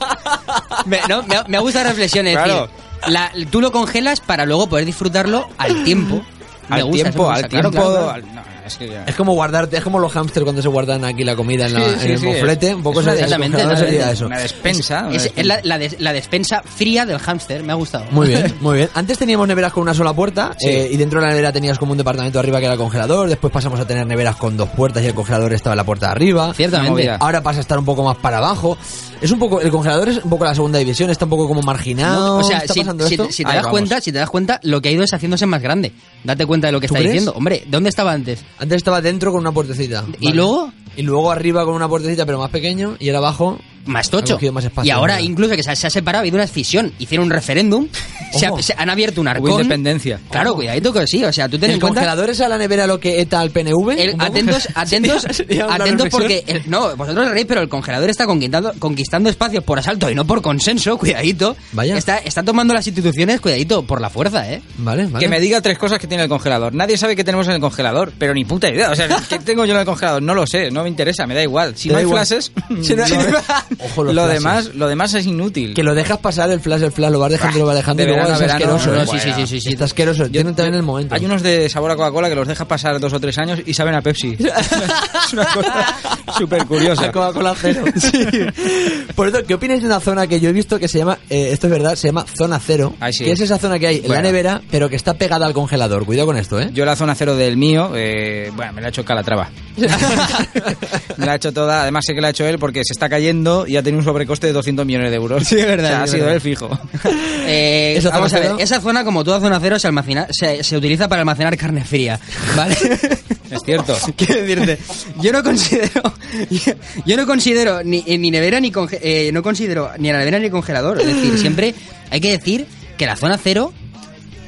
[SPEAKER 2] Me, no, me, ha- me ha gustado la reflexión, es
[SPEAKER 16] Claro.
[SPEAKER 2] decir, la- tú lo congelas para luego poder disfrutarlo al tiempo.
[SPEAKER 1] Me
[SPEAKER 16] al
[SPEAKER 1] gusta,
[SPEAKER 16] tiempo,
[SPEAKER 1] eso me
[SPEAKER 16] al
[SPEAKER 1] gusta, claro,
[SPEAKER 16] tiempo.
[SPEAKER 1] claro, claro.
[SPEAKER 16] al- no, es que ya-
[SPEAKER 1] Es como guardarte, es como los hámsters cuando se guardan aquí la comida en, la-
[SPEAKER 16] Sí, sí,
[SPEAKER 1] en el
[SPEAKER 16] sí.
[SPEAKER 1] moflete. Un poco
[SPEAKER 16] Es una
[SPEAKER 1] esa-
[SPEAKER 16] exactamente,
[SPEAKER 1] el congelador
[SPEAKER 16] una-
[SPEAKER 1] sería eso.
[SPEAKER 16] una despensa,
[SPEAKER 2] Es, es la, la des- la despensa fría del hámster, me ha gustado.
[SPEAKER 1] Muy bien, muy bien. Antes teníamos neveras con una sola puerta
[SPEAKER 2] Sí.
[SPEAKER 1] eh, y dentro de la nevera tenías como un departamento arriba que era el congelador. Después pasamos a tener neveras con dos puertas y el congelador estaba en la puerta de arriba.
[SPEAKER 2] Ciertamente. Una movida.
[SPEAKER 1] Ahora pasa a estar un poco más para abajo. Es un poco, el congelador es un poco la segunda división, está un poco como marginado.
[SPEAKER 2] No, o sea,
[SPEAKER 1] Ah, ¿Está
[SPEAKER 2] si,
[SPEAKER 1] pasando
[SPEAKER 2] si-
[SPEAKER 1] esto?
[SPEAKER 2] si te
[SPEAKER 1] Ahí
[SPEAKER 2] das
[SPEAKER 1] vamos.
[SPEAKER 2] cuenta, si te das cuenta, lo que ha ido es haciéndose más grande. Date cuenta de lo que
[SPEAKER 1] ¿Tú
[SPEAKER 2] está
[SPEAKER 1] crees?
[SPEAKER 2] diciendo. Hombre, ¿dónde estaba antes?
[SPEAKER 1] Antes estaba dentro con una puertecita.
[SPEAKER 2] ¿Y luego?
[SPEAKER 1] Y luego arriba con una puertecita pero más pequeño y era abajo
[SPEAKER 2] Más
[SPEAKER 1] Ha
[SPEAKER 2] tocho.
[SPEAKER 1] cogido más espacio,
[SPEAKER 2] y ahora
[SPEAKER 1] ¿verdad?
[SPEAKER 2] incluso que se, se ha separado, ha habido una escisión. Hicieron un referéndum, se, ha-
[SPEAKER 1] Ojo.
[SPEAKER 2] se han abierto un
[SPEAKER 16] Hubo
[SPEAKER 2] arcón.
[SPEAKER 16] independencia.
[SPEAKER 2] Claro, cuidadito que sí. O sea, tú ten en
[SPEAKER 1] ¿El
[SPEAKER 2] cuenta...
[SPEAKER 1] congelador es a la nevera lo que eta al PNV?
[SPEAKER 2] El-
[SPEAKER 1] ¿Un poco?
[SPEAKER 2] atentos, atentos,
[SPEAKER 1] Sería- sería una
[SPEAKER 2] atentos porque
[SPEAKER 1] reflexión.
[SPEAKER 2] el- no, vosotros reís, pero el congelador está conquistando, conquistando espacios por asalto y no por consenso, cuidadito.
[SPEAKER 1] Vaya.
[SPEAKER 2] Está, está tomando las instituciones, cuidadito, por la fuerza, eh.
[SPEAKER 1] Vale, vale.
[SPEAKER 16] Que me diga tres cosas que tiene el congelador. Nadie sabe qué tenemos en el congelador, pero ni puta idea. O sea, ¿qué tengo yo en el congelador? No lo sé, no me interesa, me da igual. Si
[SPEAKER 1] Te
[SPEAKER 16] no
[SPEAKER 1] da
[SPEAKER 16] hay
[SPEAKER 1] igual.
[SPEAKER 16] flashes,
[SPEAKER 1] Si no-
[SPEAKER 16] lo,
[SPEAKER 1] Ojo, los
[SPEAKER 16] lo
[SPEAKER 1] flashes.
[SPEAKER 16] demás, lo demás es inútil.
[SPEAKER 1] Que lo dejas pasar el flash, el flash, lo vas dejando, lo vas dejando
[SPEAKER 16] de
[SPEAKER 1] y luego
[SPEAKER 16] verano a
[SPEAKER 1] es
[SPEAKER 16] verano,
[SPEAKER 1] asqueroso.
[SPEAKER 16] no,
[SPEAKER 1] ¿eh?
[SPEAKER 16] sí, sí, sí, sí, sí.
[SPEAKER 1] Está asqueroso. Tienen también el momento.
[SPEAKER 16] Hay unos de sabor a Coca-Cola que los dejas pasar dos o tres años y saben a Pepsi. es una cosa súper curiosa.
[SPEAKER 1] A Coca-Cola cero. Sí. Por eso, ¿qué opináis de una zona que yo he visto que se llama, eh, esto es verdad, se llama zona cero?
[SPEAKER 16] Ay, sí.
[SPEAKER 1] Que es esa zona que hay en la
[SPEAKER 16] Bueno.
[SPEAKER 1] nevera, pero que está pegada al congelador. Cuidado con esto, ¿eh?
[SPEAKER 16] Yo la zona cero del mío, eh, bueno, me la ha hecho Calatrava. me la ha hecho toda, además sé que la ha hecho él porque se está cayendo y ha tenido un sobrecoste de 200 millones de euros.
[SPEAKER 2] Sí, es verdad,
[SPEAKER 16] O sea,
[SPEAKER 2] es
[SPEAKER 16] ha sido
[SPEAKER 2] verdad.
[SPEAKER 16] él fijo.
[SPEAKER 2] Eh,
[SPEAKER 1] ¿Esa zona
[SPEAKER 2] vamos a ver,
[SPEAKER 1] cero?
[SPEAKER 2] esa zona, como toda zona cero, se, almacena, se, se utiliza para almacenar carne fría, ¿vale?
[SPEAKER 16] Es cierto.
[SPEAKER 2] Quiero decirte, yo no considero, yo no considero ni, ni nevera ni conge- eh, no considero ni la nevera ni congelador. Es decir, siempre hay que decir que la zona cero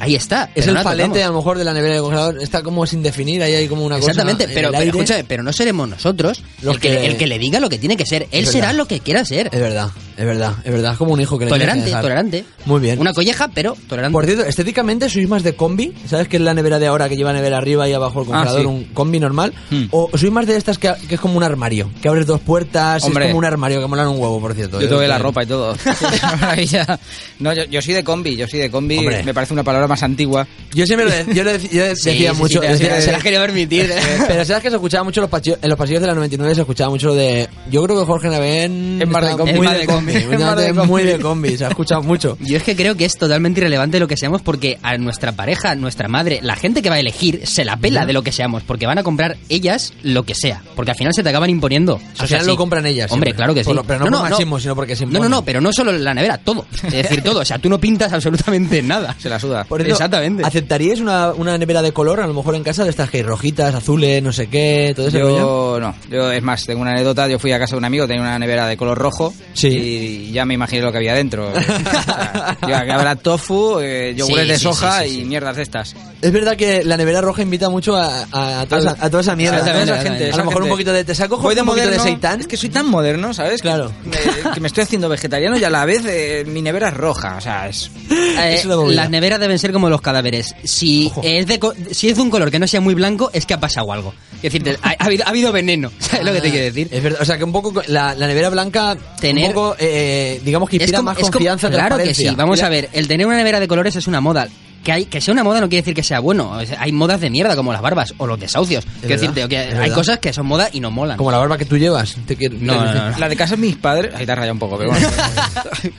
[SPEAKER 2] ahí está.
[SPEAKER 1] Es
[SPEAKER 2] pero no
[SPEAKER 1] el
[SPEAKER 2] la
[SPEAKER 1] palete, a
[SPEAKER 2] tocamos.
[SPEAKER 1] lo mejor, de la nevera del congelador. Está como sin definir, ahí hay como una cosa.
[SPEAKER 2] Exactamente,
[SPEAKER 1] en
[SPEAKER 2] pero,
[SPEAKER 1] el
[SPEAKER 2] pero
[SPEAKER 1] aire.
[SPEAKER 2] escúchame, pero no seremos nosotros
[SPEAKER 1] Los
[SPEAKER 2] el que,
[SPEAKER 1] que-
[SPEAKER 2] el que le diga lo que tiene que ser. Él
[SPEAKER 1] Es
[SPEAKER 2] será
[SPEAKER 1] verdad.
[SPEAKER 2] lo que quiera ser.
[SPEAKER 1] Es verdad, es verdad, es verdad. Es como un hijo que le tienes que
[SPEAKER 2] Tolerante,
[SPEAKER 1] dejar.
[SPEAKER 2] tolerante.
[SPEAKER 1] Muy bien.
[SPEAKER 2] Una colleja, pero tolerante.
[SPEAKER 1] Por cierto, estéticamente sois más de combi, ¿sabes que es la nevera de ahora que lleva nevera arriba y abajo el congelador,
[SPEAKER 16] sí.
[SPEAKER 1] un combi normal?
[SPEAKER 16] Hmm.
[SPEAKER 1] ¿O sois más de estas que, que es como un armario? Que abres dos puertas,
[SPEAKER 16] Hombre.
[SPEAKER 1] es como un armario que molan un huevo, por cierto.
[SPEAKER 16] Yo tuve la
[SPEAKER 1] también.
[SPEAKER 16] ropa y todo. Es una maravilla. No, yo, yo soy de combi, yo soy de combi.
[SPEAKER 1] Hombre.
[SPEAKER 16] Me parece una palabra más antigua.
[SPEAKER 1] Yo siempre lo de- yo lo de- yo
[SPEAKER 2] Sí,
[SPEAKER 1] decía
[SPEAKER 2] sí,
[SPEAKER 1] mucho.
[SPEAKER 2] sí, te-
[SPEAKER 1] decía-
[SPEAKER 2] se la quería permitir.
[SPEAKER 1] pero sabes que se escuchaba mucho en los pasillos, en los pasillos de la 99 se escuchaba mucho lo de yo creo que Jorge Navén
[SPEAKER 16] Es más de
[SPEAKER 1] estaba
[SPEAKER 16] combi.
[SPEAKER 1] muy
[SPEAKER 2] Es más
[SPEAKER 1] de
[SPEAKER 2] de
[SPEAKER 1] combi,
[SPEAKER 2] combi.
[SPEAKER 1] últimamente
[SPEAKER 16] Es más de
[SPEAKER 1] es muy
[SPEAKER 16] combi.
[SPEAKER 1] de combi, se ha escuchado mucho.
[SPEAKER 2] Yo es que creo que es totalmente irrelevante lo que seamos porque a nuestra pareja, nuestra madre, la gente que va a elegir se la pela de lo que seamos porque van a comprar ellas lo que sea. Porque al final se te acaban imponiendo. Eso
[SPEAKER 1] Al
[SPEAKER 2] es
[SPEAKER 1] final
[SPEAKER 2] así.
[SPEAKER 1] lo compran ellas.
[SPEAKER 2] Hombre,
[SPEAKER 1] siempre.
[SPEAKER 2] claro que sí.
[SPEAKER 1] Por lo- pero no, por machismo, sino porque se
[SPEAKER 2] No, no,
[SPEAKER 1] imponen.
[SPEAKER 2] no, pero no solo la nevera, todo. Es decir, todo. O sea, tú no pintas absolutamente nada.
[SPEAKER 16] Se la suda.
[SPEAKER 1] Por eso,
[SPEAKER 2] Exactamente.
[SPEAKER 1] ¿Aceptaríais una, una nevera de color, a lo mejor en casa, de estas que hay rojitas, azules, no sé qué, todo ese rollo?
[SPEAKER 16] Yo no, yo es más, tengo una anécdota, yo fui a casa de un amigo, tenía una nevera de color rojo
[SPEAKER 1] Sí.
[SPEAKER 16] y ya me imaginé lo que había dentro. O sea, yo- habrá tofu, eh, yogures
[SPEAKER 2] Sí,
[SPEAKER 16] de
[SPEAKER 2] sí,
[SPEAKER 16] soja
[SPEAKER 2] sí, sí, sí.
[SPEAKER 16] y mierdas de estas.
[SPEAKER 1] Es verdad que la nevera roja invita mucho a, a, a toda, esa, a toda esa mierda.
[SPEAKER 16] Exactamente,
[SPEAKER 1] ¿no?
[SPEAKER 16] esa gente,
[SPEAKER 1] a
[SPEAKER 16] esa
[SPEAKER 1] lo mejor un
[SPEAKER 16] gente.
[SPEAKER 1] poquito de... ¿Te saco
[SPEAKER 16] Voy de
[SPEAKER 1] un poquito de
[SPEAKER 16] moderno,
[SPEAKER 1] seitán?
[SPEAKER 16] Es que soy tan moderno, ¿sabes? Que
[SPEAKER 1] Claro.
[SPEAKER 16] me- que me estoy haciendo vegetariano y a la vez eh, mi nevera es roja, o sea, es...
[SPEAKER 2] Eh,
[SPEAKER 1] Es una movida.
[SPEAKER 2] las neveras deben ser como los cadáveres. Si
[SPEAKER 1] Ojo.
[SPEAKER 2] es, de, co- si es de un color que no sea muy blanco, es que ha pasado algo. Es decir, ha, ha habido, ha habido veneno. ¿Sabes lo que te quiero decir?
[SPEAKER 1] Ah. Es verdad, o sea que un poco co- la, la nevera blanca,
[SPEAKER 2] Tener-
[SPEAKER 1] un poco, eh, digamos que inspira
[SPEAKER 2] como-
[SPEAKER 1] más confianza,
[SPEAKER 2] como- claro que sí
[SPEAKER 1] transparencia.
[SPEAKER 2] vamos a ver el tener una nevera de colores es una moda que, hay, que sea una moda no quiere decir que sea bueno O sea, hay modas de mierda como las barbas o los desahucios quiero
[SPEAKER 1] verdad,
[SPEAKER 2] decirte que
[SPEAKER 1] es
[SPEAKER 2] hay
[SPEAKER 1] verdad.
[SPEAKER 2] cosas que son moda y no molan
[SPEAKER 1] Como la barba que tú llevas. Te quiero-
[SPEAKER 2] No, no, no, no.
[SPEAKER 16] La de casa de mis padres. Ahí te has rayado un poco, pero bueno.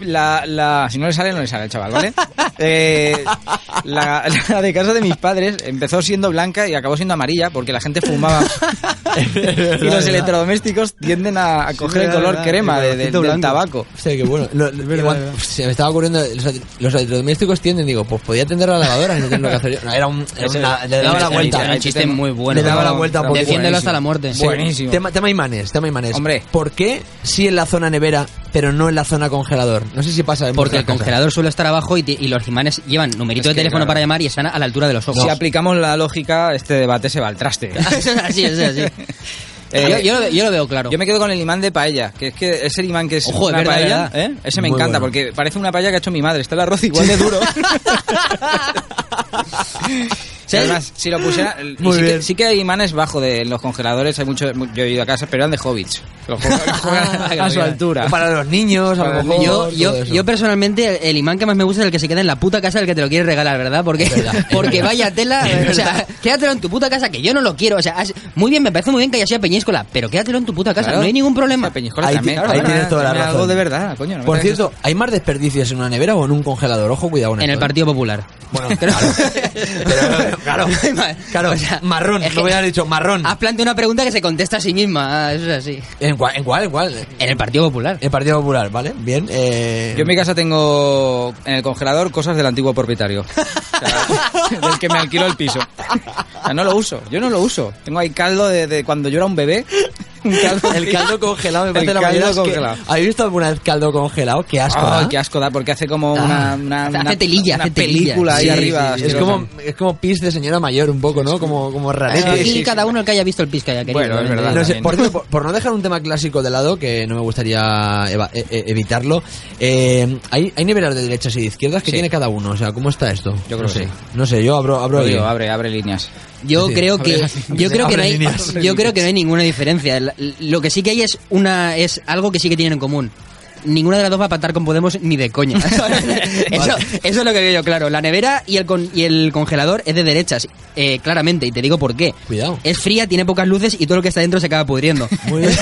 [SPEAKER 16] La, la- si no le sale, no le sale al chaval, ¿vale? Eh, la, la de casa de mis padres empezó siendo blanca y acabó siendo amarilla porque la gente fumaba. y los
[SPEAKER 1] verdad.
[SPEAKER 16] electrodomésticos tienden a, a coger el
[SPEAKER 1] verdad,
[SPEAKER 16] color
[SPEAKER 1] verdad.
[SPEAKER 16] crema de- de-
[SPEAKER 1] colorcito
[SPEAKER 16] del
[SPEAKER 1] blanco.
[SPEAKER 16] tabaco.
[SPEAKER 1] Hostia, qué bueno. Lo- igual, se me estaba ocurriendo, los, los electrodomésticos tienden, digo, pues podía tender la lavadora y no tengo que hacer yo. No, era un, era una- le daba la
[SPEAKER 2] Era
[SPEAKER 1] vuelta.
[SPEAKER 2] un chiste muy bueno
[SPEAKER 1] Le daba la vuelta por
[SPEAKER 2] defiéndelo hasta la muerte
[SPEAKER 1] Sí.
[SPEAKER 16] Buenísimo.
[SPEAKER 1] Tema, tema imanes, tema imanes.
[SPEAKER 16] Hombre.
[SPEAKER 1] ¿Por qué sí en la zona nevera, pero no en la zona congelador? No sé si pasa. en
[SPEAKER 2] porque el
[SPEAKER 1] vuestras casas.
[SPEAKER 2] congelador suele estar abajo y, ti- y los imanes llevan numerito
[SPEAKER 16] Es
[SPEAKER 2] de
[SPEAKER 16] que,
[SPEAKER 2] teléfono
[SPEAKER 16] claro.
[SPEAKER 2] para llamar y están a la altura de los ojos
[SPEAKER 16] Si aplicamos la lógica, este debate se va al traste.
[SPEAKER 2] Eso es así eso es así
[SPEAKER 16] Eh,
[SPEAKER 2] yo, yo lo, ve- yo lo veo claro
[SPEAKER 16] Yo me quedo con el imán de paella, que es que es el imán que es
[SPEAKER 2] Ojo, es
[SPEAKER 16] una
[SPEAKER 2] verdad,
[SPEAKER 16] paella,
[SPEAKER 2] verdad.
[SPEAKER 16] ¿eh? ese me
[SPEAKER 1] Muy
[SPEAKER 16] encanta
[SPEAKER 1] bueno.
[SPEAKER 16] porque parece una paella que ha hecho mi madre, está el arroz igual de duro. Y Además, si lo pusiera. y
[SPEAKER 2] Muy
[SPEAKER 16] sí,
[SPEAKER 2] bien.
[SPEAKER 16] Que, sí que hay imanes bajo de los congeladores. Hay mucho, mu- yo he ido a casa, pero eran de hobbits. Los juegan- los juegan
[SPEAKER 2] Ah,
[SPEAKER 16] que
[SPEAKER 2] a su
[SPEAKER 16] no vean.
[SPEAKER 2] altura.
[SPEAKER 1] Para los niños, a lo mejor,
[SPEAKER 2] Yo,
[SPEAKER 1] todo
[SPEAKER 2] yo,
[SPEAKER 1] eso.
[SPEAKER 2] yo personalmente, el, el imán que más me gusta es el que se queda en la puta casa del que te lo quiere regalar, ¿verdad? Porque, porque vaya tela, o sea, quédatelo en tu puta casa, que yo no lo quiero. O sea, has- muy bien, me parece muy bien que haya sido Peñíscola, pero quédatelo en tu puta casa,
[SPEAKER 16] Claro.
[SPEAKER 2] no hay ningún problema.
[SPEAKER 16] Peñíscola
[SPEAKER 1] Ahí,
[SPEAKER 16] también.
[SPEAKER 1] ti- ahí
[SPEAKER 16] claro,
[SPEAKER 1] tienes
[SPEAKER 16] era-
[SPEAKER 1] toda la
[SPEAKER 16] era
[SPEAKER 1] razón.
[SPEAKER 16] algo de verdad, coño. no me
[SPEAKER 1] Por
[SPEAKER 16] hagas
[SPEAKER 1] cierto, ¿hay más desperdicios en una nevera o en un congelador? Ojo, cuidado. ¿eh?
[SPEAKER 2] En el Partido Popular.
[SPEAKER 1] Bueno, claro. Pero, claro. Claro, marrón.
[SPEAKER 2] es
[SPEAKER 1] no
[SPEAKER 2] que- Ah.
[SPEAKER 1] hubiera dicho marrón.
[SPEAKER 2] Has planteado una pregunta que se contesta a sí misma, ah, eso es así.
[SPEAKER 1] ¿En, cuál, ¿En cuál? ¿En cuál?
[SPEAKER 2] En el Partido Popular.
[SPEAKER 1] En el Partido Popular, ¿vale? Bien. eh,
[SPEAKER 16] Yo en mi casa tengo en el congelador cosas del antiguo propietario. O sea, del que me alquiló el piso. O sea, no lo uso, yo no lo uso. Tengo ahí caldo de, de cuando yo era un bebé. Un caldo
[SPEAKER 1] El caldo congelado me
[SPEAKER 16] El
[SPEAKER 1] parece la
[SPEAKER 16] caldo
[SPEAKER 1] mayor asque-
[SPEAKER 16] congelado.
[SPEAKER 1] ¿Habéis visto alguna vez caldo congelado? Qué asco.
[SPEAKER 16] Ay,
[SPEAKER 1] ¿eh?
[SPEAKER 16] Oh, qué asco da, porque hace como
[SPEAKER 1] Ah.
[SPEAKER 16] una, una,
[SPEAKER 2] hace
[SPEAKER 16] una-
[SPEAKER 2] telilla,
[SPEAKER 16] una
[SPEAKER 2] hace telilla.
[SPEAKER 16] película ahí
[SPEAKER 2] Sí,
[SPEAKER 16] arriba.
[SPEAKER 1] es,
[SPEAKER 16] asquerosa.
[SPEAKER 1] como, es como pis de señora mayor un poco, ¿no? Como, como rarete.
[SPEAKER 2] Aquí cada uno el que haya visto el pis que haya querido. ¿eh?
[SPEAKER 16] Bueno, es verdad.
[SPEAKER 1] No sé,
[SPEAKER 16] también.
[SPEAKER 1] por, cierto, por- por no dejar un tema clásico de lado, que no me gustaría eva- e- e- evitarlo, eh, hay, hay niveles de derechas y de izquierdas que
[SPEAKER 16] Sí.
[SPEAKER 1] tiene cada uno. O sea, ¿cómo está esto?
[SPEAKER 16] creo
[SPEAKER 1] no
[SPEAKER 16] que
[SPEAKER 1] sé.
[SPEAKER 16] sí.
[SPEAKER 1] No sé, yo abro, abro
[SPEAKER 16] Lo
[SPEAKER 1] ahí.
[SPEAKER 16] digo, abre, abre líneas.
[SPEAKER 2] Yo
[SPEAKER 1] Sí,
[SPEAKER 2] creo
[SPEAKER 1] abre
[SPEAKER 2] que
[SPEAKER 1] las-
[SPEAKER 2] yo creo que
[SPEAKER 1] abre
[SPEAKER 2] no hay
[SPEAKER 1] líneas.
[SPEAKER 2] yo creo que no hay ninguna diferencia. La- Lo que sí que hay es una es algo que sí que tienen en común. Ninguna de las dos va a patar con Podemos ni de coña. eso, eso es lo que veo yo claro. La nevera y el con- y el congelador es de derechas, eh, claramente. Y te digo por qué.
[SPEAKER 1] Cuidado.
[SPEAKER 2] Es fría, tiene pocas luces y todo lo que está dentro se acaba pudriendo.
[SPEAKER 1] Muy bien.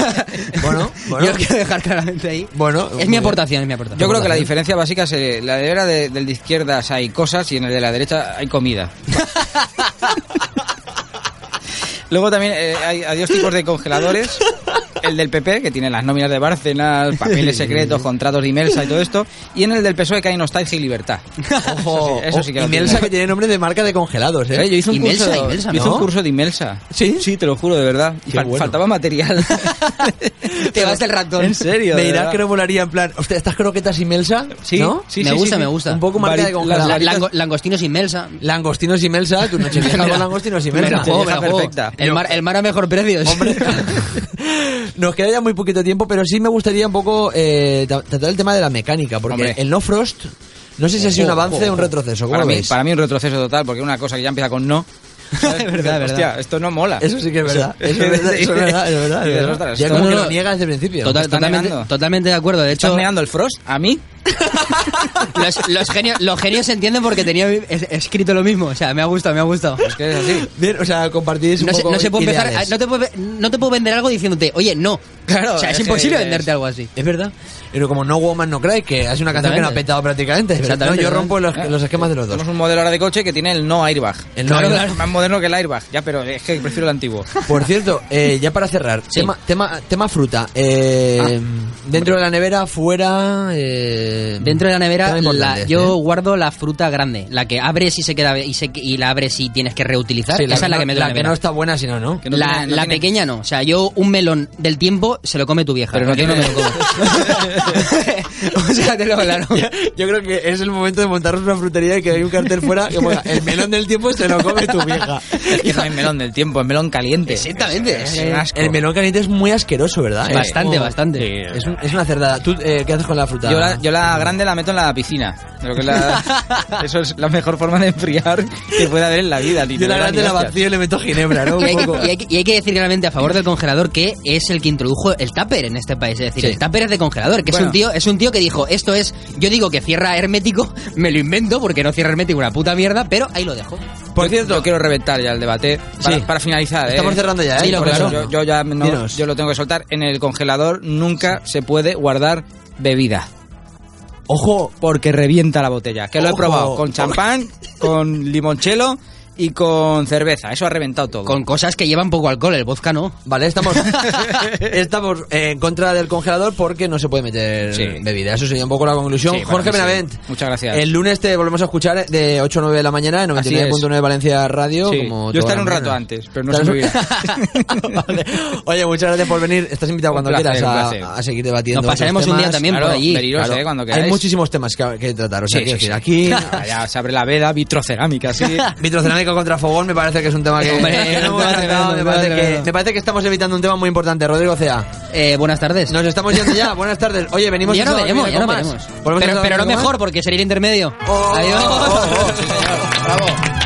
[SPEAKER 1] Bueno, bueno.
[SPEAKER 2] Yo lo quiero dejar claramente ahí.
[SPEAKER 1] Bueno, muy
[SPEAKER 2] es mi
[SPEAKER 1] bien.
[SPEAKER 2] aportación, es mi aportación.
[SPEAKER 16] Yo creo que la diferencia básica es eh, la nevera de, del de izquierdas hay cosas y en el de la derecha hay comida. Luego también eh, hay, hay dos tipos de congeladores. El del PP, que tiene las nóminas de Bárcenas, papeles secretos, contratos de Imelsa y todo esto. Y en el del PSOE E que hay nostalgia y libertad. Eso sí-
[SPEAKER 1] Ojo,
[SPEAKER 16] eso sí que lo
[SPEAKER 1] Imelsa,
[SPEAKER 16] tiene.
[SPEAKER 1] que tiene nombre de marca de congelados, ¿eh?
[SPEAKER 16] Eh, Yo hice un,
[SPEAKER 2] oh, Imelsa,
[SPEAKER 16] curso,
[SPEAKER 2] Imelsa,
[SPEAKER 16] yo hice
[SPEAKER 2] ¿no?
[SPEAKER 16] un curso de Imelsa.
[SPEAKER 1] ¿Sí?
[SPEAKER 16] Sí, te lo juro, de verdad. Y
[SPEAKER 1] Qué
[SPEAKER 16] fal-
[SPEAKER 1] bueno.
[SPEAKER 16] Faltaba material.
[SPEAKER 2] Te vas del ratón.
[SPEAKER 16] En serio.
[SPEAKER 1] Me
[SPEAKER 16] de
[SPEAKER 1] dirás
[SPEAKER 16] verdad.
[SPEAKER 1] que no molaría en plan, hostia, estas croquetas Imelsa,
[SPEAKER 16] Sí,
[SPEAKER 1] ¿no?
[SPEAKER 16] sí,
[SPEAKER 2] me
[SPEAKER 16] sí,
[SPEAKER 2] gusta,
[SPEAKER 16] sí,
[SPEAKER 2] me
[SPEAKER 16] sí.
[SPEAKER 2] gusta.
[SPEAKER 1] Un poco marca
[SPEAKER 16] Vari-
[SPEAKER 1] de
[SPEAKER 16] las
[SPEAKER 1] congelado.
[SPEAKER 2] La-
[SPEAKER 16] varitas-
[SPEAKER 2] lango- langostinos y melsa.
[SPEAKER 1] Langostinos Imelsa, tu noche vieja con langostinos
[SPEAKER 2] Me
[SPEAKER 1] Imelsa.
[SPEAKER 2] la juego, me la
[SPEAKER 16] Bandeja
[SPEAKER 2] juego.
[SPEAKER 16] perfecta.
[SPEAKER 2] El mar, el mar a mejor precio.
[SPEAKER 1] Hombre, nos queda ya muy poquito tiempo, pero sí me gustaría un poco eh, tra- tratar el tema de la mecánica, porque
[SPEAKER 16] Hombre.
[SPEAKER 1] el no frost, no sé si ha sido un
[SPEAKER 16] Ojo,
[SPEAKER 1] avance
[SPEAKER 16] ojo,
[SPEAKER 1] o un
[SPEAKER 16] ojo.
[SPEAKER 1] retroceso, ¿cómo
[SPEAKER 16] para
[SPEAKER 1] lo
[SPEAKER 16] mí,
[SPEAKER 1] veis?
[SPEAKER 16] para mí un retroceso total, porque una cosa que ya empieza con no. ¿sabes?
[SPEAKER 2] Es verdad, es
[SPEAKER 16] Hostia,
[SPEAKER 2] verdad.
[SPEAKER 16] esto no mola.
[SPEAKER 1] Eso sí que es verdad, eso es verdad, eso es verdad, es verdad, es
[SPEAKER 16] Dices,
[SPEAKER 1] verdad.
[SPEAKER 16] "Ostras,
[SPEAKER 1] Ya
[SPEAKER 16] esto
[SPEAKER 1] como
[SPEAKER 2] no,
[SPEAKER 1] que
[SPEAKER 2] no,
[SPEAKER 1] lo niega desde el principio.
[SPEAKER 2] Total-
[SPEAKER 16] Está
[SPEAKER 2] totalmente,
[SPEAKER 16] negando.
[SPEAKER 2] totalmente de acuerdo. De
[SPEAKER 16] ¿Estás
[SPEAKER 2] hecho,
[SPEAKER 16] meando el Frost? ¿A mí?
[SPEAKER 2] los, los genios, los genios se entienden porque tenía es- escrito lo mismo. O sea, me ha gustado, me ha gustado.
[SPEAKER 16] Es que es así.
[SPEAKER 1] Bien, o sea, compartís un
[SPEAKER 2] No se,
[SPEAKER 1] poco
[SPEAKER 2] no se puede empezar,
[SPEAKER 1] ideales.
[SPEAKER 2] no te puedo, no te puedo vender algo diciéndote, oye, no.
[SPEAKER 16] Claro,
[SPEAKER 2] o sea, es,
[SPEAKER 16] es que
[SPEAKER 2] imposible
[SPEAKER 16] es-
[SPEAKER 2] venderte algo así.
[SPEAKER 1] Es verdad. Pero como No Woman No Cry, que es una canción que no ha
[SPEAKER 2] Exactamente.
[SPEAKER 1] petado prácticamente. pero
[SPEAKER 2] Exactamente,
[SPEAKER 1] no, yo
[SPEAKER 2] ¿verdad?
[SPEAKER 1] rompo los, los esquemas de los dos.
[SPEAKER 16] Tenemos un modelo ahora de coche que tiene el no airbag.
[SPEAKER 1] El no
[SPEAKER 16] Claro,
[SPEAKER 1] airbag.
[SPEAKER 16] es Más moderno que el airbag. Ya, pero es que prefiero el antiguo.
[SPEAKER 1] Por cierto, eh, ya para cerrar,
[SPEAKER 2] Sí. Ah.
[SPEAKER 1] tema, tema, tema fruta. eh, dentro de la nevera, fuera. eh,
[SPEAKER 2] Dentro de la nevera
[SPEAKER 1] temas
[SPEAKER 2] la-
[SPEAKER 1] importantes,
[SPEAKER 2] yo
[SPEAKER 1] ¿eh?
[SPEAKER 2] guardo la fruta grande, la que abres y se queda y, se, y la abres y tienes que reutilizar.
[SPEAKER 1] Sí,
[SPEAKER 2] Esa es la
[SPEAKER 1] no-
[SPEAKER 2] que me la nevera.
[SPEAKER 1] no está buena, si no, ¿no?
[SPEAKER 16] que no
[SPEAKER 2] la
[SPEAKER 16] tiene- no
[SPEAKER 2] la
[SPEAKER 16] tiene-
[SPEAKER 2] pequeña no. O sea, yo un melón del tiempo se lo come tu vieja. ¿eh?
[SPEAKER 16] Pero no
[SPEAKER 2] yo no me
[SPEAKER 16] tiene-
[SPEAKER 2] lo como. o sea, te lo claro.
[SPEAKER 1] Yo creo que es el momento de montarnos una frutería y que hay un cartel fuera que ponga el melón del tiempo se lo come tu vieja.
[SPEAKER 16] Es que no es melón del tiempo, es melón caliente.
[SPEAKER 2] Exactamente.
[SPEAKER 16] Es un asco.
[SPEAKER 1] El melón caliente es muy asqueroso, ¿verdad? Es
[SPEAKER 2] Bastante,
[SPEAKER 16] Oh,
[SPEAKER 1] como-
[SPEAKER 2] bastante.
[SPEAKER 1] Es, un- es una cerdada. ¿Tú eh, qué haces con la fruta?
[SPEAKER 16] Yo la, yo la grande la meto en la piscina. Creo que la- eso es la mejor forma de enfriar que puede haber en la vida.
[SPEAKER 1] Yo la grande la vacío y le meto ginebra, ¿no?
[SPEAKER 2] Y
[SPEAKER 1] Un
[SPEAKER 2] hay,
[SPEAKER 1] poco.
[SPEAKER 2] y hay que- y hay que decir claramente a favor del congelador que es el que introdujo el tupper en este país. Es decir,
[SPEAKER 1] Sí.
[SPEAKER 2] el tupper es de congelador, que es
[SPEAKER 16] Bueno.
[SPEAKER 2] un tío, es un tío que dijo, esto es, yo digo que cierra hermético, me lo invento porque no cierra hermético una puta mierda, pero ahí lo dejo.
[SPEAKER 16] Por cierto, quiero reventar ya el debate para,
[SPEAKER 1] Pues Sí.
[SPEAKER 16] para finalizar. ¿eh?
[SPEAKER 1] Estamos cerrando ya, ¿eh?
[SPEAKER 16] Sí,
[SPEAKER 1] Dilo,
[SPEAKER 16] por eso
[SPEAKER 1] claro.
[SPEAKER 16] yo, yo ya no-
[SPEAKER 1] Dinos.
[SPEAKER 16] yo lo tengo que soltar. En el congelador nunca se puede guardar bebida
[SPEAKER 1] Ojo,
[SPEAKER 16] porque revienta la botella. Que lo he
[SPEAKER 1] Ojo.
[SPEAKER 16] probado con champán, con limonchelo y con cerveza. Eso ha reventado todo.
[SPEAKER 2] Con cosas que llevan poco alcohol, el vodka no.
[SPEAKER 1] Vale, estamos, estamos eh, en contra del congelador porque no se puede meter
[SPEAKER 16] Sí.
[SPEAKER 1] bebida. Eso sería un poco la conclusión.
[SPEAKER 16] Sí, para mí
[SPEAKER 1] Jorge
[SPEAKER 16] sí.
[SPEAKER 1] Benavent.
[SPEAKER 16] Muchas gracias.
[SPEAKER 1] El lunes te volvemos a escuchar eh, de 8 a 9 de la mañana en
[SPEAKER 16] Así
[SPEAKER 1] 99.9 Valencia Radio.
[SPEAKER 16] Sí.
[SPEAKER 1] como
[SPEAKER 16] Yo estaré
[SPEAKER 1] todas las
[SPEAKER 16] un rato
[SPEAKER 1] mañanas.
[SPEAKER 16] antes, pero no se me
[SPEAKER 1] Estarás- Vale. Oye, muchas gracias por venir. Estás invitado
[SPEAKER 16] Un
[SPEAKER 1] cuando
[SPEAKER 16] placer,
[SPEAKER 1] quieras
[SPEAKER 16] un
[SPEAKER 1] a-
[SPEAKER 16] placer.
[SPEAKER 1] a, seguir debatiendo.
[SPEAKER 2] Nos pasaremos
[SPEAKER 1] otros
[SPEAKER 2] un día
[SPEAKER 1] temas.
[SPEAKER 2] también
[SPEAKER 16] Claro,
[SPEAKER 2] por allí.
[SPEAKER 16] veniros,
[SPEAKER 2] Claro.
[SPEAKER 16] eh, cuando queráis.
[SPEAKER 1] Hay muchísimos temas que, que tratar. O sea,
[SPEAKER 16] Sí,
[SPEAKER 1] quiero
[SPEAKER 16] sí,
[SPEAKER 1] decir,
[SPEAKER 16] sí.
[SPEAKER 1] aquí.
[SPEAKER 16] Ya se abre la veda, vitrocerámica, sí.
[SPEAKER 1] Vitrocerámica contra fogón me parece que es un tema que,
[SPEAKER 2] Hombre,
[SPEAKER 1] que no
[SPEAKER 2] un
[SPEAKER 1] hemos
[SPEAKER 2] tema tremendo, un
[SPEAKER 1] tratado, me parece
[SPEAKER 2] tema
[SPEAKER 1] que-
[SPEAKER 2] tremendo.
[SPEAKER 1] me parece que estamos evitando un tema muy importante. Rodrigo Cea.
[SPEAKER 2] Eh, buenas tardes.
[SPEAKER 1] Nos estamos yendo ya. Buenas tardes. Oye, venimos
[SPEAKER 2] ya
[SPEAKER 1] el
[SPEAKER 2] no
[SPEAKER 1] sábado que
[SPEAKER 2] veremos, ya no
[SPEAKER 1] viene con
[SPEAKER 2] veremos.
[SPEAKER 1] más. Volvemos el
[SPEAKER 2] Pero, pero no
[SPEAKER 1] sábado que viene con más.
[SPEAKER 2] mejor porque sería el intermedio.
[SPEAKER 1] Oh,
[SPEAKER 2] Adiós.
[SPEAKER 1] oh, oh, oh, sí, señor. Bravo.